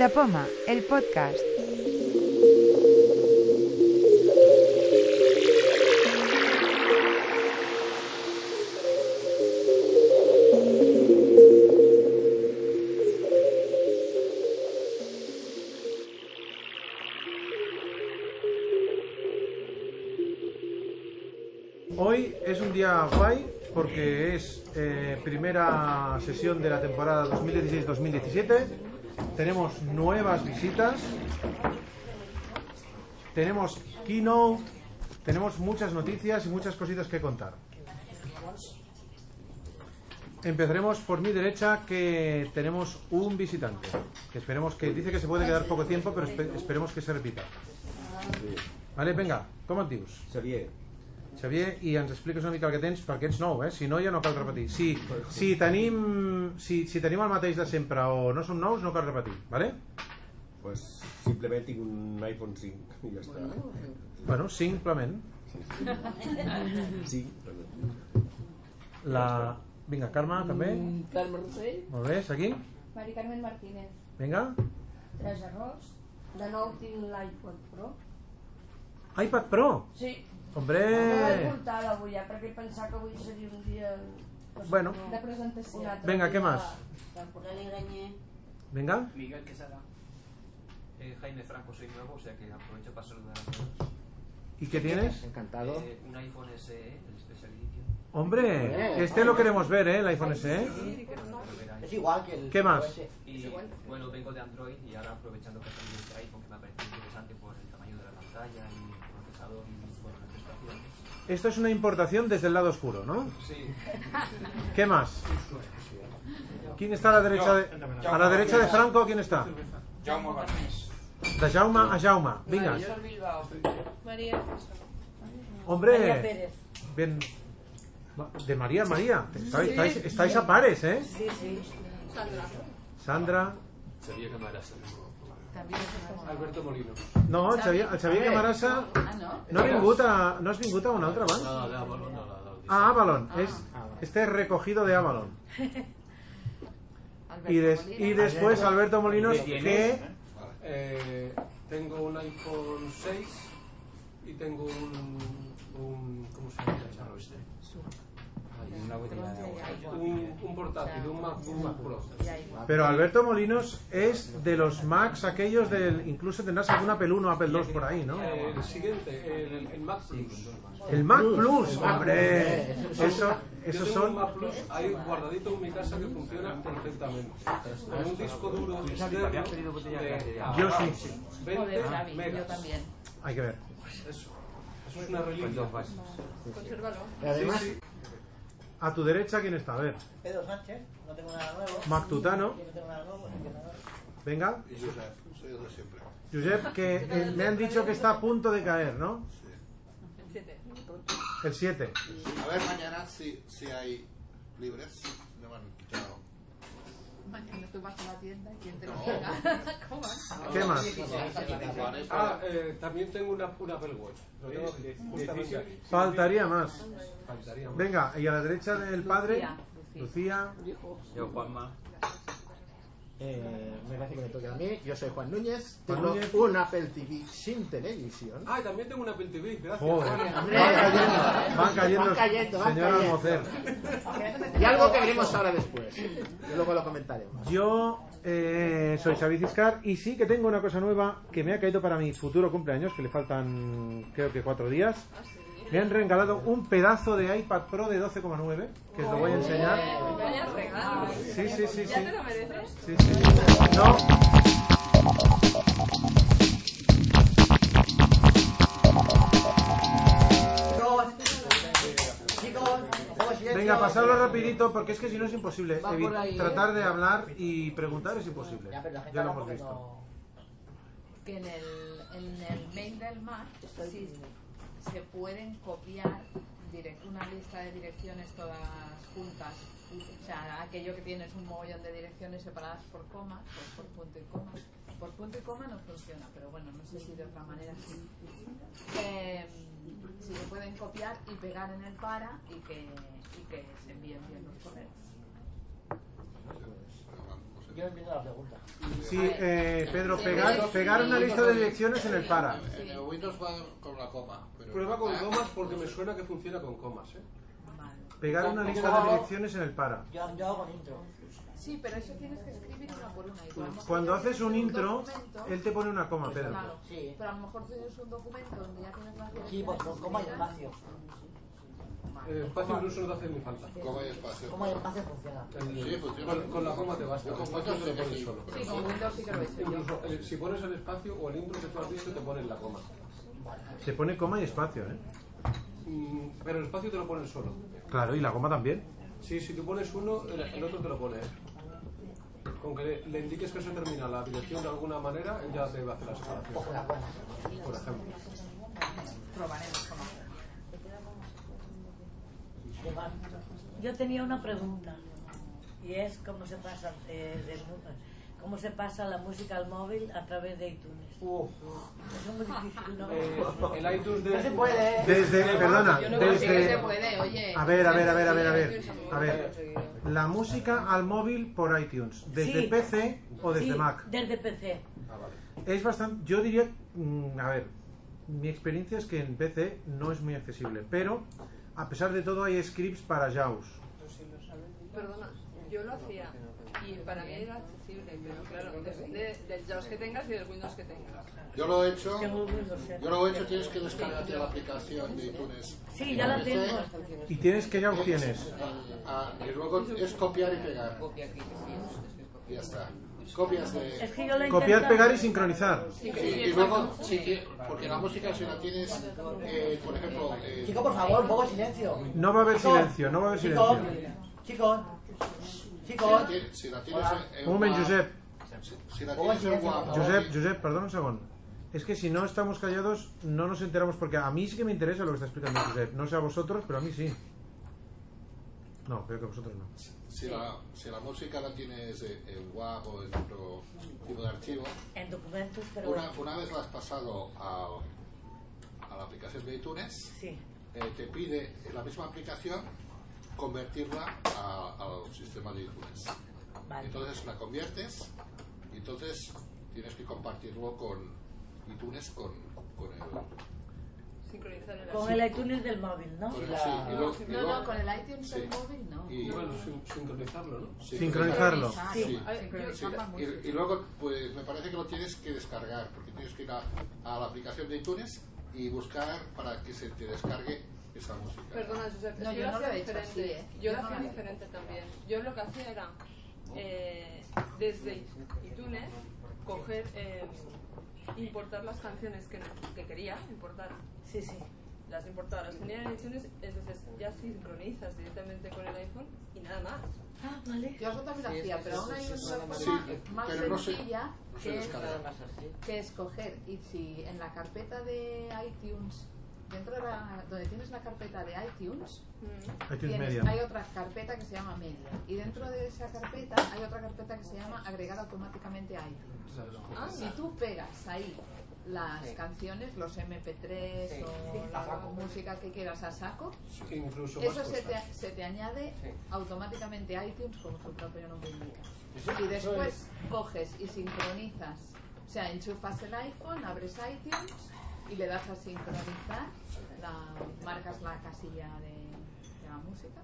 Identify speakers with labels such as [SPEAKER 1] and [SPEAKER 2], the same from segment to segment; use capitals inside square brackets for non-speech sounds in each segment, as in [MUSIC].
[SPEAKER 1] De Poma, el podcast.
[SPEAKER 2] Hoy es un día guay porque es eh, primera sesión de la temporada 2016-2017. Tenemos nuevas visitas. Tenemos keynote. Tenemos muchas noticias y muchas cositas que contar. Empezaremos por mi derecha que tenemos un visitante. Que esperemos que dice que se puede quedar poco tiempo, pero espe- esperemos que se repita. Vale, vinga, com et dius?
[SPEAKER 3] Xavier,
[SPEAKER 2] Xavier, i ens expliques una mica el que tens, perquè ets nou, eh? Si no, ja no cal repetir. Si, si, tenim, si, si tenim el mateix de sempre o no som nous, no cal repetir, ¿vale?
[SPEAKER 3] pues simplement tinc un iPhone 5 i ja està.
[SPEAKER 2] Bueno, simplement.
[SPEAKER 4] [LAUGHS]
[SPEAKER 3] Sí, perdó.
[SPEAKER 2] La... Vinga, Carme, també.
[SPEAKER 5] Carme Rossell.
[SPEAKER 2] Molt bé, seguim.
[SPEAKER 6] Mari Carmen Martínez,
[SPEAKER 2] Vinga.
[SPEAKER 6] tres errors. De nou tinc l'iPhone Pro.
[SPEAKER 2] iPad Pro.
[SPEAKER 6] Sí,
[SPEAKER 2] Hombre.
[SPEAKER 6] eh. l'he portat avui ja, perquè pensava que avui seria un dia... pues,
[SPEAKER 2] Bueno.
[SPEAKER 6] no, De presentació. Un altre
[SPEAKER 2] Vinga,
[SPEAKER 6] dia
[SPEAKER 2] què més?
[SPEAKER 7] Dani Grañé.
[SPEAKER 2] Vinga.
[SPEAKER 8] Miguel Quesada. Eh, Jaime Franco, soy nuevo, o sea que aprovecho para saludar a todos.
[SPEAKER 2] ¿Y qué tienes?
[SPEAKER 5] Encantado.
[SPEAKER 8] Eh, un iPhone SE, el Special Edition.
[SPEAKER 2] Hombre, este lo queremos ver, ¿eh? El iPhone SE.
[SPEAKER 8] para ver ahí.
[SPEAKER 5] Es igual que el.
[SPEAKER 2] ¿Qué más?
[SPEAKER 5] OS.
[SPEAKER 8] Y bueno, vengo de Android y ahora aprovechando que ha salido este iPhone que me ha parecido interesante por el tamaño de la pantalla y el procesador y bueno, el espacio.
[SPEAKER 2] Esto es una importación desde el lado oscuro, ¿no?
[SPEAKER 8] Sí,
[SPEAKER 2] [LAUGHS] ¿Qué más? ¿Quién está a la derecha de, a la derecha de Franco? ¿Quién está?
[SPEAKER 9] Jaume Barnés.
[SPEAKER 2] De Jaume a Jaume. Vinga.
[SPEAKER 4] María,
[SPEAKER 6] María
[SPEAKER 2] Hombre,
[SPEAKER 6] Pérez.
[SPEAKER 2] ven. Ma- De María, María. Estáis, estáis- estáis a pares, ¿eh?
[SPEAKER 6] Sí, sí.
[SPEAKER 4] Sandra.
[SPEAKER 2] Sandra.
[SPEAKER 9] Xavier Camarasa.
[SPEAKER 4] También es
[SPEAKER 9] Alberto Molino.
[SPEAKER 2] No, el Xavier, el Xavier Camarasa
[SPEAKER 4] Ah, no?
[SPEAKER 2] no ha vingut a, no has vingut a un altre abans?
[SPEAKER 9] No, no, no, no, no.
[SPEAKER 2] A Avalon.
[SPEAKER 6] Ah.
[SPEAKER 2] És, este recogido de Avalon. Y, des- y después Alberto Molinos, que...
[SPEAKER 9] Eh, tengo un iPhone 6 y tengo un... un ¿Cómo se llama? este? Un, un portátil, un MacBook Pro.
[SPEAKER 2] Pero Alberto Molinos es de los Macs aquellos del... Incluso tendrás algún Apple 1 Apple 2 por ahí, ¿no?
[SPEAKER 9] Eh, el siguiente, el, el Mac Plus.
[SPEAKER 2] El Mac Plus, hombre. Eso,
[SPEAKER 9] Yo
[SPEAKER 2] esos
[SPEAKER 9] tengo un
[SPEAKER 2] son.
[SPEAKER 9] Mac Plus ahí guardadito en mi casa que funciona perfectamente. Con un disco duro
[SPEAKER 8] este
[SPEAKER 9] externo de
[SPEAKER 2] Yo sí.
[SPEAKER 9] 20
[SPEAKER 4] Xavi, yo
[SPEAKER 9] megas.
[SPEAKER 4] también.
[SPEAKER 2] Hay que ver.
[SPEAKER 9] Eso. Eso es una reliquia.
[SPEAKER 4] Consérvalo.
[SPEAKER 5] Y además,
[SPEAKER 2] A tu derecha, ¿quién está? A ver.
[SPEAKER 10] Pedro Sánchez, no tengo nada nuevo.
[SPEAKER 2] Mac Tutano.
[SPEAKER 10] Yo no tengo nada nuevo, así que nada.
[SPEAKER 2] Venga. Josep, que eh, me han dicho que está a punto de caer, ¿no?
[SPEAKER 4] El 7.
[SPEAKER 2] El 7.
[SPEAKER 11] A ver mañana si, si hay libres. No me han quitado.
[SPEAKER 4] Mañana tú vas a la tienda y quién te lo paga. ¿Cómo?
[SPEAKER 2] ¿Qué más?
[SPEAKER 9] Ah, eh, también tengo una, una Apple Watch. Lo tengo que justamente aquí.
[SPEAKER 2] Faltaría más.
[SPEAKER 9] Faltaría más.
[SPEAKER 2] Venga, y a la derecha del padre, Lucía.
[SPEAKER 4] Lucía.
[SPEAKER 8] yo Juanma.
[SPEAKER 5] eh, me parece que me toca a mí. Yo soy Juan Núñez. Tengo
[SPEAKER 2] Núñez.
[SPEAKER 5] un Apple TV sin televisión.
[SPEAKER 9] Ah, y también tengo una Apple TV, gracias.
[SPEAKER 2] Joder.
[SPEAKER 5] Hombre.
[SPEAKER 2] Van cayendo, van
[SPEAKER 5] Van cayendo,
[SPEAKER 2] cayendo,
[SPEAKER 5] van
[SPEAKER 2] señor
[SPEAKER 5] cayendo.
[SPEAKER 2] Almocer.
[SPEAKER 5] Y algo que veremos ahora después. Y luego lo comentaremos.
[SPEAKER 2] Yo eh, soy Xavi Ciscar y sí que tengo una cosa nueva que me ha caído para mi futuro cumpleaños, que le faltan creo que cuatro días. Me han regalado un pedazo de iPad Pro de 12,9, que os lo voy a enseñar.
[SPEAKER 4] Vaya regalo.
[SPEAKER 2] Sí, sí, sí, sí.
[SPEAKER 4] ¿Ya te lo mereces?
[SPEAKER 2] Sí, sí. No. Venga, pasadlo rapidito porque es que si no es imposible. Evi- Tratar de hablar y preguntar es imposible. Ya lo hemos visto.
[SPEAKER 4] Que en el, en el mail del Mac sí, se pueden copiar direct- una lista de direcciones todas juntas. O sea, aquello que tienes un mogollón de direcciones separadas por coma, pues por punto y coma. Por punto y coma no funciona, pero bueno, no sé si de otra manera sí. Eh, si lo pueden copiar y pegar en el para y que, y que se envíen bien los correos.
[SPEAKER 10] Yo empiezo la pregunta.
[SPEAKER 2] Sí, eh, Pedro, pegar, pegar una lista de direcciones en el para.
[SPEAKER 11] En el Windows va con la coma. Pero
[SPEAKER 9] Prueba con comas porque me suena que funciona con comas, ¿eh?
[SPEAKER 2] Pegar una lista de direcciones en el para.
[SPEAKER 10] Yo, yo hago con intro.
[SPEAKER 4] Sí, pero eso tienes que escribir una por una. y tú a lo mejor
[SPEAKER 2] Pues Cuando
[SPEAKER 4] tienes
[SPEAKER 2] haces un intro,
[SPEAKER 4] documento- Pues
[SPEAKER 2] él te pone una coma, Pedro.
[SPEAKER 4] Claro,
[SPEAKER 10] Sí.
[SPEAKER 4] pero a lo mejor tienes un documento donde ya tienes las
[SPEAKER 10] Sí, pues con coma y espacio.
[SPEAKER 9] El Eh, espacio incluso no te hace ni falta.
[SPEAKER 11] Coma y espacio.
[SPEAKER 10] Coma y espacio funciona.
[SPEAKER 9] El-
[SPEAKER 11] Sí, funciona.
[SPEAKER 9] con, con la coma te basta.
[SPEAKER 11] Yo
[SPEAKER 9] el
[SPEAKER 11] con
[SPEAKER 9] espacio
[SPEAKER 11] Windows
[SPEAKER 9] te
[SPEAKER 11] sé
[SPEAKER 9] lo
[SPEAKER 11] que
[SPEAKER 9] pones
[SPEAKER 11] sí.
[SPEAKER 9] solo.
[SPEAKER 4] Sí, con Windows sí que lo he hecho yo.
[SPEAKER 9] Incluso el- si pones el espacio o el intro que tú has visto, te ponen la coma.
[SPEAKER 2] Se pone coma y espacio, ¿eh?
[SPEAKER 9] Mm, Pero el espacio te lo ponen solo.
[SPEAKER 2] Claro, y la coma también.
[SPEAKER 9] Sí, si tú pones uno, el, el otro te lo pone. ¿eh? Con que le, le indiques que se termina la dirección de alguna manera, él ya te va a hacer la separación. Por ejemplo.
[SPEAKER 4] probaremos cómo hacer.
[SPEAKER 10] ¿Qué más?
[SPEAKER 7] Yo tenía una pregunta y es cómo se pasa de- de- cómo se pasa la música al móvil a través de iTunes.
[SPEAKER 9] Uf.
[SPEAKER 7] Eso es muy difícil, ¿no?
[SPEAKER 9] Eh, el iTunes de...
[SPEAKER 10] No se puede.
[SPEAKER 2] Desde, perdona,
[SPEAKER 4] Yo no creo que se
[SPEAKER 2] desde...
[SPEAKER 4] puede, oye.
[SPEAKER 2] A ver, a ver, a ver, a ver, a ver.
[SPEAKER 4] Sí,
[SPEAKER 2] A ver. La música al móvil por iTunes, desde
[SPEAKER 7] Sí.
[SPEAKER 2] PC o desde
[SPEAKER 7] Sí,
[SPEAKER 2] Mac.
[SPEAKER 7] Desde PC.
[SPEAKER 9] Ah, vale.
[SPEAKER 2] Es bastante, yo diría, mm, a ver, mi experiencia es que en PC no es muy accesible, pero a pesar de todo hay scripts para JAWS.
[SPEAKER 1] Perdona, yo lo hacía y para mí era accesible, pero claro, depende del JAWS que tengas y del Windows que tengas.
[SPEAKER 11] Yo lo he hecho.
[SPEAKER 7] Tengo el Windows. ¿eh?
[SPEAKER 11] Yo lo he hecho, tienes que descargarte la aplicación de iTunes. Este,
[SPEAKER 7] Sí, ya la tengo.
[SPEAKER 2] Y tienes que JAWS tienes.
[SPEAKER 11] Ah, y luego es copiar y pegar. Y ya está. Copias de.
[SPEAKER 7] Es que yo la he
[SPEAKER 2] Copiar,
[SPEAKER 7] intentado.
[SPEAKER 2] pegar y sincronizar.
[SPEAKER 11] Sí, y luego, sí que, porque la música si la tienes, eh, por ejemplo, eh,
[SPEAKER 10] Chico, por favor, un poco de silencio.
[SPEAKER 2] No va a haber
[SPEAKER 10] Chico,
[SPEAKER 2] silencio, no va a haber
[SPEAKER 10] Chico,
[SPEAKER 2] silencio.
[SPEAKER 10] chico,
[SPEAKER 11] si la
[SPEAKER 10] chico.
[SPEAKER 11] tienes, si la tienes en- en
[SPEAKER 2] Un moment,
[SPEAKER 11] WAP,
[SPEAKER 2] Josep.
[SPEAKER 11] Si, si la tienes en WAP,
[SPEAKER 2] Josep, Josep, perdona un segundo. Es que si no estamos callados, no nos enteramos, porque a mí sí que me interesa lo que está explicando Josep. No sé a vosotros, pero a mí sí. No, creo que a vosotros no.
[SPEAKER 11] si la, si la música la tienes en, en WAP o en otro tipo de archivo,
[SPEAKER 7] En documentos, pero.
[SPEAKER 11] una, una vez la has pasado a, a la aplicación de iTunes,
[SPEAKER 7] Sí.
[SPEAKER 11] eh, te pide en la misma aplicación convertirla a- al sistema de iTunes.
[SPEAKER 7] Vale.
[SPEAKER 11] Entonces la conviertes y entonces tienes que compartirlo con iTunes con, con el...
[SPEAKER 1] Sincronizar el
[SPEAKER 7] Con el iTunes del móvil, ¿no?
[SPEAKER 11] con el-
[SPEAKER 10] la-
[SPEAKER 11] sí, y lo- y
[SPEAKER 4] No,
[SPEAKER 11] lo-
[SPEAKER 4] no, con el iTunes del
[SPEAKER 11] Sí.
[SPEAKER 4] móvil no.
[SPEAKER 11] y-
[SPEAKER 9] Bueno, sin- sincronizarlo, ¿no?
[SPEAKER 11] sí,
[SPEAKER 2] Sincronizarlo.
[SPEAKER 7] Ah,
[SPEAKER 11] sí.
[SPEAKER 4] A ver, yo-
[SPEAKER 11] Sí, y, y luego pues me parece que lo tienes que descargar porque tienes que ir a, a la aplicación de iTunes y buscar para que se te descargue esa música.
[SPEAKER 1] Perdona, Josep,
[SPEAKER 4] No,
[SPEAKER 1] es que
[SPEAKER 4] yo
[SPEAKER 1] yo,
[SPEAKER 4] no
[SPEAKER 1] lo
[SPEAKER 4] lo
[SPEAKER 1] hacía
[SPEAKER 4] he hecho
[SPEAKER 1] diferente.
[SPEAKER 4] así, ¿eh?
[SPEAKER 1] Yo
[SPEAKER 4] Yo
[SPEAKER 1] lo
[SPEAKER 4] no
[SPEAKER 1] hacía
[SPEAKER 4] lo he
[SPEAKER 1] diferente también. Yo lo que hacía era, eh, desde iTunes, coger, eh, importar las canciones que, que quería importar.
[SPEAKER 7] Sí, sí.
[SPEAKER 1] Las importaba, las tenía en iTunes, entonces ya sincronizas directamente con el iPhone y nada más.
[SPEAKER 7] Ah, vale.
[SPEAKER 4] Yo eso también lo hacía, pero aún hay una
[SPEAKER 11] sí,
[SPEAKER 4] forma
[SPEAKER 11] sí,
[SPEAKER 4] más
[SPEAKER 11] pero no se-
[SPEAKER 4] sencilla
[SPEAKER 11] no se
[SPEAKER 4] que es
[SPEAKER 11] descarga.
[SPEAKER 4] que escoger y si en la carpeta de iTunes dentro de la donde tienes la carpeta de iTunes,
[SPEAKER 1] Mm.
[SPEAKER 2] iTunes
[SPEAKER 4] tienes-
[SPEAKER 2] Media.
[SPEAKER 4] hay otra carpeta que se llama media y dentro de esa carpeta hay otra carpeta que se llama agregar automáticamente a iTunes
[SPEAKER 1] Ah,
[SPEAKER 4] si tú pegas ahí las canciones los mp3 o la música que quieras a saco
[SPEAKER 9] Incluso más
[SPEAKER 4] eso se te,
[SPEAKER 9] cosas.
[SPEAKER 4] se te añade automáticamente a iTunes como su propio nombre indica
[SPEAKER 5] Eso-
[SPEAKER 4] y
[SPEAKER 5] eso
[SPEAKER 4] después coges y sincronizas. O sea, enchufas el iPhone, abres iTunes y le das a sincronizar, la- marcas la casilla de, de la música,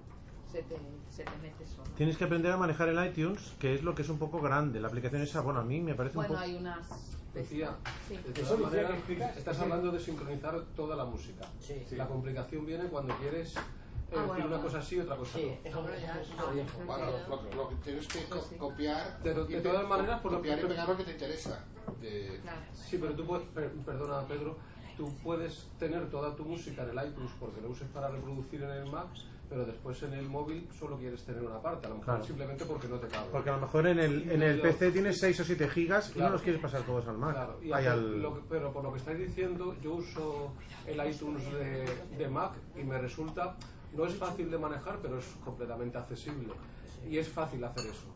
[SPEAKER 4] se te, se te mete solo.
[SPEAKER 2] Tienes que aprender a manejar el iTunes, que es lo que es un poco grande. La aplicación esa, bueno, a mí me parece un
[SPEAKER 4] Bueno,
[SPEAKER 2] poco...
[SPEAKER 4] hay unas...
[SPEAKER 9] Decía,
[SPEAKER 4] Sí.
[SPEAKER 9] de
[SPEAKER 5] Eso
[SPEAKER 9] todas
[SPEAKER 5] decía
[SPEAKER 9] maneras,
[SPEAKER 5] que explicas-
[SPEAKER 9] estás hablando de sincronizar toda la música.
[SPEAKER 5] Sí. Ah,
[SPEAKER 9] La complicación viene cuando quieres eh, decir
[SPEAKER 4] bueno,
[SPEAKER 9] una
[SPEAKER 4] claro.
[SPEAKER 9] cosa sí y otra cosa
[SPEAKER 5] Sí,
[SPEAKER 9] no.
[SPEAKER 5] eso es un viejo.
[SPEAKER 11] Bueno, lo, que- lo que tienes que co- copiar
[SPEAKER 9] De- de
[SPEAKER 11] y pe-
[SPEAKER 9] todas maneras, por lo
[SPEAKER 11] copiar
[SPEAKER 9] que-
[SPEAKER 11] y pegar lo que te interesa. De,
[SPEAKER 4] Claro.
[SPEAKER 9] Sí, pero tú puedes, per- perdona Pedro, tú puedes tener toda tu música en el iTunes porque lo uses para reproducir en el Mac, pero después en el móvil solo quieres tener una parte, a lo mejor
[SPEAKER 2] Claro.
[SPEAKER 9] simplemente porque no te cabe.
[SPEAKER 2] Porque a lo mejor en el, en el PC tienes 6 o 7 gigas y no
[SPEAKER 9] Claro.
[SPEAKER 2] los quieres pasar todos al Mac.
[SPEAKER 9] Claro, y
[SPEAKER 2] Ahí
[SPEAKER 9] aquí
[SPEAKER 2] al-
[SPEAKER 9] lo que- pero por lo que estáis diciendo, yo uso el iTunes de, de Mac y me resulta, no es fácil de manejar, pero es completamente accesible. Y es fácil hacer eso.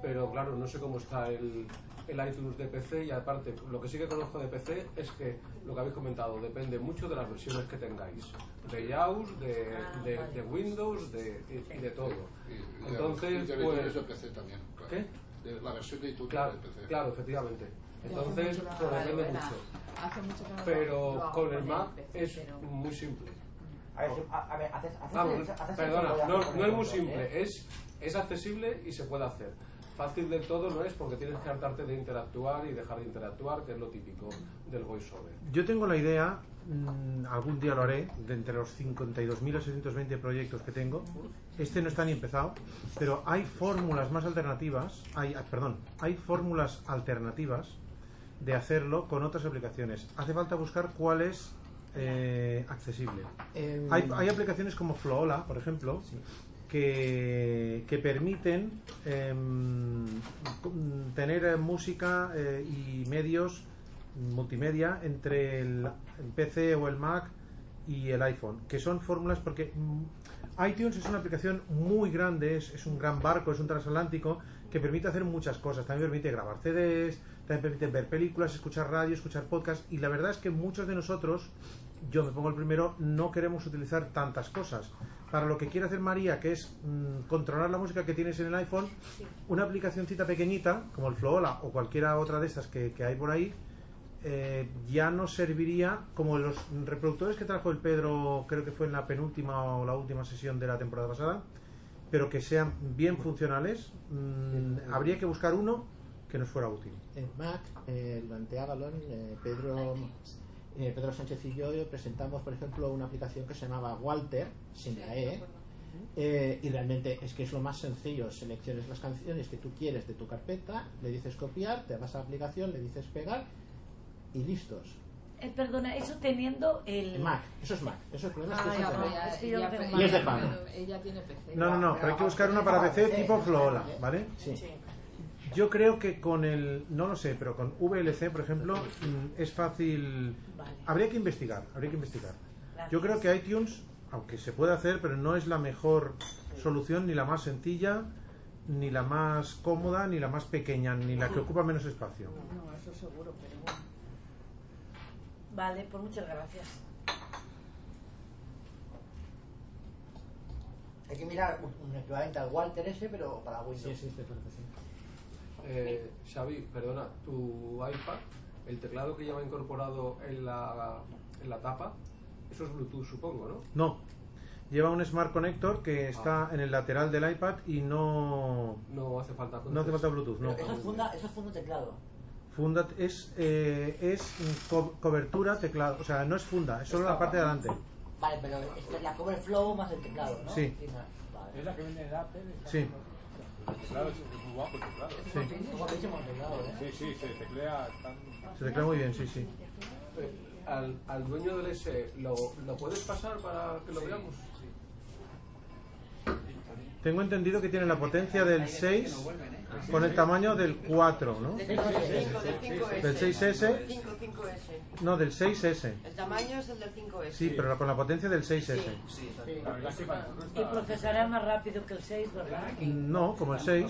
[SPEAKER 9] Pero claro, no sé cómo está el, el iTunes de PC y aparte, lo que sí que conozco de PC es que lo que habéis comentado depende mucho de las versiones que tengáis. De JAWS, de, de- de Windows de, y- y de todo.
[SPEAKER 11] y- y de-
[SPEAKER 9] Entonces,
[SPEAKER 11] y de,
[SPEAKER 9] pues-
[SPEAKER 11] iTunes de PC también. claro.
[SPEAKER 9] ¿Qué?
[SPEAKER 11] de la versión de iTunes
[SPEAKER 9] Claro,
[SPEAKER 11] de PC.
[SPEAKER 9] claro, efectivamente. Entonces,
[SPEAKER 11] Ya,
[SPEAKER 9] pues,
[SPEAKER 11] vale,
[SPEAKER 9] depende
[SPEAKER 11] verdad.
[SPEAKER 9] mucho.
[SPEAKER 4] Hace mucho que no lo- lo
[SPEAKER 9] Pero
[SPEAKER 4] hago
[SPEAKER 9] con el
[SPEAKER 4] con
[SPEAKER 9] Mac
[SPEAKER 4] el PC,
[SPEAKER 9] es
[SPEAKER 4] pero-
[SPEAKER 9] muy simple.
[SPEAKER 10] A ver, a, a ver, haces, haces,
[SPEAKER 9] Vamos,
[SPEAKER 10] haces- haces-
[SPEAKER 9] perdona, no,
[SPEAKER 10] haces-
[SPEAKER 9] no es muy simple, es, es accesible y se puede hacer. Fácil del todo no es porque tienes que hartarte de interactuar y dejar de interactuar, que es lo típico del voiceover.
[SPEAKER 2] Yo tengo la idea, mm, algún día lo haré, de entre los 52.820 proyectos que tengo. Este no está ni empezado, pero hay fórmulas más alternativas, hay, ah, perdón, hay fórmulas alternativas de hacerlo con otras aplicaciones. Hace falta buscar cuál es eh, accesible.
[SPEAKER 5] Em,
[SPEAKER 2] Hay, hay aplicaciones como Flohola, por ejemplo, que, que permiten em, com- tener eh, música eh, y medios multimedia entre el, el PC o el Mac y el iPhone, que son fórmulas porque mm, iTunes es una aplicación muy grande, es, es un gran barco, es un transatlántico que permite hacer muchas cosas. También permite grabar CDs, también permite ver películas, escuchar radio, escuchar podcasts y la verdad es que muchos de nosotros yo me pongo el primero, no queremos utilizar tantas cosas. Para lo que quiere hacer María, que es mm, controlar la música que tienes en el iPhone, una aplicacioncita pequeñita, como el Flohola o cualquiera otra de estas que, que hay por ahí, eh, ya nos serviría como los reproductores que trajo el Pedro, creo que fue en la penúltima o la última sesión de la temporada pasada, pero que sean bien funcionales. mm, habría que buscar uno que nos fuera útil.
[SPEAKER 5] en Mac, eh, durante Avalon, eh, Pedro, eh, Pedro Sánchez y yo presentamos, por ejemplo, una aplicación que se llamaba Walter, sin la E, eh, y realmente es que es lo más sencillo. Selecciones las canciones que tú quieres de tu carpeta, le dices copiar, te vas a la aplicación, le dices pegar y listos.
[SPEAKER 7] Eh, perdona, eso teniendo el...
[SPEAKER 5] En Mac, eso es Mac, eso es problema es que
[SPEAKER 7] Ah,
[SPEAKER 5] eso
[SPEAKER 7] ya,
[SPEAKER 4] Es que yo
[SPEAKER 5] es de Mac.
[SPEAKER 7] pero ya- ya tengo
[SPEAKER 4] tengo
[SPEAKER 7] Mac.
[SPEAKER 5] Y es de pago.
[SPEAKER 4] Pero Ella tiene PC.
[SPEAKER 2] No, no, no, pero hay que buscar una para PC tipo Flohola, ¿vale? Yo creo que con el, no lo sé, pero con VLC, por ejemplo, mm, es fácil. Habría que investigar, habría que investigar. Yo creo que iTunes, aunque se puede hacer, pero no es la mejor solución, ni la más sencilla, ni la más cómoda, ni la más pequeña, ni la que ocupa menos espacio.
[SPEAKER 7] No, eso seguro, pero bueno. Vale, pues muchas gracias.
[SPEAKER 10] Hay que mirar un, un equivalente al Walter ese, pero para Windows.
[SPEAKER 5] Sí,
[SPEAKER 2] este
[SPEAKER 5] existe, pero sí.
[SPEAKER 9] Eh, Xavi, perdona, tu iPad, el teclado que lleva incorporado en la, en la tapa, eso es Bluetooth, supongo, ¿no?
[SPEAKER 2] No. Lleva un Smart Connector que está en el lateral del iPad y no.
[SPEAKER 9] Ah. No hace falta
[SPEAKER 2] No hace falta Bluetooth, no.
[SPEAKER 10] Pero Eso es funda, eso es funda teclado.
[SPEAKER 2] Funda es, eh, es co- cobertura teclado, o sea, no es funda, es solo la parte de adelante.
[SPEAKER 10] Vale, pero esta es la cover flow más el teclado, ¿no?
[SPEAKER 2] Sí.
[SPEAKER 10] Es la que viene de Apple.
[SPEAKER 2] Sí.
[SPEAKER 12] Claro, es muy guapo el teclado.
[SPEAKER 2] Sí.
[SPEAKER 12] Sí, sí, se teclea. tan-
[SPEAKER 2] Se teclea muy bien, sí, sí.
[SPEAKER 9] Eh, al, al dueño del S, ¿lo, lo puedes pasar para que lo veamos?
[SPEAKER 2] Tengo entendido que tiene la potencia del 6 con el tamaño del 4, ¿no?
[SPEAKER 13] Del 5, del 5S.
[SPEAKER 2] Del 6S.
[SPEAKER 13] 5, 5S.
[SPEAKER 2] No, del 6S.
[SPEAKER 13] El tamaño es el del 5S.
[SPEAKER 2] Sí, pero con la potencia del 6S.
[SPEAKER 7] Y procesará más rápido que el 6, ¿verdad?
[SPEAKER 2] No, Mm, como el 6.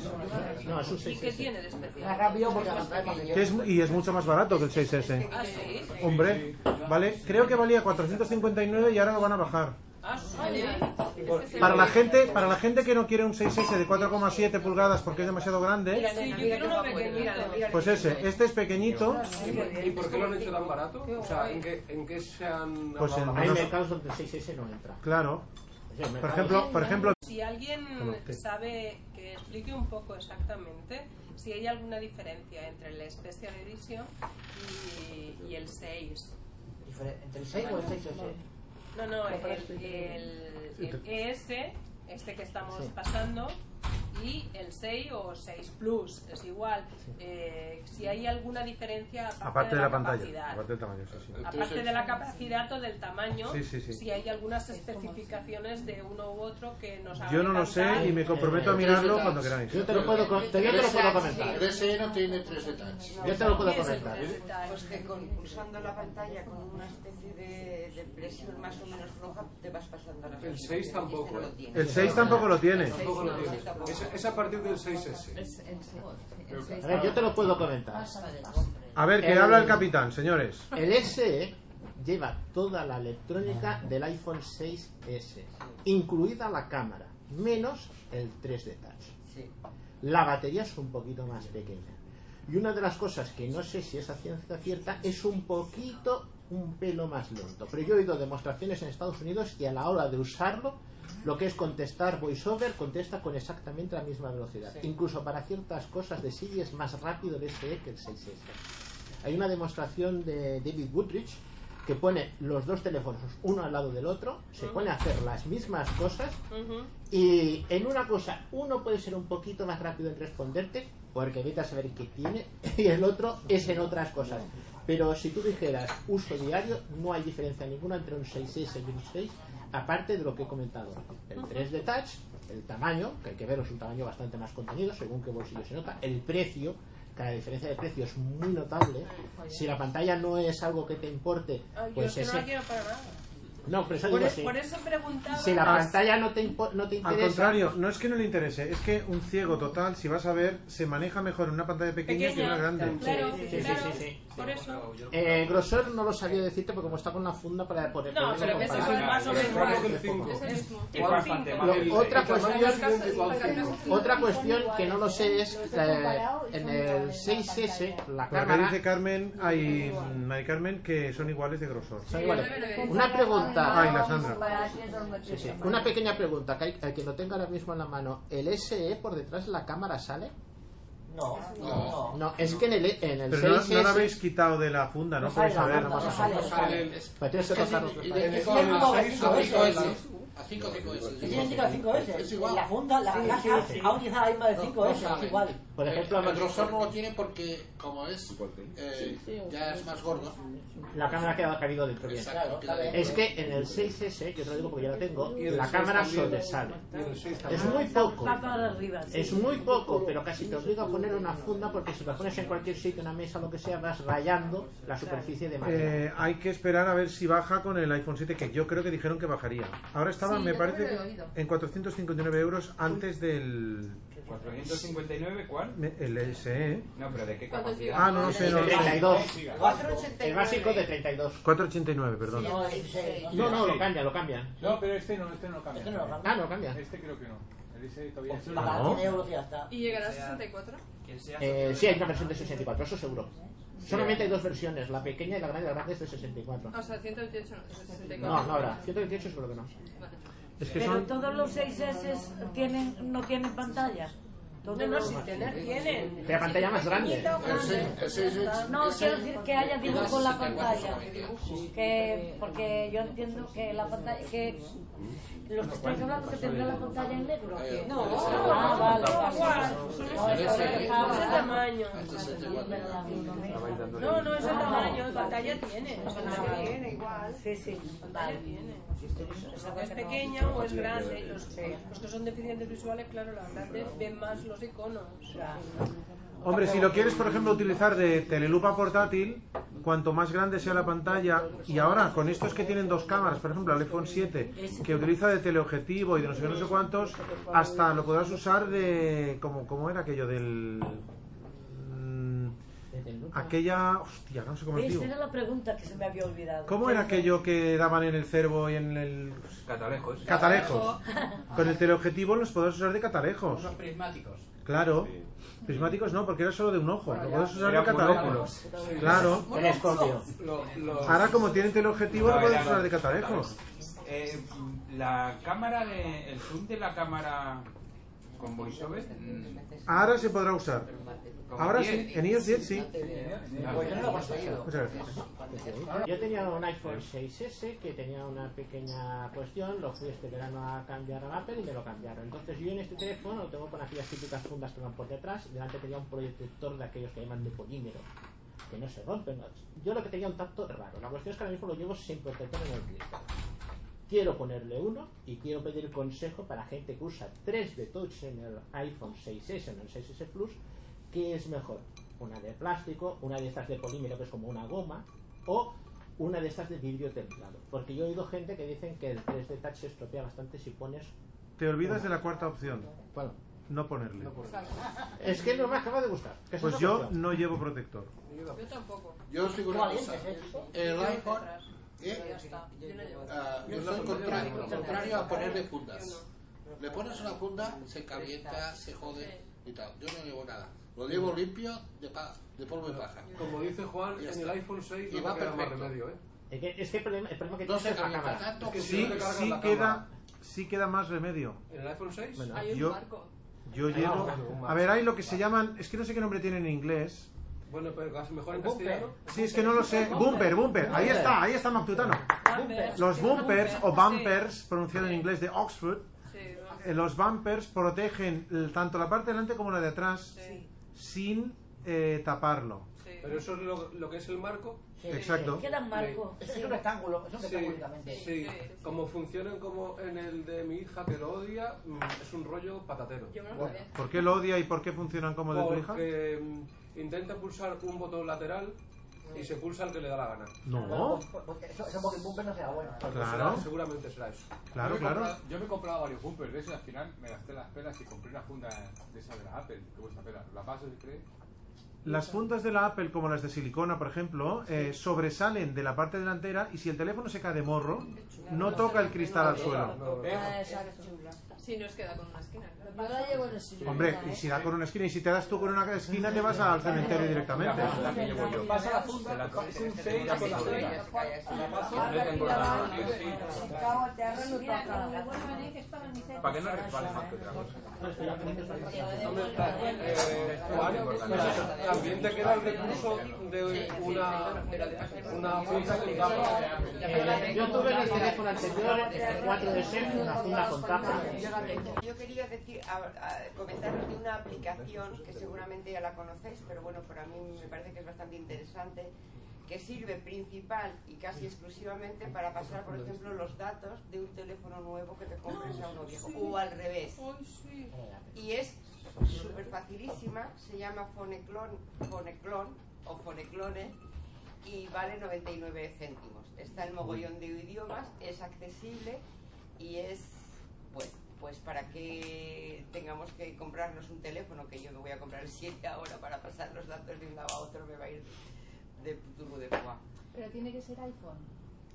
[SPEAKER 5] No, es un
[SPEAKER 7] ¿Y qué tiene de especial?
[SPEAKER 10] Más rápido porque la pantalla es más pequeña.
[SPEAKER 2] Que es, y es mucho más barato que el 6S.
[SPEAKER 13] Ah, sí.
[SPEAKER 2] Hombre, ¿vale? Creo que valía 459 y ahora lo van a bajar.
[SPEAKER 13] Ah, sí.
[SPEAKER 2] Para la gente, para la gente que no quiere un 6S de 4,7 pulgadas porque es demasiado grande,
[SPEAKER 13] Sí, yo quiero uno pequeñito.
[SPEAKER 2] ¿Eh? pues ese, este es pequeñito. pues
[SPEAKER 9] ¿Y, y por qué lo han hecho tan barato? O sea, ¿en qué, en qué se han...
[SPEAKER 2] Pues en-
[SPEAKER 5] Hay mercados donde el 6S no entra.
[SPEAKER 2] Claro. Por ejemplo, por ejemplo,
[SPEAKER 14] Si alguien
[SPEAKER 2] Perdón, sí.
[SPEAKER 14] sabe que explique un poco exactamente si hay alguna diferencia entre el Special Edition y, y el 6.
[SPEAKER 10] Difere- ¿Entre el 6 o el 6S?
[SPEAKER 14] No, no, el, el- el ES, este que estamos pasando, y el 6 o 6 Plus, es igual. Eh, si hay alguna diferencia aparte,
[SPEAKER 2] aparte de la pantalla,
[SPEAKER 14] capacidad.
[SPEAKER 2] aparte del tamaño, sí, sí.
[SPEAKER 14] Aparte de la capacidad o del tamaño,
[SPEAKER 2] Sí, sí, sí.
[SPEAKER 14] si hay algunas especificaciones de uno u otro que nos hagan
[SPEAKER 2] Yo no lo sé y me comprometo a mirarlo cuando queráis.
[SPEAKER 5] Yo te lo puedo, co- te- yo te lo puedo comentar.
[SPEAKER 11] El SE no tiene tres detalles.
[SPEAKER 5] Yo te lo puedo comentar.
[SPEAKER 2] ¿eh?
[SPEAKER 13] Pues que con, pulsando la pantalla con una especie de, de presión más o menos floja te vas pasando a la
[SPEAKER 9] El
[SPEAKER 13] pantalla.
[SPEAKER 9] 6 tampoco.
[SPEAKER 13] Este no lo
[SPEAKER 9] ¿eh?
[SPEAKER 13] tiene.
[SPEAKER 2] El 6 tampoco lo tiene.
[SPEAKER 9] Tampoco lo tiene. Es, es a partir del 6S.
[SPEAKER 5] A ver, yo te lo puedo comentar.
[SPEAKER 2] A ver, que
[SPEAKER 5] El-
[SPEAKER 2] habla el capitán, señores.
[SPEAKER 5] El SE lleva toda la electrónica del iPhone 6S, incluida la cámara, menos el 3D Touch. La batería es un poquito más pequeña. Y una de las cosas que no sé si es a ciencia cierta es un poquito, un pelo más lento. Pero yo he oído demostraciones en Estados Unidos y a la hora de usarlo, lo que es contestar voiceover, contesta con exactamente la misma velocidad.
[SPEAKER 10] Sí.
[SPEAKER 5] Incluso para ciertas cosas de Siri es más rápido el SE que el 6S. Hay una demostración de David Goodrich que pone los dos teléfonos uno al lado del otro, se
[SPEAKER 10] Ujú.
[SPEAKER 5] pone a hacer las mismas cosas y en una cosa, uno puede ser un poquito más rápido en responderte, porque evita saber qué tiene, [LAUGHS] y el otro es en otras cosas. Pero si tú dijeras uso diario, no hay diferencia ninguna entre un 6S y un 6, aparte de lo que he comentado. El 3 de touch, el tamaño, que hay que ver, es un tamaño bastante más contenido, según qué bolsillo se nota. El precio, que la diferencia de precio es muy notable. Si la pantalla no es algo que te importe,
[SPEAKER 14] Ay,
[SPEAKER 5] pues
[SPEAKER 14] yo es que no la
[SPEAKER 5] ese...
[SPEAKER 14] quiero para nada.
[SPEAKER 5] No, pero eso
[SPEAKER 14] Por,
[SPEAKER 5] digo
[SPEAKER 14] e-
[SPEAKER 5] sí.
[SPEAKER 14] por eso preguntaba.
[SPEAKER 5] Si la pantalla no te, impo- no te
[SPEAKER 2] Al
[SPEAKER 5] interesa...
[SPEAKER 2] contrario, no es que no le interese, es que un ciego total, si vas a ver, se maneja mejor en una pantalla pequeña, que en una grande.
[SPEAKER 14] Claro,
[SPEAKER 5] Sí, sí, sí,
[SPEAKER 14] claro,
[SPEAKER 5] sí, sí.
[SPEAKER 14] por eso.
[SPEAKER 5] Eh, grosor no lo sabía decirte porque como está con la funda para poder
[SPEAKER 14] No, pero que ese es el más o menos. Es el mismo. Es bastante más.
[SPEAKER 5] Lo- otra
[SPEAKER 14] El tamaño
[SPEAKER 5] cuestión,
[SPEAKER 14] este es idéntico al cinco.
[SPEAKER 5] otra cuestión que no lo sé es eh, en el 6S la
[SPEAKER 2] Por acá
[SPEAKER 5] cámara
[SPEAKER 2] dice Carmen, hay, mm, hay Carmen que son iguales de grosor.
[SPEAKER 5] Son iguales. Una pregunta.
[SPEAKER 2] Ay, la Sandra.
[SPEAKER 5] Sí, sí. Una pequeña pregunta, que hay- al que lo tenga ahora mismo en la mano, ¿el SE por detrás la cámara sale?
[SPEAKER 10] No,
[SPEAKER 5] No, es que en el, en el
[SPEAKER 2] Pero no,
[SPEAKER 5] 6S
[SPEAKER 2] no la habéis quitado de la funda, ¿no?
[SPEAKER 5] No sale
[SPEAKER 2] Podéis
[SPEAKER 5] la
[SPEAKER 2] saber.
[SPEAKER 5] banda, no sale, no sale. Pero tienes que tocarlo.
[SPEAKER 10] Es igual. La funda, la caja, aún es la misma de 5S, es
[SPEAKER 11] sale.
[SPEAKER 10] igual.
[SPEAKER 5] Por ejemplo,
[SPEAKER 11] el,
[SPEAKER 5] a
[SPEAKER 11] el
[SPEAKER 5] nosotros-
[SPEAKER 11] grosor no lo tiene porque, como es, eh, ya es más gordo.
[SPEAKER 5] La cámara queda caído dentro bien.
[SPEAKER 11] Exacto, queda dentro.
[SPEAKER 5] Es que en el 6S, que yo lo digo porque ya lo tengo,
[SPEAKER 10] Y en el
[SPEAKER 5] la
[SPEAKER 10] 6
[SPEAKER 5] cámara
[SPEAKER 10] también.
[SPEAKER 5] sobresale.
[SPEAKER 10] Y en el 6
[SPEAKER 5] Es
[SPEAKER 10] también.
[SPEAKER 5] muy poco.
[SPEAKER 7] Va para arriba, sí.
[SPEAKER 5] Es muy poco, pero casi te obliga a poner una funda porque si la pones en cualquier sitio, una mesa, lo que sea, vas rayando la superficie de madera.
[SPEAKER 2] Eh, hay que esperar a ver si baja con el iPhone 7, que yo creo que dijeron que bajaría. Ahora estaba,
[SPEAKER 5] Sí,
[SPEAKER 2] me
[SPEAKER 5] yo
[SPEAKER 2] parece,
[SPEAKER 5] también lo he oído.
[SPEAKER 2] en 459 euros antes del...
[SPEAKER 15] 459, ¿cuál?
[SPEAKER 2] me- El SE.
[SPEAKER 15] No, pero ¿de qué
[SPEAKER 2] ¿Cuántos
[SPEAKER 15] capacidad?
[SPEAKER 2] gigas? Ah, no lo sé, no lo sé.
[SPEAKER 5] 32. El
[SPEAKER 10] 489.
[SPEAKER 5] básico de 32.
[SPEAKER 2] 489, perdón.
[SPEAKER 10] No, 16.
[SPEAKER 5] No, no, lo cambia, lo cambia.
[SPEAKER 12] No, pero este no, este no lo cambia.
[SPEAKER 10] Este no lo
[SPEAKER 5] cambia. Ah, no lo cambia.
[SPEAKER 12] Este creo que no. El ese todavía es
[SPEAKER 5] Ah,
[SPEAKER 10] Pagar 100 euros y ya está.
[SPEAKER 1] ¿Y llegará a 64?
[SPEAKER 5] Eh, sí, hay una versión de 64, eso seguro.
[SPEAKER 1] Sí.
[SPEAKER 5] Solamente hay dos versiones, la pequeña y la grande. La grande es de 64.
[SPEAKER 4] Ah,
[SPEAKER 1] O sea, 128 no, 64.
[SPEAKER 5] No, no habrá. 128 seguro que no.
[SPEAKER 2] Es
[SPEAKER 7] Pero todos los 6S tienen, no tienen pantalla. Todos
[SPEAKER 14] No, no,
[SPEAKER 7] los-
[SPEAKER 14] si tener tienen.
[SPEAKER 5] Pero la pantalla más grande.
[SPEAKER 7] No, quiero decir que haya dibujo en la pantalla. Que, porque yo entiendo que la pantalla. que Lo que estáis hablando que tendrá la pantalla en negro.
[SPEAKER 14] No,
[SPEAKER 7] Ah, vale.
[SPEAKER 14] igual.
[SPEAKER 7] Ah,
[SPEAKER 14] Es el tamaño. No, no, es el tamaño. Pantalla tiene. Pantalla tiene igual.
[SPEAKER 7] Sí, sí.
[SPEAKER 14] Pantalla tiene. O es pequeña o es grande. Los, los que son deficientes visuales, claro, los grandes ven más los iconos.
[SPEAKER 2] Hombre, si lo quieres, por ejemplo, utilizar de telelupa portátil, cuanto más grande sea la pantalla, y ahora con estos que tienen dos cámaras, por ejemplo, el iPhone 7, que utiliza de teleobjetivo y de no sé qué, no sé cuántos, hasta lo podrás usar de. como, como era aquello del. mm, aquella. hostia, no sé cómo es
[SPEAKER 7] Esa
[SPEAKER 2] digo.
[SPEAKER 7] era la pregunta que se me había olvidado.
[SPEAKER 2] ¿Cómo era aquello que daban en el cervo y en el.
[SPEAKER 15] Catalejos.
[SPEAKER 2] Catalejos. Con el teleobjetivo los podrás usar de catalejos.
[SPEAKER 15] Unos prismáticos.
[SPEAKER 2] Claro. Prismáticos no, porque era solo de un ojo. Lo puedes usar de
[SPEAKER 15] Era
[SPEAKER 2] catalejos.
[SPEAKER 15] monóculos.
[SPEAKER 2] Claro.
[SPEAKER 15] Telescopio.
[SPEAKER 9] Lo- lo-
[SPEAKER 2] Ahora como tienen teleobjetivo
[SPEAKER 15] No,
[SPEAKER 2] lo puedes
[SPEAKER 15] era
[SPEAKER 2] usar
[SPEAKER 15] los
[SPEAKER 2] de catalejos.
[SPEAKER 15] Eh, la cámara de. El zoom de la cámara con voiceover. mm,
[SPEAKER 2] Ahora se podrá usar.
[SPEAKER 15] Como
[SPEAKER 2] Ahora sí,
[SPEAKER 15] 10.
[SPEAKER 2] en iOS 10 sí.
[SPEAKER 5] Pues yo no lo he conseguido.
[SPEAKER 2] Muchas gracias.
[SPEAKER 5] Yo tenía un iPhone 6S que tenía una pequeña cuestión, lo fui este verano a cambiar a Apple y me lo cambiaron. Entonces yo en este teléfono lo tengo con aquellas típicas fundas que van por detrás y delante tenía un proyector de aquellos que llaman de polímero, que no se rompen. Yo lo que tenía un tacto raro. La cuestión es que ahora mismo lo llevo sin protector en el cristal. Quiero ponerle uno y quiero pedir consejo para gente que usa 3 de touch en el iPhone 6S o en el 6S Plus, ¿qué es mejor? Una de plástico, una de estas de polímero que es como una goma, o una de estas de vidrio templado. Porque yo he oído gente que dicen que el 3D Touch se estropea bastante si pones...
[SPEAKER 2] Te olvidas de la cuarta opción.
[SPEAKER 5] ¿Cuál?
[SPEAKER 2] No ponerle.
[SPEAKER 5] Es que no me acaba de gustar. que es
[SPEAKER 2] Pues
[SPEAKER 5] una
[SPEAKER 2] yo
[SPEAKER 5] cuestión.
[SPEAKER 2] no llevo protector.
[SPEAKER 1] Yo tampoco.
[SPEAKER 11] Yo os digo una cosa. El iPhone,
[SPEAKER 1] Ya está. Yo no llevo.
[SPEAKER 11] ah, yo soy contrario, contrario a ponerle fundas. Le pones una funda, se calienta, se jode. y tal. Yo no llevo nada. Lo llevo limpio de, pa- de polvo y paja.
[SPEAKER 9] Como dice Juan,
[SPEAKER 11] Y ya
[SPEAKER 9] en el
[SPEAKER 11] está.
[SPEAKER 9] iPhone 6
[SPEAKER 11] Y
[SPEAKER 9] no
[SPEAKER 11] va
[SPEAKER 9] te queda más
[SPEAKER 11] perfecto.
[SPEAKER 9] remedio, ¿eh?
[SPEAKER 5] Es que, es que el problema, el problema que
[SPEAKER 11] No
[SPEAKER 5] tienes
[SPEAKER 11] se
[SPEAKER 5] es la
[SPEAKER 11] calienta
[SPEAKER 5] cámara.
[SPEAKER 11] tanto.
[SPEAKER 9] Es que
[SPEAKER 2] Sí,
[SPEAKER 9] siempre cargas
[SPEAKER 2] sí
[SPEAKER 9] la cámara.
[SPEAKER 2] queda, sí queda más remedio.
[SPEAKER 9] ¿En el iPhone 6?
[SPEAKER 2] Bueno,
[SPEAKER 1] Hay un
[SPEAKER 2] yo-
[SPEAKER 1] barco.
[SPEAKER 2] Yo
[SPEAKER 9] Ah,
[SPEAKER 2] llevo.
[SPEAKER 9] bueno, un
[SPEAKER 2] A ver, hay lo que se llaman. Es que no sé qué nombre tienen en inglés.
[SPEAKER 9] Bueno, pero casi mejor en castellano.
[SPEAKER 2] Sí, es que no lo sé. Bumper, bumper. Ahí está, ahí está Maktutano. Los bumpers o bumpers, pronunciado en inglés de Oxford, eh, los bumpers protegen el- tanto la parte de delante como la de atrás sin eh, taparlo.
[SPEAKER 9] Pero eso es lo, lo que es el marco.
[SPEAKER 2] Exacto.
[SPEAKER 7] Queda un marco.
[SPEAKER 10] Es un rectángulo, es un
[SPEAKER 9] Sí,
[SPEAKER 10] rectángulo únicamente.
[SPEAKER 9] sí. Como funcionan como en el de mi hija que lo odia, mm, es un rollo patatero.
[SPEAKER 2] ¿Por qué lo odia y por qué funcionan como de tu hija?
[SPEAKER 9] Porque mm, intenta pulsar un botón lateral y se pulsa el que le da la gana.
[SPEAKER 2] No.
[SPEAKER 10] Porque pues, eso, ese Pokémon Bumper no será bueno.
[SPEAKER 2] Claro.
[SPEAKER 9] Será- seguramente será eso.
[SPEAKER 2] Claro,
[SPEAKER 12] yo me he
[SPEAKER 2] claro.
[SPEAKER 12] comprado- yo me he comprado varios bumpers de eso y al final me gasté las pelas y compré una funda de esas de la Apple, que cuesta pelas. La paso y crees.
[SPEAKER 2] Las puntas de la Apple, como las de silicona, por ejemplo, eh, sobresalen de la parte delantera y si el teléfono se cae de morro, no toca el cristal al suelo.
[SPEAKER 7] Ah,
[SPEAKER 1] Si nos queda con una esquina. claro.
[SPEAKER 7] Yo la llevo en el sillón.
[SPEAKER 2] Hombre, y si da con una esquina y si te das tú con una esquina te vas al cementerio directamente.
[SPEAKER 12] Pasa la funda, es un 6
[SPEAKER 6] Ya
[SPEAKER 12] con la
[SPEAKER 6] sí,
[SPEAKER 12] funda.
[SPEAKER 6] ya
[SPEAKER 12] La paso.
[SPEAKER 6] Ya tengo la mano, tío, sí.
[SPEAKER 15] Para que no resbale
[SPEAKER 13] Ah,
[SPEAKER 15] más que
[SPEAKER 12] Eh,
[SPEAKER 15] otra cosa.
[SPEAKER 9] Juan, pues, también te queda el recurso de
[SPEAKER 10] Ah,
[SPEAKER 9] una, una funda con tapa.
[SPEAKER 5] Eh, yo tuve en el teléfono anterior el 4 de septiembre una funda con tapa.
[SPEAKER 13] Yo quería decir, a, a- comentaros de una aplicación que seguramente ya la conocéis, pero bueno, para mí me parece que es bastante interesante, que sirve principal y casi exclusivamente para pasar, por ejemplo, los datos de un teléfono nuevo que te compres a uno viejo, o al revés. Y es súper facilísima, se llama Foneclon, Foneclon o Foneclone y vale 99 céntimos. Está en mogollón de idiomas, es accesible y es, bueno, pues para que tengamos que comprarnos un teléfono, que yo me voy a comprar el 7 ahora para pasar los datos de un lado a otro, me va a ir de turbo de fuá.
[SPEAKER 4] Pero tiene que ser iPhone.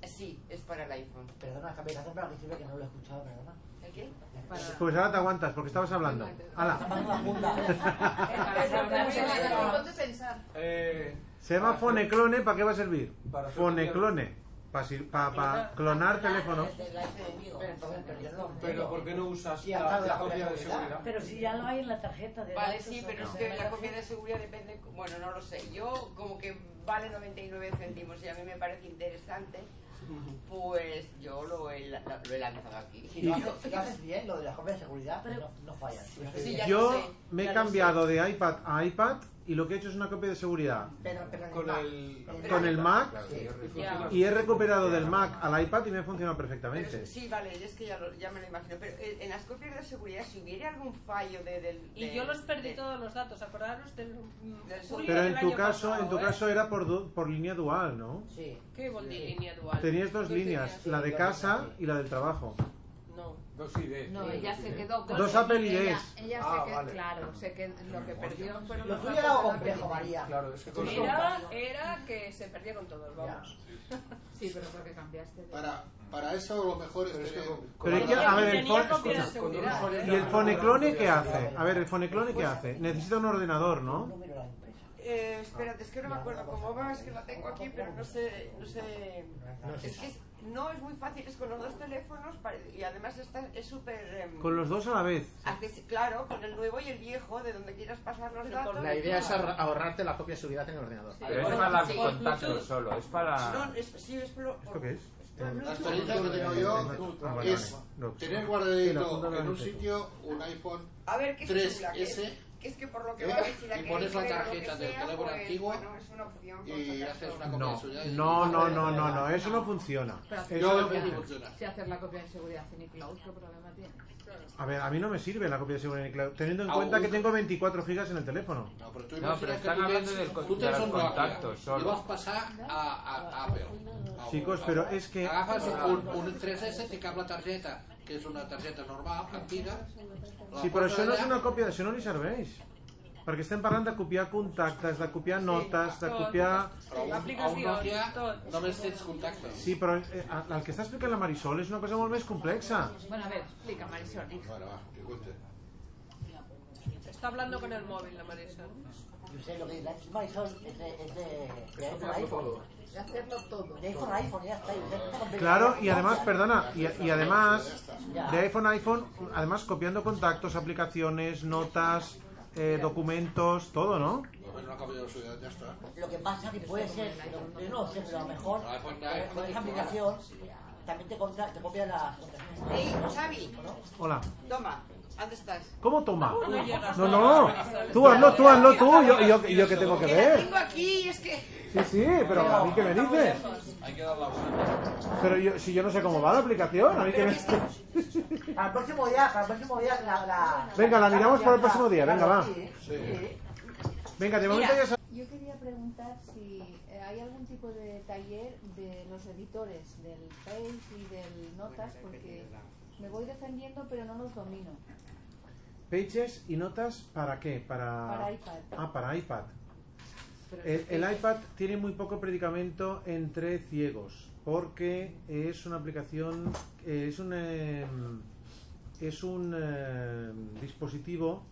[SPEAKER 13] Sí, es para el iPhone.
[SPEAKER 10] Perdona, esta aplicación para que sirve que no lo he escuchado, perdona.
[SPEAKER 13] ¿El qué?
[SPEAKER 2] Pues ahora te aguantas porque estabas hablando. ¡Hala!
[SPEAKER 4] Ponte a pensar.
[SPEAKER 9] Eh,
[SPEAKER 2] [LAUGHS] Se llama Foneclone, ¿para qué va a servir?
[SPEAKER 9] Para hacer-
[SPEAKER 2] Foneclone. Para clonar teléfonos.
[SPEAKER 9] pero ¿por qué no usas
[SPEAKER 10] Sí,
[SPEAKER 9] la, la
[SPEAKER 10] claro, la
[SPEAKER 9] copia de
[SPEAKER 10] copia de
[SPEAKER 9] seguridad?
[SPEAKER 7] Pero si ya lo hay en la tarjeta de
[SPEAKER 13] Vale,
[SPEAKER 7] datos,
[SPEAKER 13] sí,
[SPEAKER 7] o
[SPEAKER 13] pero es
[SPEAKER 7] sea,
[SPEAKER 13] que la copia de seguridad depende, bueno, no lo sé, yo como que vale 99 céntimos y a mí me parece interesante, pues yo lo he, la- la- lo he lanzado aquí.
[SPEAKER 10] Si lo haces, si lo haces bien, lo de las copias de seguridad no, no fallan.
[SPEAKER 13] Sí, ya
[SPEAKER 2] Yo
[SPEAKER 13] lo sé,
[SPEAKER 2] me he
[SPEAKER 13] ya lo
[SPEAKER 2] cambiado de iPad a iPad y lo que he hecho es una copia de seguridad.
[SPEAKER 10] Pero, pero en
[SPEAKER 9] Con
[SPEAKER 10] Mac,
[SPEAKER 9] el-
[SPEAKER 10] en
[SPEAKER 2] Con el Mac
[SPEAKER 10] Sí.
[SPEAKER 2] y he recuperado del Mac al iPad y me ha funcionado
[SPEAKER 13] Pero
[SPEAKER 2] perfectamente.
[SPEAKER 13] es- sí, vale, es que ya, lo- ya me lo imagino. Pero eh, en las copias de seguridad, si hubiera algún fallo de, del-
[SPEAKER 14] Y
[SPEAKER 13] de-
[SPEAKER 14] yo los perdí
[SPEAKER 13] de-
[SPEAKER 14] todos los datos, acordaros del mm,
[SPEAKER 13] Del
[SPEAKER 14] julio
[SPEAKER 2] Pero
[SPEAKER 14] del
[SPEAKER 2] en tu
[SPEAKER 14] año
[SPEAKER 2] caso,
[SPEAKER 14] pasado,
[SPEAKER 2] en tu
[SPEAKER 14] ¿eh?
[SPEAKER 2] caso era por du- por línea dual, ¿no?
[SPEAKER 10] Sí.
[SPEAKER 14] ¿Qué línea dual?
[SPEAKER 2] Tenías dos
[SPEAKER 14] Tú
[SPEAKER 2] líneas,
[SPEAKER 14] tenías-
[SPEAKER 2] la de casa y la del trabajo.
[SPEAKER 14] No.
[SPEAKER 12] Dos ideas.
[SPEAKER 4] No, ella se quedó con
[SPEAKER 2] Dos Apple IDs.
[SPEAKER 4] Ella, ella
[SPEAKER 2] Ah,
[SPEAKER 4] se quedó,
[SPEAKER 2] vale.
[SPEAKER 4] claro, se quedó- lo que perdió fueron
[SPEAKER 10] Lo
[SPEAKER 4] los
[SPEAKER 10] tuyo era
[SPEAKER 4] datos
[SPEAKER 10] algo
[SPEAKER 4] de la
[SPEAKER 10] complejo,
[SPEAKER 4] película.
[SPEAKER 10] María.
[SPEAKER 9] Claro, es que con eso-
[SPEAKER 14] Era, era que se perdieron todos, vamos.
[SPEAKER 4] Sí, pero porque cambiaste de...
[SPEAKER 11] Para, para eso lo mejor es tener-
[SPEAKER 2] Pero es que, a ver, el, fon-
[SPEAKER 9] ¿eh?
[SPEAKER 2] ¿Y el foneclone qué hace? A ver, ¿el foneclone qué hace? Necesita un ordenador, ¿no?
[SPEAKER 13] Eh, espérate, es que
[SPEAKER 2] Ah.
[SPEAKER 13] no me acuerdo cómo va, es que la tengo aquí, pero no sé, no sé.
[SPEAKER 2] No sé.
[SPEAKER 13] Es que es- no es muy fácil, es con los dos teléfonos pare- y además está, es súper. em,
[SPEAKER 2] Con los dos a la vez.
[SPEAKER 13] acces- claro, con el nuevo y el viejo, de donde quieras pasar los datos.
[SPEAKER 5] La idea es ahorra- ahorrarte la copia de seguridad en el ordenador.
[SPEAKER 15] Pero es para los contactos solo, es para...
[SPEAKER 13] No, es, sí, es por-
[SPEAKER 2] ¿Esto qué es?
[SPEAKER 11] La experiencia que tengo yo
[SPEAKER 2] Ah, vale,
[SPEAKER 11] es
[SPEAKER 2] vale. No, sí. Sí,
[SPEAKER 11] tener
[SPEAKER 2] la punta
[SPEAKER 11] guardadito
[SPEAKER 2] de la
[SPEAKER 11] en un
[SPEAKER 2] tarjeta.
[SPEAKER 11] sitio un iPhone
[SPEAKER 13] A ver, qué chula, que es,
[SPEAKER 11] 3S
[SPEAKER 13] que es que por lo que
[SPEAKER 11] ¿Eh?
[SPEAKER 13] va, si la
[SPEAKER 11] Y
[SPEAKER 13] queréis
[SPEAKER 11] pones la
[SPEAKER 13] ver o lo que
[SPEAKER 11] tarjeta del
[SPEAKER 13] sea,
[SPEAKER 11] teléfono
[SPEAKER 13] pues,
[SPEAKER 11] antiguo
[SPEAKER 13] bueno, es una opción, por si
[SPEAKER 11] y
[SPEAKER 13] acaso.
[SPEAKER 11] haces una copia
[SPEAKER 2] No,
[SPEAKER 11] de seguridad. y-
[SPEAKER 2] no, no, no, no, no, eso no funciona.
[SPEAKER 4] Pero hacer
[SPEAKER 2] Eso
[SPEAKER 4] la
[SPEAKER 2] no
[SPEAKER 4] copia-
[SPEAKER 2] funciona.
[SPEAKER 4] Si hacer la copia de seguridad en iCloud, ¿qué problema tiene?
[SPEAKER 2] A ver, a mí no me sirve la copia de seguridad en iCloud, teniendo en
[SPEAKER 11] Ah,
[SPEAKER 2] cuenta que
[SPEAKER 11] uy.
[SPEAKER 2] tengo 24 gigas en el teléfono.
[SPEAKER 11] No, pero, tú
[SPEAKER 15] No,
[SPEAKER 11] imaginas
[SPEAKER 15] pero
[SPEAKER 11] que
[SPEAKER 15] están
[SPEAKER 11] tú
[SPEAKER 15] hablando
[SPEAKER 11] tienes-
[SPEAKER 15] del con-
[SPEAKER 11] tú tienes
[SPEAKER 15] de los
[SPEAKER 11] un Nokia
[SPEAKER 15] contactos solo.
[SPEAKER 11] Y vas a pasar a, a- a Apple. A
[SPEAKER 2] Chicos,
[SPEAKER 11] un-
[SPEAKER 2] pero es que-
[SPEAKER 11] Agafas un, un 3S, te cabe la tarjeta, que es una tarjeta normal, antiga. la
[SPEAKER 2] Sí, però
[SPEAKER 11] poses
[SPEAKER 2] això no és
[SPEAKER 11] allà,
[SPEAKER 2] una còpia, això no li serveix. Perquè estem parlant de copiar contactes, de copiar notes, de copiar...
[SPEAKER 11] però a un, a un
[SPEAKER 14] Aplicació,
[SPEAKER 11] Nokia
[SPEAKER 14] tot.
[SPEAKER 11] només tens contactes.
[SPEAKER 2] Sí, però eh, el que està explicant la Marisol és una cosa molt més complexa.
[SPEAKER 4] Bueno, a ver, explica, Marisol.
[SPEAKER 11] Bueno, va, que cuente.
[SPEAKER 1] Está hablando con el móvil la Marisol.
[SPEAKER 10] Yo sé lo que la Marisol es de, es de, de iPhone a iPhone.
[SPEAKER 4] De hacerlo todo.
[SPEAKER 10] De iPhone a iPhone, ya está. y ya está con-
[SPEAKER 2] Claro, y además, perdona, y, y además,
[SPEAKER 10] Ya.
[SPEAKER 2] de iPhone a iPhone, además copiando contactos, aplicaciones, notas, eh, documentos, todo, ¿no?
[SPEAKER 11] Bueno, no ha cambiado su edad, ya está.
[SPEAKER 10] Lo que pasa que puede ser, pero yo no sé, pero a lo mejor
[SPEAKER 11] iPhone,
[SPEAKER 10] con- con esa aplicación también te, contra, te copia la contraseña.
[SPEAKER 13] Ey, Xavi,
[SPEAKER 2] Hola.
[SPEAKER 13] toma, ¿dónde estás?
[SPEAKER 2] ¿Cómo toma?
[SPEAKER 13] No llegas.
[SPEAKER 2] No, no. Tú hazlo, tú hazlo tú. Yo, yo, yo que tengo que
[SPEAKER 13] Que la
[SPEAKER 2] ver.
[SPEAKER 13] tengo aquí, es que...
[SPEAKER 2] Sí, sí, pero a mí que me dices.
[SPEAKER 13] Hay que dar la
[SPEAKER 2] Pero yo, si yo no sé cómo va la aplicación, a mí que me...
[SPEAKER 10] Al próximo día, al próximo día la... la
[SPEAKER 2] Venga, la miramos para el próximo día, venga, va.
[SPEAKER 10] Sí.
[SPEAKER 2] Venga, de momento ya sa-
[SPEAKER 16] Yo quería preguntar si eh, hay algún tipo de taller de los editores del Face y del Notas, porque me voy defendiendo pero no los domino.
[SPEAKER 2] Pages y notas, ¿para qué? Para,
[SPEAKER 16] Para iPad.
[SPEAKER 2] Ah, para iPad. El, el iPad tiene muy poco predicamento entre ciegos, porque es una aplicación, eh, es un, eh, es un eh, dispositivo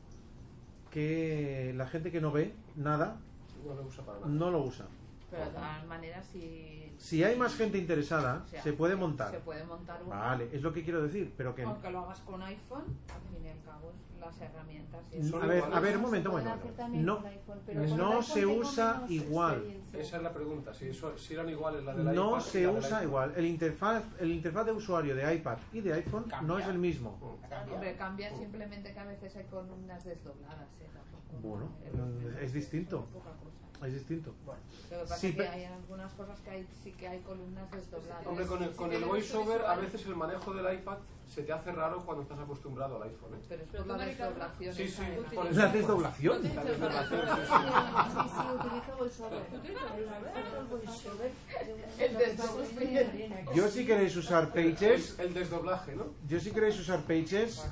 [SPEAKER 2] que la gente que no ve nada
[SPEAKER 9] No lo usa para nada.
[SPEAKER 2] no lo usa.
[SPEAKER 4] Pero de todas maneras, si.
[SPEAKER 2] Si hay más gente interesada,
[SPEAKER 4] o sea,
[SPEAKER 2] Ah, se puede montar.
[SPEAKER 4] Se puede montar uno.
[SPEAKER 2] Vale, es lo que quiero decir, pero que...
[SPEAKER 4] Aunque lo hagas con iPhone, al fin y al cabo, las herramientas. y eso.
[SPEAKER 2] A ver, a ver, un momento, un
[SPEAKER 4] Pueden
[SPEAKER 2] momento.
[SPEAKER 4] hacer también
[SPEAKER 2] No,
[SPEAKER 4] con iPhone, pero con
[SPEAKER 2] no
[SPEAKER 4] iPhone
[SPEAKER 2] se
[SPEAKER 4] tengo
[SPEAKER 2] usa
[SPEAKER 4] menos
[SPEAKER 2] igual.
[SPEAKER 9] Esa es la pregunta, si, eso- si eran iguales la de la
[SPEAKER 2] No
[SPEAKER 9] iPad y
[SPEAKER 2] se
[SPEAKER 9] la de la
[SPEAKER 2] usa
[SPEAKER 9] iPhone.
[SPEAKER 2] igual. El interfaz, el interfaz de usuario de iPad y de iPhone no es el mismo.
[SPEAKER 4] Hombre, cambia simplemente que a veces hay columnas desdobladas. ¿eh? Tampoco-
[SPEAKER 2] Bueno, mm, es distinto.
[SPEAKER 4] poca cosa.
[SPEAKER 2] Es distinto.
[SPEAKER 4] Lo que pasa
[SPEAKER 2] Sí,
[SPEAKER 4] es que
[SPEAKER 2] pe-
[SPEAKER 4] hay algunas cosas que hay, sí que hay columnas desdobladas.
[SPEAKER 9] Hombre, con el, con el voiceover a veces el manejo del iPad se te hace raro cuando estás acostumbrado al iPhone. ¿eh?
[SPEAKER 4] Pero es por la desdoblación.
[SPEAKER 9] Sí, sí,
[SPEAKER 4] esa,
[SPEAKER 9] por
[SPEAKER 4] ¿eh?
[SPEAKER 9] eso.
[SPEAKER 2] ¿La desdoblación?
[SPEAKER 9] La desdoblación, sí,
[SPEAKER 16] Sí, sí, utilizo VoiceOver. Utilizo VoiceOver.
[SPEAKER 4] El
[SPEAKER 16] Lo que pasa es que-
[SPEAKER 2] Yo si [LAUGHS] queréis usar Pages,
[SPEAKER 9] El desdoblaje, ¿no?
[SPEAKER 2] yo si queréis usar Pages,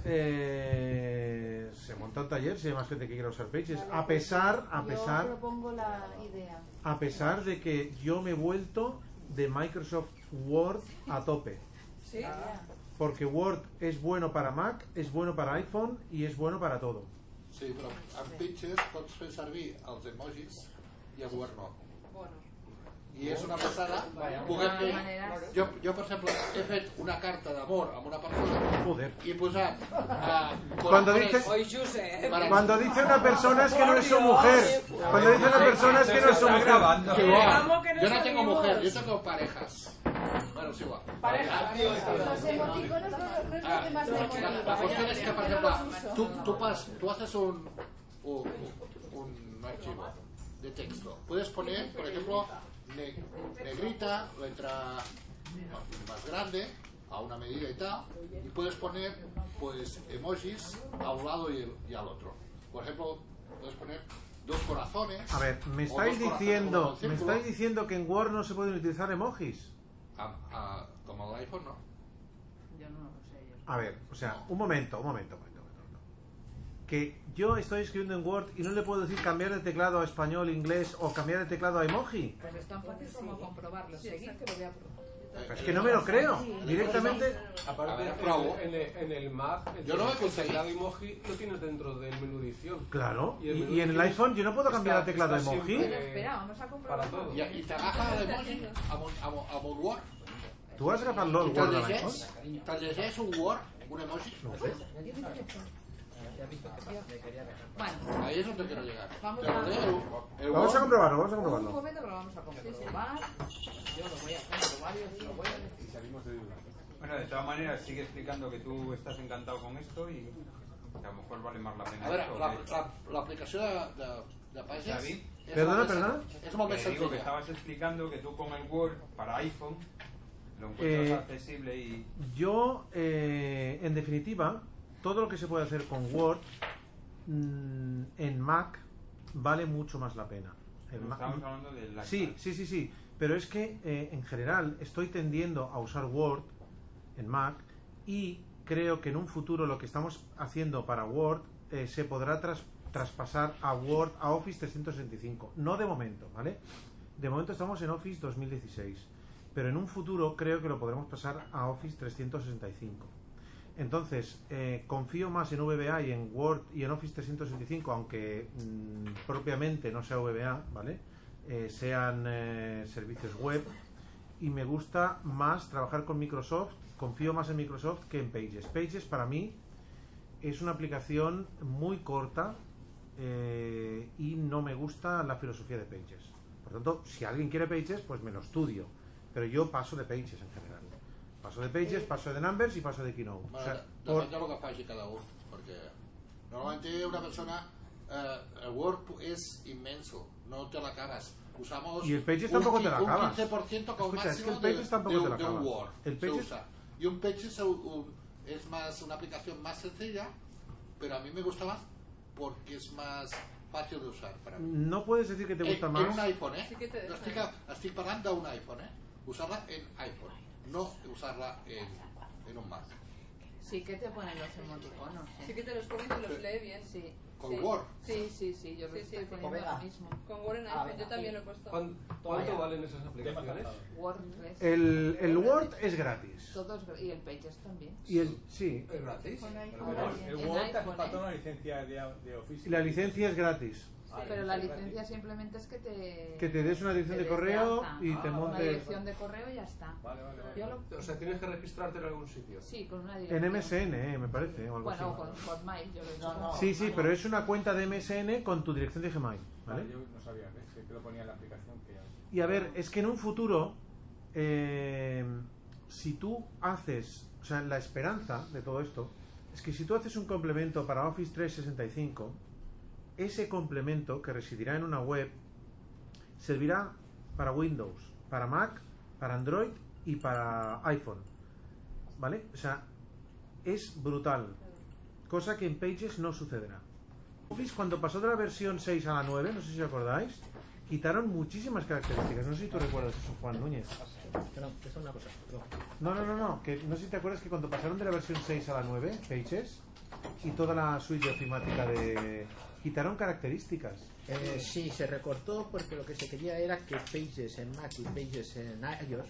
[SPEAKER 2] eh, se monta un taller si hay más gente que quiera usar Pages. A pesar, a
[SPEAKER 16] Yo
[SPEAKER 2] pesar,
[SPEAKER 16] propongo la idea.
[SPEAKER 2] a pesar de que yo me he vuelto de Microsoft Word a tope.
[SPEAKER 16] Sí.
[SPEAKER 2] Porque Word es bueno para Mac, es bueno para iPhone y es bueno para todo.
[SPEAKER 11] Sí, però amb Pinterest pots fer servir els emojis i el Word no. I és una passada
[SPEAKER 4] Vaja.
[SPEAKER 11] poder fer...
[SPEAKER 4] De maneres.
[SPEAKER 11] Jo, jo, per exemple, he fet una carta d'amor amb una persona
[SPEAKER 2] Joder.
[SPEAKER 11] i he posat... Uh,
[SPEAKER 2] Cuando dices- Hoy, Cuando dice una persona es que no es su mujer. Cuando dice una persona es que no es su mujer.
[SPEAKER 11] Que va. Yo no tengo mujer, yo tengo parejas. Bueno, es igual.
[SPEAKER 16] Parejas. Los
[SPEAKER 11] Ah,
[SPEAKER 16] emoticonos no- no es lo que más me
[SPEAKER 11] La, la
[SPEAKER 16] motiva.
[SPEAKER 11] cuestión es que, por
[SPEAKER 16] Yo no
[SPEAKER 11] ejemplo,
[SPEAKER 16] los uso.
[SPEAKER 11] tú, tú, pas- tú haces un, un, un archivo de texto. Puedes poner, por ejemplo, ne- negrita, letra más grande, a una medida y tal, y puedes poner pues emojis a un lado y, y al otro. Por ejemplo, puedes poner dos corazones.
[SPEAKER 2] A ver, me
[SPEAKER 11] o
[SPEAKER 2] estáis
[SPEAKER 11] dos corazones
[SPEAKER 2] diciendo,
[SPEAKER 11] como en
[SPEAKER 2] me
[SPEAKER 11] un círculo.
[SPEAKER 2] estáis diciendo que en Word no se pueden utilizar emojis.
[SPEAKER 11] Ah, ah, como el iPhone, ¿no?
[SPEAKER 4] Yo no lo sé. yo-
[SPEAKER 2] A ver, o sea, un momento, un momento, un momento, un momento. Que yo estoy escribiendo en Word y no le puedo decir cambiar de teclado a español, inglés o cambiar de teclado a emoji.
[SPEAKER 4] Pues es tan fácil como comprobarlo. Seguid que lo voy a probar.
[SPEAKER 2] Es que no me lo creo. Directamente.
[SPEAKER 9] Aparte,
[SPEAKER 2] A ver,
[SPEAKER 9] en-
[SPEAKER 2] probo.
[SPEAKER 9] en, el- en el Mac, el
[SPEAKER 2] Yo no lo he
[SPEAKER 9] el
[SPEAKER 2] conseguido.
[SPEAKER 9] teclado emoji lo tienes dentro del menú de edición.
[SPEAKER 2] Claro.
[SPEAKER 9] el
[SPEAKER 2] Y,
[SPEAKER 9] menú
[SPEAKER 2] y en el
[SPEAKER 9] edición
[SPEAKER 2] iPhone yo no puedo cambiar de
[SPEAKER 9] está-
[SPEAKER 2] teclado a
[SPEAKER 9] está
[SPEAKER 2] emoji.
[SPEAKER 9] siempre-
[SPEAKER 4] Espera, vamos a
[SPEAKER 9] Para
[SPEAKER 4] comprobarlo.
[SPEAKER 9] todo.
[SPEAKER 11] Y, y te agafa el emoji amb un, amb, un- amb un Word
[SPEAKER 2] ¿Tú has grabado LOL
[SPEAKER 11] Te'l
[SPEAKER 2] Word al iPhone?
[SPEAKER 11] llegeix, te'l llegeix un Word, un emoji?
[SPEAKER 2] No ho sé.
[SPEAKER 4] Bueno.
[SPEAKER 11] Ahí es donde quiero llegar.
[SPEAKER 4] Vamos
[SPEAKER 11] Te lo
[SPEAKER 4] a-
[SPEAKER 11] leo, el
[SPEAKER 2] Vamos a
[SPEAKER 11] Word.
[SPEAKER 2] comprobarlo, vamos a
[SPEAKER 4] Un
[SPEAKER 2] comprobarlo.
[SPEAKER 4] momento que lo vamos a comprobar. Yo lo voy a comprobar y lo voy a decir.
[SPEAKER 12] Salimos de duda. Bueno, de todas maneras, sigue explicando que tú estás encantado con esto y que a lo mejor vale más la pena.
[SPEAKER 11] A veure,
[SPEAKER 12] esto
[SPEAKER 11] la,
[SPEAKER 12] que-
[SPEAKER 11] la, l'aplicació de, de, de
[SPEAKER 17] Pues
[SPEAKER 11] Pages...
[SPEAKER 12] David.
[SPEAKER 11] és molt més- És molt més
[SPEAKER 12] Que digo que
[SPEAKER 11] senzilla.
[SPEAKER 12] estabas explicando que tú con el Word para iPhone lo encuentras
[SPEAKER 2] Eh,
[SPEAKER 12] accesible y
[SPEAKER 2] Yo, eh, en definitiva, todo lo que se puede hacer con Word mm, en Mac vale mucho más la pena. En
[SPEAKER 12] Pero
[SPEAKER 2] Ma-
[SPEAKER 12] estamos hablando del iPad.
[SPEAKER 2] Sí, sí, sí, sí. Pero es que eh, en general estoy tendiendo a usar Word en Mac y creo que en un futuro lo que estamos haciendo para Word eh, se podrá tras- traspasar a Word a Office 365. No de momento, ¿vale? De momento estamos en Office 2016, pero en un futuro creo que lo podremos pasar a Office 365. Entonces, eh, confío más en VBA y en Word y en Office 365, aunque mm, propiamente no sea VBA, ¿vale? Eh, sean eh, servicios web. Y me gusta más trabajar con Microsoft, confío más en Microsoft que en Pages. Pages para mí es una aplicación muy corta eh, y no me gusta la filosofía de Pages. Por tanto, si alguien quiere Pages, pues me lo estudio. Pero yo paso de Pages en general. Paso de
[SPEAKER 11] Eh,
[SPEAKER 2] Pages, paso de Numbers y paso de Keynote. O
[SPEAKER 11] Bueno,
[SPEAKER 2] sea,
[SPEAKER 11] de-
[SPEAKER 2] por-
[SPEAKER 11] depèn del que faci cada un, perquè normalmente una persona, eh, el Word es inmenso, no te la acabas. Usamos
[SPEAKER 2] Y el Pages
[SPEAKER 11] un
[SPEAKER 2] tampoco te
[SPEAKER 11] qui-
[SPEAKER 2] la
[SPEAKER 11] Un
[SPEAKER 2] acabas.
[SPEAKER 11] 15% como
[SPEAKER 2] Escucha, es que
[SPEAKER 11] máximo
[SPEAKER 2] el Pages
[SPEAKER 11] de-
[SPEAKER 2] tampoco
[SPEAKER 11] de-
[SPEAKER 2] te la
[SPEAKER 11] de un
[SPEAKER 2] acabas.
[SPEAKER 11] Word.
[SPEAKER 2] El
[SPEAKER 11] se
[SPEAKER 2] Pages-
[SPEAKER 11] usa. Y un Pages es, un- es más una aplicación más sencilla, pero a mí me gusta más porque es más fácil de usar para mí.
[SPEAKER 2] no puedes decir que te gusta
[SPEAKER 11] en,
[SPEAKER 2] más.
[SPEAKER 11] en un iPhone, eh?
[SPEAKER 1] Sí que te
[SPEAKER 11] No
[SPEAKER 1] deja.
[SPEAKER 11] estic, estic parlant d'un iPhone, eh? Usar-la en iPhone, no usar-la en, en un Mac.
[SPEAKER 4] Sí que te ponen los emoticonos. ¿eh?
[SPEAKER 1] Sí que te los ponen y los lee bien.
[SPEAKER 4] Sí.
[SPEAKER 11] Con
[SPEAKER 1] Sí.
[SPEAKER 11] Word.
[SPEAKER 4] Sí, sí, sí, yo lo
[SPEAKER 1] Sí, sí,
[SPEAKER 4] estoy
[SPEAKER 1] sí.
[SPEAKER 4] poniendo ahora mismo.
[SPEAKER 1] Con Word en
[SPEAKER 4] Ah,
[SPEAKER 1] iPhone,
[SPEAKER 4] venga,
[SPEAKER 1] yo también
[SPEAKER 4] sí.
[SPEAKER 1] lo he puesto.
[SPEAKER 9] ¿Cuán- ¿Cuánto valen esas aplicaciones?
[SPEAKER 4] Word 3.
[SPEAKER 2] El, el Word es gratis.
[SPEAKER 4] Todos, gr- y el Pages también.
[SPEAKER 2] Y el, sí,
[SPEAKER 9] ¿Es gratis?
[SPEAKER 4] El Word te hace falta
[SPEAKER 1] ¿eh?
[SPEAKER 4] una
[SPEAKER 17] licencia de,
[SPEAKER 2] y la licencia es gratis.
[SPEAKER 4] Pero la licencia simplemente es que te...
[SPEAKER 2] Que te des una dirección de correo
[SPEAKER 4] alta.
[SPEAKER 2] y te
[SPEAKER 4] Una
[SPEAKER 2] montes-
[SPEAKER 4] dirección de correo y ya está. Yo lo-
[SPEAKER 9] O sea, tienes que registrarte en algún sitio.
[SPEAKER 4] Sí, con una dirección.
[SPEAKER 2] En MSN, eh, me parece, o algo
[SPEAKER 4] Bueno, o
[SPEAKER 2] así.
[SPEAKER 4] con Hotmail, yo lo he hecho.
[SPEAKER 2] Sí, sí, pero es una cuenta de MSN con tu dirección de Gmail, ¿vale?
[SPEAKER 17] Yo no sabía, ¿ves? Sí, que lo ponía en la aplicación que
[SPEAKER 2] Y a ver, es que en un futuro, eh, si tú haces, o sea, la esperanza de todo esto, es que si tú haces un complemento para Office 365, ese complemento que residirá en una web servirá para Windows, para Mac, para Android y para iPhone. ¿Vale? O sea, es brutal. Cosa que en Pages no sucederá. Office cuando pasó de la versión 6 a la 9, no sé si os acordáis, quitaron muchísimas características. No sé si tú recuerdas eso, Juan Núñez.
[SPEAKER 5] Que no, que es una cosa. perdón.
[SPEAKER 2] No, no, no, no. Que no sé si te acuerdas que cuando pasaron de la versión 6 a la 9, Pages, y toda la suite ofimática de... Quitaron características.
[SPEAKER 5] Eh, sí, se recortó porque lo que se quería era que Pages en Mac y Pages en iOS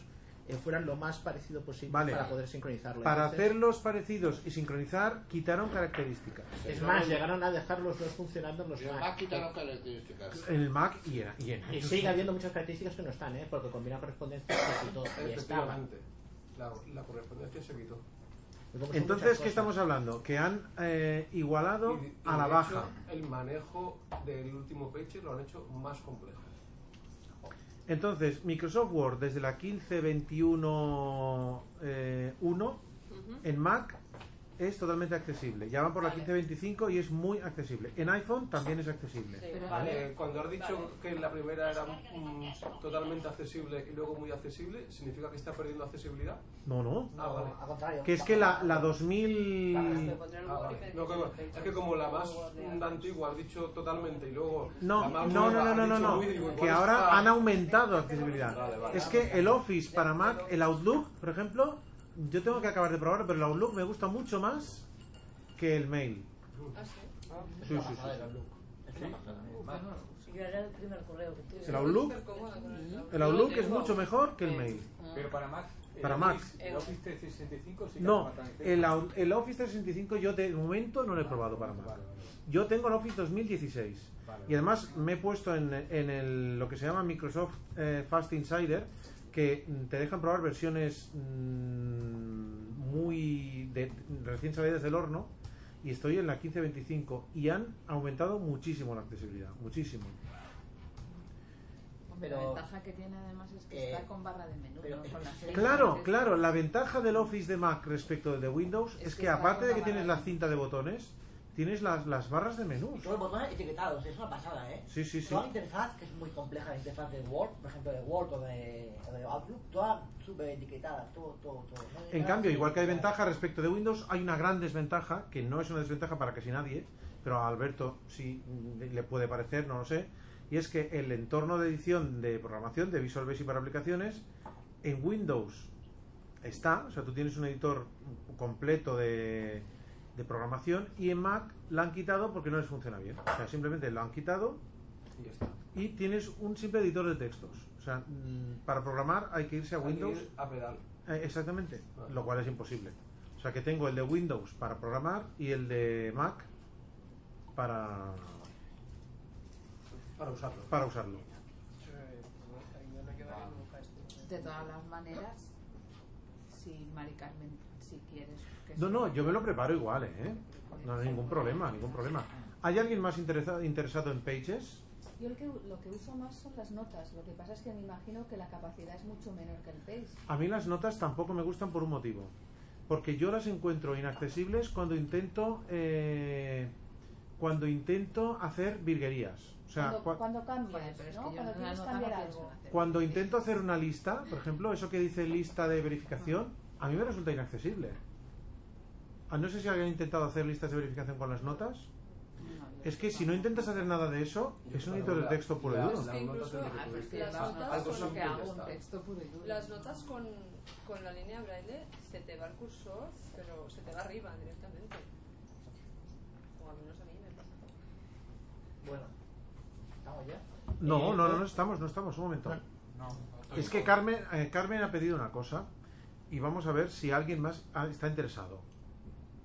[SPEAKER 5] eh, fueran lo más parecido posible
[SPEAKER 2] Vale.
[SPEAKER 5] para poder sincronizarlo.
[SPEAKER 2] Para
[SPEAKER 5] Entonces,
[SPEAKER 2] hacerlos parecidos y sincronizar, quitaron características.
[SPEAKER 5] Es más, llegaron a dejar los dos funcionando en los Mac.
[SPEAKER 11] Mac quitaron características.
[SPEAKER 2] En el Mac y en, y en-
[SPEAKER 5] Y sigue habiendo muchas características que no están, ¿eh? porque combinan correspondencias y todo. Y estaban.
[SPEAKER 9] Efectivamente. La, la correspondencia se quitó.
[SPEAKER 2] Entonces, ¿qué estamos hablando? Que han eh, igualado a la
[SPEAKER 9] De
[SPEAKER 2] baja.
[SPEAKER 9] hecho, El manejo del último page lo han hecho más complejo.
[SPEAKER 2] Entonces, Microsoft Word desde la 15.21.1 eh, 1, en Mac es totalmente accesible. Ya van por la 15.25 y es muy accesible. En iPhone también es accesible.
[SPEAKER 9] Eh, cuando has dicho que la primera era mm, totalmente accesible y luego muy accesible, ¿significa que está perdiendo accesibilidad?
[SPEAKER 2] No, no.
[SPEAKER 9] Ah, vale.
[SPEAKER 10] Al contrario.
[SPEAKER 2] Que es que la, la 2000...
[SPEAKER 9] Ah, vale. No, claro, es que como la más mm, antigua has dicho totalmente y luego
[SPEAKER 2] No,
[SPEAKER 9] la
[SPEAKER 2] no,
[SPEAKER 9] más
[SPEAKER 2] no,
[SPEAKER 9] nueva
[SPEAKER 2] no, no,
[SPEAKER 9] has
[SPEAKER 2] no,
[SPEAKER 9] dicho
[SPEAKER 2] no.
[SPEAKER 9] muy, digo, igual
[SPEAKER 2] Que ahora
[SPEAKER 9] está-
[SPEAKER 2] han aumentado accesibilidad.
[SPEAKER 9] Vale, vale.
[SPEAKER 2] Es que el Office para Mac, el Outlook, por ejemplo, yo tengo que acabar de probarlo, pero el Outlook me gusta mucho más que el mail.
[SPEAKER 1] Ah, sí.
[SPEAKER 2] Sí, sí, sí.
[SPEAKER 7] Yo era el primer correo que tuve. Ah.
[SPEAKER 2] El Outlook, el Outlook es mucho mejor que el mail.
[SPEAKER 17] Pero para Mac. el
[SPEAKER 2] Para Mac.
[SPEAKER 17] Office- El Office 365 sí que
[SPEAKER 2] No,
[SPEAKER 17] hace falta
[SPEAKER 2] el,
[SPEAKER 17] licencia.
[SPEAKER 2] Out- el Office 365 yo de momento no lo he probado para Mac. Yo tengo el Office 2016 y además me he puesto en, en el, lo que se llama Microsoft eh, Fast Insider que mm, te dejan probar versiones mm, muy de- recién salidas del horno y estoy en la 1525 y han aumentado muchísimo la accesibilidad, muchísimo.
[SPEAKER 4] Hombre, la
[SPEAKER 10] Pero-
[SPEAKER 4] ventaja que tiene además es que está con barra de menú, no con las
[SPEAKER 2] Claro, claro, la ventaja del Office de Mac respecto del de Windows es,
[SPEAKER 10] que
[SPEAKER 2] que
[SPEAKER 10] está
[SPEAKER 2] aparte de que
[SPEAKER 10] una
[SPEAKER 2] tienes
[SPEAKER 10] barra.
[SPEAKER 2] la cinta de botones, tienes las, las barras de menús.
[SPEAKER 10] Todos los botones etiquetados, es una pasada, ¿eh?
[SPEAKER 2] Sí, sí, sí.
[SPEAKER 10] Toda la interfaz, que es muy compleja, la interfaz de Word, por ejemplo, de Word o de, o de Outlook, toda súper etiquetada, todo, todo, todo. No
[SPEAKER 2] En cambio, igual que hay ventaja respecto de Windows, hay una gran desventaja, que no es una desventaja para casi nadie, pero a Alberto sí mm, le puede parecer, no lo sé, y es que el entorno de edición de programación de Visual Basic para aplicaciones en Windows está, o sea, tú tienes un editor completo de, de programación y en Mac la han quitado porque no les funciona bien. O sea, simplemente lo han quitado
[SPEAKER 9] y ya está.
[SPEAKER 2] y tienes un simple editor de textos. O sea, mm, para programar hay que irse a
[SPEAKER 9] Hay que
[SPEAKER 2] Windows
[SPEAKER 9] ir a pedal.
[SPEAKER 2] eh, exactamente, lo cual es imposible. O O sea que tengo el de Windows para programar y el de Mac para,
[SPEAKER 9] para usarlo.
[SPEAKER 2] para usarlo.
[SPEAKER 4] De todas las maneras, si Mari Carmen, si quieres que
[SPEAKER 2] No, no, yo me lo preparo igual, ¿eh? No hay ningún problema, ningún problema. ¿Hay alguien más interesado, interesado en Pages?
[SPEAKER 16] Yo lo que, lo que uso más son las notas. Lo que pasa es que me imagino que la capacidad es mucho menor que el Pace.
[SPEAKER 2] A mí las notas tampoco me gustan por un motivo. Porque yo las encuentro inaccesibles cuando intento eh, cuando intento hacer virguerías. O sea,
[SPEAKER 16] cuando,
[SPEAKER 2] cua-
[SPEAKER 16] cuando cambias,
[SPEAKER 4] Joder, pero es
[SPEAKER 16] ¿no?
[SPEAKER 4] que yo
[SPEAKER 16] Cuando
[SPEAKER 4] no-
[SPEAKER 16] tienes
[SPEAKER 4] no
[SPEAKER 16] que cambiar
[SPEAKER 4] tengo
[SPEAKER 16] algo.
[SPEAKER 2] cuando intento hacer una lista, por ejemplo, eso que dice lista de verificación, a mí me resulta inaccesible. Ah, No sé si alguien ha intentado hacer listas de verificación con las notas. Es que si no intentas hacer nada de eso, es un editor de texto puro y duro.
[SPEAKER 1] Es que incluso
[SPEAKER 4] Ah, pues que
[SPEAKER 1] las
[SPEAKER 4] no,
[SPEAKER 1] notas
[SPEAKER 4] algo
[SPEAKER 1] con,
[SPEAKER 4] simple ya está. texto puro y duro.
[SPEAKER 1] las notas con, con la línea braille se te va el cursor, pero se te va arriba directamente. O al menos a mí me pasa.
[SPEAKER 10] Bueno, ¿estamos ya?
[SPEAKER 4] Eh,
[SPEAKER 2] No, no, no, no estamos, no estamos, un momento. Es que Carmen, eh, Carmen ha pedido una cosa y vamos a ver si alguien más ah, está interesado.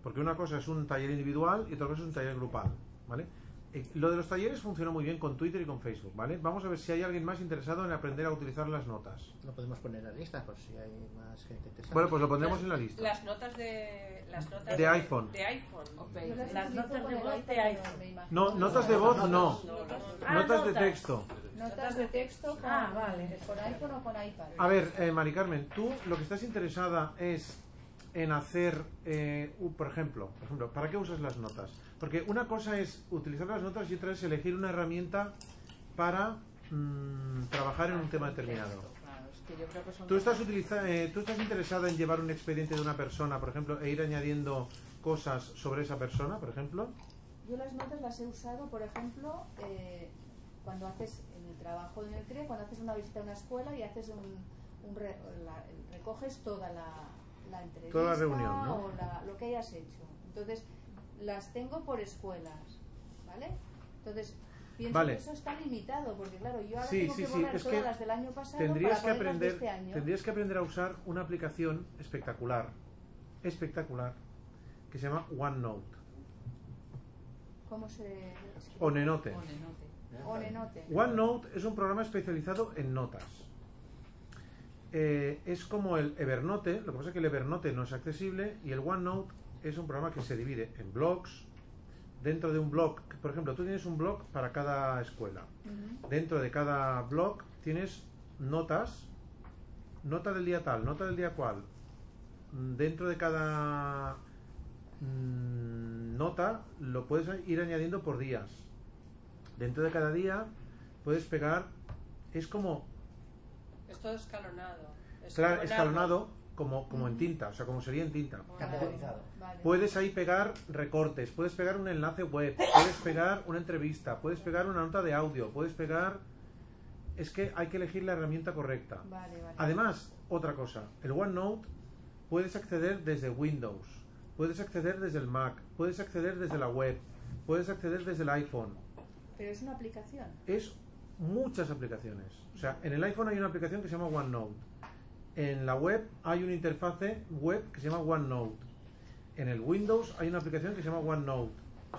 [SPEAKER 2] Porque una cosa es un taller individual y otra cosa es un taller grupal, ¿vale? Eh, Lo de los talleres funcionó muy bien con Twitter y con Facebook, ¿vale? Vamos a ver si hay alguien más interesado en aprender a utilizar las notas.
[SPEAKER 5] Lo podemos poner en la lista por si hay más gente interesada.
[SPEAKER 2] Bueno, pues lo pondremos en la lista.
[SPEAKER 14] Las notas de. Las notas
[SPEAKER 2] De iPhone.
[SPEAKER 14] De iPhone.
[SPEAKER 16] Yo las
[SPEAKER 14] Las
[SPEAKER 16] utilizo
[SPEAKER 14] notas
[SPEAKER 16] con
[SPEAKER 14] de
[SPEAKER 16] el
[SPEAKER 14] voz de
[SPEAKER 16] iPhone,
[SPEAKER 14] iPhone.
[SPEAKER 16] me imagino.
[SPEAKER 2] No, notas de voz no.
[SPEAKER 16] Ah,
[SPEAKER 2] Notas de texto.
[SPEAKER 16] Notas de texto con,
[SPEAKER 7] Ah, vale.
[SPEAKER 16] con iPhone o con iPad.
[SPEAKER 2] A ver, eh, Mari Carmen, tú lo que estás interesada es en hacer, eh, u- por, ejemplo, por ejemplo, ¿para qué usas las notas? Porque una cosa es utilizar las notas y otra es elegir una herramienta para mm, trabajar en un tema determinado.
[SPEAKER 4] Claro, es que yo creo que son
[SPEAKER 2] ¿Tú estás, utiliza- eh, ¿Tú estás interesada en llevar un expediente de una persona, por ejemplo, e ir añadiendo cosas sobre esa persona, por ejemplo?
[SPEAKER 16] Yo las notas las he usado, por ejemplo, eh, cuando haces en el trabajo en el CRE, cuando haces una visita a una escuela y haces un, un re- la- recoges toda la, la entrevista
[SPEAKER 2] Toda la reunión, ¿no?
[SPEAKER 16] o la- lo que hayas hecho. Entonces, las tengo por escuelas, ¿vale? Entonces, pienso
[SPEAKER 2] Vale.
[SPEAKER 16] que eso está limitado, porque claro, yo ahora
[SPEAKER 2] Sí,
[SPEAKER 16] tengo
[SPEAKER 2] sí,
[SPEAKER 16] que
[SPEAKER 2] sí,
[SPEAKER 16] borrar
[SPEAKER 2] es
[SPEAKER 16] todas
[SPEAKER 2] que
[SPEAKER 16] las del año pasado
[SPEAKER 2] tendrías
[SPEAKER 16] para
[SPEAKER 2] que
[SPEAKER 16] ponerlas de
[SPEAKER 2] aprender,
[SPEAKER 16] este año.
[SPEAKER 2] tendrías que aprender a usar una aplicación espectacular, espectacular, que se llama OneNote
[SPEAKER 16] ¿Cómo se...?
[SPEAKER 2] o Nenote.
[SPEAKER 16] O nenote.
[SPEAKER 2] OneNote es un programa especializado en notas. Eh, es como el Evernote, lo que pasa es que el Evernote no es accesible y el OneNote es un programa que se divide en blogs. Dentro de un blog, por ejemplo, tú tienes un blog para cada escuela. Dentro de cada blog tienes notas, nota del día tal, nota del día cual. Mm, Dentro de cada mm, nota lo puedes ir añadiendo por días. Dentro de cada día puedes pegar, es como
[SPEAKER 14] Es todo escalonado.
[SPEAKER 2] Claro, escalonado como, como en tinta, o sea, como sería en tinta.
[SPEAKER 10] Categorizado.
[SPEAKER 2] Puedes ahí pegar recortes, puedes pegar un enlace web, puedes pegar una entrevista, puedes pegar una nota de audio, puedes pegar... Es que hay que elegir la herramienta correcta.
[SPEAKER 16] Vale, vale.
[SPEAKER 2] Además, otra cosa, el OneNote puedes acceder desde Windows, puedes acceder desde el Mac, puedes acceder desde la web, puedes acceder desde el iPhone.
[SPEAKER 16] Pero es una aplicación.
[SPEAKER 2] Es muchas aplicaciones. O sea, en el iPhone hay una aplicación que se llama OneNote. En la web hay una interfase web que se llama OneNote. En el Windows hay una aplicación que se llama OneNote.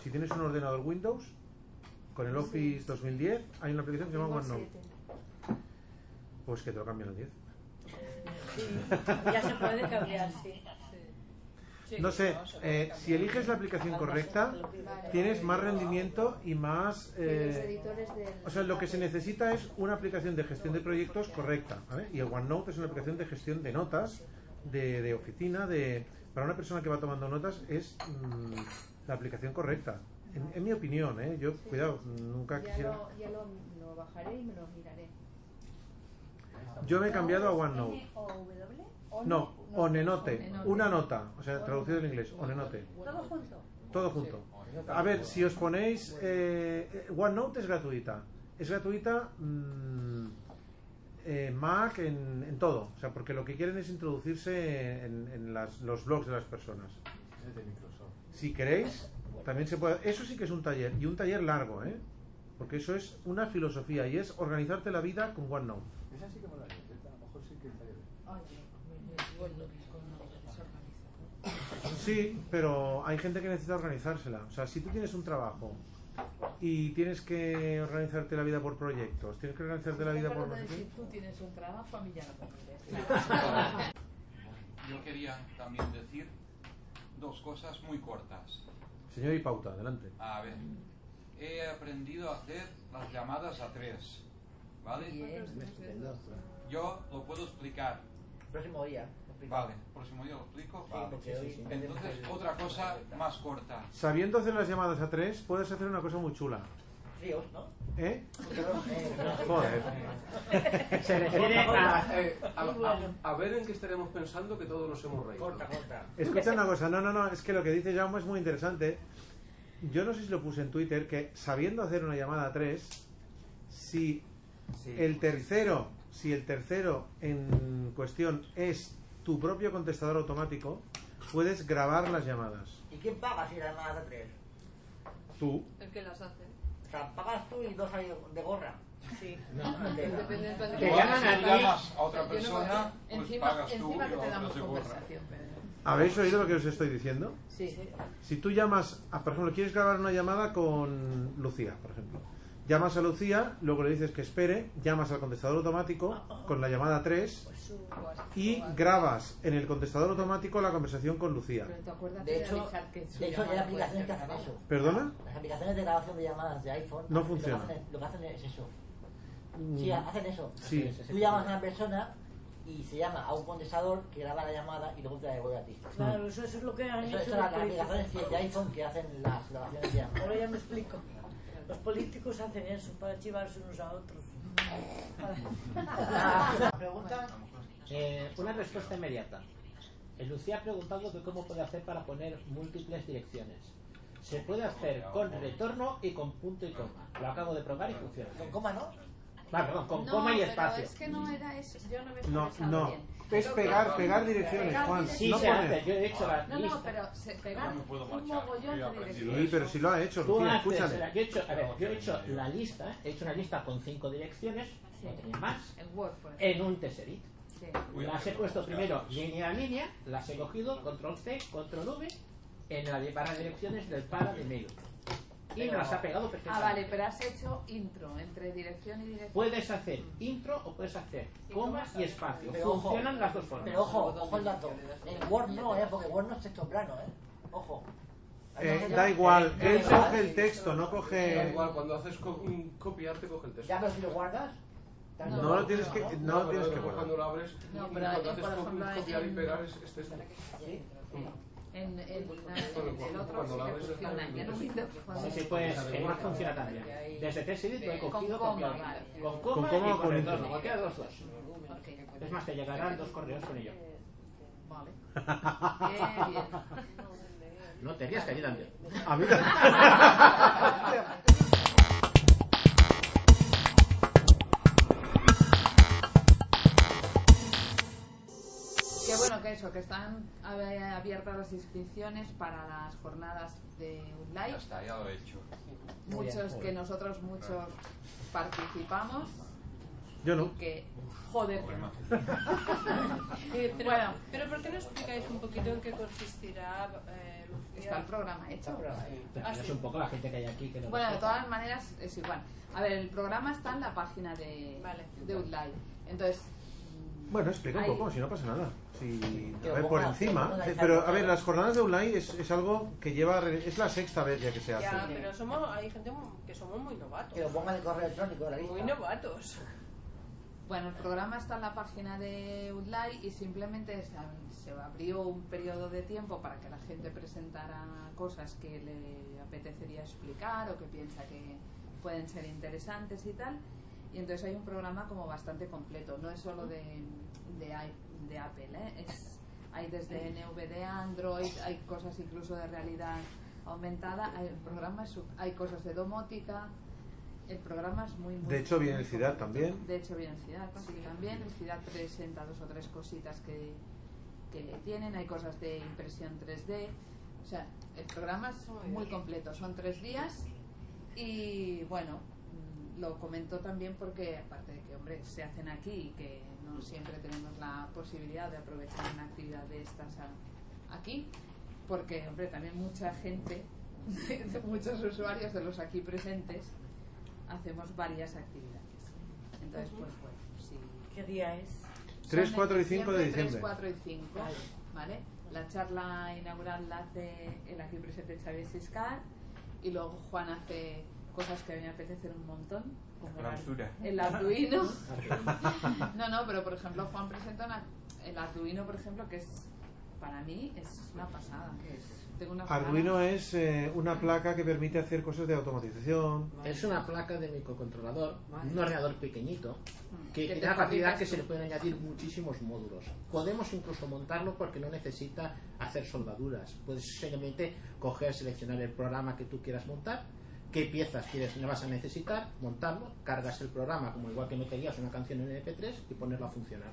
[SPEAKER 2] Si tienes un ordenador Windows, con el Office 2010 hay una aplicación que se llama
[SPEAKER 16] Tengo
[SPEAKER 2] OneNote.
[SPEAKER 16] siete.
[SPEAKER 2] Pues que te lo cambian al 10.
[SPEAKER 7] Ya se puede cambiar, sí.
[SPEAKER 2] No sé, eh, si eliges la aplicación correcta, tienes más rendimiento y más...
[SPEAKER 16] Los
[SPEAKER 2] eh,
[SPEAKER 16] editores del-
[SPEAKER 2] O sea, lo que se necesita es una aplicación de gestión de proyectos correcta. ¿vale? Y el OneNote es una aplicación de gestión de notas, de, de oficina, de para una persona que va tomando notas es mm, la aplicación correcta. En, en mi opinión, ¿eh? yo, cuidado, nunca
[SPEAKER 16] Ya,
[SPEAKER 2] quisiera.
[SPEAKER 16] lo, ya lo, lo bajaré y me lo miraré.
[SPEAKER 2] Yo me he cambiado a OneNote.
[SPEAKER 16] ¿O W? ¿O
[SPEAKER 2] No, onenote,
[SPEAKER 16] Onenote.
[SPEAKER 2] una nota, o sea, traducido en inglés, onenote.
[SPEAKER 7] Todo junto.
[SPEAKER 2] Todo junto. A ver, si os ponéis... eh, eh, OneNote es gratuita. Es gratuita mm, en Mac, en, en todo. O sea, porque lo que quieren es introducirse en, en las- los blogs de las personas.
[SPEAKER 17] Es de Microsoft.
[SPEAKER 2] Si queréis, también se puede... Eso sí que es un taller, y un taller largo, ¿eh? Porque eso es una filosofía y es organizarte la vida con OneNote.
[SPEAKER 17] Esa sí que me la llevo, ¿eh? a lo mejor sí que está
[SPEAKER 4] Oye, me vuelvo con lo desorganizado.
[SPEAKER 2] Sí, pero hay gente que necesita organizársela. O sea, si tú tienes un trabajo y tienes que organizarte la vida por proyectos, tienes que organizarte la vida por...
[SPEAKER 4] Si tú tienes un trabajo, a mí ya no me interesa.
[SPEAKER 17] Yo quería también decir dos cosas muy cortas.
[SPEAKER 2] Señor y pauta, adelante.
[SPEAKER 17] A ver, he aprendido a hacer las llamadas a tres, ¿vale? Yo lo puedo explicar.
[SPEAKER 10] Próximo día.
[SPEAKER 17] Vale, próximo día lo explico.
[SPEAKER 10] Sí,
[SPEAKER 17] Vale.
[SPEAKER 10] porque hoy-
[SPEAKER 17] Entonces, otra cosa más corta.
[SPEAKER 2] Sabiendo hacer las llamadas a tres, puedes hacer una cosa muy chula.
[SPEAKER 10] Fríos, ¿no?
[SPEAKER 2] [LAUGHS] ¿Eh?
[SPEAKER 10] Joder.
[SPEAKER 2] Se refiere a-
[SPEAKER 9] Eh, a,
[SPEAKER 10] Muy bueno.
[SPEAKER 9] a- a ver en qué estaremos pensando que todos nos hemos reído. Corta,
[SPEAKER 10] corta.
[SPEAKER 2] Escucha una cosa, no, no, no, es que lo que dice Jaume es muy interesante. Yo no sé si lo puse en Twitter, que sabiendo hacer una llamada a tres, si el tercero, si el tercero en cuestión es tu propio contestador automático, puedes grabar las llamadas.
[SPEAKER 10] ¿Y quién paga si la llamadas a tres?
[SPEAKER 2] Tú.
[SPEAKER 18] El que las hace.
[SPEAKER 10] O sea, pagas tú y dos ahí de gorra.
[SPEAKER 18] Sí.
[SPEAKER 10] No,
[SPEAKER 18] Depende del plan de
[SPEAKER 10] Te
[SPEAKER 18] trabajo.
[SPEAKER 10] llaman a
[SPEAKER 18] Si
[SPEAKER 10] ti.
[SPEAKER 18] llamas
[SPEAKER 17] a otra
[SPEAKER 18] Yo no voy a-
[SPEAKER 17] persona, pues
[SPEAKER 4] encima
[SPEAKER 17] pagas tú
[SPEAKER 4] encima
[SPEAKER 17] y
[SPEAKER 4] que
[SPEAKER 17] la
[SPEAKER 4] te
[SPEAKER 17] otra
[SPEAKER 4] damos
[SPEAKER 17] se borra.
[SPEAKER 4] conversación, Pedro.
[SPEAKER 2] ¿Habéis oído lo que os estoy diciendo?
[SPEAKER 4] Sí, sí.
[SPEAKER 2] Si tú llamas, a- por ejemplo, quieres grabar una llamada con Lucía, por ejemplo. Llamas a Lucía, luego le dices que espere, llamas al contestador automático con la llamada 3 y grabas en el contestador automático la conversación con Lucía.
[SPEAKER 4] Pero te acuerdas
[SPEAKER 10] De
[SPEAKER 4] de
[SPEAKER 10] hecho-
[SPEAKER 4] avisar que su
[SPEAKER 10] de hecho,
[SPEAKER 4] llamada
[SPEAKER 10] hay
[SPEAKER 4] puede
[SPEAKER 10] aplicaciones
[SPEAKER 4] ser
[SPEAKER 10] que hacen
[SPEAKER 4] grabada.
[SPEAKER 10] eso.
[SPEAKER 2] ¿Perdona?
[SPEAKER 10] Las aplicaciones de grabación de llamadas de iPhone
[SPEAKER 2] No
[SPEAKER 10] lo que
[SPEAKER 2] funciona.
[SPEAKER 10] hacen es- Lo que hacen es eso.
[SPEAKER 2] Mm.
[SPEAKER 10] Sí, hacen eso.
[SPEAKER 2] Sí.
[SPEAKER 10] Tú llamas a una persona y se llama a un condensador que graba la llamada y luego te la devuelve a ti.
[SPEAKER 7] Claro, eso, eso es lo que han
[SPEAKER 10] Eso,
[SPEAKER 7] hecho
[SPEAKER 10] eso las
[SPEAKER 7] los
[SPEAKER 10] aplicaciones
[SPEAKER 7] políticos.
[SPEAKER 10] de iPhone que hacen las grabaciones de llamadas.
[SPEAKER 7] Ahora ya me explico. Los políticos hacen eso para chivarse unos
[SPEAKER 4] [LAUGHS]
[SPEAKER 7] a otros.
[SPEAKER 10] pregunta?
[SPEAKER 5] Eh, una respuesta inmediata. Eh, Lucía ha preguntado que cómo puede hacer para poner múltiples direcciones. Se puede hacer con retorno y con punto y coma. Lo acabo de probar y funciona. Con
[SPEAKER 10] coma no.
[SPEAKER 5] Vale, perdón, con
[SPEAKER 4] No,
[SPEAKER 5] coma y
[SPEAKER 4] pero
[SPEAKER 5] espacio.
[SPEAKER 4] es que no era eso. Yo no me he
[SPEAKER 5] No,
[SPEAKER 4] expresado
[SPEAKER 5] no.
[SPEAKER 4] bien.
[SPEAKER 5] Es
[SPEAKER 4] Lo
[SPEAKER 5] pegar-
[SPEAKER 4] que-
[SPEAKER 5] pegar direcciones,
[SPEAKER 4] pegar
[SPEAKER 5] Juan.
[SPEAKER 4] direcciones.
[SPEAKER 5] Sí
[SPEAKER 2] No
[SPEAKER 5] se
[SPEAKER 2] poner.
[SPEAKER 5] hace, yo he hecho la
[SPEAKER 4] No,
[SPEAKER 5] lista.
[SPEAKER 4] no, pero se, pegar
[SPEAKER 5] me puedo
[SPEAKER 4] un
[SPEAKER 5] marchar,
[SPEAKER 4] mogollón
[SPEAKER 5] yo he
[SPEAKER 4] de
[SPEAKER 5] aprendido
[SPEAKER 4] direcciones.
[SPEAKER 2] Sí, pero si lo ha hecho,
[SPEAKER 5] Tú
[SPEAKER 2] Lucía,
[SPEAKER 5] haces,
[SPEAKER 2] escúchale.
[SPEAKER 5] la- yo he hecho, a ver, yo he hecho la lista, he hecho una lista con cinco direcciones, no tenía más,
[SPEAKER 4] El Word, por ejemplo.
[SPEAKER 5] en un Tesserit.
[SPEAKER 4] Sí.
[SPEAKER 5] Las he puesto primero línea a línea, las he cogido, control C, control V, en la de- barra de direcciones del para de medio. Y me las ha pegado
[SPEAKER 4] Ah,
[SPEAKER 5] perfectamente.
[SPEAKER 4] vale, pero has hecho intro entre dirección y dirección.
[SPEAKER 5] Puedes hacer intro o puedes hacer comas y espacio.
[SPEAKER 10] Pero ojo,
[SPEAKER 5] Funcionan las dos formas.
[SPEAKER 10] Pero ojo, ojo el dato. El Word no, eh, porque Word no es texto plano, eh. Ojo.
[SPEAKER 2] Eh, da igual, él coge el texto, no
[SPEAKER 9] Da
[SPEAKER 2] coge...
[SPEAKER 9] igual, cuando haces co- un copiar te coge el texto.
[SPEAKER 10] Ya, pero si lo guardas.
[SPEAKER 2] No lo tienes que- no lo
[SPEAKER 9] pero
[SPEAKER 2] tienes que guardar.
[SPEAKER 9] Cuando lo abres,
[SPEAKER 4] No, pero
[SPEAKER 9] cuando
[SPEAKER 4] en-
[SPEAKER 9] haces
[SPEAKER 4] por
[SPEAKER 9] co-
[SPEAKER 4] ejemplo,
[SPEAKER 9] copiar y
[SPEAKER 4] en-
[SPEAKER 9] pegar es, este. es texto.
[SPEAKER 4] En, en,
[SPEAKER 5] pues,
[SPEAKER 9] Bueno,
[SPEAKER 4] en el
[SPEAKER 9] cuando-
[SPEAKER 4] otro
[SPEAKER 9] cuando
[SPEAKER 4] sí
[SPEAKER 9] la
[SPEAKER 4] que
[SPEAKER 9] ves,
[SPEAKER 4] funciona.
[SPEAKER 9] está
[SPEAKER 4] Ya no me
[SPEAKER 5] Sí, sí, pues el más funciona también. Desde TestEdit lo he cogido,
[SPEAKER 4] Con coma,
[SPEAKER 5] copiado.
[SPEAKER 4] vale. pues
[SPEAKER 5] Con
[SPEAKER 2] Con
[SPEAKER 5] coma
[SPEAKER 2] coma
[SPEAKER 5] y
[SPEAKER 2] o con
[SPEAKER 5] con
[SPEAKER 2] intro.
[SPEAKER 5] retorno, cualquiera de los dos.
[SPEAKER 10] pues
[SPEAKER 5] Es más, te llegarán dos correos con ello.
[SPEAKER 10] [LAUGHS]
[SPEAKER 4] Vale.
[SPEAKER 5] No te rías, que a mí también.
[SPEAKER 2] A mí
[SPEAKER 10] [LAUGHS]
[SPEAKER 4] Que bueno, que eso, que están eh, abiertas las inscripciones para las jornadas de
[SPEAKER 17] Ya
[SPEAKER 4] Unlife.
[SPEAKER 17] está, ya lo he hecho.
[SPEAKER 4] Muchos que nosotros, muchos participamos.
[SPEAKER 2] Yo no.
[SPEAKER 4] Que, joder.
[SPEAKER 14] Eh, pero,
[SPEAKER 4] bueno,
[SPEAKER 14] pero ¿por qué no explicáis un poquito en qué consistirá? eh, Lucía?
[SPEAKER 4] Está el programa hecho.
[SPEAKER 14] Ah,
[SPEAKER 5] Es
[SPEAKER 14] sí.
[SPEAKER 5] un poco la gente que hay aquí que no-
[SPEAKER 4] Bueno, de todas maneras es igual. A ver, el programa está en la página de, de Outlive. Entonces,
[SPEAKER 2] Bueno, explica un
[SPEAKER 4] Ahí.
[SPEAKER 2] poco, si no pasa nada. Si, a
[SPEAKER 4] Pero
[SPEAKER 2] ver, por
[SPEAKER 4] ponga-
[SPEAKER 2] encima.
[SPEAKER 4] ponga
[SPEAKER 2] sí,
[SPEAKER 4] el
[SPEAKER 2] Pero,
[SPEAKER 4] saldo.
[SPEAKER 2] a ver, las jornadas de online es, es algo que lleva... Es la sexta vez ya que se
[SPEAKER 14] Ya,
[SPEAKER 2] hace.
[SPEAKER 14] pero somos, hay gente mu- que somos muy novatos.
[SPEAKER 10] Que lo ponga en el correo electrónico de la lista.
[SPEAKER 14] Muy novatos.
[SPEAKER 4] Bueno, el programa está en la página de Udlai y simplemente se ab- se abrió un periodo de tiempo para que la gente presentara cosas que le apetecería explicar o que piensa que pueden ser interesantes y tal. Y entonces hay un programa como bastante completo, no es solo de, de, i- de Apple, ¿eh? Es- hay desde NVD, Android, hay cosas incluso de realidad aumentada, hay, el programa es su- hay cosas de domótica, el programa es muy... muy
[SPEAKER 2] De hecho, viene
[SPEAKER 4] muy
[SPEAKER 2] el CIDAD también.
[SPEAKER 4] de hecho, viene el CIDAD sí, también. El CIDAD presenta dos o tres cositas que, que tienen. Hay cosas de impresión 3D. O sea, el programa es muy completo. Son tres días y, bueno, mm, lo comento también porque, aparte de que, hombre, se hacen aquí y que no siempre tenemos la posibilidad de aprovechar una actividad de estas a- aquí, porque, hombre, también mucha gente, [LAUGHS] de muchos usuarios de los aquí presentes, hacemos varias actividades. Entonces, pues bueno, sí.
[SPEAKER 7] ¿Qué día es?
[SPEAKER 4] Son
[SPEAKER 2] 3,
[SPEAKER 4] en
[SPEAKER 2] 4 y 5 de
[SPEAKER 4] 3,
[SPEAKER 2] diciembre.
[SPEAKER 4] 4 y 5, ¿vale? La charla inaugural la hace el aquí presente Xavier Siscar y luego Juan hace cosas que a mí me apetecen un montón, como el ar-
[SPEAKER 15] Clausura.
[SPEAKER 4] el
[SPEAKER 5] [LAUGHS]
[SPEAKER 4] Arduino. No, no, pero por ejemplo Juan presenta una- el Arduino, por ejemplo, que es para mí es una pasada. Tengo unas
[SPEAKER 2] Arduino
[SPEAKER 4] ganas.
[SPEAKER 2] es eh, una placa que permite hacer cosas de automatización.
[SPEAKER 5] Es una placa de microcontrolador, un ordenador pequeñito, que
[SPEAKER 4] Que
[SPEAKER 5] tiene
[SPEAKER 4] te
[SPEAKER 5] la facilidad
[SPEAKER 4] fabricas
[SPEAKER 5] que se
[SPEAKER 4] tú.
[SPEAKER 5] le pueden añadir muchísimos módulos. Podemos incluso montarlo porque no necesita hacer soldaduras. Puedes simplemente coger, seleccionar el programa que tú quieras montar, qué piezas quieres, le vas a necesitar, montarlo, cargas el programa como igual que meterías una canción en MP3 y ponerla a funcionar.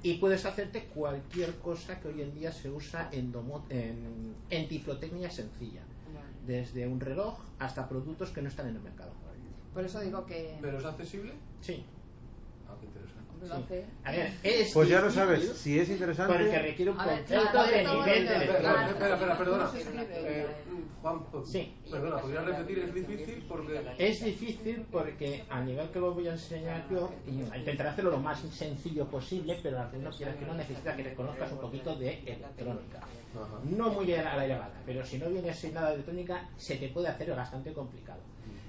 [SPEAKER 5] Y puedes hacerte cualquier cosa que hoy en día se usa en, domo- en, en tiflotecnia sencilla. Desde un reloj hasta productos que no están en el mercado.
[SPEAKER 4] Por eso digo que
[SPEAKER 9] ¿Pero es accesible?
[SPEAKER 5] Sí.
[SPEAKER 9] Ah, qué interesante.
[SPEAKER 4] lo hace.
[SPEAKER 5] A ver, es
[SPEAKER 2] Pues ya lo
[SPEAKER 5] difícil,
[SPEAKER 2] sabes, si es interesante.
[SPEAKER 5] Porque requiere un
[SPEAKER 4] A ver,
[SPEAKER 5] concepto
[SPEAKER 4] claro,
[SPEAKER 5] de
[SPEAKER 4] claro,
[SPEAKER 5] nivel de
[SPEAKER 4] claro,
[SPEAKER 5] lectura.
[SPEAKER 9] Espera, espera, espera, perdona.
[SPEAKER 4] Sí, sí, sí.
[SPEAKER 9] Eh, Juan, perdona, ¿podrías repetir? Es difícil porque...
[SPEAKER 5] Es difícil porque al nivel que lo voy a enseñar yo, mm, intentaré hacerlo lo más sencillo posible, pero algunos quieras que no necesita que reconozcas un poquito de electrónica. No muy a la elevada, pero si no vienes sin nada de electrónica, se te puede hacer bastante complicado.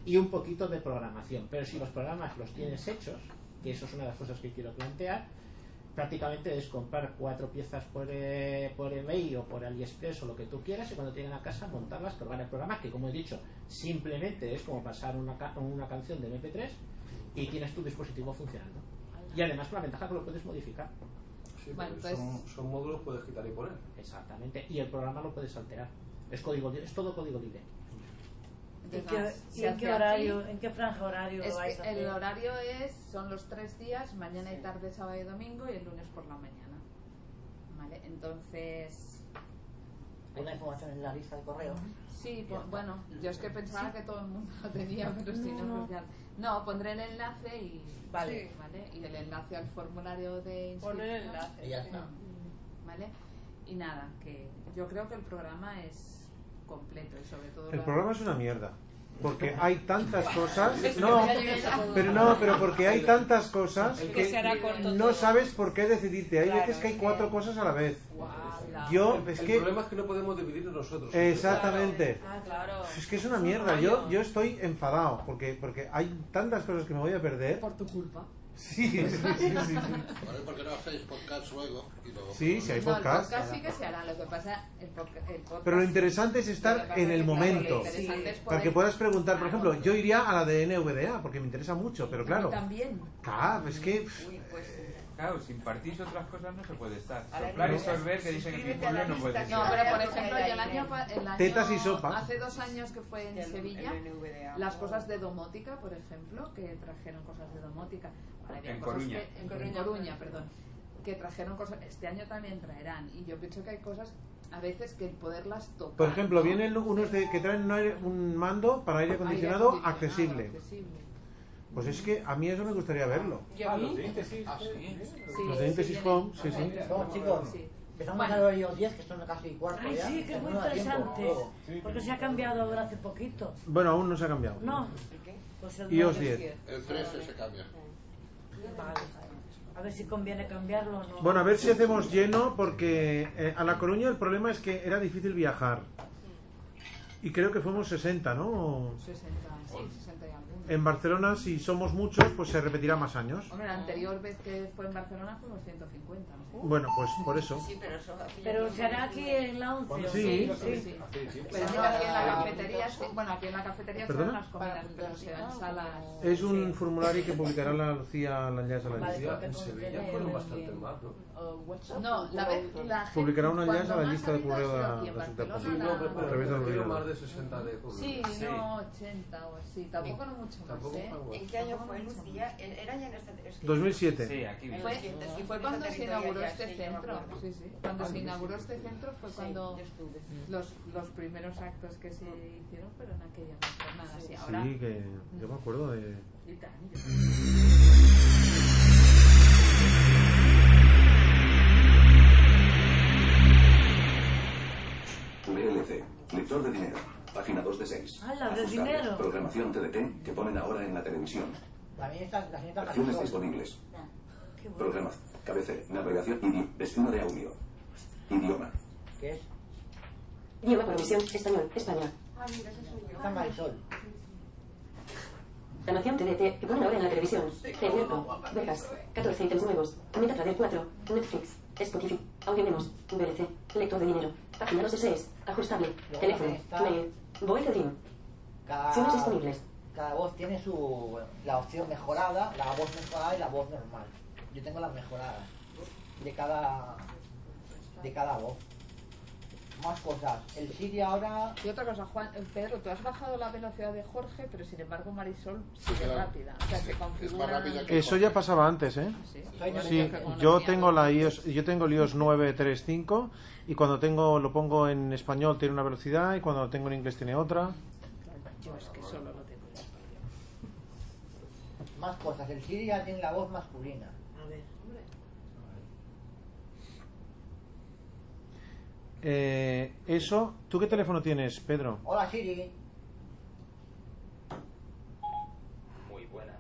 [SPEAKER 5] Y un poquito de programación, pero si los programas los tienes hechos, que eso es una de las cosas que quiero plantear, prácticamente es comprar cuatro piezas por, eh, por eBay o por AliExpress o lo que tú quieras y cuando lleguen a casa montarlas, probar el programa que como he dicho simplemente es como pasar una, ca- una canción de MP3 y tienes tu dispositivo funcionando y además con la ventaja que lo puedes modificar
[SPEAKER 9] Sí, porque son, son módulos, puedes quitar y poner.
[SPEAKER 5] exactamente y el programa lo puedes alterar es código li- es todo código libre
[SPEAKER 7] ¿En
[SPEAKER 4] Entonces,
[SPEAKER 7] qué,
[SPEAKER 4] se
[SPEAKER 7] y en
[SPEAKER 4] hace
[SPEAKER 7] qué horario,
[SPEAKER 4] aquí.
[SPEAKER 7] en qué franja horario
[SPEAKER 4] Es
[SPEAKER 7] lo vais a
[SPEAKER 4] que
[SPEAKER 7] hacer?
[SPEAKER 4] el horario es, son los tres días, mañana y tarde, sábado y domingo y el lunes por la mañana. Vale, entonces...
[SPEAKER 10] Hay una información en la lista de correo.
[SPEAKER 4] Sí, po- bueno, yo es que pensaba que todo el mundo lo tenía, pero si no,
[SPEAKER 10] No, no.
[SPEAKER 4] pues ya- no, pondré el enlace y...
[SPEAKER 10] Vale.
[SPEAKER 4] Sí. ¿vale? Y el enlace al formulario de inscripción.
[SPEAKER 10] Pon el enlace, Y ya sí. está.
[SPEAKER 4] Vale, y nada, que yo creo que el programa es completo y sobre todo...
[SPEAKER 2] El
[SPEAKER 4] la-
[SPEAKER 2] programa es una mierda. Porque hay tantas cosas.
[SPEAKER 4] Es que
[SPEAKER 2] No,
[SPEAKER 4] ya llegué a todo.
[SPEAKER 2] pero no, pero porque hay tantas cosas
[SPEAKER 4] Que
[SPEAKER 2] que
[SPEAKER 4] será corto
[SPEAKER 2] no sabes por qué decidirte. Hay veces que hay cuatro cosas a la vez. Yo,
[SPEAKER 9] El-
[SPEAKER 2] es
[SPEAKER 9] el
[SPEAKER 2] que.
[SPEAKER 9] problema es que no podemos dividirlo nosotros.
[SPEAKER 2] Exactamente.
[SPEAKER 4] Ah,
[SPEAKER 2] Pues
[SPEAKER 9] Claro.
[SPEAKER 2] Es que es una mierda. Yo, yo estoy enfadado porque, porque hay tantas cosas que me voy a perder.
[SPEAKER 4] Por tu culpa.
[SPEAKER 2] Sí, sí, sí. sí, sí.
[SPEAKER 11] Vale, ¿Por qué no hacéis podcast luego? Y luego
[SPEAKER 2] Sí, sí, hay
[SPEAKER 4] No, el
[SPEAKER 2] podcast.
[SPEAKER 4] podcast sí que se hará, lo que pasa, el podca- el podcast...
[SPEAKER 2] Pero lo interesante es estar en el momento.
[SPEAKER 4] interesante es
[SPEAKER 2] Para que
[SPEAKER 4] poder-
[SPEAKER 2] puedas preguntar, por ejemplo, yo iría a la de NVDA porque me interesa mucho, pero claro.
[SPEAKER 4] También.
[SPEAKER 15] Ah,
[SPEAKER 2] Claro,
[SPEAKER 15] pues
[SPEAKER 2] es que.
[SPEAKER 4] pues,
[SPEAKER 15] Claro, sin partís otras cosas no se puede estar.
[SPEAKER 4] A la
[SPEAKER 15] Soplar y
[SPEAKER 4] lista.
[SPEAKER 15] sorber, que dicen que en mi
[SPEAKER 4] Suscríbete a la
[SPEAKER 15] pueblo no puede
[SPEAKER 4] No,
[SPEAKER 15] estar.
[SPEAKER 4] pero por ejemplo, yo el año, pa- el año-
[SPEAKER 2] Tetas y sopa.
[SPEAKER 4] hace dos años que fue en Sevilla, las cosas de domótica, por ejemplo, que trajeron cosas de domótica. Bueno, había
[SPEAKER 15] En
[SPEAKER 4] cosas
[SPEAKER 15] Coruña.
[SPEAKER 4] que- en, Coruña, perdón. Que trajeron cosas, este año también traerán. Y yo pienso que hay cosas, a veces, que el poderlas tocar.
[SPEAKER 2] Por ejemplo, vienen unos de, que traen un, aire- un mando para aire acondicionado
[SPEAKER 4] Aire acondicionado,
[SPEAKER 2] accesible. Pues es que a mí eso me gustaría verlo.
[SPEAKER 4] Ah, los de
[SPEAKER 10] Intesis.
[SPEAKER 2] Los de Intesis Home, sí, sí.
[SPEAKER 10] Bueno, chicos, empezamos a ver los 10, que son casi cuarto
[SPEAKER 7] Ay,
[SPEAKER 10] ya.
[SPEAKER 7] sí, que es muy
[SPEAKER 10] No da tiempo,
[SPEAKER 7] interesante.
[SPEAKER 10] luego.
[SPEAKER 7] Porque se ha cambiado ahora hace poquito.
[SPEAKER 2] Bueno, aún no se ha cambiado.
[SPEAKER 7] No. Pues el
[SPEAKER 2] iOS
[SPEAKER 7] nuevo es
[SPEAKER 2] 10.
[SPEAKER 11] El 13 se cambia.
[SPEAKER 7] Vale. A ver si conviene cambiarlo o no.
[SPEAKER 2] Bueno, a ver si hacemos lleno, porque eh, a La Coruña el problema es que era difícil viajar. Y creo que fuimos 60, ¿no?
[SPEAKER 4] 60, sí, 60 y algo.
[SPEAKER 2] En Barcelona, si somos muchos, pues se repetirá más años.
[SPEAKER 4] Hombre, la anterior vez que fue en Barcelona fuimos 150.
[SPEAKER 2] Bueno, pues por eso.
[SPEAKER 4] pero eso...
[SPEAKER 7] Pero se hará aquí en la 11.
[SPEAKER 2] Sí, sí, Ah,
[SPEAKER 4] Pero no, aquí en la cafetería, sí. bueno, aquí en la cafetería se dan
[SPEAKER 2] ¿Perdona?
[SPEAKER 4] las comidas, pero se
[SPEAKER 13] ah,
[SPEAKER 4] dan salas.
[SPEAKER 2] Es un formulario que publicará la Lucía Lanyas a la
[SPEAKER 4] Vale,
[SPEAKER 2] lista.
[SPEAKER 9] En Sevilla fueron bastante más, ¿no?
[SPEAKER 4] Eh, No, la vez la gente-
[SPEAKER 2] Publicará una leyenda
[SPEAKER 4] cuando
[SPEAKER 2] la
[SPEAKER 4] más
[SPEAKER 2] lista de
[SPEAKER 4] ha habido
[SPEAKER 2] correo
[SPEAKER 4] ha
[SPEAKER 2] de la
[SPEAKER 4] sido aquí en
[SPEAKER 2] resulta
[SPEAKER 4] Barcelona.
[SPEAKER 2] posible.
[SPEAKER 9] pero-
[SPEAKER 2] A través del
[SPEAKER 9] pero
[SPEAKER 2] correo.
[SPEAKER 9] más de 60 de público.
[SPEAKER 4] Sí, no, 80 o así, tampoco no mucho más,
[SPEAKER 9] Tampoco
[SPEAKER 4] ¿eh?
[SPEAKER 9] fue
[SPEAKER 13] ¿En qué año fue Lucía? Era ya en esta. es que-
[SPEAKER 2] 2007.
[SPEAKER 15] Sí, aquí
[SPEAKER 4] Fue- Pues, y fue cuando se inauguró este centro, sí, sí. Cuando
[SPEAKER 13] Ah,
[SPEAKER 4] se
[SPEAKER 13] sí,
[SPEAKER 4] inauguró
[SPEAKER 13] sí,
[SPEAKER 4] este
[SPEAKER 13] sí.
[SPEAKER 4] centro fue
[SPEAKER 13] Sí,
[SPEAKER 4] cuando
[SPEAKER 13] yo estuve.
[SPEAKER 4] los, los primeros actos que se hicieron, pero en aquella jornada, así ahora...
[SPEAKER 2] Sí, que yo me acuerdo de...
[SPEAKER 4] Y tal, y
[SPEAKER 19] TDT. Lector de dinero. Página 2 de 6.
[SPEAKER 7] ¡Hala, de dinero!
[SPEAKER 19] Programación TDT que ponen ahora en la televisión.
[SPEAKER 10] También está la señorita
[SPEAKER 19] Acciones
[SPEAKER 10] Castro.
[SPEAKER 19] disponibles. Programas. Cabecera. Navegación. idi- Destino de audio. Idioma.
[SPEAKER 10] ¿Qué es?
[SPEAKER 20] Idioma Provisión. Español. España.
[SPEAKER 13] Ah, mira, ese soy yo.
[SPEAKER 10] Está Marisol.
[SPEAKER 20] La noción TDT que ponen ahora en la televisión. Tenerlo. Vegas. 14 ítems nuevos. Metatrader 4. Netflix. Spotify. Audio Memos. VLC. Lector de dinero. Página 266. Ajustable.
[SPEAKER 10] Luego
[SPEAKER 20] Teléfono.
[SPEAKER 10] está-
[SPEAKER 20] Mail. Voice Dream.
[SPEAKER 10] Cada,
[SPEAKER 20] Opciones disponibles.
[SPEAKER 10] cada voz tiene su la opción mejorada, la voz mejorada y la voz normal. Yo tengo las mejoradas de cada de cada voz. Más cosas. El Siri ahora
[SPEAKER 4] Y otra cosa, Juan, eh, Pedro, tú has bajado la velocidad de Jorge, pero sin embargo Marisol sigue
[SPEAKER 11] claro.
[SPEAKER 4] rápida. O sea, se configura...
[SPEAKER 2] Eso ya pasaba antes, ¿eh?
[SPEAKER 4] Sí.
[SPEAKER 2] Sí, yo tengo la iOS, yo tengo el iOS 935 y cuando tengo lo pongo en español tiene una velocidad y cuando lo tengo en inglés tiene otra.
[SPEAKER 4] Yo es que solo lo tengo en español.
[SPEAKER 10] más cosas. El Siri ya tiene la voz
[SPEAKER 4] A
[SPEAKER 10] masculina.
[SPEAKER 4] ver.
[SPEAKER 2] Eh, eso, ¿tú qué teléfono tienes, Pedro?
[SPEAKER 10] Hola Siri.
[SPEAKER 8] Muy buena.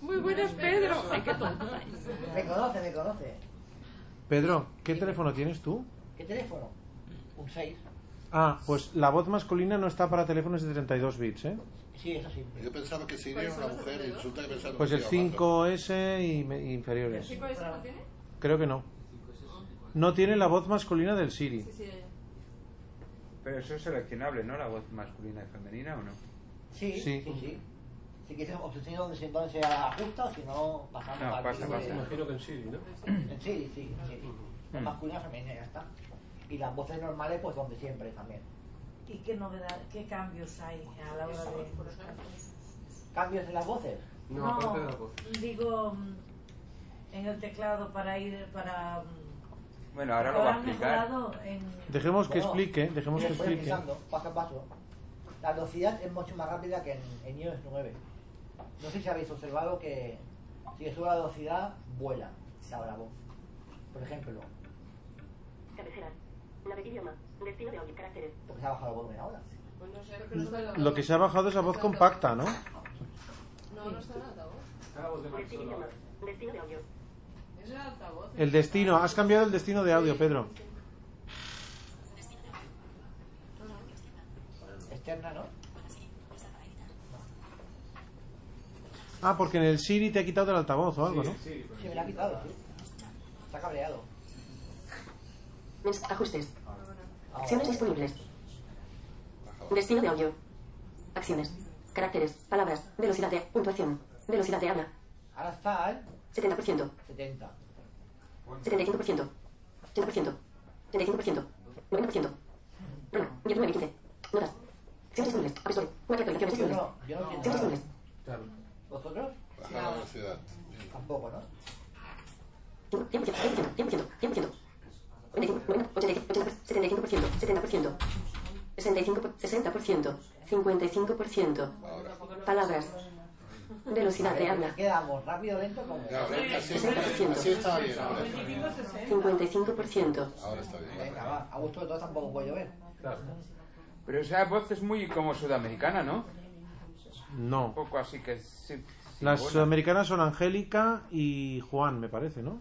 [SPEAKER 10] Muy buenas Pedro. me conoce, me conoce.
[SPEAKER 2] Pedro, ¿qué teléfono tienes tú?
[SPEAKER 10] ¿Qué teléfono? Un 6.
[SPEAKER 2] Ah, pues la voz masculina no está para teléfonos de 32 bits, ¿eh?
[SPEAKER 10] Sí, eso sí.
[SPEAKER 11] Yo pensaba que
[SPEAKER 4] Pues
[SPEAKER 11] Siri era una mujer y resulta que pensaba
[SPEAKER 2] Pues
[SPEAKER 11] que
[SPEAKER 2] el
[SPEAKER 11] era un
[SPEAKER 2] 5S y, me- y inferiores.
[SPEAKER 1] ¿El 5S no tiene?
[SPEAKER 2] Creo que no. No tiene la voz masculina del Siri.
[SPEAKER 1] Sí, sí.
[SPEAKER 15] Pero eso es seleccionable, ¿no? La voz masculina y femenina o no.
[SPEAKER 10] Sí, sí, sí. Si quieres obtención donde se, donde se ajusta, si no pasamos
[SPEAKER 15] No,
[SPEAKER 10] al
[SPEAKER 15] pasa,
[SPEAKER 10] tipo de-
[SPEAKER 15] pasa.
[SPEAKER 9] Imagino que en Siri, ¿no?
[SPEAKER 10] En Siri, sí, en Siri. La
[SPEAKER 9] Mm.
[SPEAKER 10] masculina femenina ya está. Y las voces normales pues donde siempre también.
[SPEAKER 20] ¿Y qué novedad, qué cambios hay a la hora de...?
[SPEAKER 10] ¿Cambios en las voces?
[SPEAKER 20] No, digo, mm, en el teclado para ir, para...
[SPEAKER 15] Bueno, ahora lo va a explicar.
[SPEAKER 2] Dejemos
[SPEAKER 10] Oh.
[SPEAKER 2] que explique, dejemos que
[SPEAKER 10] después
[SPEAKER 2] explique.
[SPEAKER 10] explicando, paso a paso. La velocidad es mucho más rápida que en, en iOS 9. No sé si habéis observado que si yo subo la velocidad, vuela la la voz. Por ejemplo,
[SPEAKER 20] Cabecera. Nave idioma. Destino de audio. Caracteres.
[SPEAKER 10] porque se ha bajado el volumen ahora.
[SPEAKER 1] Pues no sé, pero no está nada.
[SPEAKER 2] Lo que se ha bajado es la voz compacta, ¿no?
[SPEAKER 1] No, no está el altavoz.
[SPEAKER 20] Destino idioma. Destino de audio.
[SPEAKER 1] Es el altavoz.
[SPEAKER 2] El destino, has cambiado el destino de audio, Pedro.
[SPEAKER 10] Externa, ¿no?
[SPEAKER 2] Ah, porque en el Siri te ha quitado el altavoz o algo, ¿no?
[SPEAKER 10] Sí, me la ha quitado, sí. Está cabreado.
[SPEAKER 20] Mens- Ajustes. Acciones disponibles. Destino de audio. Acciones. Caracteres. Palabras. Velocidad de puntuación. Velocidad de habla.
[SPEAKER 10] Ahora está ¿eh? al
[SPEAKER 20] 70%.
[SPEAKER 10] 70.
[SPEAKER 20] 75%. 80%. 35%. 90%. Roma. 19 15. Notas. Acciones disponibles. App Store. Cuatro aplicaciones
[SPEAKER 10] Yo
[SPEAKER 20] disponibles.
[SPEAKER 10] no, yo no
[SPEAKER 20] Acciones
[SPEAKER 10] entiendo
[SPEAKER 20] disponibles.
[SPEAKER 10] nada. ¿Vosotros?
[SPEAKER 11] Baja la velocidad.
[SPEAKER 10] Tampoco, ¿no?
[SPEAKER 20] 100%. 100%. 100%. 95, 85, 75%, 70%, 60%, 55%, palabras, velocidad de habla,
[SPEAKER 10] Quedamos rápido, lento, como.
[SPEAKER 11] Ya, ven, así, así está bien ahora.
[SPEAKER 20] 55%.
[SPEAKER 11] Ahora está bien.
[SPEAKER 10] Venga, va, a gusto de todos tampoco puedo llover.
[SPEAKER 15] Pero esa voz es muy como sudamericana, ¿no? Un
[SPEAKER 2] No.
[SPEAKER 15] poco así que... Sí, sí,
[SPEAKER 2] Las
[SPEAKER 15] bueno.
[SPEAKER 2] sudamericanas son Angélica y Juan, me parece, ¿no?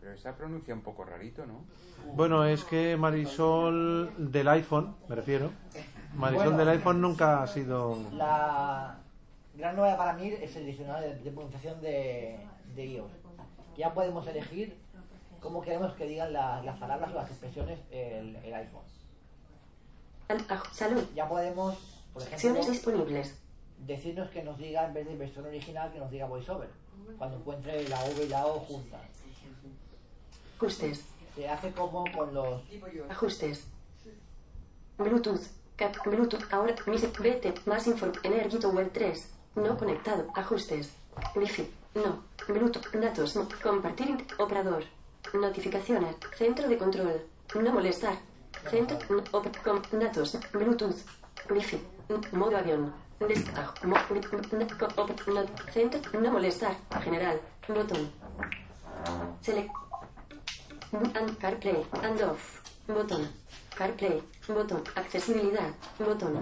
[SPEAKER 15] Pero esa pronuncia un poco rarito, ¿no?
[SPEAKER 2] Bueno, es que Marisol del iPhone, me refiero. Marisol
[SPEAKER 10] Bueno.
[SPEAKER 2] del iPhone nunca ha sido...
[SPEAKER 10] La gran novedad para mí es el diccionario de, de pronunciación de, de iOS. Ya podemos elegir cómo queremos que digan la- las palabras o las expresiones el, el iPhone.
[SPEAKER 20] Salud.
[SPEAKER 10] Ya podemos, por ejemplo,
[SPEAKER 20] Acciones disponibles.
[SPEAKER 10] decirnos que nos diga, en vez de versión original, que nos diga voiceover. Cuando encuentre la V y la O juntas.
[SPEAKER 20] Ajustes.
[SPEAKER 10] Se hace como con los...
[SPEAKER 20] Ajustes. Bluetooth. Cap Bluetooth. Ahora music BT. Más info. Energy Tower 3. No conectado. Ajustes. Wi-Fi. No. Bluetooth. Datos. no. Compartir. int- Operador. Notificaciones. Centro de control. No molestar. Centro. no, op- com- datos. Bluetooth. Wi-Fi. n- Modo avión. Destajo. Mo- n- n- co- op- no- Centro. No molestar. General. Botón. Select. And CarPlay. And off. Botón. CarPlay. Botón. Accesibilidad. Botón.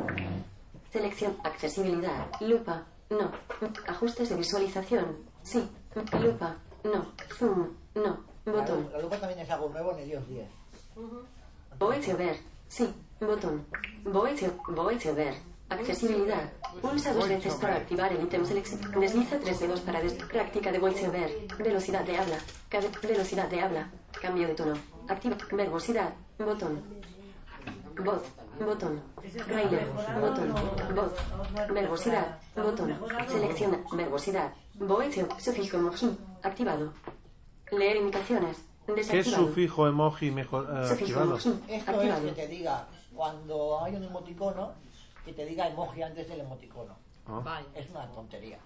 [SPEAKER 20] Selección. Accesibilidad. Lupa. No. Ajustes de visualización. Sí. Lupa. No. Zoom. No. Botón.
[SPEAKER 10] La lupa también es algo nuevo en el iOS 10.
[SPEAKER 20] Voice ver. Sí. Botón. Voice, voice over. Accesibilidad. Pulsa dos veces para activar el ítem select. Desliza tres dedos para des práctica de voice over. Velocidad de habla. Cabe velocidad de habla. Cambio de tono. Activa. Verbosidad. Botón. Voz. Botón. Reina. Botón. Voz. Verbosidad. Botón. Selecciona. Verbosidad. Voice. Sufijo emoji. Activado. Leer indicaciones.
[SPEAKER 2] ¿Qué
[SPEAKER 20] Desactivado.
[SPEAKER 2] sufijo emoji mejor eh,
[SPEAKER 20] Sufijo
[SPEAKER 2] activado?
[SPEAKER 20] emoji.
[SPEAKER 10] Esto es
[SPEAKER 20] Activado.
[SPEAKER 10] que te diga, cuando hay un emoticono, que te diga emoji antes del emoticono.
[SPEAKER 2] Ah.
[SPEAKER 4] Vale.
[SPEAKER 10] Es una tontería.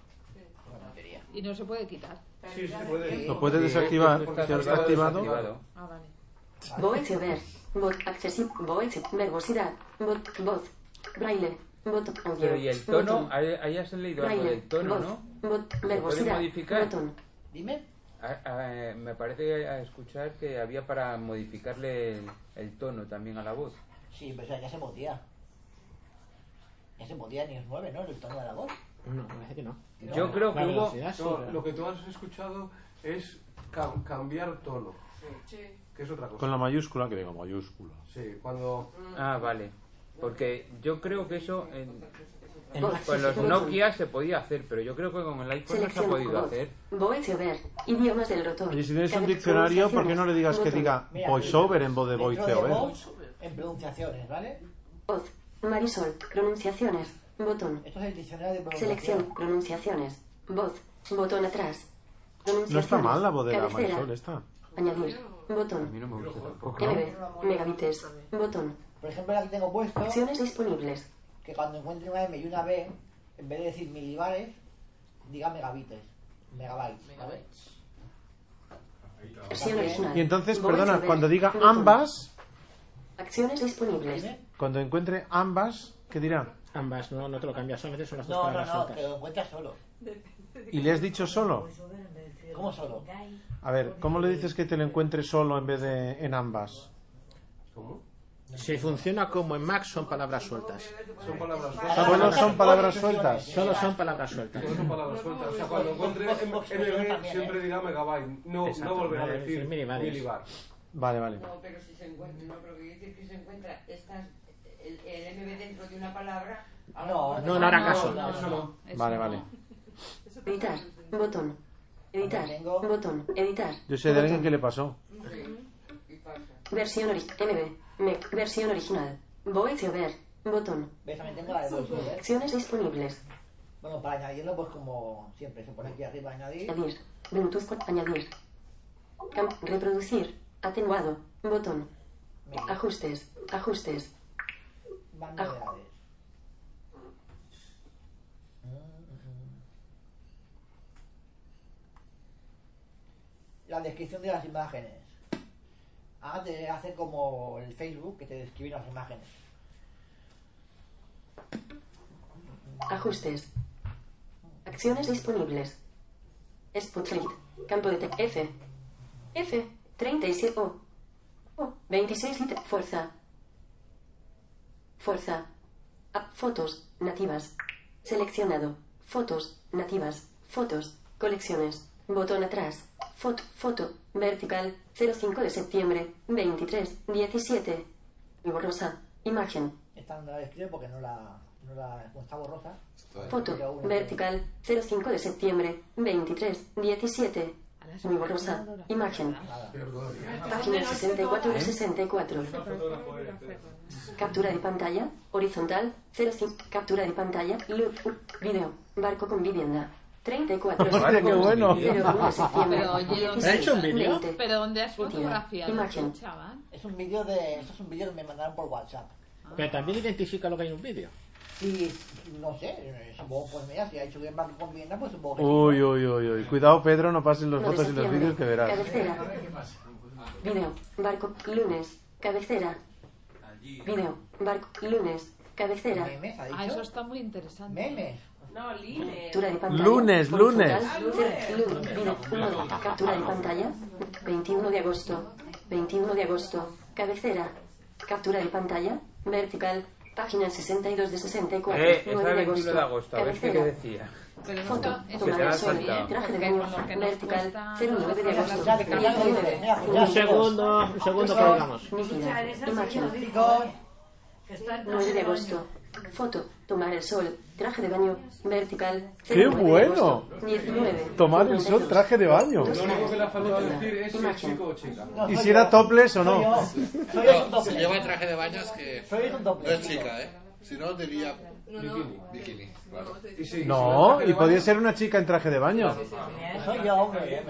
[SPEAKER 10] Una tontería.
[SPEAKER 4] Y no se puede quitar.
[SPEAKER 10] Sí, se puede.
[SPEAKER 2] Lo puedes desactivar. Si está activado.
[SPEAKER 4] Ah, vale.
[SPEAKER 20] Voice over. Bot accesible. Voice. Verbosidad. Bot. Voz. Braille. Bot. Audio.
[SPEAKER 15] Pero y el tono,
[SPEAKER 20] Botón.
[SPEAKER 15] ahí ahí has leído algo
[SPEAKER 20] Braille.
[SPEAKER 15] del tono,
[SPEAKER 20] voz.
[SPEAKER 15] ¿no?
[SPEAKER 20] Bot.
[SPEAKER 15] ¿Lo puedes
[SPEAKER 20] Verbosidad.
[SPEAKER 15] modificar?
[SPEAKER 20] Botón. Dime.
[SPEAKER 15] Ah, ah, me parece a escuchar que había para modificarle el, el tono también a la voz.
[SPEAKER 10] Sí, pero o sea, ya se podía. Ya se podía ni es 9, ¿no? El tono de la voz.
[SPEAKER 5] No, parece que no.
[SPEAKER 15] Yo creo que hubo-
[SPEAKER 9] No, lo que tú has escuchado es cam- cambiar tono. Que es otra cosa.
[SPEAKER 2] Con la mayúscula, que digo mayúscula.
[SPEAKER 9] Sí, cuando.
[SPEAKER 15] Ah, vale. Porque yo creo que eso en- en-
[SPEAKER 20] Voz.
[SPEAKER 15] con los
[SPEAKER 20] Botón.
[SPEAKER 15] Nokia se podía hacer, pero yo creo que con el iPhone no se ha
[SPEAKER 20] Selecciona
[SPEAKER 15] podido
[SPEAKER 20] voz.
[SPEAKER 15] hacer.
[SPEAKER 20] Voice over. Idiomas del rotor.
[SPEAKER 2] Oye, si tienes un
[SPEAKER 20] Cabe-
[SPEAKER 2] diccionario, ¿por qué no le digas que
[SPEAKER 20] Botón.
[SPEAKER 2] diga
[SPEAKER 10] Mira,
[SPEAKER 2] voiceover en voz de
[SPEAKER 10] Dentro
[SPEAKER 2] voiceover?
[SPEAKER 10] voz, en pronunciaciones, ¿vale?
[SPEAKER 20] Voz. Marisol. Pronunciaciones. Botón.
[SPEAKER 10] Esto es el diccionario de pronunciación.
[SPEAKER 20] Selección. Pronunciaciones. Voz. Botón atrás.
[SPEAKER 2] No está
[SPEAKER 20] Pronunciaciones.
[SPEAKER 2] mal la voz de la
[SPEAKER 20] Cabecera.
[SPEAKER 2] Marisol, está.
[SPEAKER 20] Añadir. Botón.
[SPEAKER 15] Eh,
[SPEAKER 20] MB. Megabites. Botón.
[SPEAKER 10] Por ejemplo, aquí tengo puesto
[SPEAKER 20] Opciones disponibles.
[SPEAKER 10] que cuando encuentre una M y una B, en vez de decir milibares, diga megabytes. Megabytes. ¿vale?
[SPEAKER 20] Opción original.
[SPEAKER 2] Y entonces,
[SPEAKER 20] Voice
[SPEAKER 2] perdona,
[SPEAKER 20] over.
[SPEAKER 2] cuando diga
[SPEAKER 20] Botón.
[SPEAKER 2] ambas,
[SPEAKER 20] Acciones disponibles.
[SPEAKER 2] cuando encuentre ambas, ¿qué dirá?
[SPEAKER 5] Ambas, no, no te lo cambias, solamente son las dos
[SPEAKER 10] No, no,
[SPEAKER 5] palabras
[SPEAKER 10] no,
[SPEAKER 5] juntas.
[SPEAKER 10] que lo encuentras solo.
[SPEAKER 2] ¿Y le has dicho solo?
[SPEAKER 10] ¿Cómo solo?
[SPEAKER 2] A ver, ¿cómo le dices que te lo encuentre solo en vez de en ambas?
[SPEAKER 5] Si funciona como en Mac, son palabras sueltas.
[SPEAKER 9] Son palabras
[SPEAKER 2] Ah, bueno, son palabras sueltas.
[SPEAKER 5] Solo son palabras sueltas.
[SPEAKER 9] Solo son palabras sueltas. O sea, cuando encuentre MB siempre dirá megabyte. No,
[SPEAKER 5] Exacto,
[SPEAKER 9] no volverá a
[SPEAKER 5] vale,
[SPEAKER 9] decir
[SPEAKER 5] sí, milibares.
[SPEAKER 9] milibar.
[SPEAKER 2] Vale, vale.
[SPEAKER 13] No, pero si se encuentra, no, pero que decir que se encuentra estas, el, el MB dentro de una palabra. a lo mejor-
[SPEAKER 5] no, no hará caso.
[SPEAKER 13] no, no, no.
[SPEAKER 2] Vale, vale.
[SPEAKER 20] Editar. Botón. Editar. Botón. Editar.
[SPEAKER 2] Yo sé de alguien que le pasó.
[SPEAKER 20] Versión ori MB. Me- Versión original. Voice over. Botón.
[SPEAKER 10] ¿Ves? También tengo la de voiceover.
[SPEAKER 20] Acciones disponibles.
[SPEAKER 10] Bueno, para añadirlo, pues como siempre, se pone aquí arriba añadir.
[SPEAKER 20] Añadir. Bluetooth con añadir. Cam- reproducir. Atenuado. Botón. Ajustes. Ajustes.
[SPEAKER 10] Banda de edades. Mm, La descripción de las imágenes. Ah, te hace como el Facebook que te describe las imágenes.
[SPEAKER 20] Ajustes. Acciones disponibles. Spotlight. Campo de te- F. F. 37 O. O. 26 lit. Fuerza. Fuerza. App fotos. Nativas. Seleccionado. Fotos. Nativas. Fotos. Colecciones. Botón atrás. Foto. Foto. Vertical. 05 de septiembre. 23. 17. Y borrosa. Imagen.
[SPEAKER 10] Esta no la describe porque no la. no la. como está borrosa.
[SPEAKER 20] Foto, vertical, 05 de septiembre, 23, 17. Muy borrosa, imagen. Página
[SPEAKER 11] ¿Eh?
[SPEAKER 20] 64 de 64. Captura de pantalla, horizontal, 05. Captura de pantalla, loop, video, barco con vivienda.
[SPEAKER 2] [LAUGHS]
[SPEAKER 20] 34 de
[SPEAKER 2] Hostia, qué bueno.
[SPEAKER 20] 01 de septiembre,
[SPEAKER 4] Pero, oye, ¿dónde-
[SPEAKER 20] 16,
[SPEAKER 4] ¿Pero,
[SPEAKER 20] 20.
[SPEAKER 4] dónde has
[SPEAKER 20] Útil.
[SPEAKER 4] fotografiado? este
[SPEAKER 20] Imagen.
[SPEAKER 4] chaval? Ah.
[SPEAKER 10] Es un vídeo de. Esto es un vídeo que me mandaron por WhatsApp.
[SPEAKER 5] Pero también identifica lo que hay en un vídeo.
[SPEAKER 10] Y no sé, eh, supongo pues mira, si ha hecho bien Marco con Viena, pues supongo que.
[SPEAKER 2] Uy, uy, uy, uy. Cuidado, Pedro, no pases los
[SPEAKER 20] No, de
[SPEAKER 2] fotos y los
[SPEAKER 20] septiembre.
[SPEAKER 2] vídeos que verás.
[SPEAKER 20] Cabecera, video, barco, lunes, cabecera. Video, barco, lunes, cabecera.
[SPEAKER 4] Ah, eso está muy interesante.
[SPEAKER 10] Memes.
[SPEAKER 1] No, Lime.
[SPEAKER 20] Captura de pantalla.
[SPEAKER 2] Lunes, lunes.
[SPEAKER 20] Horizontal, cero, lunes, video, uno. Captura de pantalla. 21 de agosto. 21 de agosto. Cabecera. Captura de pantalla. Vertical. Página 62 de 64.
[SPEAKER 21] Eh, es la
[SPEAKER 20] nueve
[SPEAKER 21] 21 de agosto, a ver qué
[SPEAKER 20] Cabecera.
[SPEAKER 21] decía.
[SPEAKER 20] Pero
[SPEAKER 21] Foto,
[SPEAKER 20] esto- esto
[SPEAKER 21] que te la has
[SPEAKER 20] es un
[SPEAKER 21] saltado.
[SPEAKER 20] Traje de baño, vertical, 09 de agosto.
[SPEAKER 22] Ya, ya, ya, ya. Un segundo, un segundo que hablamos.
[SPEAKER 20] Mira, Imagen,
[SPEAKER 6] Está
[SPEAKER 20] 9 de agosto. Foto, tomar el sol, traje de baño, vertical.
[SPEAKER 2] ¡Qué
[SPEAKER 20] 09 de
[SPEAKER 2] bueno!
[SPEAKER 20] agosto, 19.
[SPEAKER 2] Tomar el sol, traje de baño.
[SPEAKER 9] Lo único que le ha faltado decir es si es chico o chica.
[SPEAKER 2] ¿Y si era topless o no?
[SPEAKER 11] No, si lleva traje de baño es que. No es chica, ¿eh? Si no, diría. Bikini. Bikini, claro.
[SPEAKER 2] No, y podía ser una chica en traje de baño.
[SPEAKER 10] Soy yo, hombre.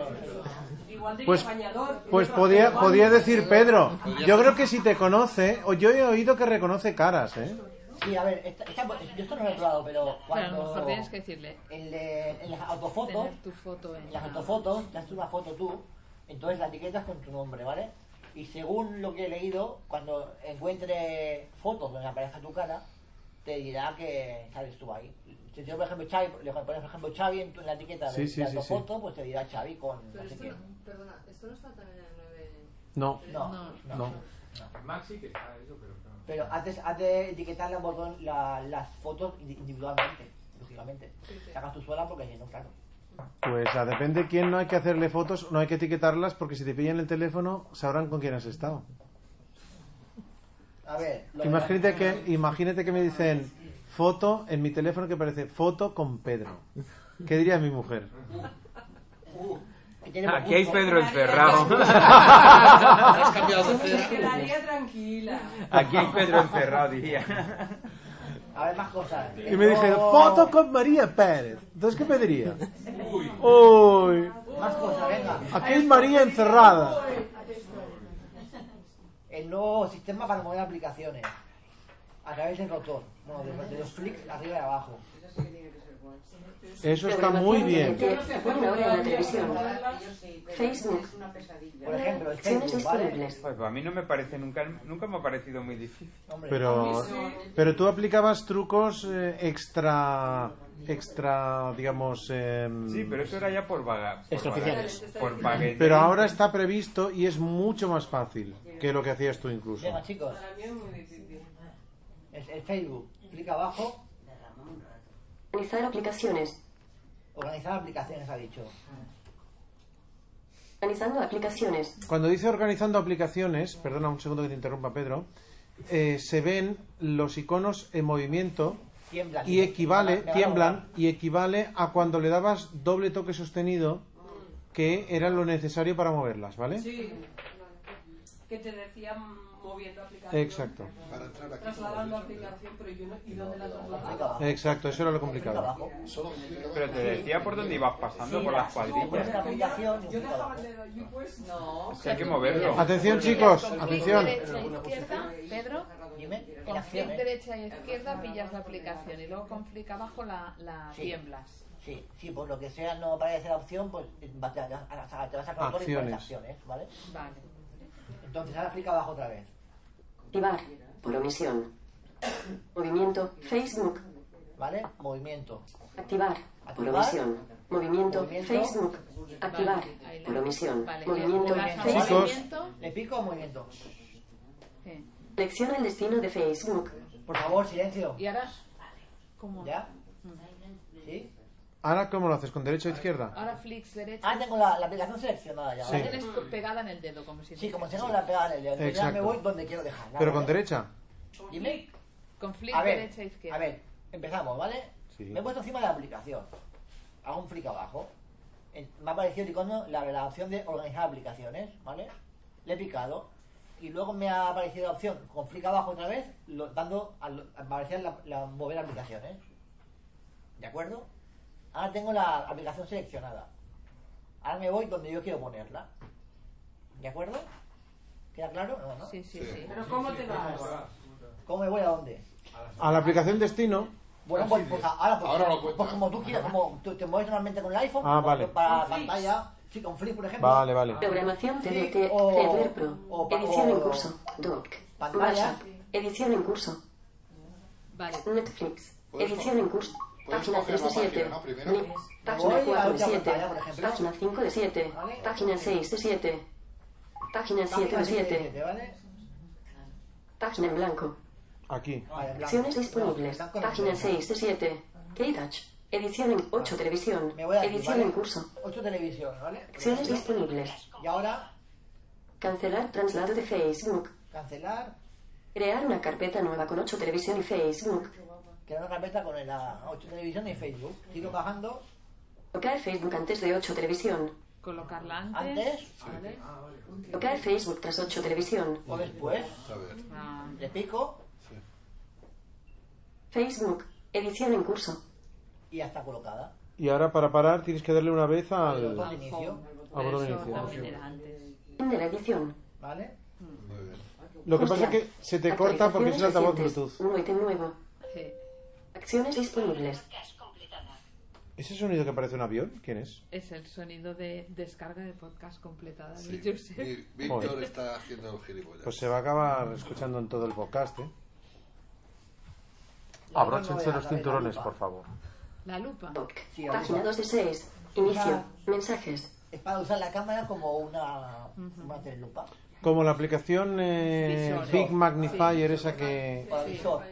[SPEAKER 1] Igual de
[SPEAKER 2] Pues,
[SPEAKER 1] bañador.
[SPEAKER 2] pues podía, podía decir Pedro. Yo creo que si te conoce, o yo he oído que reconoce caras, ¿eh?
[SPEAKER 10] Sí, a ver, esta- esta- yo esto no lo he probado, pero
[SPEAKER 4] Bueno, a
[SPEAKER 10] cuando...
[SPEAKER 4] lo mejor tienes que decirle.
[SPEAKER 10] en, le- en las autofotos,
[SPEAKER 4] Tener tu foto en
[SPEAKER 10] en las
[SPEAKER 4] la-
[SPEAKER 10] autofotos, te haces una foto tú, entonces la etiquetas con tu nombre, ¿vale? Y según lo que he leído, cuando encuentre fotos donde aparezca tu cara, te dirá que sales tú ahí. Si yo, por ejemplo, Xavi, le pones, por ejemplo, Xavi en, tu- en la etiqueta de,
[SPEAKER 2] Sí, sí,
[SPEAKER 10] de
[SPEAKER 2] sí,
[SPEAKER 10] autofoto, pues te dirá Xavi con...
[SPEAKER 1] Pero
[SPEAKER 10] no sé
[SPEAKER 1] esto
[SPEAKER 10] qué.
[SPEAKER 1] no, perdona, esto no está también en el 9.
[SPEAKER 2] No.
[SPEAKER 10] No, no.
[SPEAKER 2] No.
[SPEAKER 9] Maxi que está eso, pero claro.
[SPEAKER 10] Pero antes, antes de etiquetar la botón, la- las fotos indi- individualmente, lógicamente. Sacas tú sola porque si no, claro.
[SPEAKER 2] Pues ah, depende quién no hay que hacerle fotos, no hay que etiquetarlas porque si te pillan el teléfono sabrán con quién has estado.
[SPEAKER 10] A ver, lo de
[SPEAKER 2] [LAUGHS]
[SPEAKER 10] la-
[SPEAKER 2] Imagínate que, imagínate que me dicen foto en mi teléfono que parece foto con Pedro. ¿Qué diría mi mujer?
[SPEAKER 21] Aquí hay Pedro
[SPEAKER 2] [LAUGHS]
[SPEAKER 21] encerrado.
[SPEAKER 1] Has
[SPEAKER 21] cambiado de
[SPEAKER 1] Me
[SPEAKER 21] cera.
[SPEAKER 1] quedaría tranquila.
[SPEAKER 21] Aquí hay Pedro encerrado,
[SPEAKER 20] [LAUGHS]
[SPEAKER 21] diría.
[SPEAKER 10] A ver, más cosas.
[SPEAKER 2] Y me dijeron
[SPEAKER 10] Tengo-
[SPEAKER 2] foto con María Pérez. Entonces, ¿qué pediría? Uy.
[SPEAKER 10] Más cosas, venga.
[SPEAKER 2] Aquí hay María encerrada.
[SPEAKER 10] El nuevo sistema para mover aplicaciones. A través del rotor. Bueno, de, de los flicks arriba y abajo.
[SPEAKER 2] Eso está muy bien.
[SPEAKER 20] Una hora en la televisión. Facebook.
[SPEAKER 10] Por ejemplo, el
[SPEAKER 20] Opciones
[SPEAKER 10] Facebook, ¿vale?
[SPEAKER 20] disponibles.
[SPEAKER 21] Pues a mí no me parece nunca, nunca me ha parecido muy difícil.
[SPEAKER 2] Pero, pero tú aplicabas trucos eh, extra, extra, digamos... em,
[SPEAKER 21] Sí, pero eso era ya por vaga. por
[SPEAKER 2] Extraoficiales.
[SPEAKER 21] vaga- Por vaguete.
[SPEAKER 2] Pero ahora está previsto y es mucho más fácil que lo que hacías tú incluso.
[SPEAKER 10] Venga, chicos. El, el Facebook. Flick abajo.
[SPEAKER 20] Organizar aplicaciones.
[SPEAKER 10] Organizar aplicaciones, ha dicho.
[SPEAKER 20] Organizando aplicaciones.
[SPEAKER 2] Cuando dice organizando aplicaciones, perdona un segundo que te interrumpa Pedro, eh, se ven los iconos en movimiento
[SPEAKER 10] Tiemblan.
[SPEAKER 2] y equivale,
[SPEAKER 10] Me van a
[SPEAKER 2] tiemblan y equivale a cuando le dabas doble toque sostenido que era lo necesario para moverlas, ¿vale?
[SPEAKER 14] Sí. Que te decían moviendo aplicación.
[SPEAKER 2] Exacto.
[SPEAKER 11] Para entrar aquí.
[SPEAKER 14] Trasladando aplicación, pero yo no. ¿Y dónde la trasladaba?
[SPEAKER 2] Exacto, eso era lo complicado.
[SPEAKER 11] Solo clic abajo.
[SPEAKER 21] Pero te decía por dónde ibas pasando, por las cuadrillas.
[SPEAKER 10] aplicación.
[SPEAKER 14] Yo dejaba el dedo allí puesto. No.
[SPEAKER 21] Es que hay que moverlo.
[SPEAKER 2] Atención, chicos,
[SPEAKER 4] Clic
[SPEAKER 2] atención.
[SPEAKER 4] derecha e izquierda, Pedro. Con clic derecha y izquierda pillas la aplicación y luego con clic abajo la, la
[SPEAKER 10] Sí.
[SPEAKER 4] tiemblas.
[SPEAKER 10] Sí, si por lo que sea no aparece la opción, pues va- te, vas a- te vas a control y
[SPEAKER 20] Acciones.
[SPEAKER 10] pones acciones, ¿vale?
[SPEAKER 4] Vale.
[SPEAKER 10] Entonces ahora clic abajo otra vez.
[SPEAKER 20] Ibar. Por omisión. Movimiento. Facebook.
[SPEAKER 10] ¿Vale? Movimiento.
[SPEAKER 20] Activar. Por
[SPEAKER 10] Activar.
[SPEAKER 20] omisión. Movimiento.
[SPEAKER 10] Movimiento.
[SPEAKER 20] Facebook. Activar. Por omisión. Movimiento.
[SPEAKER 10] Chicos,
[SPEAKER 20] Facebook.
[SPEAKER 10] ¿Le pico o movimiento?
[SPEAKER 20] Selecciona el destino de Facebook.
[SPEAKER 10] Por favor, silencio.
[SPEAKER 4] ¿Y ahora?
[SPEAKER 10] ¿Ya? ¿Sí?
[SPEAKER 2] Ahora, ¿cómo lo haces? ¿Con derecha o izquierda?
[SPEAKER 4] Ahora flicks derecha.
[SPEAKER 10] Ah, tengo la, la aplicación seleccionada ya.
[SPEAKER 2] Sí.
[SPEAKER 4] La tienes co- pegada en el dedo, como si
[SPEAKER 10] Sí, como si no la pegara en el dedo. Ya
[SPEAKER 2] Exacto.
[SPEAKER 10] me voy donde Ah, quiero dejarla.
[SPEAKER 2] ¿Pero con derecha?
[SPEAKER 10] Dime.
[SPEAKER 4] Con flick
[SPEAKER 10] A ver,
[SPEAKER 4] derecha e izquierda.
[SPEAKER 10] A ver, empezamos, ¿vale?
[SPEAKER 2] Sí.
[SPEAKER 10] Me he puesto encima de la aplicación. Hago un flick abajo. En- Me ha aparecido el icono, la, la opción de organizar aplicaciones, ¿vale? Le he picado. Y luego me ha aparecido la opción con flick abajo otra vez, lo- dando a, lo- a aparecer la, la- mover aplicaciones. ¿De acuerdo? Ahora tengo la aplicación seleccionada. Ahora me voy donde yo quiero ponerla. ¿De acuerdo? ¿Queda claro? No, ¿no?
[SPEAKER 4] Sí, sí, sí.
[SPEAKER 1] Pero ¿cómo te vas?
[SPEAKER 10] ¿Cómo me voy a dónde?
[SPEAKER 2] A la aplicación destino.
[SPEAKER 10] Bueno, pues, pues ahora, pues,
[SPEAKER 2] Ah, Ahora lo
[SPEAKER 10] pues como tú quieras, como tú te mueves normalmente con el iPhone,
[SPEAKER 2] Ah,
[SPEAKER 10] con-
[SPEAKER 2] vale.
[SPEAKER 10] para la
[SPEAKER 20] Con Flix.
[SPEAKER 10] pantalla, sí, con Flip, por ejemplo.
[SPEAKER 2] Vale, vale.
[SPEAKER 20] Programación TDT.
[SPEAKER 10] o-
[SPEAKER 20] Reader Pro.
[SPEAKER 10] o-
[SPEAKER 20] Edición
[SPEAKER 10] o-
[SPEAKER 20] en curso. Doc.
[SPEAKER 10] Pantalla.
[SPEAKER 20] WhatsApp. Edición en curso. Netflix.
[SPEAKER 11] Puedes
[SPEAKER 20] Edición en curso.
[SPEAKER 11] Pues puedes
[SPEAKER 20] Página
[SPEAKER 11] coger
[SPEAKER 20] 3
[SPEAKER 11] la
[SPEAKER 20] de 7.
[SPEAKER 11] página, ¿no? Primero.
[SPEAKER 20] Página
[SPEAKER 11] Voy a
[SPEAKER 20] 4 de
[SPEAKER 11] otra
[SPEAKER 20] 7.
[SPEAKER 11] pantalla, por ejemplo.
[SPEAKER 20] Página 5 de 7. Página 6 de 7. Página 7 de 7.
[SPEAKER 10] ¿vale?
[SPEAKER 20] Página en blanco.
[SPEAKER 2] Aquí.
[SPEAKER 11] Ah,
[SPEAKER 20] Opciones disponibles. Página 6 y 7. K-Touch. Edición en 8 televisión.
[SPEAKER 10] Me voy a
[SPEAKER 20] Edición en curso.
[SPEAKER 10] 8 televisión, ¿vale?
[SPEAKER 20] Opciones disponibles.
[SPEAKER 10] Y ahora,
[SPEAKER 20] Cancelar traslado de Facebook.
[SPEAKER 10] cancelar,
[SPEAKER 20] Crear una carpeta nueva con 8 televisión y Facebook.
[SPEAKER 10] crear una carpeta con la 8 televisión y Facebook. Sigo bajando.
[SPEAKER 20] Tocar Facebook antes de 8 televisión.
[SPEAKER 10] Colocarla antes. ¿Antes?
[SPEAKER 21] Ah,
[SPEAKER 20] Tocar Facebook tras 8 televisión.
[SPEAKER 10] O después. Ah, Le pico
[SPEAKER 20] Facebook. Edición en curso.
[SPEAKER 10] y ya está colocada.
[SPEAKER 2] Y ahora para parar tienes que darle una vez al.
[SPEAKER 10] Botón de inicio.
[SPEAKER 2] al botón de inicio.
[SPEAKER 20] En la edición.
[SPEAKER 10] ¿Vale?
[SPEAKER 2] Lo que pasa es que se te corta porque es el altavoz Bluetooth.
[SPEAKER 20] Un ítem nuevo. Acciones disponibles.
[SPEAKER 2] ¿Ese sonido que parece un avión? ¿Quién es?
[SPEAKER 3] Es el sonido de descarga de podcast completada de
[SPEAKER 11] Sí.
[SPEAKER 3] Josep.
[SPEAKER 11] Y Víctor
[SPEAKER 2] Joder.
[SPEAKER 11] está haciendo el gilipollas.
[SPEAKER 2] Pues se va a acabar escuchando en todo el podcast, ¿eh?
[SPEAKER 20] no
[SPEAKER 2] Abróchense
[SPEAKER 20] voy
[SPEAKER 2] los
[SPEAKER 20] a darle la
[SPEAKER 2] cinturones,
[SPEAKER 20] lupa.
[SPEAKER 2] por favor.
[SPEAKER 3] La lupa.
[SPEAKER 20] Página 2 de 6. Inicio. Mensajes.
[SPEAKER 10] Es para usar la cámara como una, una telelupa.
[SPEAKER 2] Como la aplicación eh,
[SPEAKER 10] Visor.
[SPEAKER 2] Big Magnifier, esa que.
[SPEAKER 10] Para visor.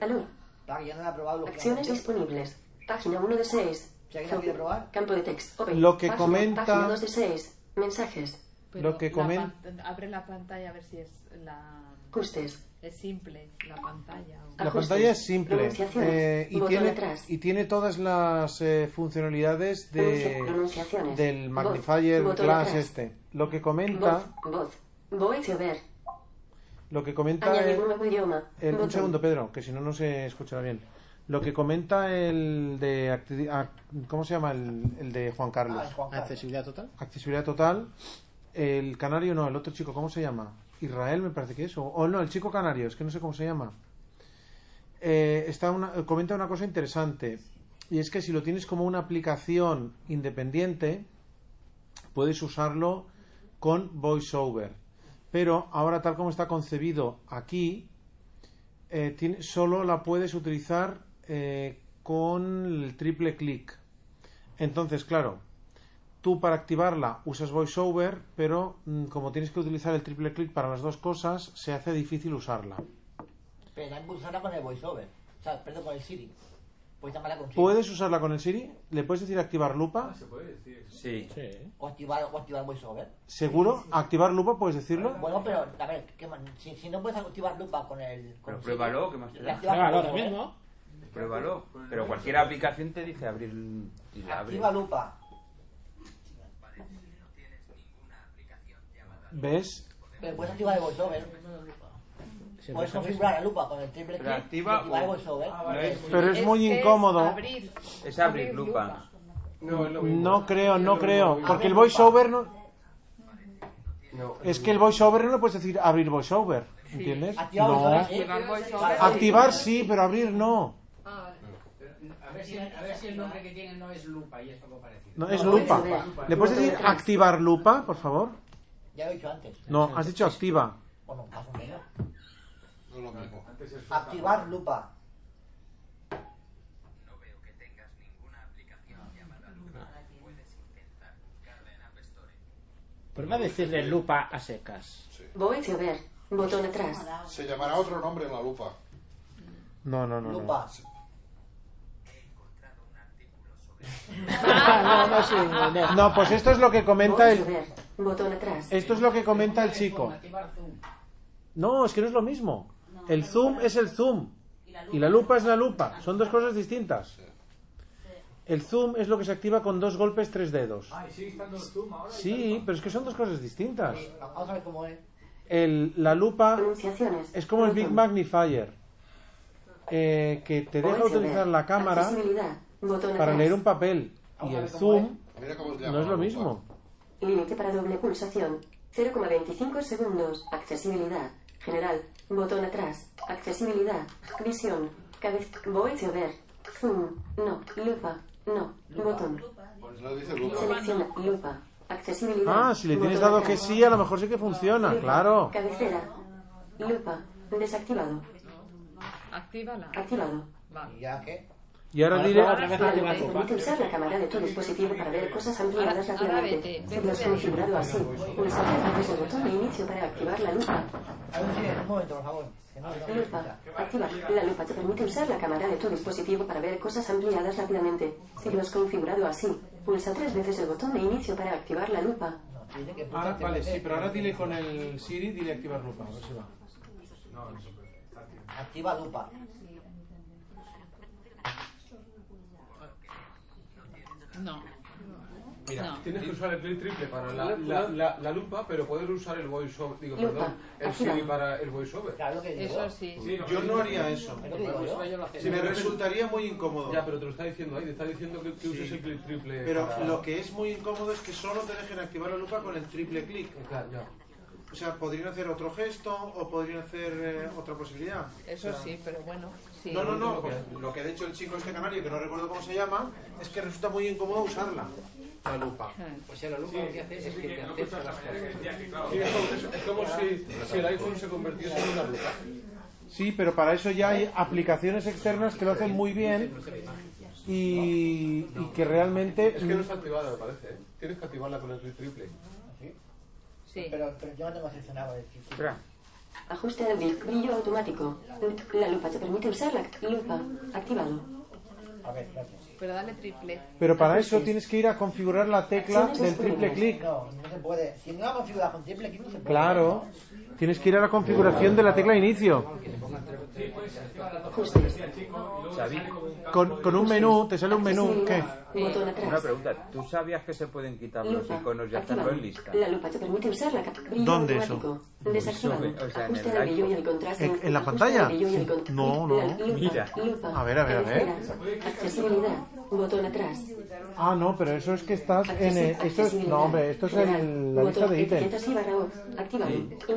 [SPEAKER 20] Aló.
[SPEAKER 10] Claro, ya no la he probado.
[SPEAKER 20] Acciones disponibles. Página 1 de 6.
[SPEAKER 10] Si alguien la quiere probar.
[SPEAKER 20] Campo de texto. Open.
[SPEAKER 2] Lo que
[SPEAKER 20] Página-
[SPEAKER 2] comenta-
[SPEAKER 20] Página 2 de 6. Mensajes.
[SPEAKER 2] Lo que
[SPEAKER 3] La
[SPEAKER 2] comen-
[SPEAKER 3] pan- Abre la pantalla a ver si es la.
[SPEAKER 20] Ajustes.
[SPEAKER 3] Es simple la pantalla. o-
[SPEAKER 2] La pantalla es simple
[SPEAKER 20] Pronunciaciones.
[SPEAKER 2] eh, y,
[SPEAKER 20] Botón
[SPEAKER 2] tiene,
[SPEAKER 20] atrás.
[SPEAKER 2] y tiene todas las eh, funcionalidades de,
[SPEAKER 20] Pronunciaciones.
[SPEAKER 2] del
[SPEAKER 20] Voz.
[SPEAKER 2] Magnifier
[SPEAKER 20] Botón
[SPEAKER 2] Glass
[SPEAKER 20] atrás.
[SPEAKER 2] este. Lo que comenta,
[SPEAKER 20] Voz. Voz. a ver.
[SPEAKER 2] lo que comenta
[SPEAKER 20] Añadir
[SPEAKER 2] el,
[SPEAKER 20] nuevo idioma.
[SPEAKER 2] el- Eh, un
[SPEAKER 20] Botón.
[SPEAKER 2] segundo Pedro, que si no no se escuchará bien. Lo que comenta el de acti- ah, ¿cómo se llama el, Ah, el de Juan Carlos?
[SPEAKER 5] Accesibilidad total.
[SPEAKER 2] Accesibilidad total. El canario no, el otro chico, ¿cómo se llama? Israel me parece que es. O, o no, el chico canario, es que no sé cómo se llama. Eh, está una- comenta una cosa interesante. Y es que si lo tienes como una aplicación independiente, puedes usarlo con VoiceOver. Pero ahora, tal como está concebido aquí, eh, tiene- solo la puedes utilizar eh, con el triple clic. Entonces, claro, tú para activarla usas VoiceOver, pero mm, como tienes que utilizar el triple clic para las dos cosas, se hace difícil usarla.
[SPEAKER 10] Pero también puedes usarla con el voiceover. O sea, perdón, con el Siri. Puedes llamarla con Siri.
[SPEAKER 2] ¿Puedes usarla con el Siri? ¿Le puedes decir activar
[SPEAKER 23] Ah,
[SPEAKER 2] lupa?
[SPEAKER 10] Sí. O activar, o activar voiceover.
[SPEAKER 2] ¿Seguro? ¿Activar lupa puedes decirlo?
[SPEAKER 10] Bueno, pero a ver, ¿qué más? Si, si no puedes activar lupa con el. Con
[SPEAKER 15] Pero
[SPEAKER 10] Siri,
[SPEAKER 15] pruébalo, ¿qué más te
[SPEAKER 10] le
[SPEAKER 15] da?
[SPEAKER 10] activas
[SPEAKER 15] Pruébalo
[SPEAKER 10] voiceover.
[SPEAKER 15] también, ¿no? Pruébalo. Pero cualquier aplicación te dice abrir y la abre.
[SPEAKER 10] Activa lupa.
[SPEAKER 2] ¿Ves?
[SPEAKER 10] Pero puedes activar el voiceover. Puedes configurar la lupa con el triple clic.
[SPEAKER 15] Pero activa
[SPEAKER 10] y activar el
[SPEAKER 15] o-
[SPEAKER 10] voiceover.
[SPEAKER 15] Ah, vale.
[SPEAKER 2] Pero es Es muy que es incómodo.
[SPEAKER 15] abrir- Es abrir abrir lupa. lupa.
[SPEAKER 2] No creo, no creo. Porque el
[SPEAKER 9] Abre lupa.
[SPEAKER 2] VoiceOver no...
[SPEAKER 9] No,
[SPEAKER 2] Es que el VoiceOver no le puedes decir abrir VoiceOver. ¿Entiendes?
[SPEAKER 9] Activar
[SPEAKER 2] No.
[SPEAKER 9] voiceover,
[SPEAKER 23] voiceover.
[SPEAKER 2] Activar sí, pero abrir no.
[SPEAKER 7] Ah,
[SPEAKER 23] A ver, si, a ver si el nombre que tiene no es lupa y es algo parecido.
[SPEAKER 2] No, es lupa. ¿Le puedes decir activar lupa, por favor?
[SPEAKER 10] Ya lo he dicho antes.
[SPEAKER 2] No, has dicho activa.
[SPEAKER 10] Bueno, más o menos.
[SPEAKER 11] No es lo mismo.
[SPEAKER 9] Pues
[SPEAKER 10] Activar lupa.
[SPEAKER 5] Pues
[SPEAKER 22] Podemos decirle lupa a secas.
[SPEAKER 20] Voy a ver. Botón atrás.
[SPEAKER 11] Se llamará otro nombre en la lupa.
[SPEAKER 2] No,
[SPEAKER 11] [LAUGHS]
[SPEAKER 2] no, no. no.
[SPEAKER 22] no, no, sí, no.
[SPEAKER 2] No, pues esto es lo que comenta el...
[SPEAKER 20] Botón atrás.
[SPEAKER 2] Esto es lo que comenta el chico. No, es que no es lo mismo. El zoom es el zoom. Y la lupa es la lupa. Son dos cosas distintas. El zoom es lo que se activa con dos golpes, tres dedos.
[SPEAKER 9] Ah, y sigue estando el zoom ahora.
[SPEAKER 2] Sí, pero es que son dos cosas distintas.
[SPEAKER 10] Vamos a ver cómo es.
[SPEAKER 2] El- la lupa
[SPEAKER 20] Pronunciaciones.
[SPEAKER 2] es como el Big Magnifier, eh, que te deja
[SPEAKER 20] Voiceover.
[SPEAKER 2] utilizar la cámara
[SPEAKER 20] Accesibilidad. Botón
[SPEAKER 2] para
[SPEAKER 20] atrás.
[SPEAKER 2] leer un papel. Y el zoom no es lo mismo.
[SPEAKER 20] Límite para doble pulsación. 0,25 segundos. Accesibilidad. General. Botón atrás. Accesibilidad. Visión. Cabeza. Voice over. Zoom. No. Lupa. No. Botón.
[SPEAKER 11] Pues no dice lupa.
[SPEAKER 20] Selecciona. Lupa. Accesibilidad.
[SPEAKER 2] Ah, si le tienes
[SPEAKER 20] Botón
[SPEAKER 2] dado que
[SPEAKER 20] atrás.
[SPEAKER 2] sí, a lo mejor sí que funciona,
[SPEAKER 20] Lupa.
[SPEAKER 2] claro.
[SPEAKER 20] Cabecera. Lupa. Desactivado.
[SPEAKER 3] Actívala.
[SPEAKER 20] Activado.
[SPEAKER 10] ¿Ya qué?
[SPEAKER 2] Y ahora
[SPEAKER 5] Ahora
[SPEAKER 2] diré.
[SPEAKER 5] juega otra vez al
[SPEAKER 20] Te permite usar la cámara de tu dispositivo para ver cosas ampliadas rápidamente. Los configurado así. Pulsar dos veces el botón de inicio para activar la lupa.
[SPEAKER 10] Un momento, por favor. Que no, que no.
[SPEAKER 20] Lupa. Activa. La lupa te permite usar la cámara de tu dispositivo para ver cosas ampliadas rápidamente. Si lo has configurado así, pulsa tres veces el botón de inicio para activar la lupa.
[SPEAKER 9] Ahora, vale, sí, pero ahora dile con el Siri, dile activar lupa, a ver si va. No, no se puede.
[SPEAKER 10] Activa lupa.
[SPEAKER 3] No.
[SPEAKER 9] Mira,
[SPEAKER 3] No.
[SPEAKER 9] tienes que usar el clic triple para la, la, la, la lupa, pero puedes usar el voiceover, digo,
[SPEAKER 3] Lupa,
[SPEAKER 9] perdón, el
[SPEAKER 3] activa.
[SPEAKER 9] Siri para el voiceover. Claro
[SPEAKER 10] que
[SPEAKER 3] digo. Eso sí.
[SPEAKER 9] Yo no haría eso.
[SPEAKER 3] Es lo que digo yo.
[SPEAKER 9] Si me resultaría muy incómodo. Ya, pero te lo está diciendo ahí, te está diciendo que, que uses el clic triple.
[SPEAKER 16] Pero
[SPEAKER 9] para-
[SPEAKER 16] lo que es muy incómodo es que solo te dejen activar la lupa con el triple clic. O sea, podrían hacer otro gesto o podrían hacer eh, otra posibilidad.
[SPEAKER 4] Eso
[SPEAKER 16] O sea,
[SPEAKER 4] sí, pero bueno. Sí.
[SPEAKER 16] No, no, no. Lo que ha dicho el chico este canario, que no recuerdo cómo se llama, es que resulta muy incómodo usarla. La lupa.
[SPEAKER 23] O sea, la lupa lo que hace es que te acerca las cosas.
[SPEAKER 9] Sí, es como, es como si, si el iPhone se convirtiese en una lupa.
[SPEAKER 2] Sí, pero para eso ya hay aplicaciones externas que lo hacen muy bien y, y que realmente.
[SPEAKER 9] Es que no está activada, me parece. ¿eh? Tienes que activarla con el clic triple.
[SPEAKER 10] Sí. Pero, pero yo no tengo seleccionado el triple.
[SPEAKER 20] Ajuste del brillo automático. La lupa te permite usar la lupa. Activado.
[SPEAKER 10] A ver, espérate.
[SPEAKER 4] Pero dale triple.
[SPEAKER 2] Pero para eso tienes que ir a configurar la tecla del triple clic.
[SPEAKER 10] No, no se puede. Si no la configuras con triple clic, no se puede.
[SPEAKER 2] Claro. Tienes que ir a la configuración de la tecla inicio.
[SPEAKER 17] Xavi,
[SPEAKER 2] Con, con un menú, te sale un menú. ¿Qué?
[SPEAKER 17] una pregunta. ¿Tú sabías que se pueden quitar los
[SPEAKER 20] Lupa,
[SPEAKER 17] iconos y hacerlo
[SPEAKER 20] activado.
[SPEAKER 17] en lista?
[SPEAKER 20] La lupa te permite usar la ca- brillo
[SPEAKER 17] ¿Dónde eso?
[SPEAKER 20] automático. Desactivado.
[SPEAKER 17] Sube, o sea, en
[SPEAKER 20] Ajuste
[SPEAKER 17] el
[SPEAKER 20] del brillo y
[SPEAKER 17] iPhone.
[SPEAKER 20] el contraste.
[SPEAKER 2] ¿En- en la
[SPEAKER 20] Ajuste
[SPEAKER 2] pantalla?
[SPEAKER 20] del brillo y el contraste.
[SPEAKER 2] No, no.
[SPEAKER 20] La lupa,
[SPEAKER 2] Mira.
[SPEAKER 20] lupa,
[SPEAKER 2] A ver, a ver, a ver.
[SPEAKER 20] cabecera, Accesibilidad. Botón atrás.
[SPEAKER 2] Ah, no, pero eso es que estás en. eh, Esto es, no, hombre, esto es el- la lista de ítems.
[SPEAKER 20] Etiquetas y barra voz. Activado.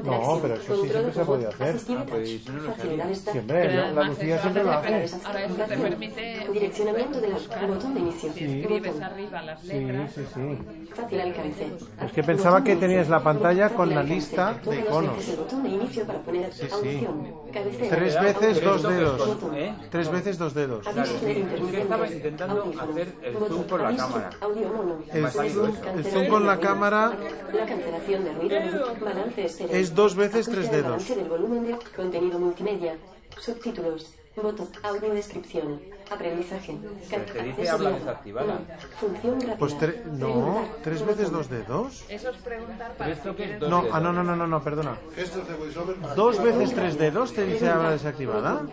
[SPEAKER 2] No, pero eso sí siempre se puede hacer. Ah,
[SPEAKER 9] Ah,
[SPEAKER 2] pues
[SPEAKER 9] pues,
[SPEAKER 2] Siempre, la, la Lucía siempre lo hace.
[SPEAKER 3] Ahora eso te permite
[SPEAKER 20] Direccionamiento del botón de inicio.
[SPEAKER 3] Si escribes
[SPEAKER 20] Botón.
[SPEAKER 3] arriba las
[SPEAKER 2] Sí,
[SPEAKER 3] letras.
[SPEAKER 2] sí, sí.
[SPEAKER 20] Fácil alcance.
[SPEAKER 2] Es que pensaba que tenías la pantalla con la lista de
[SPEAKER 20] Es
[SPEAKER 2] iconos.
[SPEAKER 20] el botón de inicio para poner
[SPEAKER 2] Sí, sí.
[SPEAKER 20] audición. Cabecera.
[SPEAKER 2] Tres veces dos
[SPEAKER 20] Botón.
[SPEAKER 2] dedos. ¿Eh?
[SPEAKER 20] Botón.
[SPEAKER 2] Tres veces dos dedos.
[SPEAKER 20] Avisos de intermitente.
[SPEAKER 17] estaba intentando
[SPEAKER 20] Audífono.
[SPEAKER 17] hacer el
[SPEAKER 20] Botón.
[SPEAKER 17] zoom con la
[SPEAKER 20] Aviso.
[SPEAKER 17] cámara.
[SPEAKER 20] Audio mono.
[SPEAKER 2] El zoom-
[SPEAKER 20] Aviso.
[SPEAKER 2] el
[SPEAKER 20] Cancelación
[SPEAKER 2] zoom con la
[SPEAKER 20] de ruido.
[SPEAKER 2] cámara-
[SPEAKER 20] La cancelación de ruido. Balance estéreo.
[SPEAKER 2] Es dos veces
[SPEAKER 20] Ajuste
[SPEAKER 2] tres
[SPEAKER 20] del
[SPEAKER 2] dedos.
[SPEAKER 20] balance del volumen de contenido multimedia. Subtítulos. Botón. Audio descripción. Aprendizaje. Can-
[SPEAKER 17] Te dice
[SPEAKER 20] acceso
[SPEAKER 17] habla
[SPEAKER 20] libre.
[SPEAKER 17] desactivada.
[SPEAKER 20] Función rápida.
[SPEAKER 2] Pues tres. No, tres veces dos dedos.
[SPEAKER 4] Eso es preguntar
[SPEAKER 17] para esto que
[SPEAKER 2] No, ah, no, no, no, no, no, perdona.
[SPEAKER 16] Gestos de voiceover para
[SPEAKER 2] Dos
[SPEAKER 16] activar la
[SPEAKER 2] veces
[SPEAKER 16] lupa.
[SPEAKER 2] tres dedos te dice habla desactivada.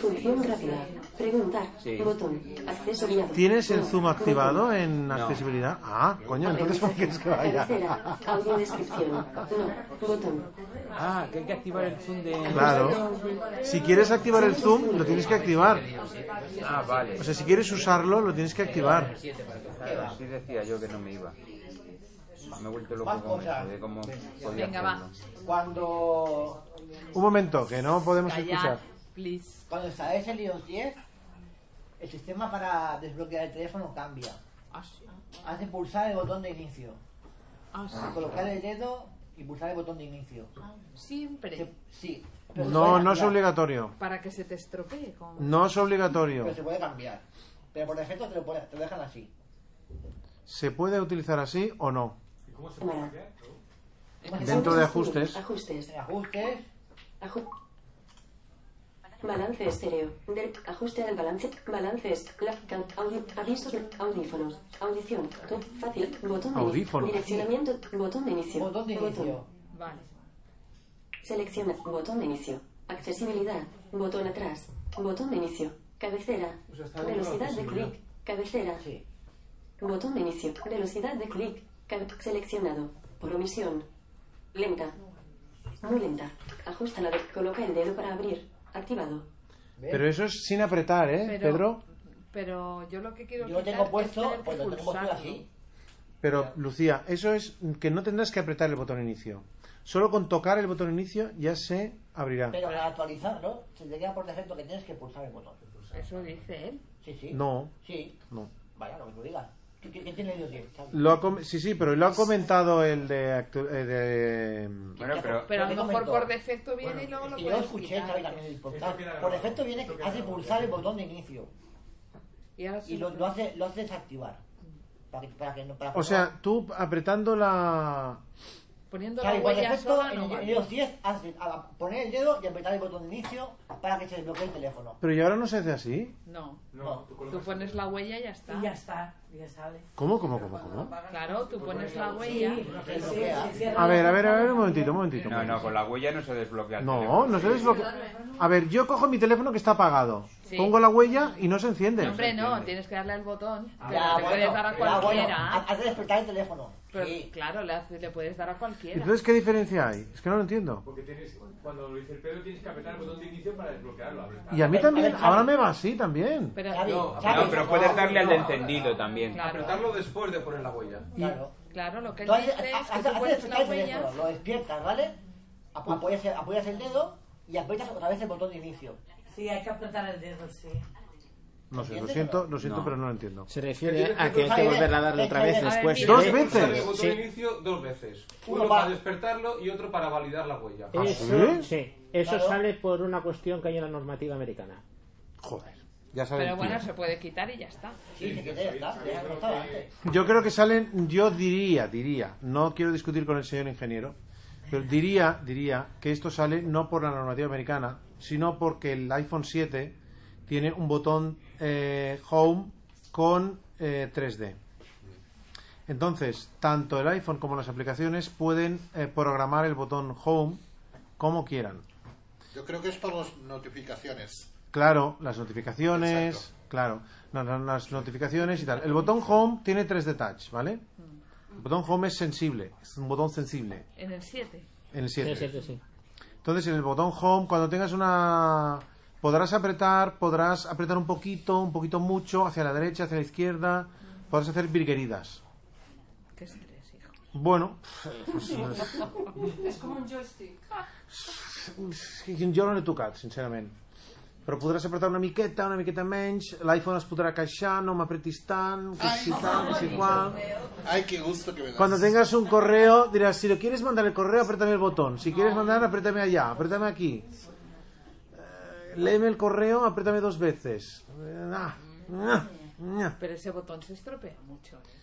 [SPEAKER 20] Función rápida. Preguntar. Botón. Acceso guiado.
[SPEAKER 2] ¿Tienes el
[SPEAKER 20] Botón.
[SPEAKER 2] zoom activado en accesibilidad? Ah, coño, entonces ¿por qué es que vaya?
[SPEAKER 20] Cabecera, audio descripción. No, botón.
[SPEAKER 17] Ah, que hay que activar el zoom de...
[SPEAKER 2] Claro. Si quieres activar el zoom, lo tienes que activar.
[SPEAKER 17] Ah, vale.
[SPEAKER 2] O sea, si quieres usarlo, lo tienes que activar.
[SPEAKER 17] Claro, así decía yo que no me iba. Ah, Me he vuelto
[SPEAKER 10] Más
[SPEAKER 17] loco con
[SPEAKER 10] cosas.
[SPEAKER 17] eso, de cómo podía
[SPEAKER 10] Venga,
[SPEAKER 17] hacerlo.
[SPEAKER 10] Cuando.
[SPEAKER 2] Un momento, que no podemos escuchar.
[SPEAKER 10] Cuando instaláis el iOS 10, el sistema para desbloquear el teléfono cambia.
[SPEAKER 3] Ah,
[SPEAKER 10] Has de pulsar el botón de inicio.
[SPEAKER 3] Ah,
[SPEAKER 10] Colocar el dedo y pulsar el botón de inicio.
[SPEAKER 3] Siempre.
[SPEAKER 10] Sí.
[SPEAKER 2] No, no es obligatorio.
[SPEAKER 3] Para que se te estropee. Con...
[SPEAKER 2] No es obligatorio.
[SPEAKER 10] Pero se puede cambiar. Pero por defecto te lo, pone- te lo dejan así.
[SPEAKER 2] ¿Se puede utilizar así o no?
[SPEAKER 20] Acceso
[SPEAKER 2] Dentro de
[SPEAKER 20] accesible.
[SPEAKER 2] ajustes.
[SPEAKER 20] Ajustes.
[SPEAKER 10] Ajustes.
[SPEAKER 20] balance estéreo. Del- ajuste del balance. Balances. La, can- audi- avisos. Audífonos. Audición. Top. Fácil. Botón de inicio.
[SPEAKER 2] Audífonos.
[SPEAKER 20] Direccionamiento. Botón de inicio.
[SPEAKER 10] Botón de inicio.
[SPEAKER 3] Vale.
[SPEAKER 20] Selecciona. Botón de inicio. Accesibilidad. Botón atrás. Botón de inicio. Cabecera.
[SPEAKER 10] O sea, está dentro de la
[SPEAKER 20] Velocidad de
[SPEAKER 10] accesibilidad.
[SPEAKER 20] clic. Cabecera. Botón de inicio. Velocidad de clic. Ca- Seleccionado. Por omisión. Lenta. Muy lenta. Ajusta la de- Coloca el dedo para abrir. Activado.
[SPEAKER 2] Pero eso es sin apretar, ¿eh,
[SPEAKER 3] Pero-
[SPEAKER 2] Pedro?
[SPEAKER 3] Pero yo lo que quiero
[SPEAKER 10] Yo lo
[SPEAKER 3] quitar
[SPEAKER 10] tengo puesto,
[SPEAKER 3] es tener que
[SPEAKER 10] pues lo tengo puesto
[SPEAKER 3] pulsarlo.
[SPEAKER 10] así.
[SPEAKER 2] Pero, Lucía, eso es que no tendrás que apretar el botón inicio. Solo con tocar el botón inicio ya se abrirá.
[SPEAKER 10] Pero al actualizarlo, se te queda por defecto que tienes que pulsar el botón.
[SPEAKER 3] Eso dice él.
[SPEAKER 10] Sí, sí.
[SPEAKER 2] No.
[SPEAKER 10] Sí.
[SPEAKER 2] No.
[SPEAKER 10] Vaya, lo que tú digas. ¿Qué, qué, qué tiene el iOS 10? Xavi?
[SPEAKER 2] Lo ha com- sí, sí, pero lo ha comentado el de... actu- eh, de-
[SPEAKER 4] Pero a
[SPEAKER 10] ¿Qué
[SPEAKER 4] lo mejor
[SPEAKER 10] comentó?
[SPEAKER 4] por defecto viene
[SPEAKER 10] Bueno,
[SPEAKER 4] y luego
[SPEAKER 10] es
[SPEAKER 4] lo
[SPEAKER 10] que
[SPEAKER 4] puedes
[SPEAKER 10] Yo escuché
[SPEAKER 4] quitar.
[SPEAKER 10] Xavi, también el podcast. Por defecto viene que hace pulsar el botón de inicio.
[SPEAKER 4] Y ahora sí
[SPEAKER 10] Y lo,
[SPEAKER 4] lo-
[SPEAKER 10] lo hace, lo hace desactivar. Para que, para que no. Para que
[SPEAKER 2] O sea, tú apretando la.
[SPEAKER 4] Poniendo
[SPEAKER 10] no- Claro,
[SPEAKER 4] la
[SPEAKER 10] igual de
[SPEAKER 4] huella
[SPEAKER 10] efecto,
[SPEAKER 4] sola
[SPEAKER 10] en,
[SPEAKER 4] no
[SPEAKER 10] en
[SPEAKER 4] vale.
[SPEAKER 10] iOS 10 hace- a- poner el dedo y apretar el botón de inicio para que se desbloquee el teléfono.
[SPEAKER 2] Pero ¿y ahora no se hace así?
[SPEAKER 4] No.
[SPEAKER 10] No,
[SPEAKER 4] Tú pones la huella y ya está.
[SPEAKER 7] Y ya está, ya sale.
[SPEAKER 2] ¿Cómo, cómo, cómo, cómo?
[SPEAKER 4] Claro, tú pones la
[SPEAKER 7] Sí,
[SPEAKER 4] huella.
[SPEAKER 7] sí, sí, sí,
[SPEAKER 2] A ver, a ver, a ver, un momentito, un momentito.
[SPEAKER 17] No, no, con la huella no se desbloquea. el
[SPEAKER 2] No,
[SPEAKER 17] teléfono.
[SPEAKER 2] no se desbloquea. A ver, yo cojo mi teléfono que está apagado.
[SPEAKER 4] Sí.
[SPEAKER 2] Pongo la huella y no se
[SPEAKER 4] No,
[SPEAKER 2] enciende.
[SPEAKER 4] hombre, no, tienes que darle al botón.
[SPEAKER 10] Ah,
[SPEAKER 4] pero
[SPEAKER 10] ya,
[SPEAKER 4] le puedes
[SPEAKER 10] bueno,
[SPEAKER 4] dar a
[SPEAKER 10] ya, bueno,
[SPEAKER 4] cualquiera.
[SPEAKER 10] ha- hace despertar el teléfono.
[SPEAKER 4] Pero, Claro, le, haces- le puedes dar a cualquiera.
[SPEAKER 2] Entonces, ¿qué diferencia hay? Es que no lo entiendo.
[SPEAKER 24] Porque tienes, cuando lo dice el Pedro tienes que apretar el botón de inicio para desbloquearlo. apretar.
[SPEAKER 2] Y a mí también, ahora me va así también.
[SPEAKER 4] Pero,
[SPEAKER 17] No, no, pero puedes darle al de encendido también.
[SPEAKER 9] Apretarlo después de poner la huella.
[SPEAKER 10] Claro.
[SPEAKER 4] Claro, lo que él
[SPEAKER 10] Tú haces-
[SPEAKER 4] dice es que
[SPEAKER 10] haces-
[SPEAKER 4] tú
[SPEAKER 10] haces
[SPEAKER 4] pones la
[SPEAKER 10] despertar el
[SPEAKER 4] huella.
[SPEAKER 10] teléfono, lo despiertas, ¿vale? Apo- Apoyas el, apoyas el dedo y aprietas otra vez el botón de inicio.
[SPEAKER 7] Sí, hay que apretar el dedo, sí.
[SPEAKER 2] No sé, lo siento, lo siento, pero no lo entiendo.
[SPEAKER 5] Se refiere a que hay que volver a darle otra vez después.
[SPEAKER 10] ¿eh?
[SPEAKER 2] Dos
[SPEAKER 5] de-
[SPEAKER 9] Usar el
[SPEAKER 2] veces.
[SPEAKER 9] botón de inicio dos veces. Uno,
[SPEAKER 5] Uno
[SPEAKER 9] para
[SPEAKER 5] para-
[SPEAKER 9] despertarlo y otro para validar la huella.
[SPEAKER 10] ¿Ah,
[SPEAKER 5] Eso, sí. Eso
[SPEAKER 9] Claro.
[SPEAKER 5] sale por una cuestión que hay en la normativa americana.
[SPEAKER 2] Joder. Ya saben.
[SPEAKER 4] Pero bueno, se puede quitar y ya está.
[SPEAKER 10] Sí, se quita y ya está, ya no estaba antes.
[SPEAKER 2] Yo creo que salen, yo diría, diría, no quiero discutir con el señor ingeniero, pero diría, diría que esto sale no por la normativa americana, sino porque el iPhone 7 tiene un botón eh, Home con eh, 3D. Entonces, tanto el iPhone como las aplicaciones pueden eh, programar el botón Home como quieran.
[SPEAKER 11] Yo creo que es por las notificaciones.
[SPEAKER 2] Claro, las notificaciones, claro, no, no, las notificaciones y tal. El botón Home tiene tres de touch, ¿vale?
[SPEAKER 5] Mm.
[SPEAKER 2] El botón Home es sensible, es un botón sensible
[SPEAKER 4] En el 7.
[SPEAKER 2] en el 7.
[SPEAKER 5] Sí, sí, sí, sí.
[SPEAKER 2] Entonces, en el botón Home, cuando tengas una... Podrás apretar, podrás apretar un poquito, un poquito mucho, hacia la derecha, hacia la izquierda, podrás hacer virgueridas.
[SPEAKER 4] ¿Qué estrés, hijo?
[SPEAKER 2] Bueno, [LAUGHS] pues, no es-
[SPEAKER 25] Es como un joystick.
[SPEAKER 2] jo no l'he tocat, sincerament però podràs apretar una miqueta, una miqueta menys l'iPhone es podrà queixar, no m'apretis tant que si tal, que si qual
[SPEAKER 11] Ay, qué gusto que me das.
[SPEAKER 2] cuando tengas un correo dirás, si lo quieres mandar el correo apriétame el botón, si quieres mandar apriétame allá apriétame aquí Eh, léeme el correo, apriétame dos veces Eh, ah, ah, ah.
[SPEAKER 4] Pero ese botón se estropea mucho. ¿eh?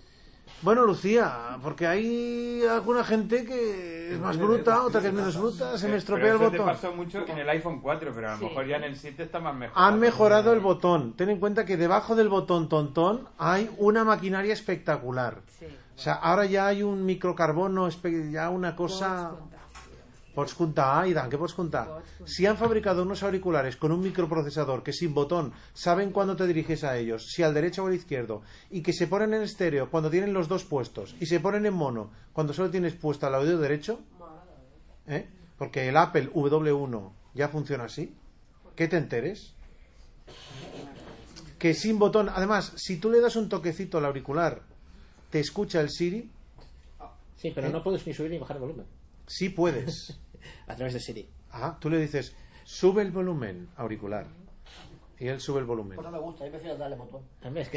[SPEAKER 2] bueno Lucía, porque hay alguna gente que es más bruta, otra que es menos bruta se
[SPEAKER 17] Eh,
[SPEAKER 2] me
[SPEAKER 17] Pero
[SPEAKER 2] estropea el
[SPEAKER 17] eso
[SPEAKER 2] botón
[SPEAKER 17] te pasó mucho en el iPhone 4, pero a lo
[SPEAKER 2] Sí.
[SPEAKER 17] mejor ya en el 7 está más mejor.
[SPEAKER 2] Han mejorado el botón. Ten en cuenta que debajo del botón tontón hay una maquinaria espectacular. O sea, ahora ya hay un microcarbono, espe- ya una cosa... Pots contar, i tant, què pots contar? Si han fabricado unos auriculares con un microprocesador que sin botón saben cuándo te diriges a ellos, si al derecho o al izquierdo, y que se ponen en estéreo cuando tienen los dos puestos, y se ponen en mono cuando solo tienes puesto el audio derecho, ¿eh? porque el Apple W1 ya funciona así, que te enteres. Que sin botón, además, si tú le das un toquecito al auricular, te escucha el Siri,
[SPEAKER 5] Sí, pero
[SPEAKER 2] ¿Eh?
[SPEAKER 5] no puedes ni subir ni bajar el volumen.
[SPEAKER 2] sí puedes.
[SPEAKER 5] [LAUGHS] A través de Siri.
[SPEAKER 2] Ajá, tú le dices, sube el volumen auricular. Y él sube el volumen.
[SPEAKER 10] Pues no me gusta, yo prefiero darle botón.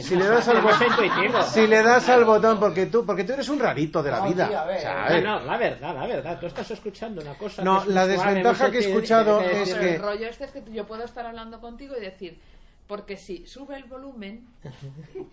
[SPEAKER 2] Si le das al botón, si le das al botón porque tú, porque tú eres un rarito de la
[SPEAKER 5] No,
[SPEAKER 2] vida.
[SPEAKER 5] sí, a ver.
[SPEAKER 2] O sea, a ver. eh.
[SPEAKER 5] No, no, la verdad, la verdad. Tú estás escuchando una cosa.
[SPEAKER 2] No,
[SPEAKER 5] que es
[SPEAKER 2] la
[SPEAKER 5] muy suave,
[SPEAKER 2] desventaja
[SPEAKER 5] muy
[SPEAKER 2] que he
[SPEAKER 5] sutil,
[SPEAKER 2] escuchado
[SPEAKER 5] que-
[SPEAKER 2] es
[SPEAKER 5] que-
[SPEAKER 2] que-
[SPEAKER 4] El rollo este es que yo puedo estar hablando contigo y decir, porque si sube el volumen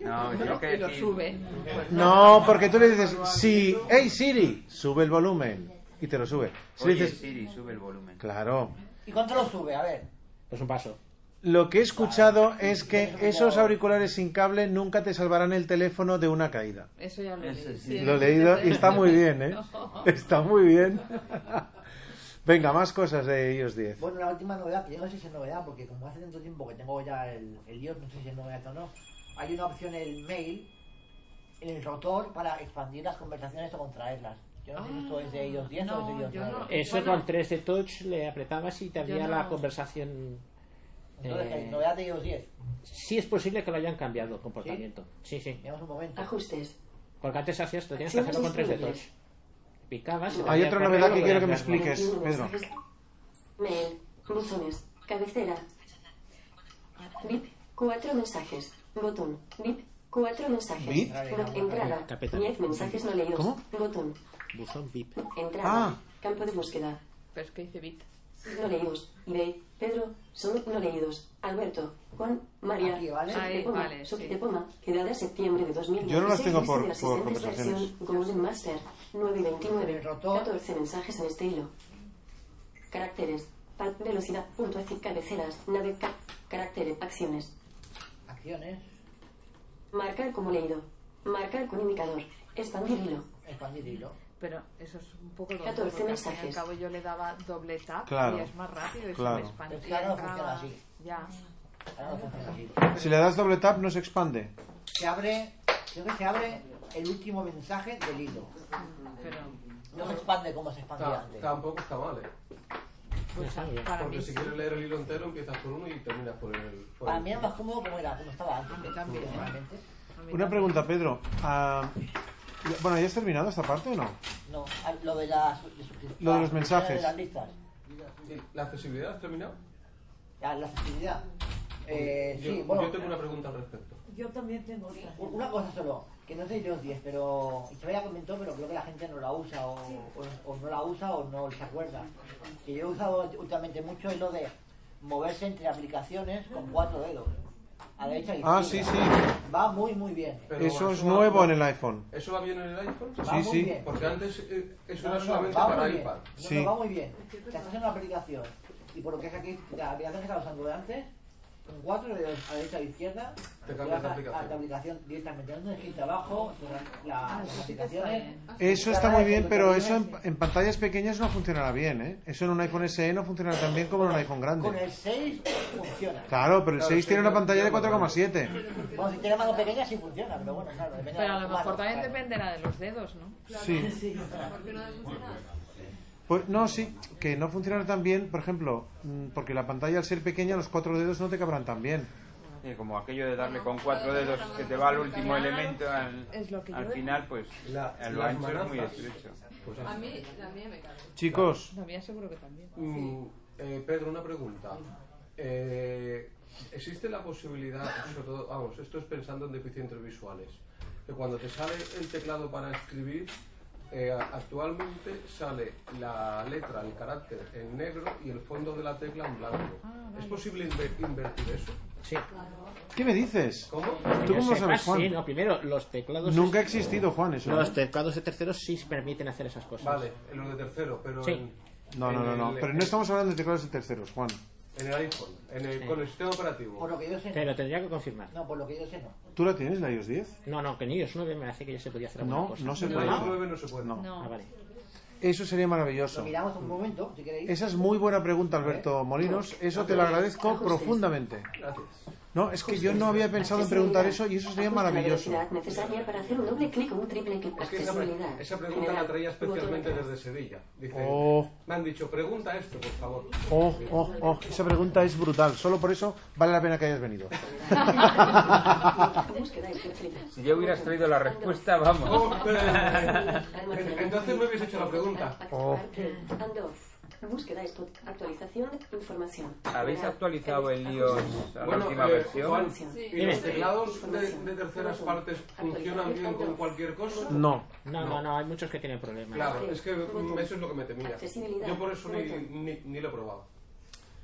[SPEAKER 17] No, yo
[SPEAKER 4] ¿no?
[SPEAKER 17] que
[SPEAKER 4] y lo
[SPEAKER 17] decir-
[SPEAKER 4] sube. pues
[SPEAKER 2] No, porque tú le dices, si, hey Siri, sube el volumen. Y te lo sube. Si le
[SPEAKER 17] Oye,
[SPEAKER 2] dices,
[SPEAKER 17] Siri, sube el volumen.
[SPEAKER 2] claro.
[SPEAKER 10] ¿Y cuánto lo sube? A ver.
[SPEAKER 5] Pues un paso.
[SPEAKER 2] Lo que he escuchado es que esos auriculares sin cable nunca te salvarán el teléfono de una caída.
[SPEAKER 4] Eso ya lo he leído. Sí,
[SPEAKER 2] Lo he leído y está muy bien, ¿eh?
[SPEAKER 4] No.
[SPEAKER 2] Está muy bien. Venga, más cosas de iOS 10.
[SPEAKER 10] Bueno, la última novedad, que yo no sé si es novedad, porque como hace tanto tiempo que tengo ya el, el iOS, no sé si es novedad o no, hay una opción en el mail, en el rotor, para expandir las conversaciones o contraerlas. Yo no sé si esto es de iOS 10
[SPEAKER 4] Ah,
[SPEAKER 10] o es de iOS 9.
[SPEAKER 5] Eso con 3 de touch le apretabas y te
[SPEAKER 10] Yo
[SPEAKER 5] abría
[SPEAKER 10] no.
[SPEAKER 5] la conversación.
[SPEAKER 10] Entonces,
[SPEAKER 5] eh,
[SPEAKER 10] novedad de iOS 10.
[SPEAKER 5] sí es posible que lo hayan cambiado el comportamiento. Sí, sí.
[SPEAKER 10] Veamos un momento.
[SPEAKER 20] Ajustes.
[SPEAKER 5] Porque antes hacías, lo tenías que
[SPEAKER 20] Acciones
[SPEAKER 5] hacerlo con 3 de touch.
[SPEAKER 20] disponibles.
[SPEAKER 5] Picabas. y te
[SPEAKER 2] Hay
[SPEAKER 5] abría
[SPEAKER 2] otra
[SPEAKER 5] el correo,
[SPEAKER 2] novedad
[SPEAKER 5] lo
[SPEAKER 2] que quiero que me
[SPEAKER 5] veías las
[SPEAKER 2] expliques,
[SPEAKER 5] manos.
[SPEAKER 2] Pedro.
[SPEAKER 20] Mail. Buzones. Cabecera. VIP. Cuatro mensajes. Botón. VIP. Cuatro mensajes.
[SPEAKER 5] ¿Bip?
[SPEAKER 20] No- entrada.
[SPEAKER 5] Capeta.
[SPEAKER 20] Diez mensajes no leídos.
[SPEAKER 5] ¿Cómo?
[SPEAKER 20] Botón.
[SPEAKER 5] Buzón VIP.
[SPEAKER 2] Ah.
[SPEAKER 20] Entrada. Campo de búsqueda.
[SPEAKER 4] Pero es que dice bit.
[SPEAKER 20] No leídos. Ibey, Pedro, solo no leídos. Alberto, Juan, María.
[SPEAKER 10] Aquí, ¿vale?
[SPEAKER 20] Soki
[SPEAKER 10] Ahí,
[SPEAKER 20] de Poma,
[SPEAKER 10] vale,
[SPEAKER 20] Soki de Poma, quedada septiembre de 2016.
[SPEAKER 2] Yo no las tengo por-
[SPEAKER 20] lista de
[SPEAKER 2] por
[SPEAKER 20] asistentes,
[SPEAKER 2] conversaciones.
[SPEAKER 20] versión Golden Master, 9 y 29. 14 mensajes en este hilo. Caracteres. Pad, velocidad, punto, F, cabeceras, nave, ca- caracteres, acciones.
[SPEAKER 10] Acciones.
[SPEAKER 20] Marcar como leído. Marcar con indicador. Expandir hilo.
[SPEAKER 10] Expandir hilo.
[SPEAKER 3] Pero eso es un poco lo porque
[SPEAKER 20] 14
[SPEAKER 3] al fin y al
[SPEAKER 20] mensajes.
[SPEAKER 3] cabo yo le daba doble tap
[SPEAKER 2] Claro,
[SPEAKER 3] y es más rápido y
[SPEAKER 2] claro.
[SPEAKER 3] se me expandía.
[SPEAKER 10] Pues claro,
[SPEAKER 3] entraba-
[SPEAKER 10] funciona así.
[SPEAKER 3] Ya.
[SPEAKER 10] Ahora no funciona así.
[SPEAKER 2] Si le das doble tap, no se expande.
[SPEAKER 10] Se abre, creo que se abre el último mensaje del hilo. No se expande como se expandía
[SPEAKER 2] Ah,
[SPEAKER 9] Ta-
[SPEAKER 10] antes.
[SPEAKER 9] tampoco está mal, ¿eh?
[SPEAKER 10] para
[SPEAKER 9] Porque
[SPEAKER 10] mí
[SPEAKER 9] si
[SPEAKER 10] sí.
[SPEAKER 9] quieres leer el hilo entero, empiezas por uno y terminas por el. por
[SPEAKER 10] Para
[SPEAKER 9] el-
[SPEAKER 10] mí era más cómodo como era, como estaba antes.
[SPEAKER 9] también.
[SPEAKER 3] ¿eh?
[SPEAKER 10] personalmente.
[SPEAKER 2] Una pregunta, Pedro. Ah, ya- bueno, ¿ya has terminado esta parte o no?
[SPEAKER 10] No, ah, lo de las de suscripción-
[SPEAKER 2] Lo de los mensajes.
[SPEAKER 10] de las listas.
[SPEAKER 9] ¿La accesibilidad has terminado?
[SPEAKER 10] Ya, la accesibilidad. Eh,
[SPEAKER 9] yo,
[SPEAKER 10] sí, bueno.
[SPEAKER 9] yo tengo una pregunta al respecto.
[SPEAKER 6] Yo también tengo otra.
[SPEAKER 10] u- Una cosa solo, que no sé yo los 10, pero Isabel ya comentó, pero creo que la gente no la usa o, o- o no la usa o no se acuerda. Que yo he usado últimamente mucho es lo de moverse entre aplicaciones con cuatro dedos. A derecha y
[SPEAKER 2] Ah,
[SPEAKER 10] izquierda.
[SPEAKER 2] sí,
[SPEAKER 10] Va muy, muy bien.
[SPEAKER 2] Eso es nuevo en el iPhone.
[SPEAKER 9] ¿Eso va bien en el iPhone?
[SPEAKER 2] Va Sí, muy sí. bien.
[SPEAKER 9] Porque antes eh, eso
[SPEAKER 10] No,
[SPEAKER 9] era
[SPEAKER 10] no,
[SPEAKER 9] solamente
[SPEAKER 10] va muy
[SPEAKER 9] para
[SPEAKER 10] bien.
[SPEAKER 9] iPad.
[SPEAKER 10] No,
[SPEAKER 2] Sí.
[SPEAKER 10] no, va muy bien. Te estás en una aplicación y por lo que es aquí, la aplicación que estaba usando de antes, con cuatro dedos a derecha e izquierda,
[SPEAKER 9] Te
[SPEAKER 10] vas
[SPEAKER 9] cambias de
[SPEAKER 10] a-
[SPEAKER 9] aplicación.
[SPEAKER 10] a tu aplicación directamente. No tienes que irte abajo, cerrar
[SPEAKER 3] Ah,
[SPEAKER 10] la, las aplicaciones.
[SPEAKER 2] Eso está
[SPEAKER 10] Cada
[SPEAKER 2] muy
[SPEAKER 10] vez
[SPEAKER 2] bien,
[SPEAKER 10] que
[SPEAKER 2] pero
[SPEAKER 10] te
[SPEAKER 2] eso en,
[SPEAKER 10] vienes,
[SPEAKER 2] en pantallas pequeñas no funcionará bien, ¿eh? Eso en un iPhone SE no funcionará tan bien como en un iPhone
[SPEAKER 10] Con
[SPEAKER 2] grande.
[SPEAKER 10] el 6 funciona.
[SPEAKER 2] Claro, pero el 6 tiene una pantalla de 4,7.
[SPEAKER 10] Bueno, si tienes mano pequeña sí funciona, pero bueno, claro, depende
[SPEAKER 3] Pero a
[SPEAKER 10] de
[SPEAKER 3] lo
[SPEAKER 10] tu
[SPEAKER 3] mejor
[SPEAKER 10] mano,
[SPEAKER 3] también
[SPEAKER 10] claro.
[SPEAKER 3] dependerá de los dedos, ¿no?
[SPEAKER 2] Sí.
[SPEAKER 1] Porque no funciona.
[SPEAKER 2] Pues, no, sí, que no funcionará tan bien, por ejemplo, mm, porque la pantalla al ser pequeña los cuatro dedos no te cabrán tan bien.
[SPEAKER 17] Sí, Eh, como aquello de darle con cuatro dedos que te va al último
[SPEAKER 1] Claro.
[SPEAKER 17] elemento, al,
[SPEAKER 1] Es lo que
[SPEAKER 17] al
[SPEAKER 1] yo-
[SPEAKER 17] final, pues
[SPEAKER 9] La-
[SPEAKER 17] a lo
[SPEAKER 9] las Pues
[SPEAKER 17] ancho es muy
[SPEAKER 9] manazas.
[SPEAKER 17] estrecho.
[SPEAKER 1] A mí, la mía me cabe.
[SPEAKER 2] Chicos.
[SPEAKER 3] La mía seguro que también.
[SPEAKER 9] Mm, eh, Pedro, una pregunta. Eh, ¿Existe la posibilidad, sobre todo, vamos, esto es pensando en deficientes visuales, que cuando te sale el teclado para escribir, eh, actualmente sale la letra, el carácter en negro y el fondo de la tecla en blanco? ¿Es posible inver- invertir eso?
[SPEAKER 22] Sí.
[SPEAKER 2] ¿Qué me dices?
[SPEAKER 9] ¿Cómo?
[SPEAKER 2] ¿Tú
[SPEAKER 22] Que
[SPEAKER 2] cómo lo sabes,
[SPEAKER 22] sepas,
[SPEAKER 2] Juan?
[SPEAKER 22] sí, no, primero, los teclados.
[SPEAKER 2] Nunca ha existido, Juan, eso, ¿eh?
[SPEAKER 22] Los teclados de terceros sí permiten hacer esas cosas.
[SPEAKER 9] Vale, en lo de tercero, pero
[SPEAKER 22] Sí.
[SPEAKER 9] en,
[SPEAKER 2] No, no, no, no. Pero no estamos hablando de teclados de terceros, Juan.
[SPEAKER 9] en el iPhone, en el, con el sistema operativo.
[SPEAKER 10] Por lo que yo sé.
[SPEAKER 22] Pero tendría que confirmar.
[SPEAKER 10] No, por lo que yo sé no.
[SPEAKER 2] ¿Tú la tienes, la iOS 10?
[SPEAKER 22] No, no, que en iOS 9 me hace que ya se podía hacer alguna
[SPEAKER 2] No,
[SPEAKER 22] cosa.
[SPEAKER 2] no se puede.
[SPEAKER 9] se puede.
[SPEAKER 22] Ah, vale.
[SPEAKER 2] Eso sería maravilloso.
[SPEAKER 10] Lo miramos un momento, si queréis.
[SPEAKER 2] Esa es muy buena pregunta, Alberto Molinos. Eso te lo agradezco profundamente. No, es que yo no había pensado en preguntar eso y eso sería
[SPEAKER 20] Ajusta la
[SPEAKER 2] maravilloso.
[SPEAKER 20] velocidad necesaria para hacer un doble clic o un triple clic.
[SPEAKER 9] Es que esa, pre-
[SPEAKER 20] Accesibilidad.
[SPEAKER 9] esa pregunta la
[SPEAKER 20] General.
[SPEAKER 9] traía especialmente
[SPEAKER 20] Botón atrás.
[SPEAKER 9] desde Sevilla. Dice,
[SPEAKER 2] Oh.
[SPEAKER 9] me han dicho, pregunta esto, por favor.
[SPEAKER 2] Oh, oh, oh, esa pregunta es brutal. Solo por eso vale la pena que hayas
[SPEAKER 20] [LAUGHS]
[SPEAKER 2] venido.
[SPEAKER 17] [LAUGHS] Si ya hubieras traído la respuesta,
[SPEAKER 1] [LAUGHS]
[SPEAKER 17] Pues vamos.
[SPEAKER 9] Oh, Entonces no habéis hecho la pregunta.
[SPEAKER 10] Oh.
[SPEAKER 20] And off. Búsqueda spot. Actualización. Información.
[SPEAKER 17] ¿Habéis actualizado el iOS a la
[SPEAKER 9] Bueno,
[SPEAKER 17] última
[SPEAKER 9] eh,
[SPEAKER 17] versión?
[SPEAKER 9] Juan, ¿y los teclados de, de terceras partes funcionan bien con cualquier cosa?
[SPEAKER 2] No.
[SPEAKER 22] No, no, no, hay muchos que tienen problemas.
[SPEAKER 9] Claro, es que mm, eso es lo que me temía. Yo por eso ni, ni, ni lo he probado.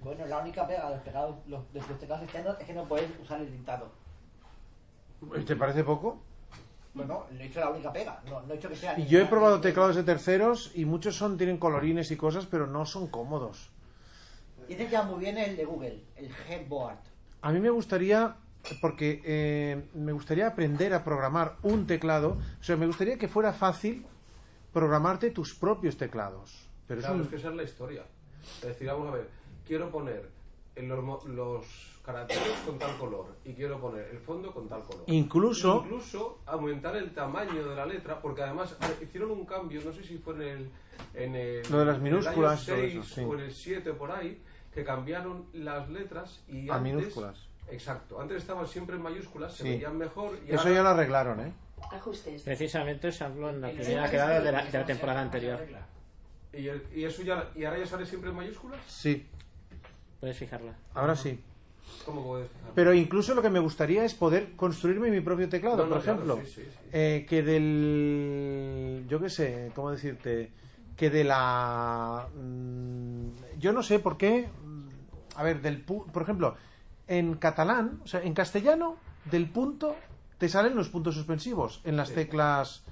[SPEAKER 10] Bueno, la única pega de los teclados, los, de los teclados externos es que no podéis usar el dictado.
[SPEAKER 2] ¿Te parece poco?
[SPEAKER 10] Bueno, no he hecho la única pega, no, no he hecho que sea...
[SPEAKER 2] Yo he
[SPEAKER 10] ninguna-
[SPEAKER 2] probado teclados de terceros y muchos son tienen colorines y cosas, pero no son cómodos.
[SPEAKER 10] Dice este ya muy bien el de Google, el Headboard.
[SPEAKER 2] A mí me gustaría, porque eh, me gustaría aprender a programar un teclado. O sea, me gustaría que fuera fácil programarte tus propios teclados. Pero
[SPEAKER 9] claro,
[SPEAKER 2] es
[SPEAKER 9] es
[SPEAKER 2] un-
[SPEAKER 9] que esa es la historia. Es decir, vamos a ver, quiero poner en los, mo- los caracteres con tal color y quiero poner el fondo con tal color.
[SPEAKER 2] Incluso-
[SPEAKER 9] Incluso aumentar el tamaño de la letra, porque además a ver, hicieron un cambio, no sé si fue en el... En el
[SPEAKER 2] Lo de las
[SPEAKER 9] en el iOS
[SPEAKER 2] minúsculas y todo
[SPEAKER 9] 6
[SPEAKER 2] eso, sí.
[SPEAKER 9] O en el 7 por ahí, que cambiaron las letras y...
[SPEAKER 2] A
[SPEAKER 9] antes-
[SPEAKER 2] minúsculas.
[SPEAKER 9] Exacto, antes estaban siempre en mayúsculas, se
[SPEAKER 2] Sí.
[SPEAKER 9] veían mejor y
[SPEAKER 2] Eso
[SPEAKER 9] ahora-
[SPEAKER 2] ya lo arreglaron, ¿eh?
[SPEAKER 20] Ajustes.
[SPEAKER 22] Precisamente se habló en la primera quedada de la, de la temporada anterior.
[SPEAKER 9] Y, el- y eso ya, ¿Y ahora ya sale siempre en mayúsculas?
[SPEAKER 2] Sí,
[SPEAKER 22] Puedes fijarla.
[SPEAKER 2] ahora sí.
[SPEAKER 9] ¿Cómo puedes fijar?
[SPEAKER 2] Pero incluso lo que me gustaría es poder construirme mi propio teclado,
[SPEAKER 9] No, no,
[SPEAKER 2] por
[SPEAKER 9] claro,
[SPEAKER 2] ejemplo.
[SPEAKER 9] sí, sí, sí.
[SPEAKER 2] Eh, que del. Yo qué sé, ¿cómo decirte? Que de la. mm, yo no sé por qué. mm, A ver, del pu- por ejemplo, en catalán, o sea, en castellano, del punto te salen los puntos suspensivos en las teclas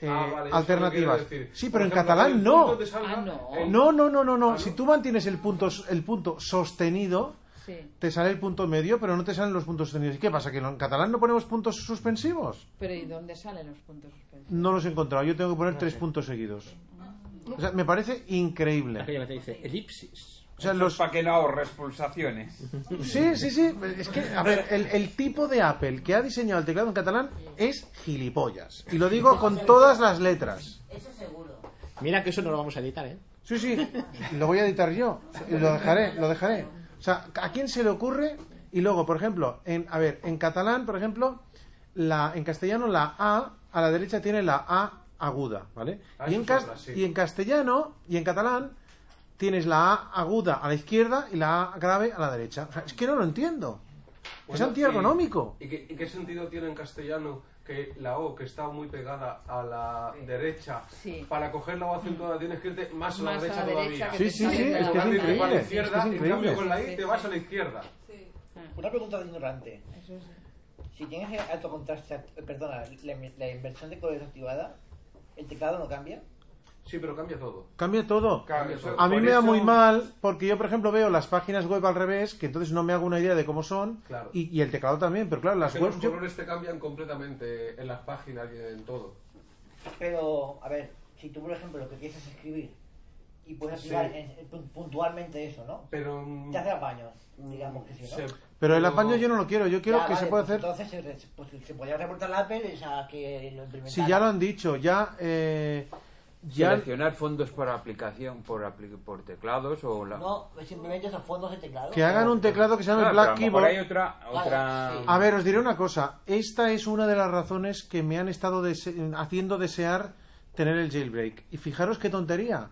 [SPEAKER 2] eh,
[SPEAKER 16] Ah, vale, eso es lo que
[SPEAKER 2] alternativas.
[SPEAKER 16] quiero decir.
[SPEAKER 2] Sí,
[SPEAKER 16] Por
[SPEAKER 2] pero en
[SPEAKER 16] ejemplo,
[SPEAKER 2] catalán
[SPEAKER 16] el
[SPEAKER 2] no.
[SPEAKER 16] punto te Ah, salga Ah, no. en-
[SPEAKER 2] No, no, no, no, no. Si tú mantienes el punto, el punto sostenido,
[SPEAKER 3] Sí.
[SPEAKER 2] te sale el punto medio, pero no te salen los puntos sostenidos. ¿Y qué pasa? ¿Que en catalán no ponemos puntos suspensivos?
[SPEAKER 3] Pero ¿y dónde salen los puntos suspensivos?
[SPEAKER 2] No los he encontrado. Yo tengo que poner tres puntos seguidos.
[SPEAKER 1] Ah.
[SPEAKER 2] O sea, me parece increíble.
[SPEAKER 21] Aquella
[SPEAKER 22] te dice elipsis.
[SPEAKER 2] O sea, los...
[SPEAKER 21] para que no ahorres pulsaciones.
[SPEAKER 2] Sí, sí, sí. Es que, a ver, el, el tipo de Apple que ha diseñado el teclado en catalán es gilipollas. Y lo digo con todas las letras.
[SPEAKER 6] Eso seguro.
[SPEAKER 5] Mira que eso no lo vamos a editar, ¿eh?
[SPEAKER 2] Sí, sí. Lo voy a editar yo. Y Lo dejaré, lo dejaré. O sea, ¿a quién se le ocurre? Y luego, por ejemplo, en, a ver, en catalán, por ejemplo, la, en castellano la A a la derecha tiene la A aguda, ¿vale?
[SPEAKER 16] Ah,
[SPEAKER 2] y,
[SPEAKER 16] eso
[SPEAKER 2] en
[SPEAKER 16] es
[SPEAKER 2] cas-
[SPEAKER 16] otra, sí.
[SPEAKER 2] y en castellano y en catalán tienes la A aguda a la izquierda y la A grave a la derecha. O sea, es que no lo entiendo. es
[SPEAKER 9] Bueno,
[SPEAKER 2] antiergonómico.
[SPEAKER 9] ¿Y, y qué, y qué sentido tiene en castellano que la O, que está muy pegada a la derecha, para coger la O acentuada tienes que irte más a la
[SPEAKER 16] Más a la
[SPEAKER 9] derecha
[SPEAKER 16] derecha,
[SPEAKER 9] todavía?
[SPEAKER 16] que te Sí, sí, sale sí, de la es que es
[SPEAKER 9] Antes de ir
[SPEAKER 16] increíble,
[SPEAKER 9] para la
[SPEAKER 16] es que es
[SPEAKER 9] izquierda,
[SPEAKER 16] increíble.
[SPEAKER 9] En cambio, con la
[SPEAKER 16] Sí,
[SPEAKER 9] I te
[SPEAKER 16] sí.
[SPEAKER 9] vas a la izquierda.
[SPEAKER 10] Una pregunta de ignorante. Si tienes el alto contraste, act- eh, perdona, la, la inversión de colores activada, ¿el teclado no cambia?
[SPEAKER 9] Sí, pero cambia todo.
[SPEAKER 2] Cambia todo.
[SPEAKER 9] Cambia todo.
[SPEAKER 2] A mí
[SPEAKER 9] Por
[SPEAKER 2] me da
[SPEAKER 9] eso-
[SPEAKER 2] muy mal porque yo, por ejemplo, veo las páginas web al revés, que entonces no me hago una idea de cómo son.
[SPEAKER 9] Claro.
[SPEAKER 2] Y, y el teclado también, pero claro, las
[SPEAKER 9] Que
[SPEAKER 2] webs...
[SPEAKER 9] los
[SPEAKER 2] yo-
[SPEAKER 9] colores te cambian completamente en las páginas y en todo.
[SPEAKER 10] Pero, a ver, si tú, por ejemplo, lo que quieres es escribir y puedes
[SPEAKER 9] Sí.
[SPEAKER 10] activar en- en- pun- puntualmente eso, ¿no?
[SPEAKER 9] Pero... mm,
[SPEAKER 10] Te hace apaños, digamos que sí, ¿no?
[SPEAKER 9] se-
[SPEAKER 2] Pero el apaño yo no lo quiero, yo quiero
[SPEAKER 10] Ya,
[SPEAKER 2] que se
[SPEAKER 10] vale,
[SPEAKER 2] pueda
[SPEAKER 10] pues
[SPEAKER 2] hacer...
[SPEAKER 10] Entonces, se, re- pues, se podría reportar la Apple, o sea, que lo implementara.
[SPEAKER 2] Si ya lo han dicho, ya... eh, ya
[SPEAKER 17] Seleccionar fondos por aplicación, por, apli- por teclados o la...
[SPEAKER 10] No, simplemente esos fondos de teclado.
[SPEAKER 2] que hagan un teclado que se llame
[SPEAKER 17] Claro,
[SPEAKER 2] Black
[SPEAKER 17] pero a lo mejor
[SPEAKER 2] Keyboard.
[SPEAKER 17] hay otra... otra...
[SPEAKER 2] A ver, os diré una cosa. Esta es una de las razones que me han estado dese- haciendo desear tener el jailbreak. Y fijaros qué tontería.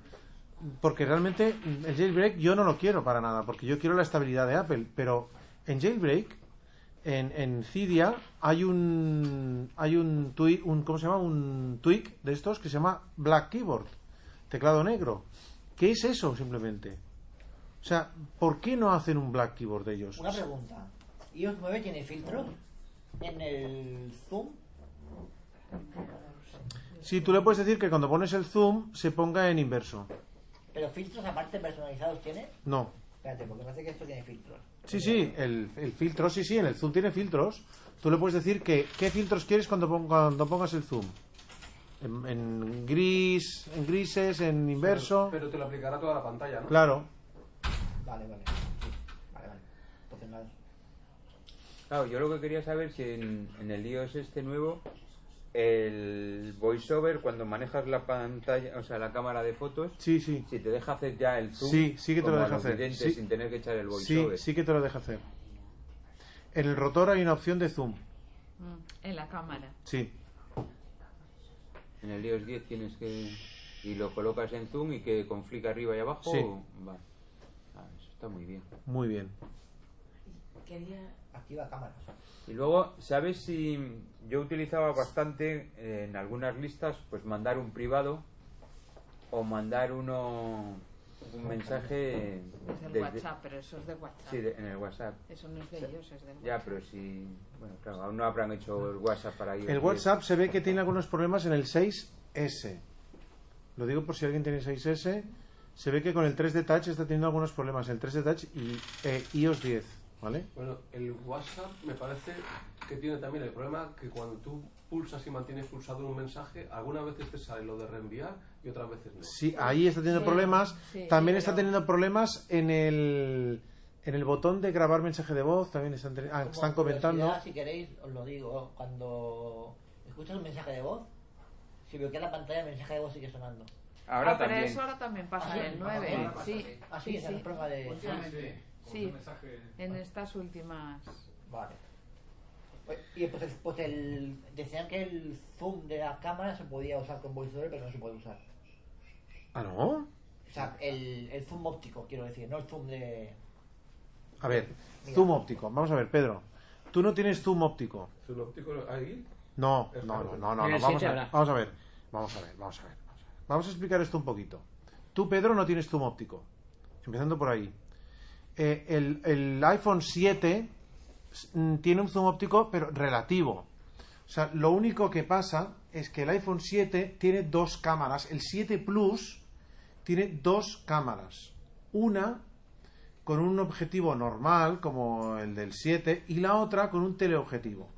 [SPEAKER 2] Porque realmente mm, el jailbreak yo no lo quiero para nada, porque yo quiero la estabilidad de Apple. Pero en jailbreak, en, en Cydia, hay un hay un, tui- un ¿cómo se llama? Un tweak de estos que se llama Black Keyboard, teclado negro. ¿Qué es eso simplemente? O sea, ¿por qué no hacen un Black Keyboard de ellos?
[SPEAKER 10] Una pregunta. ¿iOS 9 tiene filtros en el zoom?
[SPEAKER 2] Sí, tú le puedes decir que cuando pones el zoom se ponga en inverso.
[SPEAKER 10] ¿Pero filtros aparte personalizados tiene?
[SPEAKER 2] No.
[SPEAKER 10] Espérate, porque parece que esto tiene filtros.
[SPEAKER 2] Sí, sí, el, el filtro, sí, sí, en el zoom tiene filtros. Tú le puedes decir que qué filtros quieres cuando, ponga- cuando pongas el zoom. En, en gris, en grises, en inverso.
[SPEAKER 9] Pero te lo aplicará toda la pantalla, ¿no?
[SPEAKER 2] Claro.
[SPEAKER 10] Vale, vale. Vale, vale. Entonces nada.
[SPEAKER 17] Claro, yo lo que quería saber si en, en el iOS este nuevo el voiceover cuando manejas la pantalla, o sea, la cámara de fotos,
[SPEAKER 2] sí, sí.
[SPEAKER 17] si te deja hacer ya el zoom,
[SPEAKER 2] Sí, sí que te
[SPEAKER 17] como
[SPEAKER 2] lo
[SPEAKER 17] a
[SPEAKER 2] deja
[SPEAKER 17] los
[SPEAKER 2] hacer.
[SPEAKER 17] videntes,
[SPEAKER 2] Sí.
[SPEAKER 17] sin tener que echar el
[SPEAKER 2] Sí,
[SPEAKER 17] voiceover.
[SPEAKER 2] sí que te lo deja hacer. En el rotor hay una opción de zoom.
[SPEAKER 3] Mm, En la cámara.
[SPEAKER 2] Sí.
[SPEAKER 17] En el iOS 10 tienes que y lo colocas en zoom y que con flick arriba y abajo,
[SPEAKER 2] Sí.
[SPEAKER 17] va. Ah, eso está muy bien.
[SPEAKER 2] Muy bien.
[SPEAKER 10] Quería... Activa cámara.
[SPEAKER 17] Y luego, ¿sabes si yo utilizaba bastante eh, en algunas listas, pues mandar un privado o mandar uno un mensaje
[SPEAKER 3] Es del
[SPEAKER 17] desde-
[SPEAKER 3] WhatsApp, pero eso es de WhatsApp.
[SPEAKER 17] Sí, de- en el WhatsApp.
[SPEAKER 3] Eso no es de ellos, es de WhatsApp.
[SPEAKER 17] Ya, pero si bueno, claro, aún no habrán hecho el WhatsApp para ellos.
[SPEAKER 2] El WhatsApp se ve que tiene algunos problemas en el 6S. Lo digo por si alguien tiene 6S. Se ve que con el 3D Touch está teniendo algunos problemas. El 3D Touch y eh, iOS 10, ¿vale?
[SPEAKER 9] Bueno, el WhatsApp me parece que tiene también el problema que cuando tú pulsas y mantienes pulsado un mensaje, algunas veces te sale lo de reenviar y otras veces no.
[SPEAKER 2] Sí, ahí está teniendo
[SPEAKER 9] Sí,
[SPEAKER 2] problemas.
[SPEAKER 9] sí,
[SPEAKER 2] también
[SPEAKER 9] pero-
[SPEAKER 2] está teniendo problemas en el en el botón de grabar mensaje de voz. También están, teni- ah,
[SPEAKER 10] Como
[SPEAKER 2] están comentando.
[SPEAKER 10] curiosidad, Si queréis, os lo digo. Cuando escuchas un mensaje de voz, si bloquea la pantalla, el mensaje de voz sigue sonando.
[SPEAKER 3] Ah, pero eso ahora también pasa en el 9. Sí,
[SPEAKER 10] Ah, sí,
[SPEAKER 3] sí,
[SPEAKER 10] esa es la prueba de...
[SPEAKER 3] Últimamente. Sí, en estas últimas.
[SPEAKER 10] Vale. Y pues, el- pues el, decían que el zoom de la cámara se podía usar con VoiceOver, pero no se puede usar.
[SPEAKER 2] Ah, no.
[SPEAKER 10] O sea, el, el zoom óptico, quiero decir, no el zoom de...
[SPEAKER 2] A ver,
[SPEAKER 10] Mira.
[SPEAKER 2] zoom óptico. Vamos a ver, Pedro. Tú no tienes zoom óptico.
[SPEAKER 9] Zoom óptico ahí.
[SPEAKER 2] No, no, no, no, no,
[SPEAKER 9] En
[SPEAKER 2] no,
[SPEAKER 9] el
[SPEAKER 2] Vamos,
[SPEAKER 9] siete
[SPEAKER 2] a ver,
[SPEAKER 9] habrá.
[SPEAKER 2] vamos a ver, vamos a ver, vamos a ver. Vamos a explicar esto un poquito. Tú, Pedro, no tienes zoom óptico. empezando por ahí. Eh, el, el iPhone 7 s- mm, tiene un zoom óptico, pero relativo. O sea, lo único que pasa es que el iPhone 7 tiene dos cámaras. El 7 Plus tiene dos cámaras. Una con un objetivo normal, como el del 7, y la otra con un teleobjetivo.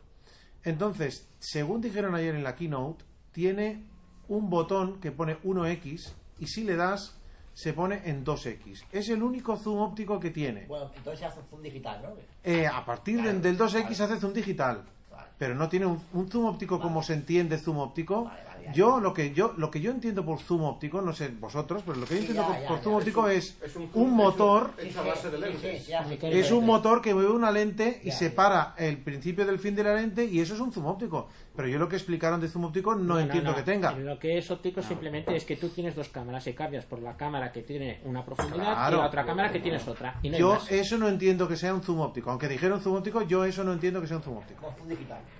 [SPEAKER 2] Entonces, según dijeron ayer en la keynote, tiene un botón que pone 1X y si le das, se pone en 2X. Es el único zoom óptico que tiene.
[SPEAKER 10] Bueno, entonces hace un digital, ¿no?
[SPEAKER 2] Eh, a partir de- del 2X hace zoom digital.
[SPEAKER 10] Ah,
[SPEAKER 2] Pero no tiene un, un zoom óptico como se entiende zoom óptico. yo lo que yo lo que yo entiendo por zoom óptico, no sé vosotros, pero lo que yo
[SPEAKER 11] Sí,
[SPEAKER 2] entiendo
[SPEAKER 11] ya,
[SPEAKER 2] por,
[SPEAKER 11] ya,
[SPEAKER 2] por
[SPEAKER 11] ya.
[SPEAKER 2] zoom
[SPEAKER 11] Es
[SPEAKER 2] óptico
[SPEAKER 11] un-
[SPEAKER 2] es,
[SPEAKER 11] es un
[SPEAKER 2] un,
[SPEAKER 11] zoom- es un-
[SPEAKER 2] motor
[SPEAKER 11] es una base de lentes.
[SPEAKER 2] es un motor que mueve una lente y separa el principio del fin de la lente y eso es un zoom óptico. Pero yo lo que explicaron de zoom óptico no, entiendo
[SPEAKER 22] no.
[SPEAKER 2] que tenga.
[SPEAKER 22] Lo que es óptico simplemente es que tú tienes dos cámaras y cambias por la cámara que tiene una profundidad
[SPEAKER 2] Claro.
[SPEAKER 22] y la otra cámara que tienes otra. Y no hay
[SPEAKER 2] yo
[SPEAKER 22] más.
[SPEAKER 2] eso no entiendo que sea un zoom óptico. Aunque dijeron zoom óptico, yo eso no entiendo que sea un zoom óptico.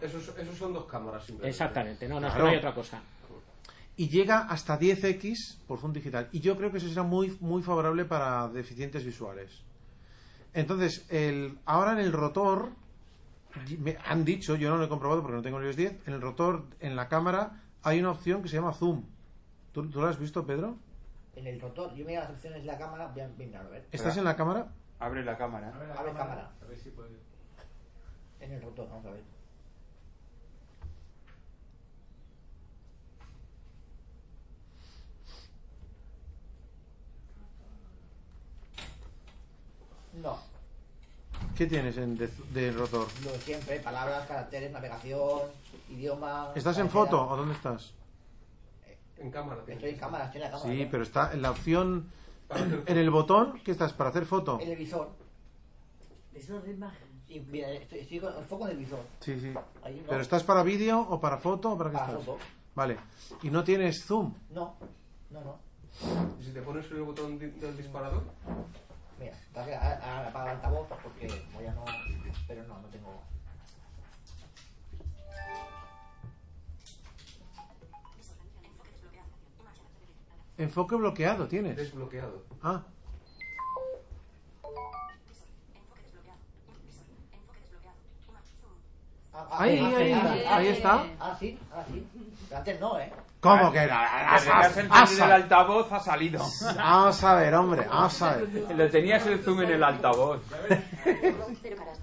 [SPEAKER 9] Esos, esos son dos cámaras simplemente.
[SPEAKER 22] Exactamente, no, no, es que
[SPEAKER 2] Claro.
[SPEAKER 22] no hay otra cosa.
[SPEAKER 2] y llega hasta 10x por zoom digital. Y yo creo que eso será muy, muy favorable para deficientes visuales. Entonces, el, ahora en el rotor, y me han dicho, yo no lo he comprobado porque no tengo el iOS 10, en el rotor, en la cámara, hay una opción que se llama zoom. ¿Tú, tú la has visto, Pedro?
[SPEAKER 10] En el rotor, yo mira las opciones de la cámara, voy a voy a mirar, a ver.
[SPEAKER 2] ¿Estás en la cámara?
[SPEAKER 17] Abre la cámara.
[SPEAKER 10] Abre cámara.
[SPEAKER 7] A ver si puede.
[SPEAKER 10] En el rotor, vamos a ver. No,
[SPEAKER 2] ¿Qué tienes en de, de rotor?
[SPEAKER 10] lo de siempre, palabras, caracteres, navegación, idioma.
[SPEAKER 2] ¿Estás en
[SPEAKER 10] cabecera.
[SPEAKER 2] foto o dónde estás?
[SPEAKER 9] En cámara.
[SPEAKER 10] Estoy en cámara, estoy en la cámara.
[SPEAKER 2] Sí, pero está en la opción, en el botón, ¿qué estás? ¿Para hacer foto?
[SPEAKER 10] En el visor. Visor de imagen. Sí, mira, estoy, estoy con el foco en el visor.
[SPEAKER 2] Sí, sí.
[SPEAKER 10] Ahí no.
[SPEAKER 2] ¿Pero estás para vídeo o para foto o para qué
[SPEAKER 10] Para
[SPEAKER 2] estás?
[SPEAKER 10] foto.
[SPEAKER 2] Vale. ¿Y no tienes zoom?
[SPEAKER 10] No, no, no.
[SPEAKER 9] ¿Y si te pones el botón di- del disparador?
[SPEAKER 10] Mira, está que ahora ahora apago ah, el altavoz porque como ya no. Pero no, no tengo.
[SPEAKER 2] Enfoque bloqueado tienes.
[SPEAKER 9] Desbloqueado.
[SPEAKER 2] Ah.
[SPEAKER 10] Ah,
[SPEAKER 2] Ahí,
[SPEAKER 10] ah,
[SPEAKER 2] ahí,
[SPEAKER 10] ah,
[SPEAKER 2] ahí,
[SPEAKER 10] ah,
[SPEAKER 2] ahí
[SPEAKER 10] sí.
[SPEAKER 2] está.
[SPEAKER 10] Ah, sí, ah, sí. Pero Antes no, ¿eh?
[SPEAKER 2] ¿Cómo que Ah, no?
[SPEAKER 20] Ah,
[SPEAKER 17] Desde que has encendido el altavoz ha salido.
[SPEAKER 2] Vamos a ver, hombre, vamos a ver. [LAUGHS]
[SPEAKER 17] Lo tenías el zoom en el altavoz.
[SPEAKER 20] Cero caras.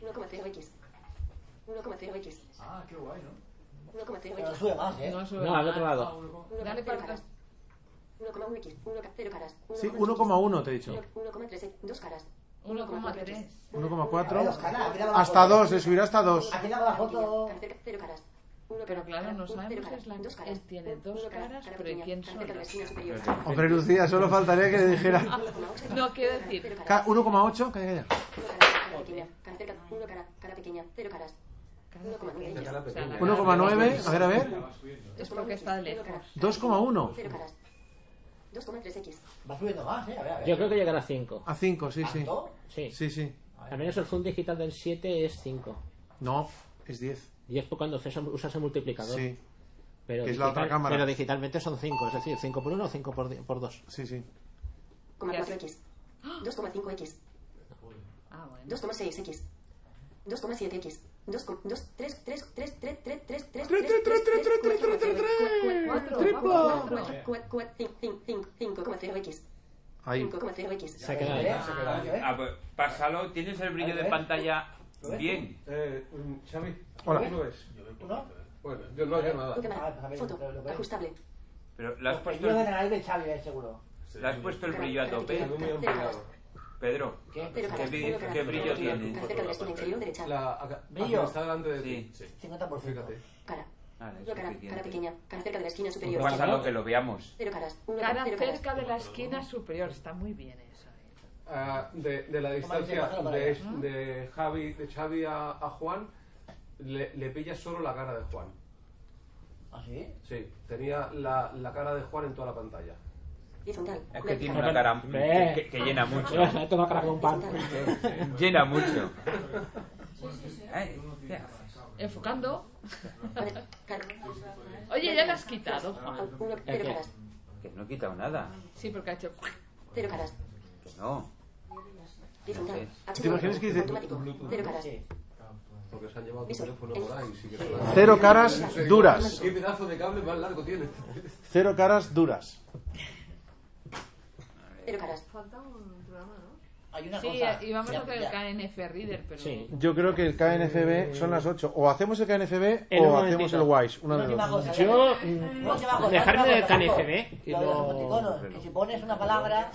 [SPEAKER 20] 1,0x. 1,0x. Ah, qué guay, ¿no? 1,0x.
[SPEAKER 10] Pero sube más, ¿eh?
[SPEAKER 20] No,
[SPEAKER 10] sube
[SPEAKER 22] No, al más. otro lado.
[SPEAKER 20] Dale para atrás. 1,1x. 1,0 caras.
[SPEAKER 2] Sí, 1,1 te he dicho.
[SPEAKER 20] 1,3. eh, Dos caras.
[SPEAKER 4] 1,3.
[SPEAKER 2] 1,4. Hasta 2, le subirá hasta 2.
[SPEAKER 10] Aquí la foto.
[SPEAKER 20] Cero caras.
[SPEAKER 4] Pero claro, no sabemos es la él tiene dos caras, pero ¿y quién son las
[SPEAKER 20] superior?
[SPEAKER 2] Hombre, Lucía, solo faltaría [LAUGHS] que le
[SPEAKER 4] [LAUGHS]
[SPEAKER 2] dijera.
[SPEAKER 4] No, quiero decir,
[SPEAKER 2] Ca- 1,8, calla, calla.
[SPEAKER 20] Cara pequeña. Cara cerca. Uno cara. Cara pequeña. Cero caras. 1,9.
[SPEAKER 2] 1,9, a ver, a ver.
[SPEAKER 4] es porque está de lejos.
[SPEAKER 2] 2,1.
[SPEAKER 20] Cero caras. 2,3x.
[SPEAKER 10] Va subiendo más, ¿eh? A ver, a ver.
[SPEAKER 22] Yo creo que llegará a 5.
[SPEAKER 2] A 5, sí, sí.
[SPEAKER 22] Sí.
[SPEAKER 2] Sí, sí.
[SPEAKER 22] Al menos el zoom digital del 7 es 5.
[SPEAKER 2] No, es 10.
[SPEAKER 22] Y es por cuando usas- usas el multiplicador.
[SPEAKER 2] Sí.
[SPEAKER 22] Pero
[SPEAKER 2] Que es la otra cámara.
[SPEAKER 22] Pero digitalmente son 5, es decir, 5 por 1 o 5 por, di- por 2.
[SPEAKER 2] Sí, sí.
[SPEAKER 20] 2,4x. 2,5x. 2,6x. 2,7x. 2, 2, 3, 3, 3, 3, 3, 3, 3, 3, 3, 3, 3, 3, 3, 3, 5,0x.
[SPEAKER 2] Ahí.
[SPEAKER 20] 5,0x.
[SPEAKER 17] Se ha quedado ahí. Ah, pues, pásalo, tienes el brillo de pantalla bien.
[SPEAKER 9] Eh, mm, Xavi,
[SPEAKER 17] Hola.
[SPEAKER 9] ¿tú lo ves?
[SPEAKER 10] ¿Tú no?
[SPEAKER 9] Bueno, yo no veo nada.
[SPEAKER 10] Ah, pues a ver, lo que veo.
[SPEAKER 20] Ajustable.
[SPEAKER 17] Pero le has
[SPEAKER 10] El
[SPEAKER 17] puesto
[SPEAKER 10] mío de
[SPEAKER 17] el,
[SPEAKER 10] Pues la nariz de Xavi, eh, seguro.
[SPEAKER 17] le has puesto el brillo a tope. Pedro,
[SPEAKER 10] ¿Qué?
[SPEAKER 17] ¿qué, bri- qué brillo tiene?
[SPEAKER 9] La, acá,
[SPEAKER 20] Brillo.
[SPEAKER 9] está delante de ti.
[SPEAKER 10] 50%.
[SPEAKER 9] Fíjate.
[SPEAKER 20] Cara.
[SPEAKER 17] Vale, es
[SPEAKER 20] Una cara, cara
[SPEAKER 17] suficiente.
[SPEAKER 20] pequeña, cara cerca de la esquina
[SPEAKER 17] Pues
[SPEAKER 20] superior.
[SPEAKER 17] pásalo que lo veamos.
[SPEAKER 20] Cero caras. Uno,
[SPEAKER 4] Cara
[SPEAKER 20] cero caras.
[SPEAKER 4] cerca de la esquina superior, está muy bien eso. ¿eh?
[SPEAKER 9] Ah, de, de la distancia de, este, de Javi, de Xavi a, a Juan, le, le pilla solo la cara de Juan.
[SPEAKER 10] ¿Ah, sí?
[SPEAKER 9] Sí, tenía la, la cara de Juan en toda la pantalla.
[SPEAKER 20] Horizontal.
[SPEAKER 17] Es que tiene una cara
[SPEAKER 22] Ve.
[SPEAKER 17] que, que llena mucho.
[SPEAKER 22] Esto no cara con
[SPEAKER 17] [LAUGHS]
[SPEAKER 22] pan.
[SPEAKER 17] Llena mucho.
[SPEAKER 4] Ay, ¿qué haces? Enfocando.
[SPEAKER 20] [LAUGHS]
[SPEAKER 4] Oye, ya la has quitado, Juan.
[SPEAKER 17] Que no he quitado nada.
[SPEAKER 4] Sí, porque ha hecho.
[SPEAKER 20] Cero caras.
[SPEAKER 17] No.
[SPEAKER 20] Horizontal.
[SPEAKER 2] ¿Te imaginas que dice
[SPEAKER 20] Automático. Cero caras.
[SPEAKER 9] Porque se han llevado tu
[SPEAKER 20] Visor.
[SPEAKER 9] teléfono por ahí. sí que-
[SPEAKER 2] Cero caras duras.
[SPEAKER 9] ¿Qué pedazo de cable más largo tienes?
[SPEAKER 2] Cero caras duras.
[SPEAKER 20] Cero caras.
[SPEAKER 8] Falta un programa, ¿no?
[SPEAKER 10] Hay
[SPEAKER 4] Sí, eh, íbamos a hacer el KNF Reader, pero...
[SPEAKER 2] Yo creo que el KNFB son las 8. O hacemos el KNFB
[SPEAKER 5] En un
[SPEAKER 2] o hacemos el
[SPEAKER 5] momentito.
[SPEAKER 2] Wise. Una de
[SPEAKER 5] Última
[SPEAKER 2] las dos.
[SPEAKER 5] cosa, Yo, mm,
[SPEAKER 10] eh, Última cosa,
[SPEAKER 5] dejarme
[SPEAKER 10] última
[SPEAKER 5] del
[SPEAKER 10] cosa, Paco.
[SPEAKER 5] KNFB y
[SPEAKER 10] Lo de los
[SPEAKER 5] ¿eh? no-
[SPEAKER 10] emoticonos, que si pones una palabra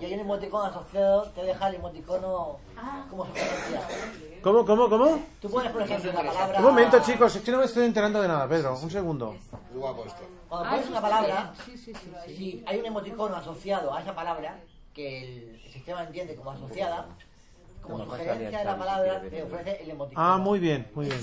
[SPEAKER 10] y hay un emoticono asociado, te deja el emoticono
[SPEAKER 5] Ah.
[SPEAKER 10] como sugerencia.
[SPEAKER 2] ¿Cómo, cómo, cómo?
[SPEAKER 10] Tú pones, por ejemplo, la palabra...
[SPEAKER 2] Un momento, chicos. Es que no me estoy enterando de nada, Pedro. Un segundo.
[SPEAKER 11] Guapo esto.
[SPEAKER 10] Cuando pones una palabra,
[SPEAKER 5] Ah,
[SPEAKER 10] si hay un emoticono asociado a esa palabra, que el sistema entiende como asociada, como
[SPEAKER 11] pues
[SPEAKER 10] sugerencia de la palabra, te ofrece el emoticono.
[SPEAKER 2] Ah, muy bien, muy bien.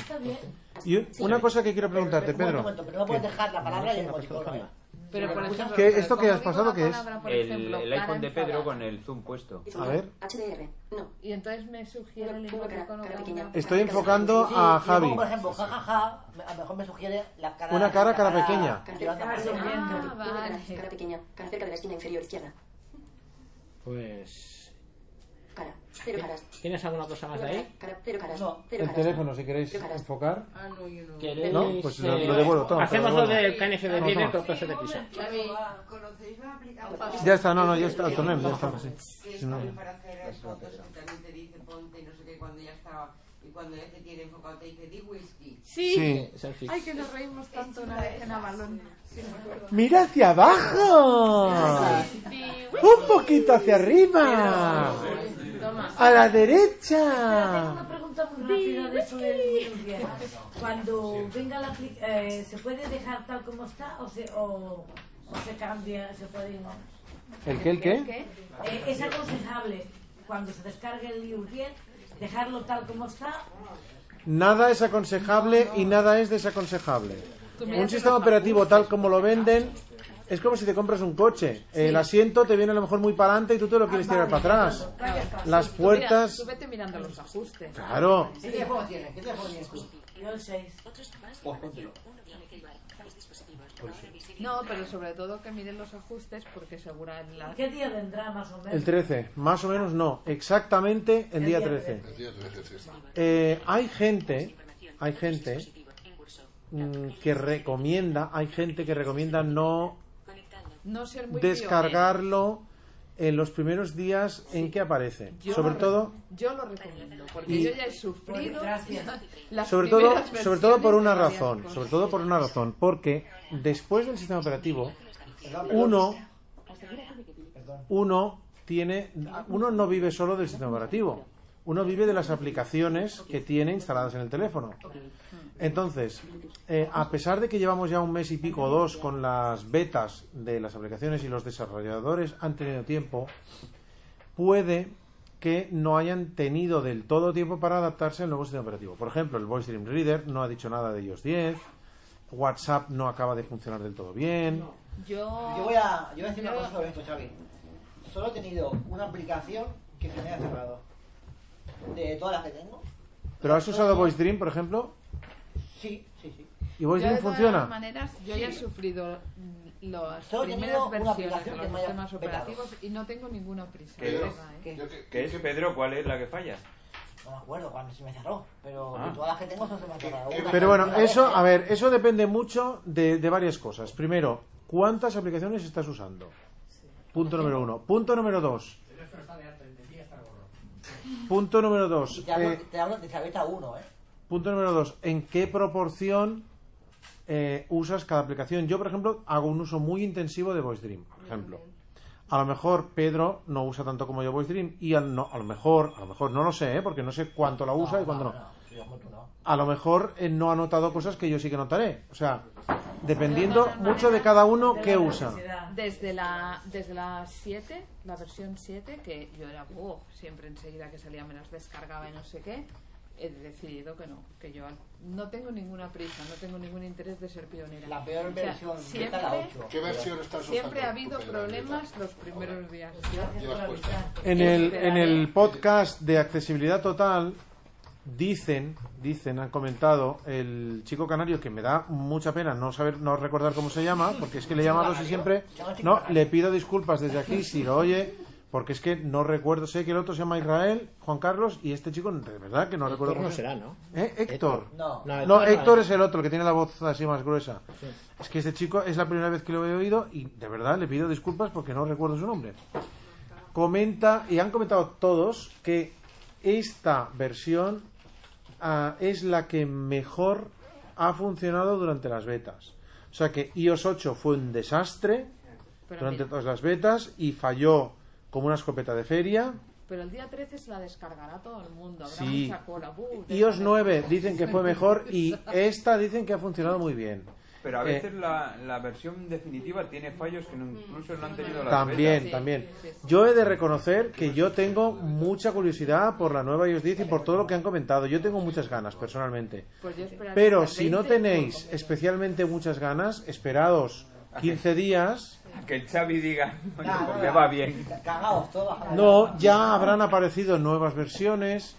[SPEAKER 2] Y un- una cosa que quiero preguntarte,
[SPEAKER 10] Un
[SPEAKER 2] Pedro.
[SPEAKER 10] momento, pero no puedes
[SPEAKER 2] ¿Qué?
[SPEAKER 10] dejar la palabra y el emoticono. ¿eh?
[SPEAKER 4] Pero por ejemplo,
[SPEAKER 2] ¿Qué- ¿Esto que has pasado qué es?
[SPEAKER 17] El, el iPhone de Pedro con el zoom puesto.
[SPEAKER 2] A ver.
[SPEAKER 20] HDR. No.
[SPEAKER 4] Y entonces me sugiere el emoticono de una-
[SPEAKER 2] Estoy enfocando
[SPEAKER 10] Sí,
[SPEAKER 2] a
[SPEAKER 10] yo pongo,
[SPEAKER 2] Ah, Javi.
[SPEAKER 10] Por ejemplo, jajaja, a lo mejor me sugiere la cara.
[SPEAKER 2] Una cara,
[SPEAKER 10] la
[SPEAKER 2] cara pequeña.
[SPEAKER 20] Cara
[SPEAKER 10] llevando
[SPEAKER 20] cara
[SPEAKER 10] presión.
[SPEAKER 20] pequeña,
[SPEAKER 4] Ah,
[SPEAKER 20] cara- una cara-
[SPEAKER 4] vale.
[SPEAKER 20] cara pequeña, cara cerca de la esquina inferior izquierda.
[SPEAKER 5] Pues.
[SPEAKER 20] Cara, cero caras.
[SPEAKER 5] ¿Tienes alguna cosa más de
[SPEAKER 20] Una
[SPEAKER 5] ahí?
[SPEAKER 20] cara, cara, cero caras. Cero
[SPEAKER 2] El
[SPEAKER 20] caras.
[SPEAKER 2] teléfono, si queréis
[SPEAKER 20] Cero caras.
[SPEAKER 2] enfocar.
[SPEAKER 8] Ah, no, yo no.
[SPEAKER 5] ¿Queréis,
[SPEAKER 2] No, pues lo-
[SPEAKER 5] eh,
[SPEAKER 2] lo devuelvo, toma,
[SPEAKER 5] Hacemos
[SPEAKER 2] te
[SPEAKER 5] lo
[SPEAKER 2] lo
[SPEAKER 5] del
[SPEAKER 2] devuelvo.
[SPEAKER 5] KNFB
[SPEAKER 2] Toma,
[SPEAKER 5] Reader
[SPEAKER 2] toma.
[SPEAKER 5] con cosa de prisa.
[SPEAKER 13] ¿Conocéis la aplicación?
[SPEAKER 2] Ya está, no, no, ya está, el
[SPEAKER 13] tonel
[SPEAKER 2] tonel, ya está, sí.
[SPEAKER 13] Que es
[SPEAKER 2] Sí, no.
[SPEAKER 13] también para hacer fotos y también te dice ponte y no sé qué cuando ya está y cuando ya te tiene enfocado te dice di whisky.
[SPEAKER 2] Sí.
[SPEAKER 26] Ay, que nos reímos tanto una vez en Avalon. Sí, me acuerdo.
[SPEAKER 2] ¡Mira hacia abajo! ¡Un poquito hacia arriba! ¡A la derecha!
[SPEAKER 7] Una pregunta muy rápida de eso del Murcia. Cuando venga la aplicación, ¿se puede dejar tal como está o se, o, o se cambia? Se puede ir?
[SPEAKER 2] ¿El qué, el qué?
[SPEAKER 7] Eh, es aconsejable cuando se descargue el Urgent dejarlo tal como está.
[SPEAKER 2] Nada es aconsejable y nada es desaconsejable.
[SPEAKER 7] Tú mira
[SPEAKER 2] Un
[SPEAKER 7] que
[SPEAKER 2] sistema
[SPEAKER 7] los
[SPEAKER 2] operativo tal como lo venden es como si te compras un coche. Eh, El asiento te viene a lo mejor muy para adelante y tú te lo quieres tirar para atrás. Las
[SPEAKER 4] Tú mira,
[SPEAKER 2] puertas...
[SPEAKER 4] Tú vete mirando los ajustes.
[SPEAKER 2] Claro.
[SPEAKER 10] ¿Qué teléfono tienes? ¿Qué teléfono tienes tú?
[SPEAKER 7] Yo el 6.
[SPEAKER 10] Pues póntelo.
[SPEAKER 4] No, pero sobre todo que miren los ajustes porque segura en la...
[SPEAKER 7] ¿Qué día vendrá más o menos?
[SPEAKER 2] El 13, más o menos no, exactamente el día 13. Eh, hay gente, hay gente mm, que recomienda, hay gente que recomienda no
[SPEAKER 4] No ser muy ¿eh?
[SPEAKER 2] descargarlo en los primeros días en que aparece.
[SPEAKER 4] Yo
[SPEAKER 2] Sobre
[SPEAKER 4] lo re-
[SPEAKER 2] todo,
[SPEAKER 4] Yo lo recomiendo, porque
[SPEAKER 2] Y-
[SPEAKER 4] yo ya he sufrido. [LAUGHS] las
[SPEAKER 2] sobre todo,
[SPEAKER 4] primeras
[SPEAKER 2] sobre todo por
[SPEAKER 4] versiones
[SPEAKER 2] una
[SPEAKER 4] de varias
[SPEAKER 2] razón,
[SPEAKER 4] cosas.
[SPEAKER 2] sobre todo por una razón, porque después del sistema operativo, uno uno tiene uno no vive solo del sistema operativo uno vive de las aplicaciones que tiene instaladas en el teléfono entonces eh, a pesar de que llevamos ya un mes y pico o dos con las betas de las aplicaciones y los desarrolladores han tenido tiempo puede que no hayan tenido del todo tiempo para adaptarse al nuevo sistema operativo por ejemplo el Voice Dream Reader no ha dicho nada de iOS 10 WhatsApp no acaba de funcionar del todo bien
[SPEAKER 4] Yo...
[SPEAKER 10] Yo voy a, yo voy a decir una cosa sobre esto, Xavi. Solo he tenido una aplicación que se me ha cerrado. De todas las que tengo,
[SPEAKER 2] pero has usado Voice Dream por ejemplo
[SPEAKER 10] sí, sí, sí.
[SPEAKER 2] y Voice
[SPEAKER 4] Yo,
[SPEAKER 2] Dream
[SPEAKER 4] de todas
[SPEAKER 2] funciona
[SPEAKER 4] maneras, yo ya he sufrido mm, las
[SPEAKER 10] Solo he tenido
[SPEAKER 4] primeras versiones
[SPEAKER 10] una
[SPEAKER 4] de
[SPEAKER 10] aplicación que
[SPEAKER 4] los
[SPEAKER 10] me haya
[SPEAKER 4] sistemas
[SPEAKER 10] petado.
[SPEAKER 4] operativos y no tengo ninguna prisa.
[SPEAKER 17] ¿Qué
[SPEAKER 4] de
[SPEAKER 17] es?
[SPEAKER 4] verdad, ¿eh?
[SPEAKER 17] ¿Qué es, Pedro? ¿Cuál es la que falla?
[SPEAKER 10] No me acuerdo cuándo se me cerró, pero
[SPEAKER 17] Ah.
[SPEAKER 10] de todas las que tengo solo se me ha cerrado. Una
[SPEAKER 2] Pero bueno,
[SPEAKER 10] sola vez,
[SPEAKER 2] eso,
[SPEAKER 10] ¿eh?
[SPEAKER 2] a ver, eso depende mucho de, de varias cosas. Primero, ¿cuántas aplicaciones estás usando? Punto número uno. Punto número dos. Punto número dos.
[SPEAKER 10] Te hablo,
[SPEAKER 2] eh,
[SPEAKER 10] te hablo de la beta 1, ¿eh?
[SPEAKER 2] punto número dos. ¿En qué proporción eh, usas cada aplicación? Yo, por ejemplo, hago un uso muy intensivo de Voice Dream, por ejemplo. A lo mejor Pedro no usa tanto como yo Voice Dream y a, no- a lo mejor, a lo mejor no lo sé, ¿eh? porque no sé cuánto la usa y cuánto no
[SPEAKER 10] Sí, como tú no.
[SPEAKER 2] a lo mejor eh, no ha notado cosas que yo sí que notaré. O sea, dependiendo mucho de cada uno que usa.
[SPEAKER 4] Desde la, desde la 7, la versión 7, que yo era, "Buah", siempre enseguida que salía me las descargaba y no sé qué, he decidido que no, que yo no tengo ninguna prisa, no tengo ningún interés de ser pionera.
[SPEAKER 10] La peor
[SPEAKER 4] O sea,
[SPEAKER 10] versión, beta
[SPEAKER 4] siempre,
[SPEAKER 10] la ocho.
[SPEAKER 11] ¿Qué versión estás usando?
[SPEAKER 4] Siempre ha habido
[SPEAKER 11] tú, Pedro?
[SPEAKER 4] problemas los primeros días.
[SPEAKER 11] Llevas puesta.
[SPEAKER 2] En el, en el podcast de accesibilidad total Dicen, dicen, han comentado el chico canario que me da mucha pena no saber, no recordar cómo se llama, porque es que le he llamado así siempre. No, le pido disculpas desde aquí si lo oye, porque es que no recuerdo. Sé que el otro se llama Israel, Juan Carlos, y este chico, de verdad que no recuerdo
[SPEAKER 5] Héctor no
[SPEAKER 2] se-
[SPEAKER 5] será, ¿no?
[SPEAKER 2] ¿Eh? Héctor.
[SPEAKER 5] No. No,
[SPEAKER 2] no,
[SPEAKER 5] Héctor no
[SPEAKER 2] Héctor
[SPEAKER 5] es.
[SPEAKER 2] es el otro, el que tiene la voz así más gruesa.
[SPEAKER 5] Sí.
[SPEAKER 2] Es que este chico es la primera vez que lo he oído y de verdad le pido disculpas porque no recuerdo su nombre. Comenta, y han comentado todos, que esta versión ah, es la que mejor ha funcionado durante las betas. O sea que iOS 8 fue un desastre
[SPEAKER 3] Pero
[SPEAKER 2] durante
[SPEAKER 3] mira.
[SPEAKER 2] todas las betas y falló como una escopeta de feria.
[SPEAKER 3] Pero el día 13 se la descargará todo el mundo. Habrá
[SPEAKER 2] Sí.
[SPEAKER 3] mucha cola. buh,
[SPEAKER 2] iOS
[SPEAKER 3] déjame.
[SPEAKER 2] 9 dicen que fue mejor
[SPEAKER 4] [LAUGHS]
[SPEAKER 2] y esta dicen que ha funcionado muy bien.
[SPEAKER 21] Pero a
[SPEAKER 2] Eh,
[SPEAKER 21] veces la, la versión definitiva tiene fallos que no- incluso no han tenido las
[SPEAKER 2] También,
[SPEAKER 21] betas.
[SPEAKER 2] también. Yo he de reconocer que yo tengo mucha curiosidad por la nueva iOS 10 y por todo lo que han comentado. Yo tengo muchas ganas, personalmente.
[SPEAKER 3] Pues yo esperaré
[SPEAKER 2] Pero
[SPEAKER 3] hasta el
[SPEAKER 2] si no
[SPEAKER 3] 20.
[SPEAKER 2] tenéis especialmente muchas ganas, esperaos 15 días.
[SPEAKER 21] Que el Xavi
[SPEAKER 17] [LAUGHS]
[SPEAKER 21] diga, "Oye,
[SPEAKER 10] Nah,
[SPEAKER 21] pues
[SPEAKER 10] no,
[SPEAKER 21] me
[SPEAKER 10] no.
[SPEAKER 21] va bien.
[SPEAKER 10] Cagaos todos. a la-
[SPEAKER 2] No, ya habrán aparecido nuevas versiones.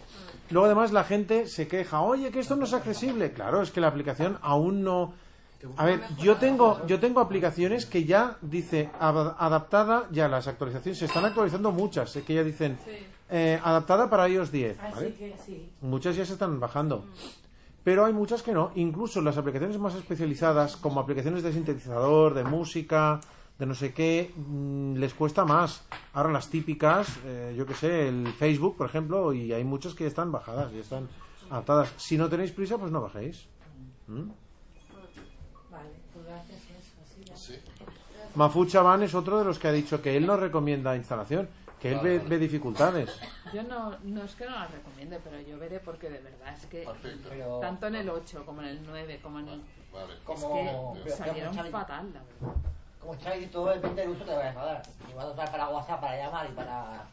[SPEAKER 2] Luego además la gente se queja, oye, que esto no es accesible. Claro, es que la aplicación aún no... A ver, yo tengo, yo tengo aplicaciones que ya dice ad- adaptada, ya las actualizaciones, se están actualizando muchas, eh, que ya dicen eh, adaptada para iOS 10.
[SPEAKER 6] Así
[SPEAKER 2] ¿vale?
[SPEAKER 6] que Ah, sí. Mm.
[SPEAKER 2] Muchas ya se están bajando. Pero hay muchas que no. Incluso las aplicaciones más especializadas, como aplicaciones de sintetizador, de música, de no sé qué, mm, les cuesta más. Ahora las típicas, eh, yo que sé, el Facebook, por ejemplo, y hay muchas que están bajadas, ya están adaptadas. Si no tenéis prisa, pues no bajéis. ¿Mm?
[SPEAKER 6] Vale, pues gracias a eso. Así ya.
[SPEAKER 2] Mafu Chaván es otro de los que ha dicho que él no recomienda instalación, que él ve, ve dificultades.
[SPEAKER 3] Yo no, no es que no la recomiende, pero yo veré porque de verdad es que
[SPEAKER 10] Pero-
[SPEAKER 3] tanto en el 8 como en el 9 como en el...
[SPEAKER 10] Como-
[SPEAKER 3] es que
[SPEAKER 10] pero-
[SPEAKER 3] salieron
[SPEAKER 10] pero-
[SPEAKER 3] fatal, la verdad.
[SPEAKER 10] Como Xavi, tú depende del uso que le vayas a dar. Y vas a usar para WhatsApp, para llamar y para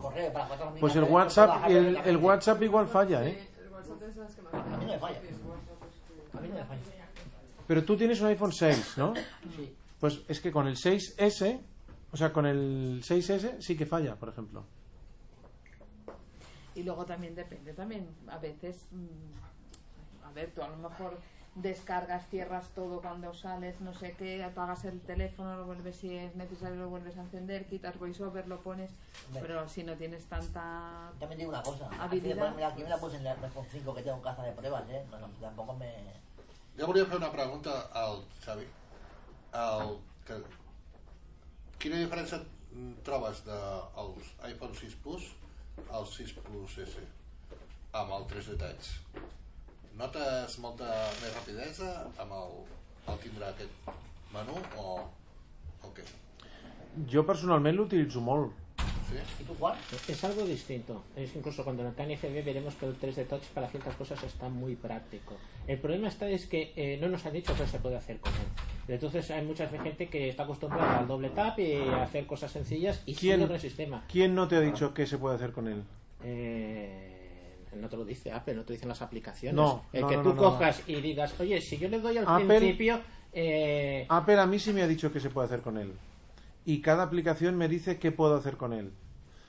[SPEAKER 10] correo, para cosas
[SPEAKER 2] Pues el
[SPEAKER 10] miniaturas,
[SPEAKER 2] WhatsApp,
[SPEAKER 10] bajar
[SPEAKER 2] el,
[SPEAKER 10] directamente.
[SPEAKER 2] el WhatsApp igual falla, ¿eh?
[SPEAKER 1] El WhatsApp es las que más
[SPEAKER 10] A mí no me falla. A mí no me falla.
[SPEAKER 2] Pero tú tienes un iPhone 6, ¿no?
[SPEAKER 10] Sí.
[SPEAKER 2] Pues es que con el 6S, o sea, con el 6S sí que falla, por ejemplo.
[SPEAKER 3] Y luego también depende, también a veces, mm, a ver, tú a lo mejor descargas, cierras todo cuando sales, no sé qué, apagas el teléfono, lo vuelves si es necesario, lo vuelves a encender, quitas voiceover, lo pones,
[SPEAKER 10] Hombre.
[SPEAKER 3] pero si no tienes tanta...
[SPEAKER 10] También digo una cosa. Aquí me,
[SPEAKER 3] Habilidad.
[SPEAKER 10] la, yo me la puse en el iPhone 5 que tengo en casa de pruebas, ¿eh? No, no, tampoco me...
[SPEAKER 11] Yo volia fer una pregunta al Xavi. El, que, quina diferència mm, trobes dels iPhone 6 Plus al 6 Plus S amb el 3 detalls? Notes molta més rapidesa amb el, el tindrà aquest menú o, o què?
[SPEAKER 2] Jo personalment l'utilitzo molt.
[SPEAKER 10] ¿Y tú cuál?
[SPEAKER 5] Es algo distinto. Es incluso cuando en el KNFB veremos que el 3 de touch para ciertas cosas está muy práctico. El problema está es que eh, no nos han dicho qué se puede hacer con él. Entonces hay mucha gente que está acostumbrada al doble tap y a hacer cosas sencillas y sigue
[SPEAKER 2] ¿Quién,
[SPEAKER 5] con el sistema.
[SPEAKER 2] ¿Quién no te ha dicho qué se puede hacer con él?
[SPEAKER 5] Eh, no te lo dice Apple, no te dicen las aplicaciones.
[SPEAKER 2] No,
[SPEAKER 5] el
[SPEAKER 2] no,
[SPEAKER 5] que
[SPEAKER 2] no,
[SPEAKER 5] tú
[SPEAKER 2] no, no.
[SPEAKER 5] cojas y digas, oye, si yo le doy al
[SPEAKER 2] Apple-
[SPEAKER 5] principio... eh,
[SPEAKER 2] Apple a mí sí me ha dicho qué se puede hacer con él. Y cada aplicación me dice qué puedo hacer con él.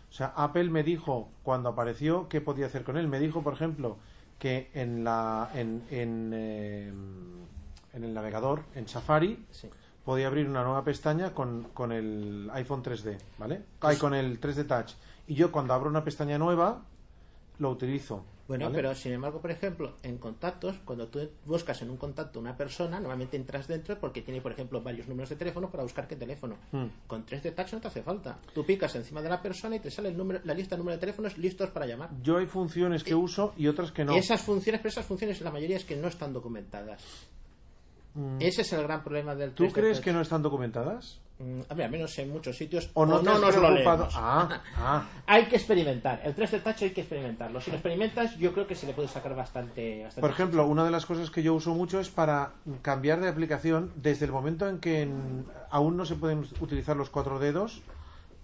[SPEAKER 2] O sea, Apple me dijo cuando apareció qué podía hacer con él. Me dijo, por ejemplo, que en la en, en, eh, en el navegador, en Safari, podía abrir una nueva pestaña con, con el iPhone 3D, ¿vale? Ay, con el 3D Touch. Y yo cuando abro una pestaña nueva, lo utilizo.
[SPEAKER 5] Bueno,
[SPEAKER 2] ¿vale?
[SPEAKER 5] pero sin embargo, por ejemplo, en contactos, cuando tú buscas en un contacto una persona, normalmente entras dentro porque tiene, por ejemplo, varios números de teléfono para buscar qué teléfono.
[SPEAKER 2] Hmm.
[SPEAKER 5] Con tres de touch no te hace falta. Tú picas encima de la persona y te sale el número, la lista de número de teléfonos listos para llamar.
[SPEAKER 2] Yo hay funciones
[SPEAKER 5] Eh,
[SPEAKER 2] que uso y otras que no.
[SPEAKER 5] Y esas funciones, pero esas funciones la mayoría es que no están documentadas.
[SPEAKER 2] Mm.
[SPEAKER 5] Ese es el gran problema del
[SPEAKER 2] ¿Tú
[SPEAKER 5] 3D
[SPEAKER 2] crees
[SPEAKER 5] touch.
[SPEAKER 2] que no están documentadas?
[SPEAKER 5] Mm, hombre, al menos en muchos sitios
[SPEAKER 2] ¿O no, te has
[SPEAKER 5] nos lo
[SPEAKER 2] preocupado?
[SPEAKER 5] leemos.
[SPEAKER 2] Ah, ah.
[SPEAKER 5] [LAUGHS] Hay que experimentar. El 3D touch hay que experimentarlo. Si lo experimentas, yo creo que se le puede sacar bastante, bastante
[SPEAKER 2] Por ejemplo, una de las cosas que yo uso mucho es para cambiar de aplicación desde el momento en que en- aún no se pueden utilizar los cuatro dedos.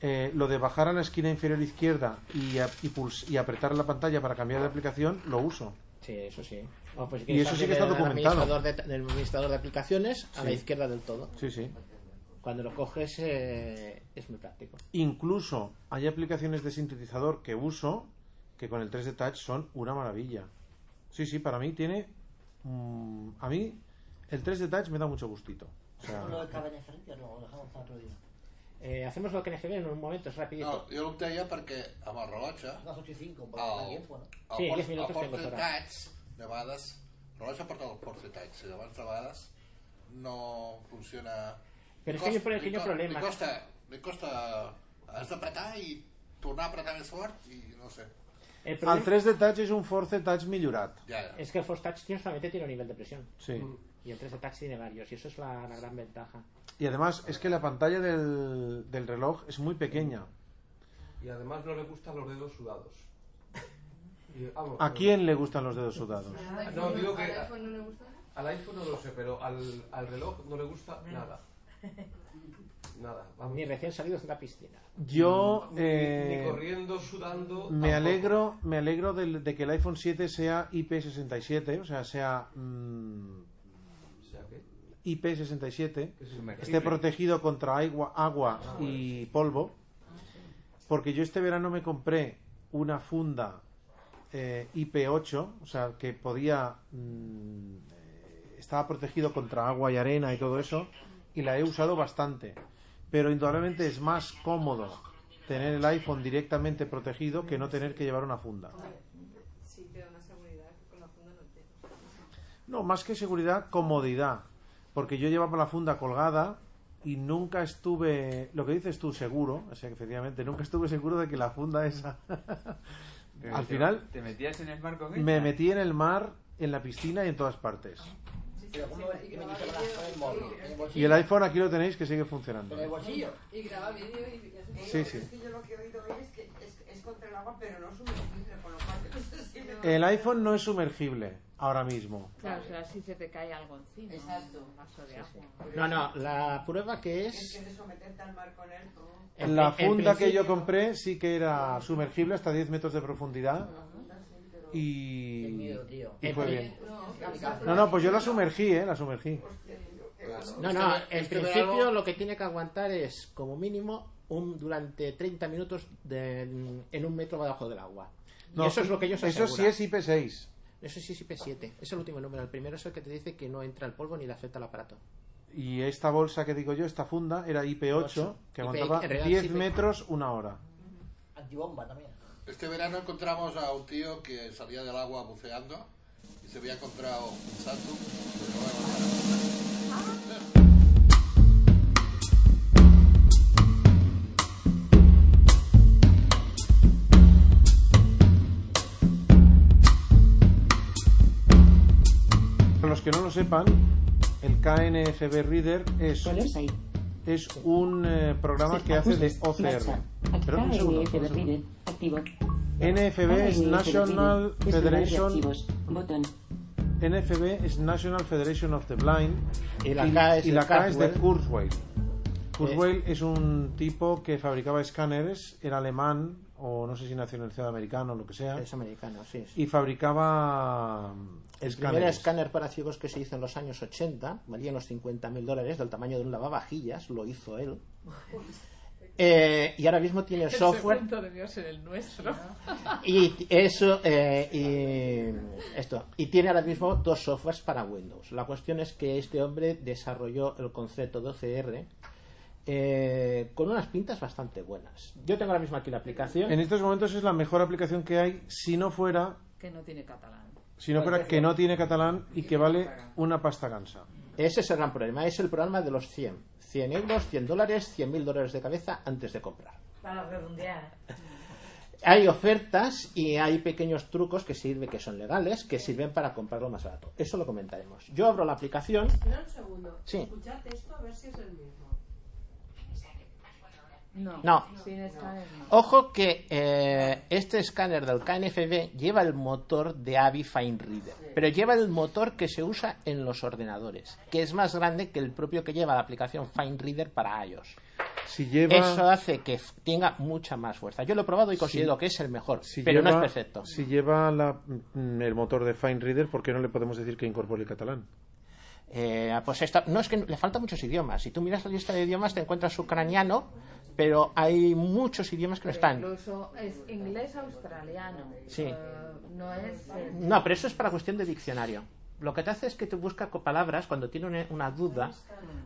[SPEAKER 2] eh, lo de bajar a la esquina inferior izquierda y, a- y puls- y apretar la pantalla para cambiar de aplicación, lo uso.
[SPEAKER 5] Sí, eso sí. O, pues, si
[SPEAKER 2] Y
[SPEAKER 5] quieres
[SPEAKER 2] eso Oh, sí que
[SPEAKER 5] abrir
[SPEAKER 2] está
[SPEAKER 5] el
[SPEAKER 2] documentado.
[SPEAKER 5] administrador de- del administrador de aplicaciones a la
[SPEAKER 2] Sí.
[SPEAKER 5] izquierda del todo.
[SPEAKER 2] Sí, sí.
[SPEAKER 5] Cuando lo coges eh, es muy práctico.
[SPEAKER 2] Incluso hay aplicaciones de sintetizador que uso que con el 3D Touch son una maravilla. Sí, sí, para mí tiene. mm, a mí, el 3D Touch me da mucho gustito. O sea,
[SPEAKER 10] Lo de Cabernet no, lo dejamos para otro día.
[SPEAKER 5] Eh, hacemos lo que necesitan en un momento, es rapidito.
[SPEAKER 11] No, jo l'obteia perquè amb el rellotge...
[SPEAKER 10] Les 8 i 5,
[SPEAKER 11] el,
[SPEAKER 10] perquè hi ha tiempo, no?
[SPEAKER 5] Sí,
[SPEAKER 11] el,
[SPEAKER 5] 10 minutos
[SPEAKER 11] el
[SPEAKER 5] tengo, Torà.
[SPEAKER 11] portatge, ah, de vegades... El rellotge porta el portatge, i llavors de vegades no funciona...
[SPEAKER 5] Però
[SPEAKER 11] Li
[SPEAKER 5] és que hi ha un
[SPEAKER 11] costa-
[SPEAKER 5] pequeño
[SPEAKER 11] li co-
[SPEAKER 5] problema.
[SPEAKER 11] Li costa, li costa... Has d'apretar i tornar a apretar més fort i no sé.
[SPEAKER 5] El
[SPEAKER 2] el
[SPEAKER 5] problema-
[SPEAKER 2] 3D Touch és un Force Touch millorat.
[SPEAKER 5] Es que el Force Touch tiene- solamente tiene un nivel de presión.
[SPEAKER 2] Sí.
[SPEAKER 9] Mm.
[SPEAKER 5] Y el 3 de Touch tiene varios, y eso es la, la gran ventaja.
[SPEAKER 2] Y además es que la pantalla del, del reloj es muy pequeña.
[SPEAKER 9] Y además no le gustan los dedos sudados. Y, vamos,
[SPEAKER 2] ¿A quién le gustan los dedos sudados?
[SPEAKER 9] No, digo que
[SPEAKER 1] ¿Al iPhone no le gusta?
[SPEAKER 9] al iPhone no lo sé, pero al, al reloj no le gusta nada. Nada. Vamos.
[SPEAKER 5] Ni recién salidos de la piscina.
[SPEAKER 2] Yo
[SPEAKER 9] Ni-
[SPEAKER 2] eh,
[SPEAKER 9] ni corriendo, sudando.
[SPEAKER 2] me
[SPEAKER 9] tampoco.
[SPEAKER 2] alegro, me alegro del- de que el iPhone 7 sea IP67, o sea, sea mm,
[SPEAKER 9] O sea que-
[SPEAKER 2] IP67
[SPEAKER 9] Que es sumergible.
[SPEAKER 2] esté protegido contra agua, agua y polvo. Porque yo este verano me compré una funda eh, IP8, o sea, que podía. mm, eh, estaba protegido contra agua y arena y todo eso, y la he usado bastante. Pero indudablemente es más cómodo tener el iPhone directamente protegido que no tener que llevar una funda.
[SPEAKER 1] Sí, te da una seguridad que con la funda no te.
[SPEAKER 2] No, más que seguridad, comodidad. Porque yo llevaba la funda colgada y nunca estuve, lo que dices tú, seguro, o sea que efectivamente, nunca estuve seguro de que la
[SPEAKER 21] [LAUGHS]
[SPEAKER 2] funda esa... Al final
[SPEAKER 21] ¿Te metías en el marco? con
[SPEAKER 2] me
[SPEAKER 21] ella? Ah,
[SPEAKER 2] metí en el mar, en la piscina y en todas partes.
[SPEAKER 10] Pero ¿cómo me me quitaba las cosas del móvil? En el
[SPEAKER 2] Y
[SPEAKER 10] bolsillo.
[SPEAKER 2] el iPhone aquí lo tenéis que sigue funcionando.
[SPEAKER 10] En el bolsillo.
[SPEAKER 13] Y graba vídeo y hace
[SPEAKER 2] Sí, sí.
[SPEAKER 13] Es
[SPEAKER 21] este
[SPEAKER 13] que yo lo que he oído hoy es que es, es contra el agua, pero no sumergible, con lo cual no sé si me-
[SPEAKER 2] El iPhone no es sumergible ahora mismo.
[SPEAKER 3] Claro, o sea, si se te cae algo encima. Exacto. Un vaso de agua.
[SPEAKER 5] No, no, la prueba que
[SPEAKER 13] Es
[SPEAKER 5] es.
[SPEAKER 13] que de someterte al mar con él, ¿no?
[SPEAKER 2] La
[SPEAKER 5] en- en
[SPEAKER 2] funda que yo
[SPEAKER 5] principio-
[SPEAKER 2] compré sí que era sumergible hasta 10 metros de profundidad. Y, y fue bien. No, no, pues yo la sumergí, ¿eh? La sumergí.
[SPEAKER 5] No, no, en principio lo que tiene que aguantar es, como mínimo, un durante 30 minutos de- en un metro bajo del agua.
[SPEAKER 2] No,
[SPEAKER 5] y eso es lo que ellos
[SPEAKER 2] Eso sí
[SPEAKER 5] aseguran.
[SPEAKER 2] es IP6.
[SPEAKER 5] Eso sí es IP7. Es el último número. El primero es el que te dice que no entra el polvo ni le afecta al aparato.
[SPEAKER 2] Y esta bolsa que digo yo, esta funda, era IP8,
[SPEAKER 5] Ocho.
[SPEAKER 2] que
[SPEAKER 5] IP,
[SPEAKER 2] aguantaba
[SPEAKER 5] en realidad
[SPEAKER 2] 10
[SPEAKER 5] sí, pero-
[SPEAKER 2] metros una hora.
[SPEAKER 10] Antibomba también.
[SPEAKER 11] Este verano encontramos a un tío que salía del agua buceando y se había encontrado un Samsung. pero no lo levantaron.
[SPEAKER 2] Para los que no lo sepan, el KNFB Reader es, es un eh, programa que hace de OCR. Pero un
[SPEAKER 8] eh,
[SPEAKER 2] segundo, un segundo.
[SPEAKER 8] Activo.
[SPEAKER 2] NFB es National Federation.
[SPEAKER 8] Botón.
[SPEAKER 2] NFB es National Federation of the Blind
[SPEAKER 5] Y la K es Eh.
[SPEAKER 2] y
[SPEAKER 5] de
[SPEAKER 2] la K es de
[SPEAKER 5] Kurzweil.
[SPEAKER 2] Kurzweil. Kurzweil es un tipo que fabricaba escáneres, era alemán o no sé si nacionalizado americano o lo que sea.
[SPEAKER 5] Es americano, sí. sí.
[SPEAKER 2] Y fabricaba mm,
[SPEAKER 5] El primer
[SPEAKER 2] escáneres.
[SPEAKER 5] escáner para ciegos que se hizo en los años 80, valía unos 50.000 dólares, del tamaño de un lavavajillas, lo hizo él.
[SPEAKER 3] [LAUGHS]
[SPEAKER 5] Eh, y ahora mismo [LAUGHS] tiene
[SPEAKER 3] El
[SPEAKER 5] software
[SPEAKER 3] segmento debió ser el nuestro.
[SPEAKER 5] [LAUGHS] y eso eh, y esto y tiene ahora mismo dos softwares para Windows. La cuestión es que este hombre desarrolló el concepto de OCR eh, con unas pintas bastante buenas. Yo tengo ahora mismo aquí la aplicación.
[SPEAKER 2] En estos momentos es la mejor aplicación que hay si no fuera
[SPEAKER 3] Que no tiene catalán.
[SPEAKER 2] si no fuera que no tiene catalán y que vale una pasta gansa.
[SPEAKER 5] Ese es el gran problema, es el programa de los 100. 100 euros, 100 dólares, 100.000 dólares de cabeza antes de comprar.
[SPEAKER 6] Para redondear.
[SPEAKER 5] Hay ofertas y hay pequeños trucos que sirven, que son legales, que sirven para comprarlo más barato. Eso lo comentaremos. Yo abro la aplicación.
[SPEAKER 12] Espera un segundo.
[SPEAKER 5] Sí.
[SPEAKER 12] Escuchad esto a ver si es el mismo.
[SPEAKER 3] No.
[SPEAKER 5] No.
[SPEAKER 3] Sin escáner, no.
[SPEAKER 5] Ojo que eh, este escáner del KNFB lleva el motor de Avi Fine Reader, pero lleva el motor que se usa en los ordenadores, que es más grande que el propio que lleva la aplicación Fine Reader para iOS.
[SPEAKER 2] Si lleva
[SPEAKER 5] Eso hace que f- tenga mucha más fuerza. Yo lo he probado y considero que es el mejor,
[SPEAKER 2] si
[SPEAKER 5] pero no es
[SPEAKER 2] lleva-
[SPEAKER 5] perfecto.
[SPEAKER 2] Si lleva la- mm, el motor de Fine Reader, ¿por qué no le podemos decir que incorpore el catalán?
[SPEAKER 5] Eh, pues esta- no es que le faltan muchos idiomas. Si tú miras la lista de idiomas, te encuentras ucraniano, pero hay muchos idiomas que no están.
[SPEAKER 3] Incluso es inglés australiano.
[SPEAKER 5] Sí.
[SPEAKER 3] Eh, no es. eh,
[SPEAKER 5] No, pero eso es para cuestión de diccionario. Lo que te hace es que te busca co- palabras cuando tiene una, una duda.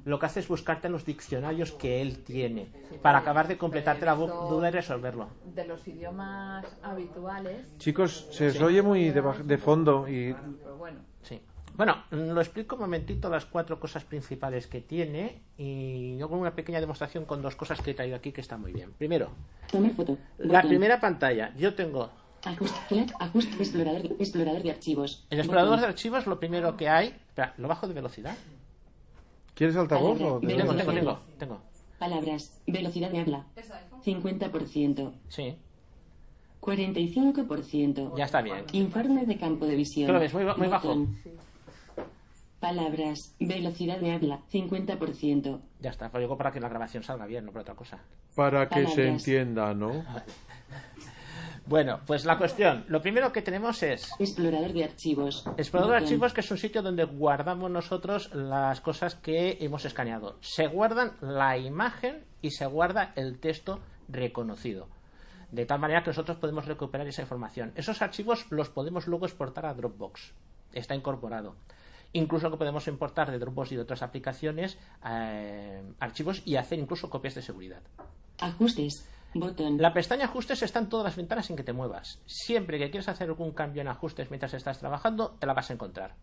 [SPEAKER 5] Lo que hace es buscarte en los diccionarios que él tiene para acabar de completarte la bu- duda y resolverlo.
[SPEAKER 3] de los idiomas habituales.
[SPEAKER 2] Chicos, se os oye muy de, baj- de fondo y
[SPEAKER 3] Pero bueno,
[SPEAKER 5] Sí. Bueno, lo explico un momentito las cuatro cosas principales que tiene y yo con una pequeña demostración con dos cosas que he traído aquí que está muy bien. Primero,
[SPEAKER 8] Tomar foto.
[SPEAKER 5] la
[SPEAKER 8] Botón.
[SPEAKER 5] primera pantalla. Yo tengo
[SPEAKER 8] Ajuste, flat, ajuste, explorador, de- explorador de archivos.
[SPEAKER 5] el explorador de
[SPEAKER 8] Botón.
[SPEAKER 5] archivos, lo primero que hay. Espera, ¿lo bajo de velocidad?
[SPEAKER 2] ¿Quieres altavoz o te-
[SPEAKER 5] Tengo, tengo, tengo, tengo.
[SPEAKER 8] Palabras, velocidad de habla. 50%.
[SPEAKER 5] Sí.
[SPEAKER 8] 45%.
[SPEAKER 5] Ya está bien.
[SPEAKER 8] Informe de campo de visión.
[SPEAKER 5] ¿Qué lo ves? Muy, ba- muy bajo.
[SPEAKER 8] Botón. Palabras, velocidad de habla. 50%.
[SPEAKER 5] Ya está, lo digo para que la grabación salga bien, no para otra cosa.
[SPEAKER 21] Para que se
[SPEAKER 5] Palabras.
[SPEAKER 21] entienda, ¿no?
[SPEAKER 5] [LAUGHS] Bueno, pues la cuestión, lo primero que tenemos es...
[SPEAKER 8] Explorador de archivos.
[SPEAKER 5] Explorador de
[SPEAKER 8] Botón.
[SPEAKER 5] archivos, que es un sitio donde guardamos nosotros las cosas que hemos escaneado. Se guardan la imagen y se guarda el texto reconocido. De tal manera que nosotros podemos recuperar esa información. Esos archivos los podemos luego exportar a Dropbox. Está incorporado. Incluso que podemos importar de Dropbox y de otras aplicaciones eh, archivos y hacer incluso copias de seguridad.
[SPEAKER 8] Ajustes. Botón.
[SPEAKER 5] La pestaña ajustes está en todas las ventanas sin que te muevas. Siempre que quieras hacer algún cambio en ajustes mientras estás trabajando, te la vas a encontrar.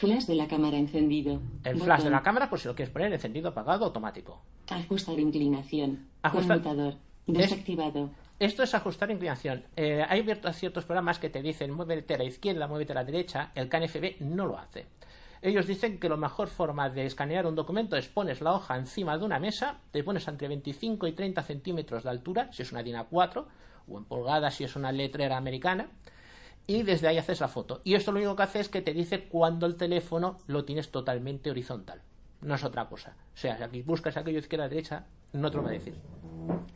[SPEAKER 8] Flash de la cámara encendido.
[SPEAKER 5] El
[SPEAKER 8] Botón.
[SPEAKER 5] flash de la cámara, pues si lo quieres poner encendido, apagado, automático.
[SPEAKER 8] Ajustar inclinación.
[SPEAKER 5] Ajustar-
[SPEAKER 8] Conmutador. Desactivado.
[SPEAKER 5] Esto es ajustar inclinación. Eh, hay virt- ciertos programas que te dicen muévete a la izquierda, muévete a la derecha. El KNFB no lo hace. Ellos dicen que la mejor forma de escanear un documento es pones la hoja encima de una mesa, te pones entre 25 y 30 centímetros de altura, si es una DIN A4, o en pulgadas si es una letrera americana, y desde ahí haces la foto. Y esto lo único que hace es que te dice cuando el teléfono lo tienes totalmente horizontal. No es otra cosa. O sea, si aquí buscas aquello izquierda, derecha, no te lo va a decir.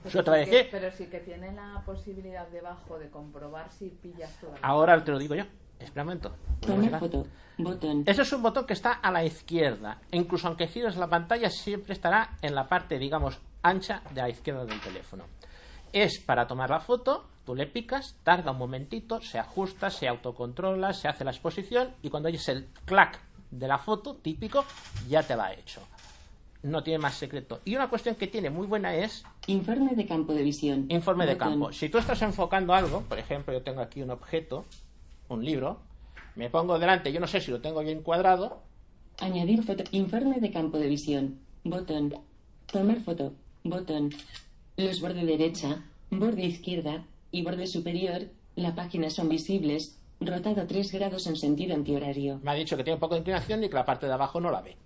[SPEAKER 4] Pues
[SPEAKER 5] Solo te va a
[SPEAKER 3] Pues sí que-
[SPEAKER 5] decir
[SPEAKER 3] pero sí que tiene la posibilidad debajo de comprobar si pillas todo.
[SPEAKER 5] Ahora te lo digo yo. Espera un momento.
[SPEAKER 8] Tomar foto. Botón.
[SPEAKER 5] Eso es un botón que está a la izquierda. E incluso aunque gires la pantalla, siempre estará en la parte, digamos, ancha de la izquierda del teléfono. Es para tomar la foto, tú le picas, tarda un momentito, se ajusta, se autocontrola, se hace la exposición y cuando oyes el clac de la foto, típico, ya te va hecho. No tiene más secreto. Y una cuestión que tiene muy buena es
[SPEAKER 8] Informe de campo de visión.
[SPEAKER 5] informe de
[SPEAKER 8] Botón.
[SPEAKER 5] campo. Si tú estás enfocando algo, por ejemplo, yo tengo aquí un objeto, un libro, me pongo delante, yo no sé si lo tengo bien cuadrado,
[SPEAKER 8] Añadir foto. Informe de campo de visión. Botón. Tomar foto. Botón. Los bordes derecha, borde izquierda y borde superior. La página son visibles. Rotado 3 grados en sentido antihorario.
[SPEAKER 5] me ha dicho que tiene un poco de inclinación y que la parte de abajo no la ve.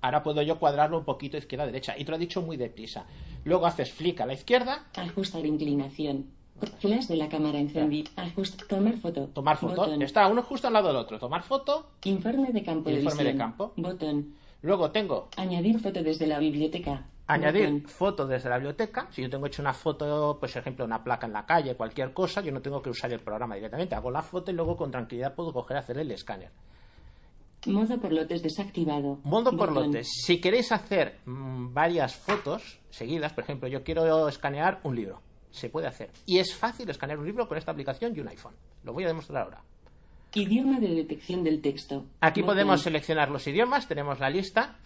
[SPEAKER 5] Ahora puedo yo cuadrarlo un poquito izquierda-derecha, y te lo he dicho muy deprisa. Luego haces flick a la izquierda,
[SPEAKER 8] Ajustar inclinación. Flash de la cámara encendido. Ajust. Ah, Tomar foto.
[SPEAKER 5] tomar foto,
[SPEAKER 8] Botón.
[SPEAKER 5] está uno justo al lado del otro, tomar foto,
[SPEAKER 8] Informe de campo de
[SPEAKER 5] informe
[SPEAKER 8] visión.
[SPEAKER 5] de campo.
[SPEAKER 8] Botón.
[SPEAKER 5] Luego tengo
[SPEAKER 8] Añadir foto desde la biblioteca. Botón.
[SPEAKER 5] Añadir fotos desde la biblioteca. Si yo tengo hecho una foto, pues, por ejemplo, una placa en la calle, cualquier cosa, yo no tengo que usar el programa directamente. Hago la foto y luego con tranquilidad puedo coger y hacer el escáner.
[SPEAKER 8] Modo por lotes desactivado.
[SPEAKER 5] Modo por
[SPEAKER 8] Botón.
[SPEAKER 5] lotes. Si queréis hacer mm, varias fotos seguidas, por ejemplo, yo quiero escanear un libro. Se puede hacer. Y es fácil escanear un libro con esta aplicación y un iPhone. Lo voy a demostrar ahora.
[SPEAKER 8] Idioma de detección del texto.
[SPEAKER 5] Aquí
[SPEAKER 8] Botón.
[SPEAKER 5] podemos seleccionar los idiomas. Tenemos la lista.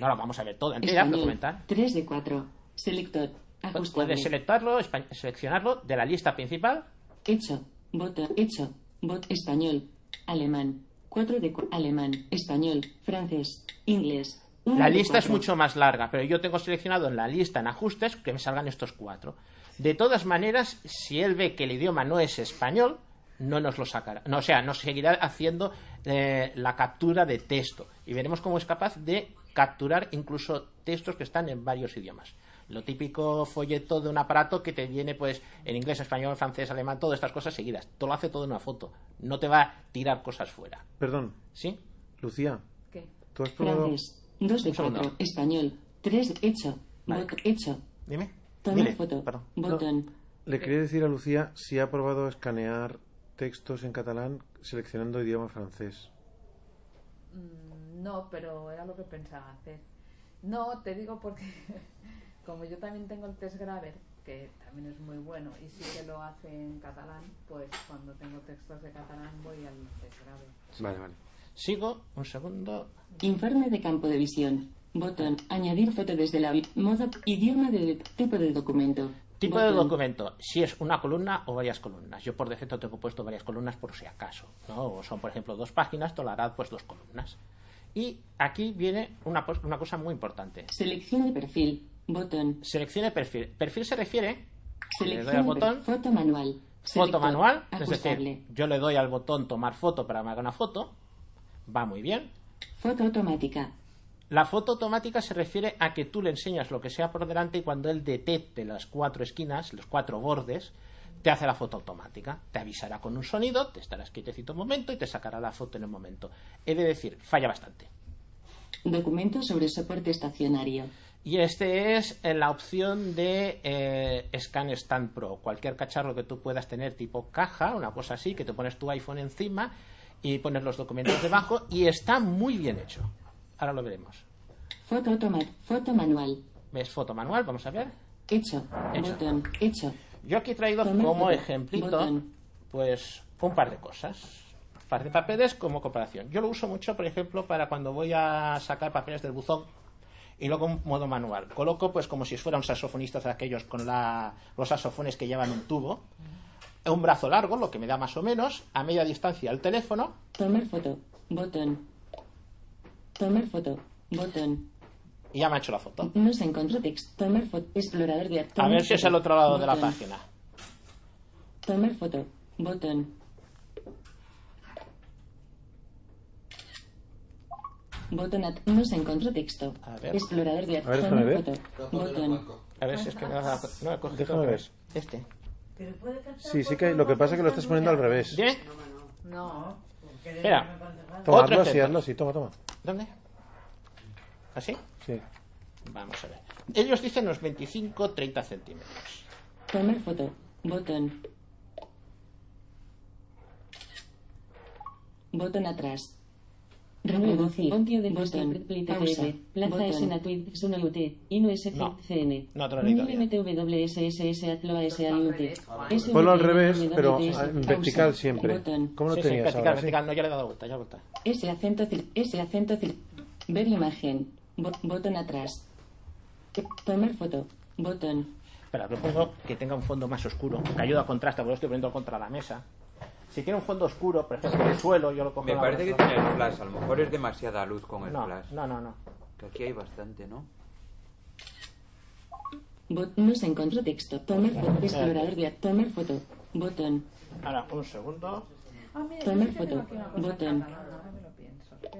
[SPEAKER 5] No la vamos a ver toda entera, pero
[SPEAKER 8] Español,
[SPEAKER 5] comentar.
[SPEAKER 8] 3 de 4. Selector. Ajustable.
[SPEAKER 5] Puedes Pues, selectarlo, espa- seleccionarlo de la lista principal
[SPEAKER 8] Hecho. Botón. Hecho. Bot. Español. Alemán. 4 de 4. Alemán. Español. Francés. Inglés. uno
[SPEAKER 5] La
[SPEAKER 8] de
[SPEAKER 5] lista es
[SPEAKER 8] cuatro.
[SPEAKER 5] mucho más larga, pero yo tengo seleccionado en la lista en ajustes que me salgan estos cuatro. De todas maneras, si él ve que el idioma no es español, no nos lo sacará. No, o sea, nos seguirá haciendo eh, la captura de texto. Y veremos cómo es capaz de capturar incluso textos que están en varios idiomas. Lo típico folleto de un aparato que te viene pues en inglés, español, francés, alemán, todas estas cosas seguidas. Todo lo hace todo en una foto. No te va a tirar cosas fuera.
[SPEAKER 2] Perdón.
[SPEAKER 5] ¿Sí?
[SPEAKER 2] Lucía.
[SPEAKER 3] ¿Qué?
[SPEAKER 2] ¿Tú has probado?
[SPEAKER 8] Francés. 2 de
[SPEAKER 5] Un segundo.
[SPEAKER 8] 4. Español. 3 hecho. Bot. Hecho.
[SPEAKER 5] Dime.
[SPEAKER 8] Tomar
[SPEAKER 2] Dile,
[SPEAKER 8] foto.
[SPEAKER 2] perdón.
[SPEAKER 8] Botón.
[SPEAKER 2] Le quería decir a Lucía si ha probado escanear textos en catalán seleccionando idioma francés.
[SPEAKER 3] Mm, No, pero era lo que pensaba hacer. No, te digo porque [LAUGHS] como yo también tengo el test Graver, que también es muy bueno y sí que lo hace en catalán, pues cuando tengo textos de catalán voy al test Graver.
[SPEAKER 8] Vale, vale.
[SPEAKER 5] Sigo un segundo.
[SPEAKER 8] Informe de campo de visión. Botón. Añadir foto desde la vi- modo idioma de tipo de documento.
[SPEAKER 5] Tipo de
[SPEAKER 8] Botón.
[SPEAKER 5] documento, si es una columna o varias columnas. Yo por defecto tengo puesto varias columnas por si acaso. ¿no? O son, por ejemplo, dos páginas, tolerad pues dos columnas. Y aquí viene una, pos- una cosa muy importante.
[SPEAKER 8] Selección de perfil. Botón.
[SPEAKER 5] Seleccione perfil. Perfil se refiere, le doy
[SPEAKER 8] Selección
[SPEAKER 5] al
[SPEAKER 8] de
[SPEAKER 5] botón,
[SPEAKER 8] foto manual.
[SPEAKER 5] foto
[SPEAKER 8] Selector.
[SPEAKER 5] manual, es
[SPEAKER 8] Ajustable.
[SPEAKER 5] decir, yo le doy al botón tomar foto para que me haga una foto. Va muy bien.
[SPEAKER 8] Foto automática.
[SPEAKER 5] La foto automática se refiere a que tú le enseñas lo que sea por delante y cuando él detecte las cuatro esquinas, los cuatro bordes, te hace la foto automática. Te avisará con un sonido, te estarás quietecito un momento y te sacará la foto en el momento. He de decir, falla bastante.
[SPEAKER 8] Documento sobre soporte estacionario.
[SPEAKER 5] Y este es eh, la opción de eh, Scan Stand Pro, cualquier cacharro que tú puedas tener tipo caja, una cosa así, que te pones tu iPhone encima y pones los documentos debajo y está muy bien hecho. Ahora lo veremos.
[SPEAKER 8] Foto automática. Foto manual.
[SPEAKER 5] ¿Ves foto manual? Vamos a ver.
[SPEAKER 8] Hecho.
[SPEAKER 5] Hecho.
[SPEAKER 8] Botón. Hecho.
[SPEAKER 5] Yo aquí he traído
[SPEAKER 8] Tomar
[SPEAKER 5] como
[SPEAKER 8] foto.
[SPEAKER 5] ejemplito,
[SPEAKER 8] Botón.
[SPEAKER 5] pues, un par de cosas. Un par de papeles como comparación. Yo lo uso mucho, por ejemplo, para cuando voy a sacar papeles del buzón y luego en modo manual. Coloco, pues, como si fuera un saxofonista de aquellos con la- los saxofones que llevan un tubo. Un brazo largo, lo que me da más o menos, a media distancia el teléfono.
[SPEAKER 8] Tomar foto. Botón. Tomar foto. Botón.
[SPEAKER 5] Y ya me ha hecho la foto.
[SPEAKER 8] No se encontró texto. Tomar foto. Explorador de
[SPEAKER 5] A ver si es el otro lado de la
[SPEAKER 8] Botón.
[SPEAKER 5] página.
[SPEAKER 8] Tomar foto. Botón. Botón. at- No se encontró texto.
[SPEAKER 5] ver.
[SPEAKER 8] Explorador de
[SPEAKER 5] A ver,
[SPEAKER 8] Tomar
[SPEAKER 5] déjame ver.
[SPEAKER 8] foto. Botón.
[SPEAKER 5] A ver si es que me da- Ah, no he cogido
[SPEAKER 2] Déjame ver.
[SPEAKER 5] pues, este.
[SPEAKER 6] Pero puede cantar
[SPEAKER 2] Sí, sí que lo que pasa es que lo estás poniendo al revés.
[SPEAKER 5] ¿Bien?
[SPEAKER 2] Ah.
[SPEAKER 6] No.
[SPEAKER 5] Espera.
[SPEAKER 2] Toma,
[SPEAKER 5] Otro
[SPEAKER 2] hazlo así,
[SPEAKER 5] ejemplo.
[SPEAKER 2] hazlo así, toma, toma.
[SPEAKER 5] ¿Dónde? ¿Así?
[SPEAKER 2] Sí.
[SPEAKER 5] Vamos a ver. Ellos dicen los 25-30 centímetros.
[SPEAKER 8] Tomar foto. Botón. Botón atrás. Reproducir. Oncio de botón. Pausa. Plaza
[SPEAKER 5] Botón.
[SPEAKER 8] SNA Tweet. Suno UT. Inu SF.
[SPEAKER 5] No.
[SPEAKER 8] CN.
[SPEAKER 5] No te lo he leído bien.
[SPEAKER 8] MTWSSS. Atloa SAIUT.
[SPEAKER 2] Ponlo al revés, pero en Mm, vertical siempre. ¿Cómo lo
[SPEAKER 5] Sí, sí,
[SPEAKER 2] tenías
[SPEAKER 5] vertical,
[SPEAKER 2] ahora?
[SPEAKER 5] vertical. No, ya le he dado vuelta, ya he vuelta.
[SPEAKER 8] Ese acento. cir- Ese acento. cir- Ver imagen. Bo- Botón atrás. Tomar foto. Botón.
[SPEAKER 5] Espera, propongo que tenga un fondo más oscuro, que ayuda a contraste, porque lo estoy poniendo contra la mesa. Si tiene un fondo oscuro, por ejemplo, el suelo, yo lo cojo
[SPEAKER 17] Me
[SPEAKER 5] en la
[SPEAKER 17] parece que
[SPEAKER 5] mano.
[SPEAKER 17] tiene el flash, a lo mejor es demasiada luz con el
[SPEAKER 5] No,
[SPEAKER 17] flash.
[SPEAKER 5] no, no, no.
[SPEAKER 17] Que aquí hay bastante, ¿no?
[SPEAKER 8] Bot- no se encontró texto. Tomar foto. Explorador de Tomar foto. Botón.
[SPEAKER 5] Ahora, un segundo.
[SPEAKER 3] Ah, mira,
[SPEAKER 8] Tomar
[SPEAKER 3] yo sí que tengo
[SPEAKER 8] foto.
[SPEAKER 3] aquí una cosa en
[SPEAKER 8] Botón.
[SPEAKER 3] catalán, ahora me lo pienso, espera.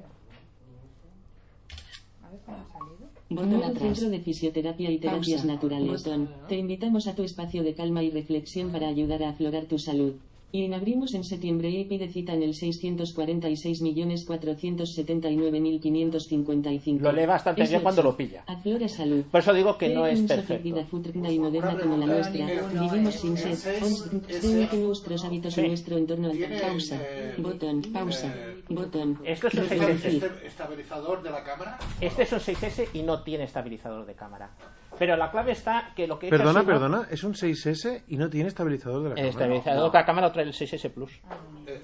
[SPEAKER 3] A ver cómo ha salido.
[SPEAKER 8] Botón
[SPEAKER 3] atrás.
[SPEAKER 8] Centro de Fisioterapia y Terapias
[SPEAKER 3] Pausa.
[SPEAKER 8] Naturales.
[SPEAKER 3] Botón.
[SPEAKER 8] Te invitamos a tu espacio de calma y reflexión para ayudar a aflorar tu salud. Y en abrimos en septiembre y pide cita en el 646.479.555.
[SPEAKER 5] Lo lee bastante
[SPEAKER 8] Es
[SPEAKER 5] bien cuando
[SPEAKER 8] ocho.
[SPEAKER 5] lo pilla.
[SPEAKER 8] Aflora salud.
[SPEAKER 5] Por eso digo que no es
[SPEAKER 8] Tenemos
[SPEAKER 5] perfecto.
[SPEAKER 8] vida futurna y moderna como la nuestra. Vivimos sin sed. Tenemos que nuestros hábitos y nuestro entorno al pausa. Botón, pausa, botón.
[SPEAKER 5] Esto es un
[SPEAKER 8] Reproducir.
[SPEAKER 5] este-
[SPEAKER 11] estabilizador de la cámara.
[SPEAKER 5] Este es un 6S y no tiene estabilizador de cámara. Pero la clave está que lo que...
[SPEAKER 2] Perdona,
[SPEAKER 5] es así, ¿no?
[SPEAKER 2] perdona, es un 6S y no tiene estabilizador de la
[SPEAKER 5] El
[SPEAKER 2] cámara.
[SPEAKER 5] estabilizador de la cámara lo trae el 6S Plus.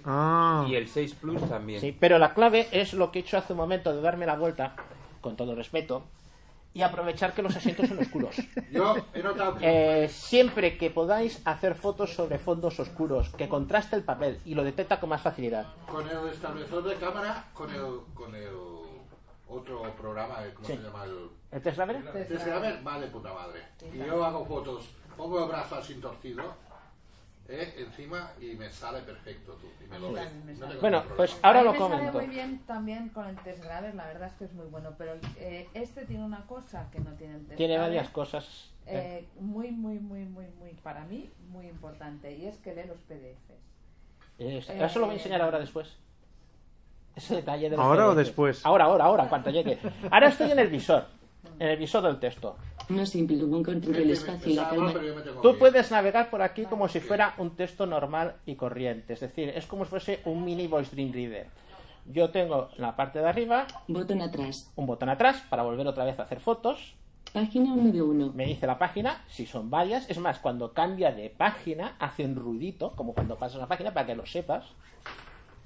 [SPEAKER 2] Ah.
[SPEAKER 17] Y el 6 Plus también.
[SPEAKER 5] Sí, pero la clave es lo que he hecho hace un momento de darme la vuelta, con todo respeto, y aprovechar que los asientos son oscuros.
[SPEAKER 11] Yo he notado que
[SPEAKER 5] [LAUGHS] Eh, siempre que podáis hacer fotos sobre fondos oscuros, que contraste el papel y lo detecta con más facilidad.
[SPEAKER 11] con el estabilizador de cámara, con el, con el otro programa, eh, ¿cómo
[SPEAKER 5] Sí.
[SPEAKER 11] se llama? El,
[SPEAKER 5] ¿El test Raver?
[SPEAKER 11] Desde la ver, va de puta madre. Y yo hago fotos, pongo el brazo así torcido, eh, encima y me sale perfecto tú. Y me lo
[SPEAKER 3] Sí,
[SPEAKER 11] ves.
[SPEAKER 3] también me
[SPEAKER 11] No
[SPEAKER 3] sale.
[SPEAKER 11] tengo
[SPEAKER 5] Bueno,
[SPEAKER 11] ningún
[SPEAKER 5] pues
[SPEAKER 11] problema.
[SPEAKER 5] ahora
[SPEAKER 3] A mí
[SPEAKER 5] lo
[SPEAKER 3] me sale
[SPEAKER 5] comento.
[SPEAKER 3] muy bien también con el test graver, la verdad es que es muy bueno, pero eh, este tiene una cosa que no tiene el test
[SPEAKER 5] Tiene
[SPEAKER 3] Graver,
[SPEAKER 5] varias cosas.
[SPEAKER 3] eh, muy, muy, muy, muy, muy, para mí, muy importante, y es que lee los PDFs.
[SPEAKER 5] Eh, Eso lo voy a enseñar ahora después. Ese detalle de los
[SPEAKER 2] ¿Ahora o
[SPEAKER 5] PDFs.
[SPEAKER 2] después?
[SPEAKER 5] Ahora, ahora, ahora, en cuanto llegue. Ahora estoy en el visor, en el visor del texto.
[SPEAKER 8] No simple, un control
[SPEAKER 5] eh,
[SPEAKER 8] del espacio y
[SPEAKER 5] ah,
[SPEAKER 8] la calma.
[SPEAKER 5] Tú puedes navegar por aquí como si fuera un texto normal y corriente, es decir, es como si fuese un mini voice dream reader. Yo tengo en la parte de arriba
[SPEAKER 8] Botón atrás.
[SPEAKER 5] un botón atrás para volver otra vez a hacer fotos.
[SPEAKER 8] Página 1 de 1.
[SPEAKER 5] Me dice la página, si son varias. Es más, cuando cambia de página, hace un ruidito, como cuando pasa una página, para que lo sepas.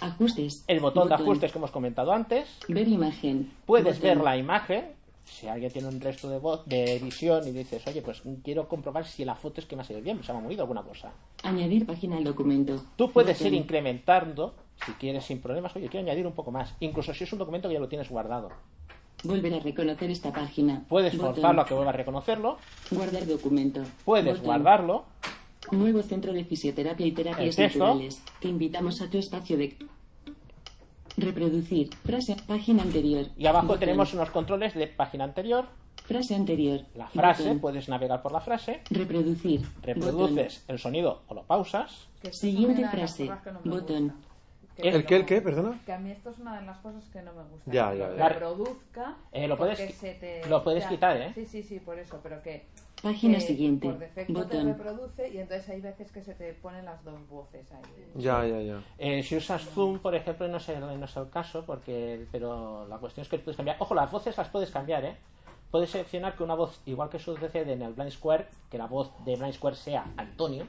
[SPEAKER 8] Ajustes.
[SPEAKER 5] El botón de ajustes que hemos comentado antes.
[SPEAKER 8] Ver imagen.
[SPEAKER 5] Puedes
[SPEAKER 8] Botón.
[SPEAKER 5] ver la imagen. Si alguien tiene un resto de, voz, de visión y dices, oye, pues quiero comprobar si la foto es que me ha salido bien, se me ha movido alguna cosa.
[SPEAKER 8] Añadir página al documento.
[SPEAKER 5] Tú puedes
[SPEAKER 8] Botón.
[SPEAKER 5] ir incrementando, si quieres, sin problemas. Oye, quiero añadir un poco más. Incluso si es un documento que ya lo tienes guardado.
[SPEAKER 8] Volver a reconocer esta página.
[SPEAKER 5] Puedes
[SPEAKER 8] Botón.
[SPEAKER 5] forzarlo a que vuelva a reconocerlo.
[SPEAKER 8] Guardar documento.
[SPEAKER 5] Puedes
[SPEAKER 8] Botón.
[SPEAKER 5] guardarlo.
[SPEAKER 8] Nuevo centro de fisioterapia y terapias
[SPEAKER 5] El texto.
[SPEAKER 8] naturales. Te invitamos a tu espacio de. Reproducir. Frase. Página anterior.
[SPEAKER 5] Y abajo
[SPEAKER 8] Botón.
[SPEAKER 5] tenemos unos controles de página anterior.
[SPEAKER 8] Frase anterior.
[SPEAKER 5] La frase,
[SPEAKER 8] Botón.
[SPEAKER 5] puedes navegar por la frase.
[SPEAKER 8] Reproducir.
[SPEAKER 5] Reproduces el sonido o lo pausas.
[SPEAKER 8] Siguiente
[SPEAKER 4] Una de las
[SPEAKER 8] frase.
[SPEAKER 4] cosas que no me
[SPEAKER 8] Botón.
[SPEAKER 5] ¿El qué, el qué, perdona?
[SPEAKER 4] Que a mí esto es una de las cosas que no me gusta.
[SPEAKER 5] Ya, ya,
[SPEAKER 4] Que
[SPEAKER 5] ya.
[SPEAKER 4] reproduzca,
[SPEAKER 5] Eh, lo puedes
[SPEAKER 4] porque
[SPEAKER 5] qui-
[SPEAKER 4] se te-
[SPEAKER 5] lo puedes quitar, ¿eh?
[SPEAKER 4] Sí, sí, sí, por eso, pero que.
[SPEAKER 8] Página
[SPEAKER 4] eh,
[SPEAKER 8] siguiente.
[SPEAKER 4] Por defecto
[SPEAKER 8] Botón.
[SPEAKER 4] te reproduce y entonces hay veces que se te ponen las dos voces ahí.
[SPEAKER 5] Ya, ya, ya. Eh, si usas Zoom, por ejemplo, no sé, no es el caso, porque pero la cuestión es que puedes cambiar. Ojo, las voces las puedes cambiar, ¿eh? Puedes seleccionar que una voz, igual que sucede en el Blind Square, que la voz de Blind Square sea Antonio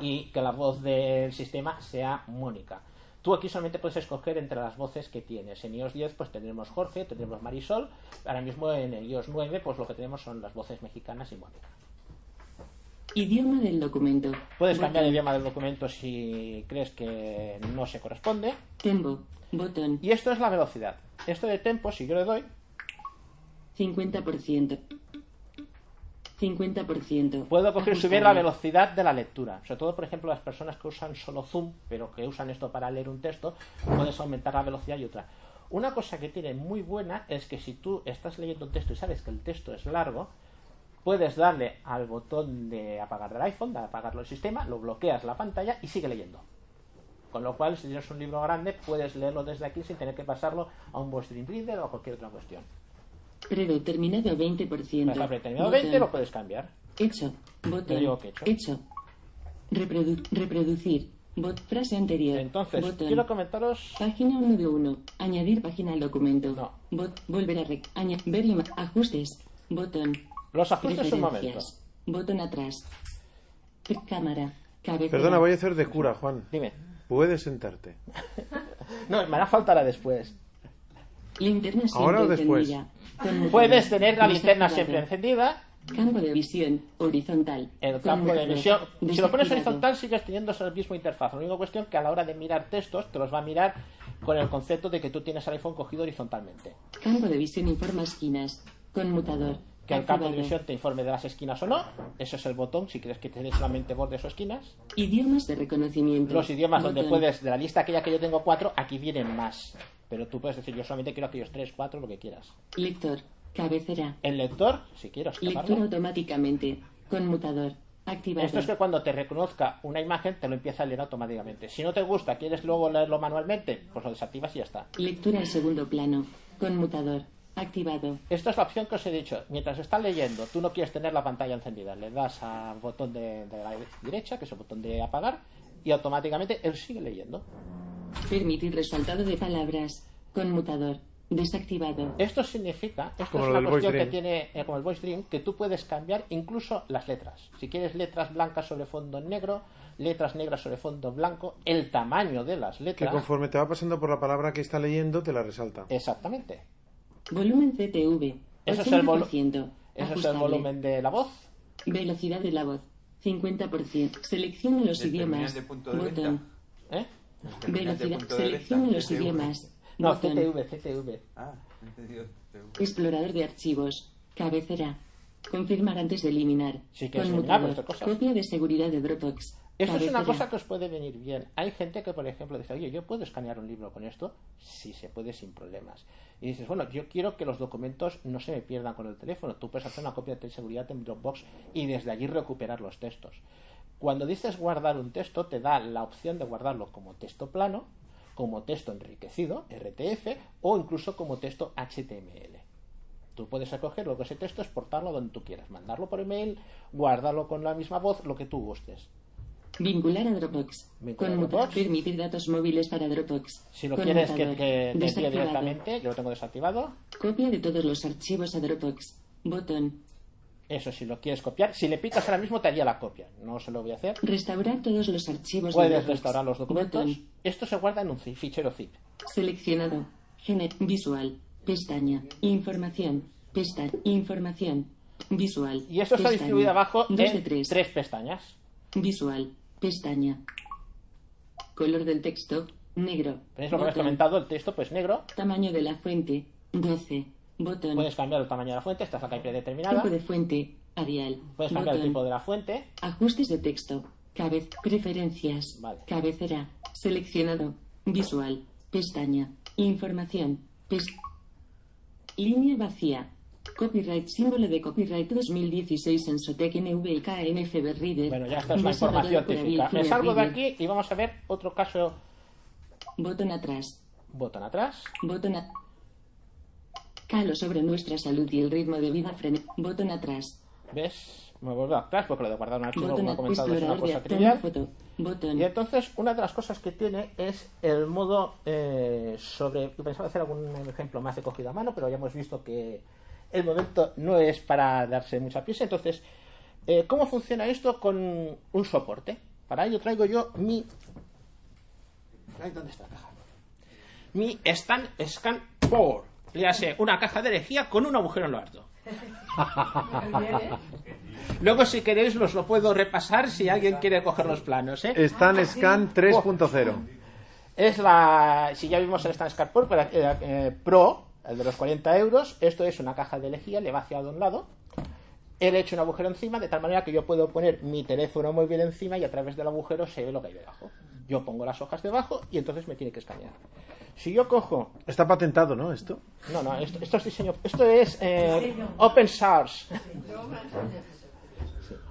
[SPEAKER 5] y que la voz del sistema sea Mónica. Tú aquí solamente puedes escoger entre las voces que tienes. En iOS 10 pues tendremos Jorge, tendremos Marisol. Ahora mismo en el iOS 9 pues lo que tenemos son las voces mexicanas y Mónica.
[SPEAKER 8] Idioma del documento.
[SPEAKER 5] Puedes cambiar el
[SPEAKER 8] Botón.
[SPEAKER 5] idioma del documento si crees que no se corresponde.
[SPEAKER 8] Tempo. Botón.
[SPEAKER 5] Y esto es la velocidad. Esto de tempo, si yo le doy,
[SPEAKER 8] 50%. 50%.
[SPEAKER 5] puedo coger y
[SPEAKER 8] Ajustar.
[SPEAKER 5] subir la velocidad de la lectura. Sobre todo, por ejemplo, las personas que usan solo Zoom, pero que usan esto para leer un texto, puedes aumentar la velocidad y otra. Una cosa que tiene muy buena es que si tú estás leyendo un texto y sabes que el texto es largo, puedes darle al botón de apagar del iPhone, de apagarlo el sistema, lo bloqueas la pantalla y sigue leyendo. Con lo cual, si tienes un libro grande, puedes leerlo desde aquí sin tener que pasarlo a un voice reader o a cualquier otra cuestión.
[SPEAKER 8] Predeterminado 20%.
[SPEAKER 5] Pues habré terminado
[SPEAKER 8] Botón.
[SPEAKER 5] 20, lo puedes cambiar.
[SPEAKER 8] Hecho. Botón.
[SPEAKER 5] Yo digo que hecho.
[SPEAKER 8] Reprodu- reproducir. Bot frase anterior.
[SPEAKER 5] Entonces,
[SPEAKER 8] Botón.
[SPEAKER 5] quiero comentaros.
[SPEAKER 8] Página 1 de 1. Añadir página al documento. Bot. Volver a rec. aña- Ver ima- Ajustes. Botón.
[SPEAKER 5] Los ajustes un
[SPEAKER 8] Preferencias. Botón atrás. Pre- Cámara. Cabecera.
[SPEAKER 2] Perdona, voy a hacer de cura, Juan.
[SPEAKER 5] Dime.
[SPEAKER 2] Puedes sentarte.
[SPEAKER 5] No, me hará falta la después.
[SPEAKER 8] Linterna siempre
[SPEAKER 2] Ahora o después.
[SPEAKER 8] encendida. Tono
[SPEAKER 5] Puedes tener la
[SPEAKER 8] Mensaje
[SPEAKER 5] linterna
[SPEAKER 8] dado.
[SPEAKER 5] siempre encendida.
[SPEAKER 8] Campo de visión horizontal.
[SPEAKER 5] El campo de
[SPEAKER 8] Conmutador.
[SPEAKER 5] visión. Si lo pones
[SPEAKER 8] Desactivado.
[SPEAKER 5] horizontal, sigues teniendo esa misma interfaz. La única cuestión que a la hora de mirar textos, te los va a mirar con el concepto de que tú tienes el iPhone cogido horizontalmente.
[SPEAKER 8] Campo de visión informa esquinas. Conmutador.
[SPEAKER 5] Que el campo de
[SPEAKER 8] Activado.
[SPEAKER 5] visión te informe de las esquinas o no. Eso es el botón, si crees que tienes solamente bordes o esquinas.
[SPEAKER 8] Idiomas de reconocimiento.
[SPEAKER 5] Los idiomas donde
[SPEAKER 8] Botón.
[SPEAKER 5] puedes, de la lista aquella que yo tengo cuatro, aquí vienen más. Pero tú puedes decir, yo solamente quiero aquellos tres, cuatro, lo que quieras.
[SPEAKER 8] Lector. Cabecera.
[SPEAKER 5] El lector, si quieres
[SPEAKER 8] Lectura automáticamente. Conmutador. Activado.
[SPEAKER 5] Esto es que cuando te reconozca una imagen te lo empieza a leer automáticamente. Si no te gusta, quieres luego leerlo manualmente, pues lo desactivas y ya está.
[SPEAKER 8] Lectura en segundo plano. Conmutador. Activado.
[SPEAKER 5] Esta es la opción que os he dicho. Mientras estás leyendo, tú no quieres tener la pantalla encendida. Le das al botón de, de la derecha, que es el botón de apagar, y automáticamente él sigue leyendo.
[SPEAKER 8] Permitir resaltado de palabras. Conmutador. Desactivado.
[SPEAKER 5] Esto significa, esto
[SPEAKER 8] Como
[SPEAKER 5] es
[SPEAKER 8] lo
[SPEAKER 5] una
[SPEAKER 8] del voice
[SPEAKER 5] cuestión que
[SPEAKER 8] dream.
[SPEAKER 5] tiene eh, como el voice dream, que tú puedes cambiar incluso las letras. Si quieres letras blancas sobre fondo negro, letras negras sobre fondo blanco, el tamaño de las
[SPEAKER 2] Que
[SPEAKER 5] letras.
[SPEAKER 2] conforme te va pasando por la palabra que está leyendo, te la resalta.
[SPEAKER 5] Exactamente.
[SPEAKER 8] Volumen CTV.
[SPEAKER 5] Eso es el volu-
[SPEAKER 8] 80%.
[SPEAKER 5] Eso es el
[SPEAKER 8] Ajustable.
[SPEAKER 5] volumen de la voz.
[SPEAKER 8] Velocidad de la voz. 50%. Selecciona los idiomas. Botón.
[SPEAKER 5] ¿Eh?
[SPEAKER 8] Velocidad. Selecciona los idiomas.
[SPEAKER 5] No,
[SPEAKER 8] Botón.
[SPEAKER 5] CTV, CTV.
[SPEAKER 8] Explorador de archivos. Cabecera. Confirmar antes de eliminar.
[SPEAKER 5] Sí, que es eliminar,
[SPEAKER 8] Conmutador.
[SPEAKER 5] pero esto es cosa.
[SPEAKER 8] Copia de seguridad de Dropbox.
[SPEAKER 5] Esto es una
[SPEAKER 8] Cabecera.
[SPEAKER 5] cosa que os puede venir bien. Hay gente que, por ejemplo, dice, oye, yo puedo escanear un libro con esto, sí se puede sin problemas. Y dices, bueno, yo quiero que los documentos no se me pierdan con el teléfono. Tú puedes hacer una copia de seguridad en Dropbox y desde allí recuperar los textos. Cuando dices guardar un texto, te da la opción de guardarlo como texto plano, como texto enriquecido, RTF, o incluso como texto HTML. Tú puedes acoger luego ese texto, exportarlo donde tú quieras, mandarlo por email, guardarlo con la misma voz, lo que tú gustes.
[SPEAKER 8] Vincular a Dropbox.
[SPEAKER 5] Vincular a
[SPEAKER 8] Conmutar.
[SPEAKER 5] Dropbox.
[SPEAKER 8] Permitir datos móviles para Dropbox.
[SPEAKER 5] Si lo quieres que, que te envíe
[SPEAKER 8] Desactivado.
[SPEAKER 5] directamente, yo lo tengo desactivado.
[SPEAKER 8] Copia de todos los archivos a Dropbox. Botón.
[SPEAKER 5] Eso, si lo quieres copiar, si le pitas ahora mismo te haría la copia. No se lo voy a hacer.
[SPEAKER 8] Restaurar todos los archivos de
[SPEAKER 5] Puedes
[SPEAKER 8] Dropbox.
[SPEAKER 5] restaurar los documentos.
[SPEAKER 8] Botón.
[SPEAKER 5] Esto se guarda en un fi- fichero zip.
[SPEAKER 8] Seleccionado. Gener. Visual. Pestaña. Información. Pestaña. Información. Visual.
[SPEAKER 5] Y esto está
[SPEAKER 8] Pestaña.
[SPEAKER 5] distribuido abajo
[SPEAKER 8] Dos de
[SPEAKER 5] en
[SPEAKER 8] tres.
[SPEAKER 5] tres pestañas.
[SPEAKER 8] Visual. Pestaña. Color del texto. Negro.
[SPEAKER 5] ¿Veis lo que habéis
[SPEAKER 8] Botón.
[SPEAKER 5] comentado? El texto pues negro.
[SPEAKER 8] Tamaño de la fuente. 12. Botón.
[SPEAKER 5] Puedes cambiar el tamaño de la fuente, esta es la que hay predeterminada.
[SPEAKER 8] Tipo de fuente. Arial.
[SPEAKER 5] Puedes cambiar el
[SPEAKER 8] Botón.
[SPEAKER 5] tipo de la fuente.
[SPEAKER 8] Ajustes de texto. Cabez. Preferencias. Cabecera. Seleccionado. Visual. Pestaña. Información. Pes- Línea vacía. Copyright. Símbolo de copyright 2016 en Sotec NV y KNFB Reader.
[SPEAKER 5] Bueno, ya esta es la información típica. Me salgo de aquí y vamos a ver otro caso.
[SPEAKER 8] Botón atrás.
[SPEAKER 5] Botón atrás.
[SPEAKER 8] Botón a... Calo sobre nuestra salud y el ritmo de vida frené. Botón atrás.
[SPEAKER 5] ¿Ves? Me vuelvo atrás porque lo de guardar un archivo,
[SPEAKER 8] Botón
[SPEAKER 5] como he comentado, es una
[SPEAKER 8] explorador de
[SPEAKER 5] cosa
[SPEAKER 8] Atom
[SPEAKER 5] trivial.
[SPEAKER 8] Photo. Botón.
[SPEAKER 5] Y entonces, una de las cosas que tiene es el modo eh, sobre. Yo pensaba hacer algún ejemplo más de cogida a mano, pero ya hemos visto que el momento no es para darse mucha prisa. Entonces, eh, ¿cómo funciona esto con un soporte? Para ello traigo yo mi. Ay, ¿Dónde está la caja? Mi Stan Scan Power. Le hace una caja de herejía con un agujero en lo alto.
[SPEAKER 9] [LAUGHS]
[SPEAKER 5] Luego, si queréis, los lo puedo repasar si alguien quiere coger los planos. ¿eh?
[SPEAKER 2] Stan Scan 3.0.
[SPEAKER 5] Es la. Si ya vimos el Stan Scan Pro, pero, eh, eh, Pro, el de los 40 euros, esto es una caja de lejía, le va hacia de un lado. He hecho un agujero encima, de tal manera que yo puedo poner mi teléfono móvil encima y a través del agujero se ve lo que hay debajo. Yo pongo las hojas debajo y entonces me tiene que escanear. Si yo cojo
[SPEAKER 2] Está patentado, ¿no? Esto.
[SPEAKER 5] no, no, esto, esto es diseño. Esto es eh, open source.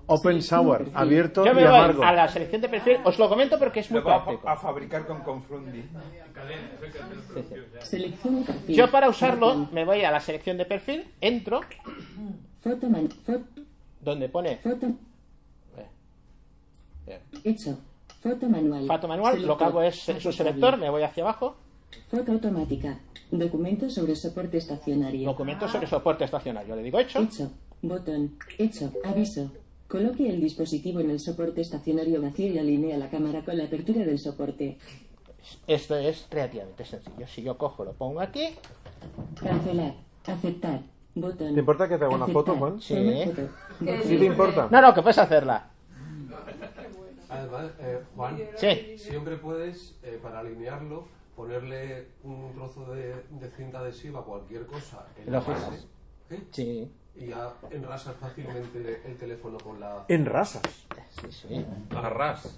[SPEAKER 2] Open Sour, abierto
[SPEAKER 5] Yo
[SPEAKER 2] y
[SPEAKER 5] me
[SPEAKER 2] amargo.
[SPEAKER 5] voy a la selección de perfil. Os lo comento porque es muy
[SPEAKER 17] Lo va a,
[SPEAKER 5] práctico.
[SPEAKER 17] fa- a fabricar con Confundi.
[SPEAKER 8] Selección perfil.
[SPEAKER 5] Yo para usarlo
[SPEAKER 8] Botón.
[SPEAKER 5] me voy a la selección de perfil, entro,
[SPEAKER 8] Foto man. Foto.
[SPEAKER 5] donde pone
[SPEAKER 8] Foto.
[SPEAKER 5] Bien.
[SPEAKER 8] Hecho. Foto manual.
[SPEAKER 5] Fato manual, lo que hago es eh, su selector, me voy hacia abajo,
[SPEAKER 8] Foto automática. Documento sobre soporte estacionario.
[SPEAKER 5] documento sobre soporte estacionario, le digo hecho,
[SPEAKER 8] Hecho. Botón. Hecho. Aviso. Coloque el dispositivo en el soporte estacionario vacío y alinea la cámara con la apertura del soporte.
[SPEAKER 5] esto es relativamente sencillo, si yo cojo lo pongo aquí,
[SPEAKER 8] Cancelar. Aceptar. Botón.
[SPEAKER 2] ¿Te importa que te haga una
[SPEAKER 8] Aceptar.
[SPEAKER 2] foto, Juan?
[SPEAKER 5] Sí.
[SPEAKER 8] Toma foto. Botón.
[SPEAKER 2] ¿Sí te importa?
[SPEAKER 5] No, no, que puedes hacerla.
[SPEAKER 9] Además, eh, Juan,
[SPEAKER 5] Sí.
[SPEAKER 9] siempre puedes, eh, para alinearlo, ponerle un trozo de, de cinta adhesiva a cualquier cosa en
[SPEAKER 5] Lo
[SPEAKER 9] la base
[SPEAKER 5] fijas. Sí.
[SPEAKER 9] y ya enrasas fácilmente el teléfono con la...
[SPEAKER 2] En rasas.
[SPEAKER 5] Sí.
[SPEAKER 27] Arras.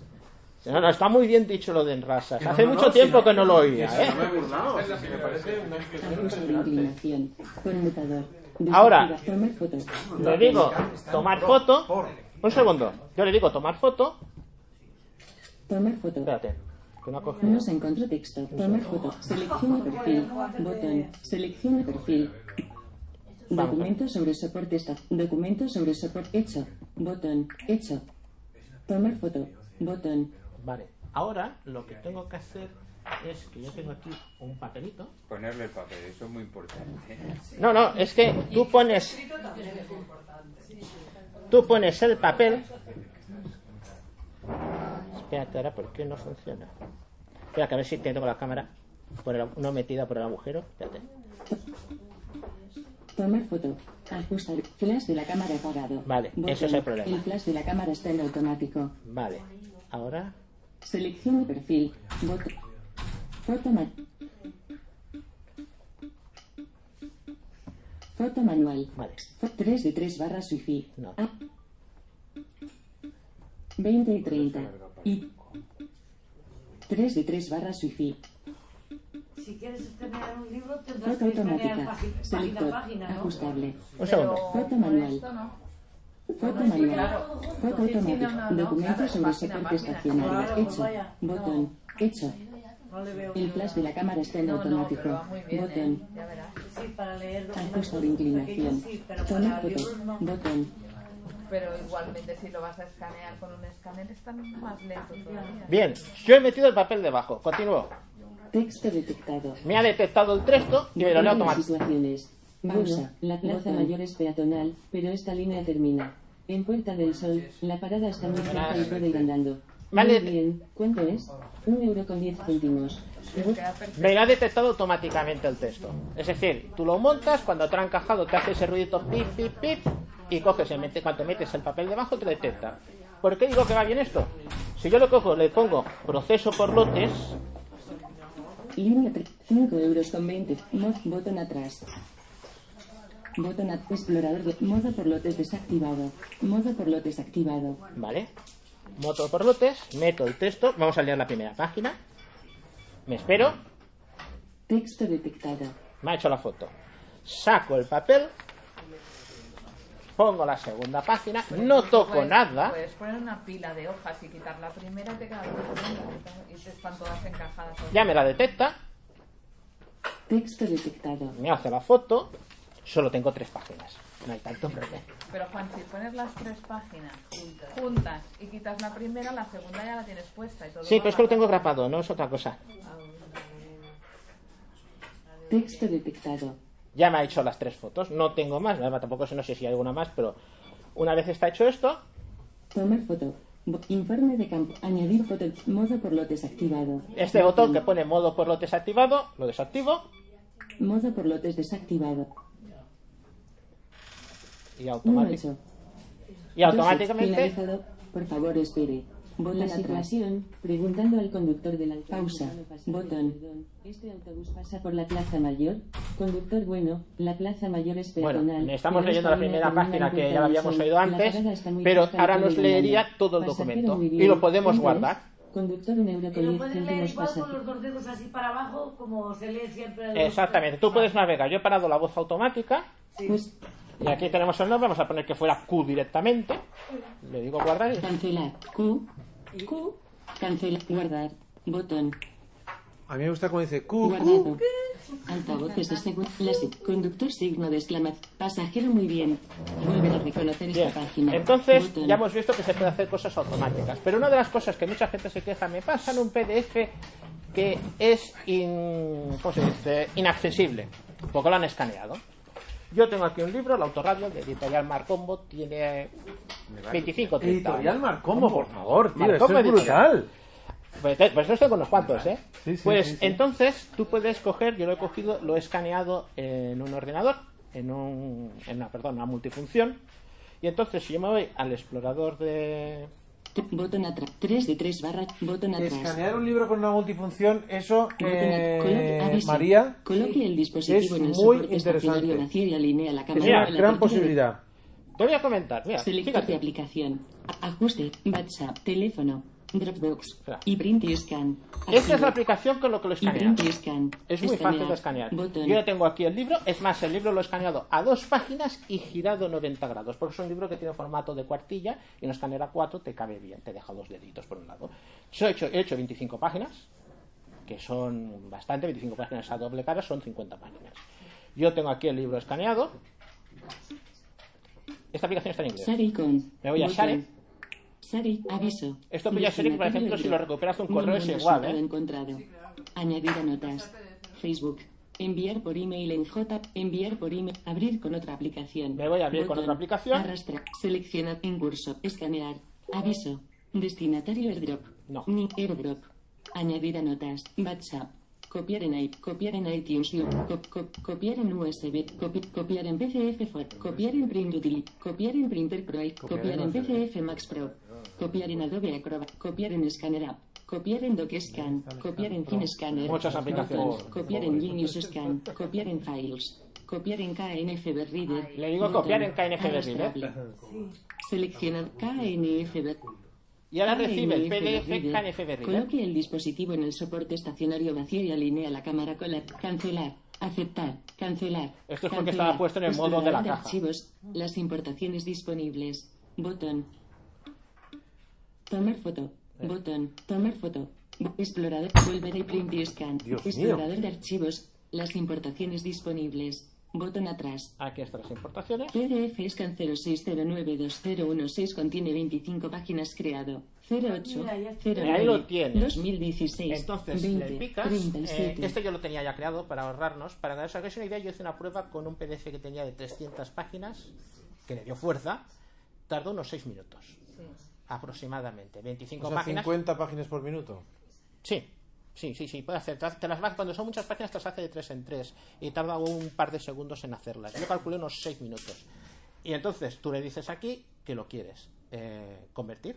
[SPEAKER 5] No, no, está muy bien dicho lo de enrasas.
[SPEAKER 27] Que no,
[SPEAKER 5] Hace
[SPEAKER 27] no, no,
[SPEAKER 5] mucho
[SPEAKER 27] si
[SPEAKER 5] tiempo
[SPEAKER 27] no-
[SPEAKER 5] que no lo
[SPEAKER 27] que
[SPEAKER 5] oía,
[SPEAKER 27] si
[SPEAKER 5] ¿eh?
[SPEAKER 27] no me he burlado,
[SPEAKER 9] Es la
[SPEAKER 27] si
[SPEAKER 9] que
[SPEAKER 27] me
[SPEAKER 9] me
[SPEAKER 27] parece una
[SPEAKER 8] Ajuste de inclinación.
[SPEAKER 27] ¿eh?
[SPEAKER 8] Conmutador.
[SPEAKER 27] [LAUGHS]
[SPEAKER 5] Ahora.
[SPEAKER 8] Desactiva. Tomar foto.
[SPEAKER 5] Ah. Le digo tomar foto. Un segundo. Yo le digo tomar foto.
[SPEAKER 8] Tomar foto.
[SPEAKER 5] Espérate. Que no coge.
[SPEAKER 8] No se encontró texto. Tomar foto. Selecciona perfil. Botón. Selecciona perfil. Documento sobre soporte esta. Documento sobre soporte hecho. Botón. Hecho. Tomar foto. Botón.
[SPEAKER 5] Vale. Ahora lo que tengo que hacer es que yo tengo aquí un papelito.
[SPEAKER 17] Ponerle el papel, eso es muy importante.
[SPEAKER 5] No, no, es que tú pones, tú pones el papel. Espérate ahora, ¿por qué no funciona? Espera, que a ver si tengo la cámara por el- no metida por el agujero. Espérate.
[SPEAKER 8] Tomar foto. Ajusta el flash de la cámara apagado.
[SPEAKER 5] Vale,
[SPEAKER 8] Botón.
[SPEAKER 5] eso es el problema.
[SPEAKER 8] El flash de la cámara está en automático.
[SPEAKER 5] Vale. Ahora.
[SPEAKER 8] Selecciona perfil. Botón. Foto, ma- foto manual.
[SPEAKER 5] Vale.
[SPEAKER 8] 3 de 3 barras wifi.
[SPEAKER 5] No.
[SPEAKER 8] Ah. 20 y 30. Y 3 de 3 barras wifi.
[SPEAKER 7] Si quieres escanear un libro, tendrás
[SPEAKER 8] Foto
[SPEAKER 7] que escanear página,
[SPEAKER 8] automática.
[SPEAKER 7] página,
[SPEAKER 8] Selector.
[SPEAKER 7] página, ¿no?
[SPEAKER 8] Ajustable.
[SPEAKER 5] Un segundo.
[SPEAKER 8] Foto manual. Foto
[SPEAKER 4] Bueno, sí,
[SPEAKER 8] manual.
[SPEAKER 4] claro.
[SPEAKER 8] Foto
[SPEAKER 4] Sí, sí, no,
[SPEAKER 8] automática.
[SPEAKER 4] no, no,
[SPEAKER 8] Documento
[SPEAKER 4] claro,
[SPEAKER 8] sobre
[SPEAKER 4] página,
[SPEAKER 8] soporte
[SPEAKER 4] página.
[SPEAKER 8] estacionario.
[SPEAKER 4] Claro,
[SPEAKER 8] Hecho.
[SPEAKER 4] vaya.
[SPEAKER 8] Botón. Hecho.
[SPEAKER 7] No le veo.
[SPEAKER 8] El flash de la cámara está en
[SPEAKER 7] No, no,
[SPEAKER 8] automático.
[SPEAKER 7] pero va muy bien, ¿eh?
[SPEAKER 8] Botón.
[SPEAKER 7] Ya verás. Sí, para leer documentos
[SPEAKER 8] Ajusta de
[SPEAKER 7] pequeños,
[SPEAKER 8] inclinación.
[SPEAKER 7] sí, pero
[SPEAKER 8] Toma
[SPEAKER 7] para
[SPEAKER 8] foto.
[SPEAKER 7] libros no.
[SPEAKER 8] Botón.
[SPEAKER 4] Pero igualmente si lo vas a escanear con un escáner está más lento todavía.
[SPEAKER 5] Bien, yo he metido el papel debajo. Continúo.
[SPEAKER 8] Texto detectado.
[SPEAKER 5] Me ha detectado el texto, pero lo he
[SPEAKER 8] Botón de
[SPEAKER 5] automático.
[SPEAKER 8] situaciones. Bueno, la plaza mayor es peatonal, pero esta línea termina. En Puerta del Sol, la parada está muy cerca y puede ir andando.
[SPEAKER 5] Vale.
[SPEAKER 8] Muy bien, ¿cuánto es? Un euro con diez céntimos.
[SPEAKER 5] Me lo ha detectado automáticamente el texto. Es decir, tú lo montas, cuando te ha encajado te hace ese ruidito pip, pip, pip, y coges, el mete- cuando metes el papel debajo te detecta. ¿Por qué digo que va bien esto? Si yo lo cojo, le pongo proceso por lotes,
[SPEAKER 8] Línea 5 euros con 20. Mod botón atrás. Botón at- explorador de modo por lotes desactivado. Modo por lotes activado.
[SPEAKER 5] ¿vale? Moto por lotes, meto el texto, vamos a leer la primera página, me espero,
[SPEAKER 8] Texto detectado.
[SPEAKER 5] me ha hecho la foto. Saco el papel, pongo la segunda página, no toco
[SPEAKER 4] Pues Puedes-
[SPEAKER 5] nada,
[SPEAKER 4] Puedes poner una pila de hojas y quitar la primera y te queda la segunda, y te están todas encajadas.
[SPEAKER 5] ya me la detecta,
[SPEAKER 8] Texto detectado.
[SPEAKER 5] me hace la foto, solo tengo tres páginas, no hay tanto problema.
[SPEAKER 4] Pero Juan, si pones las tres páginas juntas y quitas la primera, la segunda ya la tienes puesta y todo.
[SPEAKER 5] Sí,
[SPEAKER 4] va
[SPEAKER 5] pero es que lo tengo grapado, no es otra cosa.
[SPEAKER 8] Texto detectado.
[SPEAKER 5] Ya me ha hecho las tres fotos, no tengo más, además tampoco sé, no sé si hay alguna más, pero una vez está hecho esto,
[SPEAKER 8] Tomar foto. Bo- informe de campo. Añadir foto. Modo por lotes activado.
[SPEAKER 5] este botón que pone modo por lotes activado, lo desactivo
[SPEAKER 8] Modo por lotes desactivado.
[SPEAKER 5] y,
[SPEAKER 8] Uno
[SPEAKER 5] automáti-
[SPEAKER 8] hecho.
[SPEAKER 5] y automáticamente
[SPEAKER 8] Finalizado. Por favor, espere. Botón la
[SPEAKER 5] atrás.
[SPEAKER 8] situación, preguntando al conductor de la pausa. Botón. Este autobús pasa por la Plaza Mayor. Conductor bueno, la Plaza Mayor es peatonal.
[SPEAKER 5] Bueno, estamos
[SPEAKER 8] pero
[SPEAKER 5] leyendo
[SPEAKER 8] esta
[SPEAKER 5] la
[SPEAKER 8] línea
[SPEAKER 5] primera
[SPEAKER 8] termina en
[SPEAKER 5] página que
[SPEAKER 8] Puerta
[SPEAKER 5] ya la
[SPEAKER 8] del
[SPEAKER 5] habíamos
[SPEAKER 8] Sol.
[SPEAKER 5] oído
[SPEAKER 8] La
[SPEAKER 5] antes,
[SPEAKER 8] parada está muy
[SPEAKER 5] pero
[SPEAKER 8] cerca
[SPEAKER 5] ahora
[SPEAKER 8] del
[SPEAKER 5] nos
[SPEAKER 8] pueblo de
[SPEAKER 5] leería
[SPEAKER 8] Andorra.
[SPEAKER 5] todo el
[SPEAKER 8] Pasajero
[SPEAKER 5] documento
[SPEAKER 8] muy
[SPEAKER 5] y
[SPEAKER 8] bien.
[SPEAKER 5] lo podemos
[SPEAKER 8] Entonces,
[SPEAKER 5] guardar.
[SPEAKER 8] Conductor un euro con
[SPEAKER 7] Lo
[SPEAKER 8] diez
[SPEAKER 7] puedes leer
[SPEAKER 8] céntimos
[SPEAKER 7] igual
[SPEAKER 8] pasajero.
[SPEAKER 7] con los dos dedos así para abajo, como se lee siempre. a los-
[SPEAKER 5] Exactamente, tú puedes navegar, yo he parado la voz automática
[SPEAKER 8] Pues-
[SPEAKER 5] y aquí tenemos el nombre, vamos a poner que fuera Q directamente, le digo guardar y
[SPEAKER 8] Cancelar. Q. Q. Cancelar. Guardar. Botón.
[SPEAKER 2] A mí me gusta como dice Q,
[SPEAKER 8] Guardado. Altavoces a segundo. Conductor signo de exclamación. Pasajero muy bien. Volver a reconocer esta página.
[SPEAKER 5] Entonces,
[SPEAKER 8] Botón.
[SPEAKER 5] ya hemos visto que se puede hacer cosas automáticas. Pero una de las cosas que mucha gente se queja, me pasan un PDF que es in- ¿cómo se dice? inaccesible, porque lo han escaneado. Yo tengo aquí un libro, La Autorradio, de Editorial Marcombo, tiene 25 30
[SPEAKER 2] Editorial
[SPEAKER 5] años.
[SPEAKER 2] Marcombo, por favor, tío, eso
[SPEAKER 5] Marcombo
[SPEAKER 2] es
[SPEAKER 5] Editorial.
[SPEAKER 2] brutal.
[SPEAKER 5] Pues, te- pues no estoy con unos cuantos, ¿eh?
[SPEAKER 2] sí,
[SPEAKER 5] pues
[SPEAKER 2] sí, sí.
[SPEAKER 5] entonces tú puedes coger, yo lo he cogido, lo he escaneado en un ordenador, en, un, en una, perdón, una multifunción. Y entonces si yo me voy al explorador de...
[SPEAKER 8] Botón atrás. 3 de 3 barra. Botón atrás.
[SPEAKER 2] Escanear un libro con una multifunción, eso, eh,
[SPEAKER 8] Botón at- coloque- avise.
[SPEAKER 2] María,
[SPEAKER 8] Coloque el dispositivo
[SPEAKER 2] es
[SPEAKER 8] en el
[SPEAKER 2] muy
[SPEAKER 8] soporte
[SPEAKER 2] interesante.
[SPEAKER 8] estacionario vacío y alinea la cámara.
[SPEAKER 2] Mira,
[SPEAKER 8] con
[SPEAKER 2] gran
[SPEAKER 8] la apertura de-
[SPEAKER 2] posibilidad.
[SPEAKER 5] Te voy a comentar, mira,
[SPEAKER 8] Selector de aplicación. Ajuste. WhatsApp. Teléfono. Dropbox. Y print y scan.
[SPEAKER 5] Esta es la
[SPEAKER 8] Archivo.
[SPEAKER 5] aplicación con lo que lo
[SPEAKER 8] Y
[SPEAKER 5] escanea.
[SPEAKER 8] print y scan.
[SPEAKER 5] Es muy
[SPEAKER 8] Escanear.
[SPEAKER 5] fácil de escanear.
[SPEAKER 8] Botón.
[SPEAKER 5] Yo ya tengo aquí el libro, es más, el libro lo he escaneado a dos páginas y girado 90 grados, porque es un libro que tiene formato de cuartilla y no escanea a cuatro, te cabe bien, te deja dos deditos por un lado. Yo he hecho, he hecho 25 páginas, que son bastante, 25 páginas a doble cara, son 50 páginas. Yo tengo aquí el libro escaneado. Esta aplicación está en inglés.
[SPEAKER 8] Sari con.
[SPEAKER 5] Me voy a
[SPEAKER 8] Botón.
[SPEAKER 5] Share.
[SPEAKER 8] Sari, aviso.
[SPEAKER 5] Esto pilla Share, por ejemplo, si lo recuperas de un correo es
[SPEAKER 8] Ningún
[SPEAKER 5] igual,
[SPEAKER 8] resultado
[SPEAKER 5] ¿eh?
[SPEAKER 8] encontrado. Añadir a notas. Facebook. Enviar por email en J. Enviar por email. Abrir con otra aplicación. Me
[SPEAKER 5] voy a abrir con otra aplicación.
[SPEAKER 8] Arrastra. Selecciona en curso. Escanear. Aviso. Destinatario airdrop.
[SPEAKER 5] No.
[SPEAKER 8] Ni airdrop. Añadir a notas. WhatsApp. Copiar en, i- copiar en iTunes, cop- cop- copiar en USB, copi- copiar en PCF, for- copiar en Print Utility, copiar en Printer Pro, copiar en PCF Max Pro, copiar en Adobe Acrobat, copiar en Scanner App, copiar en DocScan, copiar en KineScanner,
[SPEAKER 5] Muchas aplicaciones.
[SPEAKER 8] Photon, copiar en Genius Scan, copiar en Files, copiar en KNFB Reader.
[SPEAKER 5] Le digo copiar en KNFB Reader.
[SPEAKER 8] Seleccionar KNFB.
[SPEAKER 5] Y
[SPEAKER 8] Ah,
[SPEAKER 5] ahora recibe el
[SPEAKER 8] KNFB
[SPEAKER 5] PDF
[SPEAKER 8] Reader.
[SPEAKER 5] KNFB Reader.
[SPEAKER 8] Coloque el dispositivo en el soporte estacionario vacío y alinea la cámara con la cancelar, aceptar, cancelar.
[SPEAKER 5] Esto es porque
[SPEAKER 8] cancelar.
[SPEAKER 5] estaba puesto en el modo de la
[SPEAKER 8] Explorador
[SPEAKER 5] caja.
[SPEAKER 8] archivos, las importaciones disponibles. Botón. Tomar foto.
[SPEAKER 5] Eh.
[SPEAKER 8] Botón. Tomar foto. Explorador. Volver y print y scan.
[SPEAKER 5] Dios mío.
[SPEAKER 8] Explorador de archivos. Las importaciones disponibles. Botón atrás.
[SPEAKER 5] Aquí están las importaciones.
[SPEAKER 8] PDF scan 060920116 contiene 25 páginas creado. 08
[SPEAKER 5] Ahí lo
[SPEAKER 8] 09
[SPEAKER 5] tienes.
[SPEAKER 8] 2016
[SPEAKER 5] Entonces,
[SPEAKER 8] 20
[SPEAKER 5] le picas. eh,
[SPEAKER 8] 37
[SPEAKER 5] esto yo lo tenía ya creado para ahorrarnos. Para que os hagáis una idea, yo hice una prueba con un PDF que tenía de 300 páginas, que le dio fuerza. Tardó unos 6 minutos, aproximadamente. 25
[SPEAKER 2] O sea,
[SPEAKER 5] páginas.
[SPEAKER 2] 50 páginas por minuto.
[SPEAKER 5] Sí, sí, sí, sí, puede hacer. Te te las va- cuando son muchas páginas te las hace de tres en tres y tarda un par de segundos en hacerlas. Yo calculé unos seis minutos. Y entonces tú le dices aquí que lo quieres eh, convertir.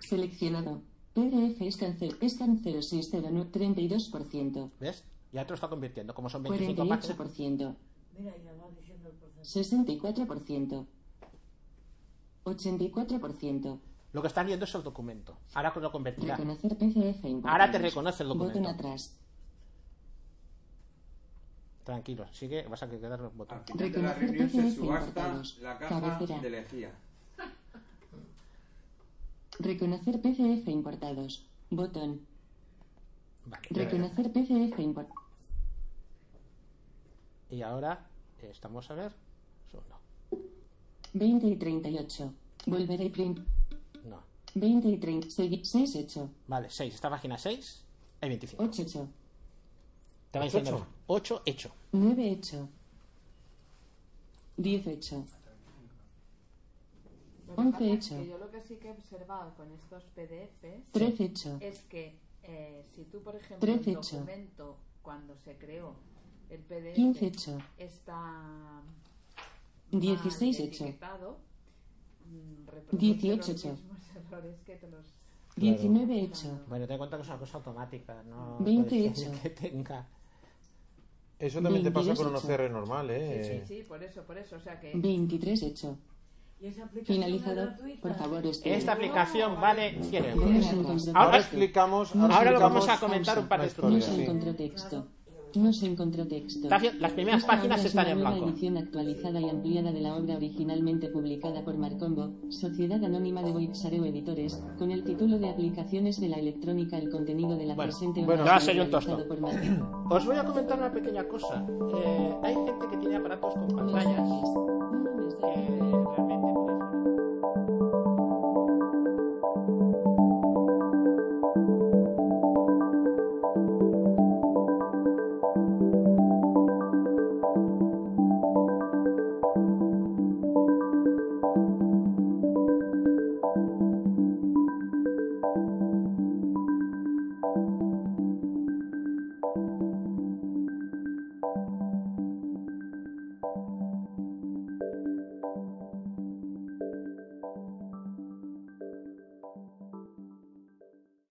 [SPEAKER 8] seleccionado PDF Scan, ce- Scan 0609 32%
[SPEAKER 5] ¿Ves? Ya te lo está convirtiendo. Como son 25 páginas.
[SPEAKER 8] 48%
[SPEAKER 7] Mira, ya va diciendo el porcentaje.
[SPEAKER 8] 64% 84%
[SPEAKER 5] Lo que están viendo es el documento. Ahora lo convertirá.
[SPEAKER 8] reconocer PDF
[SPEAKER 5] Ahora te reconoce el documento.
[SPEAKER 8] botón atrás
[SPEAKER 5] Tranquilo, sigue, vas a quedar un botón.
[SPEAKER 17] final de la reunión se subasta la caja
[SPEAKER 8] Cabecera.
[SPEAKER 17] de lejía.
[SPEAKER 8] reconocer PDF importados botón reconocer PDF importados
[SPEAKER 5] Y ahora eh, estamos a ver. Uno.
[SPEAKER 8] 20 y 38 volver a print
[SPEAKER 5] No.
[SPEAKER 8] 20 y 30 6 8
[SPEAKER 5] Vale, 6. Esta página 6. Hay 25.
[SPEAKER 8] 8 8
[SPEAKER 5] Te va
[SPEAKER 8] Ocho,
[SPEAKER 5] diciendo 8 hecho.
[SPEAKER 8] 9 8 10 8
[SPEAKER 4] Lo que
[SPEAKER 8] 11
[SPEAKER 4] pasa es
[SPEAKER 8] hecho.
[SPEAKER 4] que yo lo que sí que he observado con estos PDFs
[SPEAKER 8] 13 hecho.
[SPEAKER 4] es que eh, si tú, por ejemplo,
[SPEAKER 8] 13
[SPEAKER 4] el
[SPEAKER 8] hecho.
[SPEAKER 4] documento cuando se creó el PDF
[SPEAKER 8] 15 hecho.
[SPEAKER 4] está
[SPEAKER 8] 16
[SPEAKER 4] mal
[SPEAKER 8] hecho.
[SPEAKER 4] etiquetado, mm, reproduce
[SPEAKER 8] 18
[SPEAKER 4] los
[SPEAKER 8] hecho.
[SPEAKER 4] mismos [LAUGHS] errores que te los-
[SPEAKER 8] 19 hecho
[SPEAKER 5] Bueno, ten en cuenta que es una cosa automática, no
[SPEAKER 8] 20
[SPEAKER 5] puedes
[SPEAKER 8] hecho.
[SPEAKER 5] decir [LAUGHS] que tenga.
[SPEAKER 2] Eso también te pasa con un
[SPEAKER 8] 22
[SPEAKER 2] OCR normal, ¿eh?
[SPEAKER 4] Sí, sí, por eso, por eso, o sea que...
[SPEAKER 8] 23 hecho
[SPEAKER 4] ¿Y esa aplicación
[SPEAKER 8] finalizado
[SPEAKER 4] gratuita?
[SPEAKER 8] por favor este espere.
[SPEAKER 5] Esta aplicación vale 100
[SPEAKER 8] No
[SPEAKER 5] euros.
[SPEAKER 8] se encontró
[SPEAKER 5] Ahora
[SPEAKER 8] texto.
[SPEAKER 2] explicamos-
[SPEAKER 5] ahora
[SPEAKER 8] se
[SPEAKER 5] lo
[SPEAKER 8] encontró
[SPEAKER 5] vamos a
[SPEAKER 8] texto.
[SPEAKER 5] comentar un par de
[SPEAKER 8] No
[SPEAKER 5] historias,
[SPEAKER 8] se
[SPEAKER 5] sí.
[SPEAKER 8] encontró texto. No se encontró texto.
[SPEAKER 5] Está bien, las primeras
[SPEAKER 8] Esta
[SPEAKER 5] páginas
[SPEAKER 8] obra es
[SPEAKER 5] están
[SPEAKER 8] una
[SPEAKER 5] en
[SPEAKER 8] nueva
[SPEAKER 5] blanco.
[SPEAKER 8] edición actualizada y ampliada de la obra originalmente publicada por Marcombo, Sociedad Anónima de Boixareu Editores, con el título de Aplicaciones de la electrónica el contenido de la presente
[SPEAKER 5] bueno,
[SPEAKER 8] obra
[SPEAKER 5] ahora soy yo el
[SPEAKER 8] realizado
[SPEAKER 5] tosno.
[SPEAKER 8] por Marcombo.
[SPEAKER 5] Os voy a comentar una pequeña cosa. Eh, hay gente que tiene aparatos con pantallas. eh,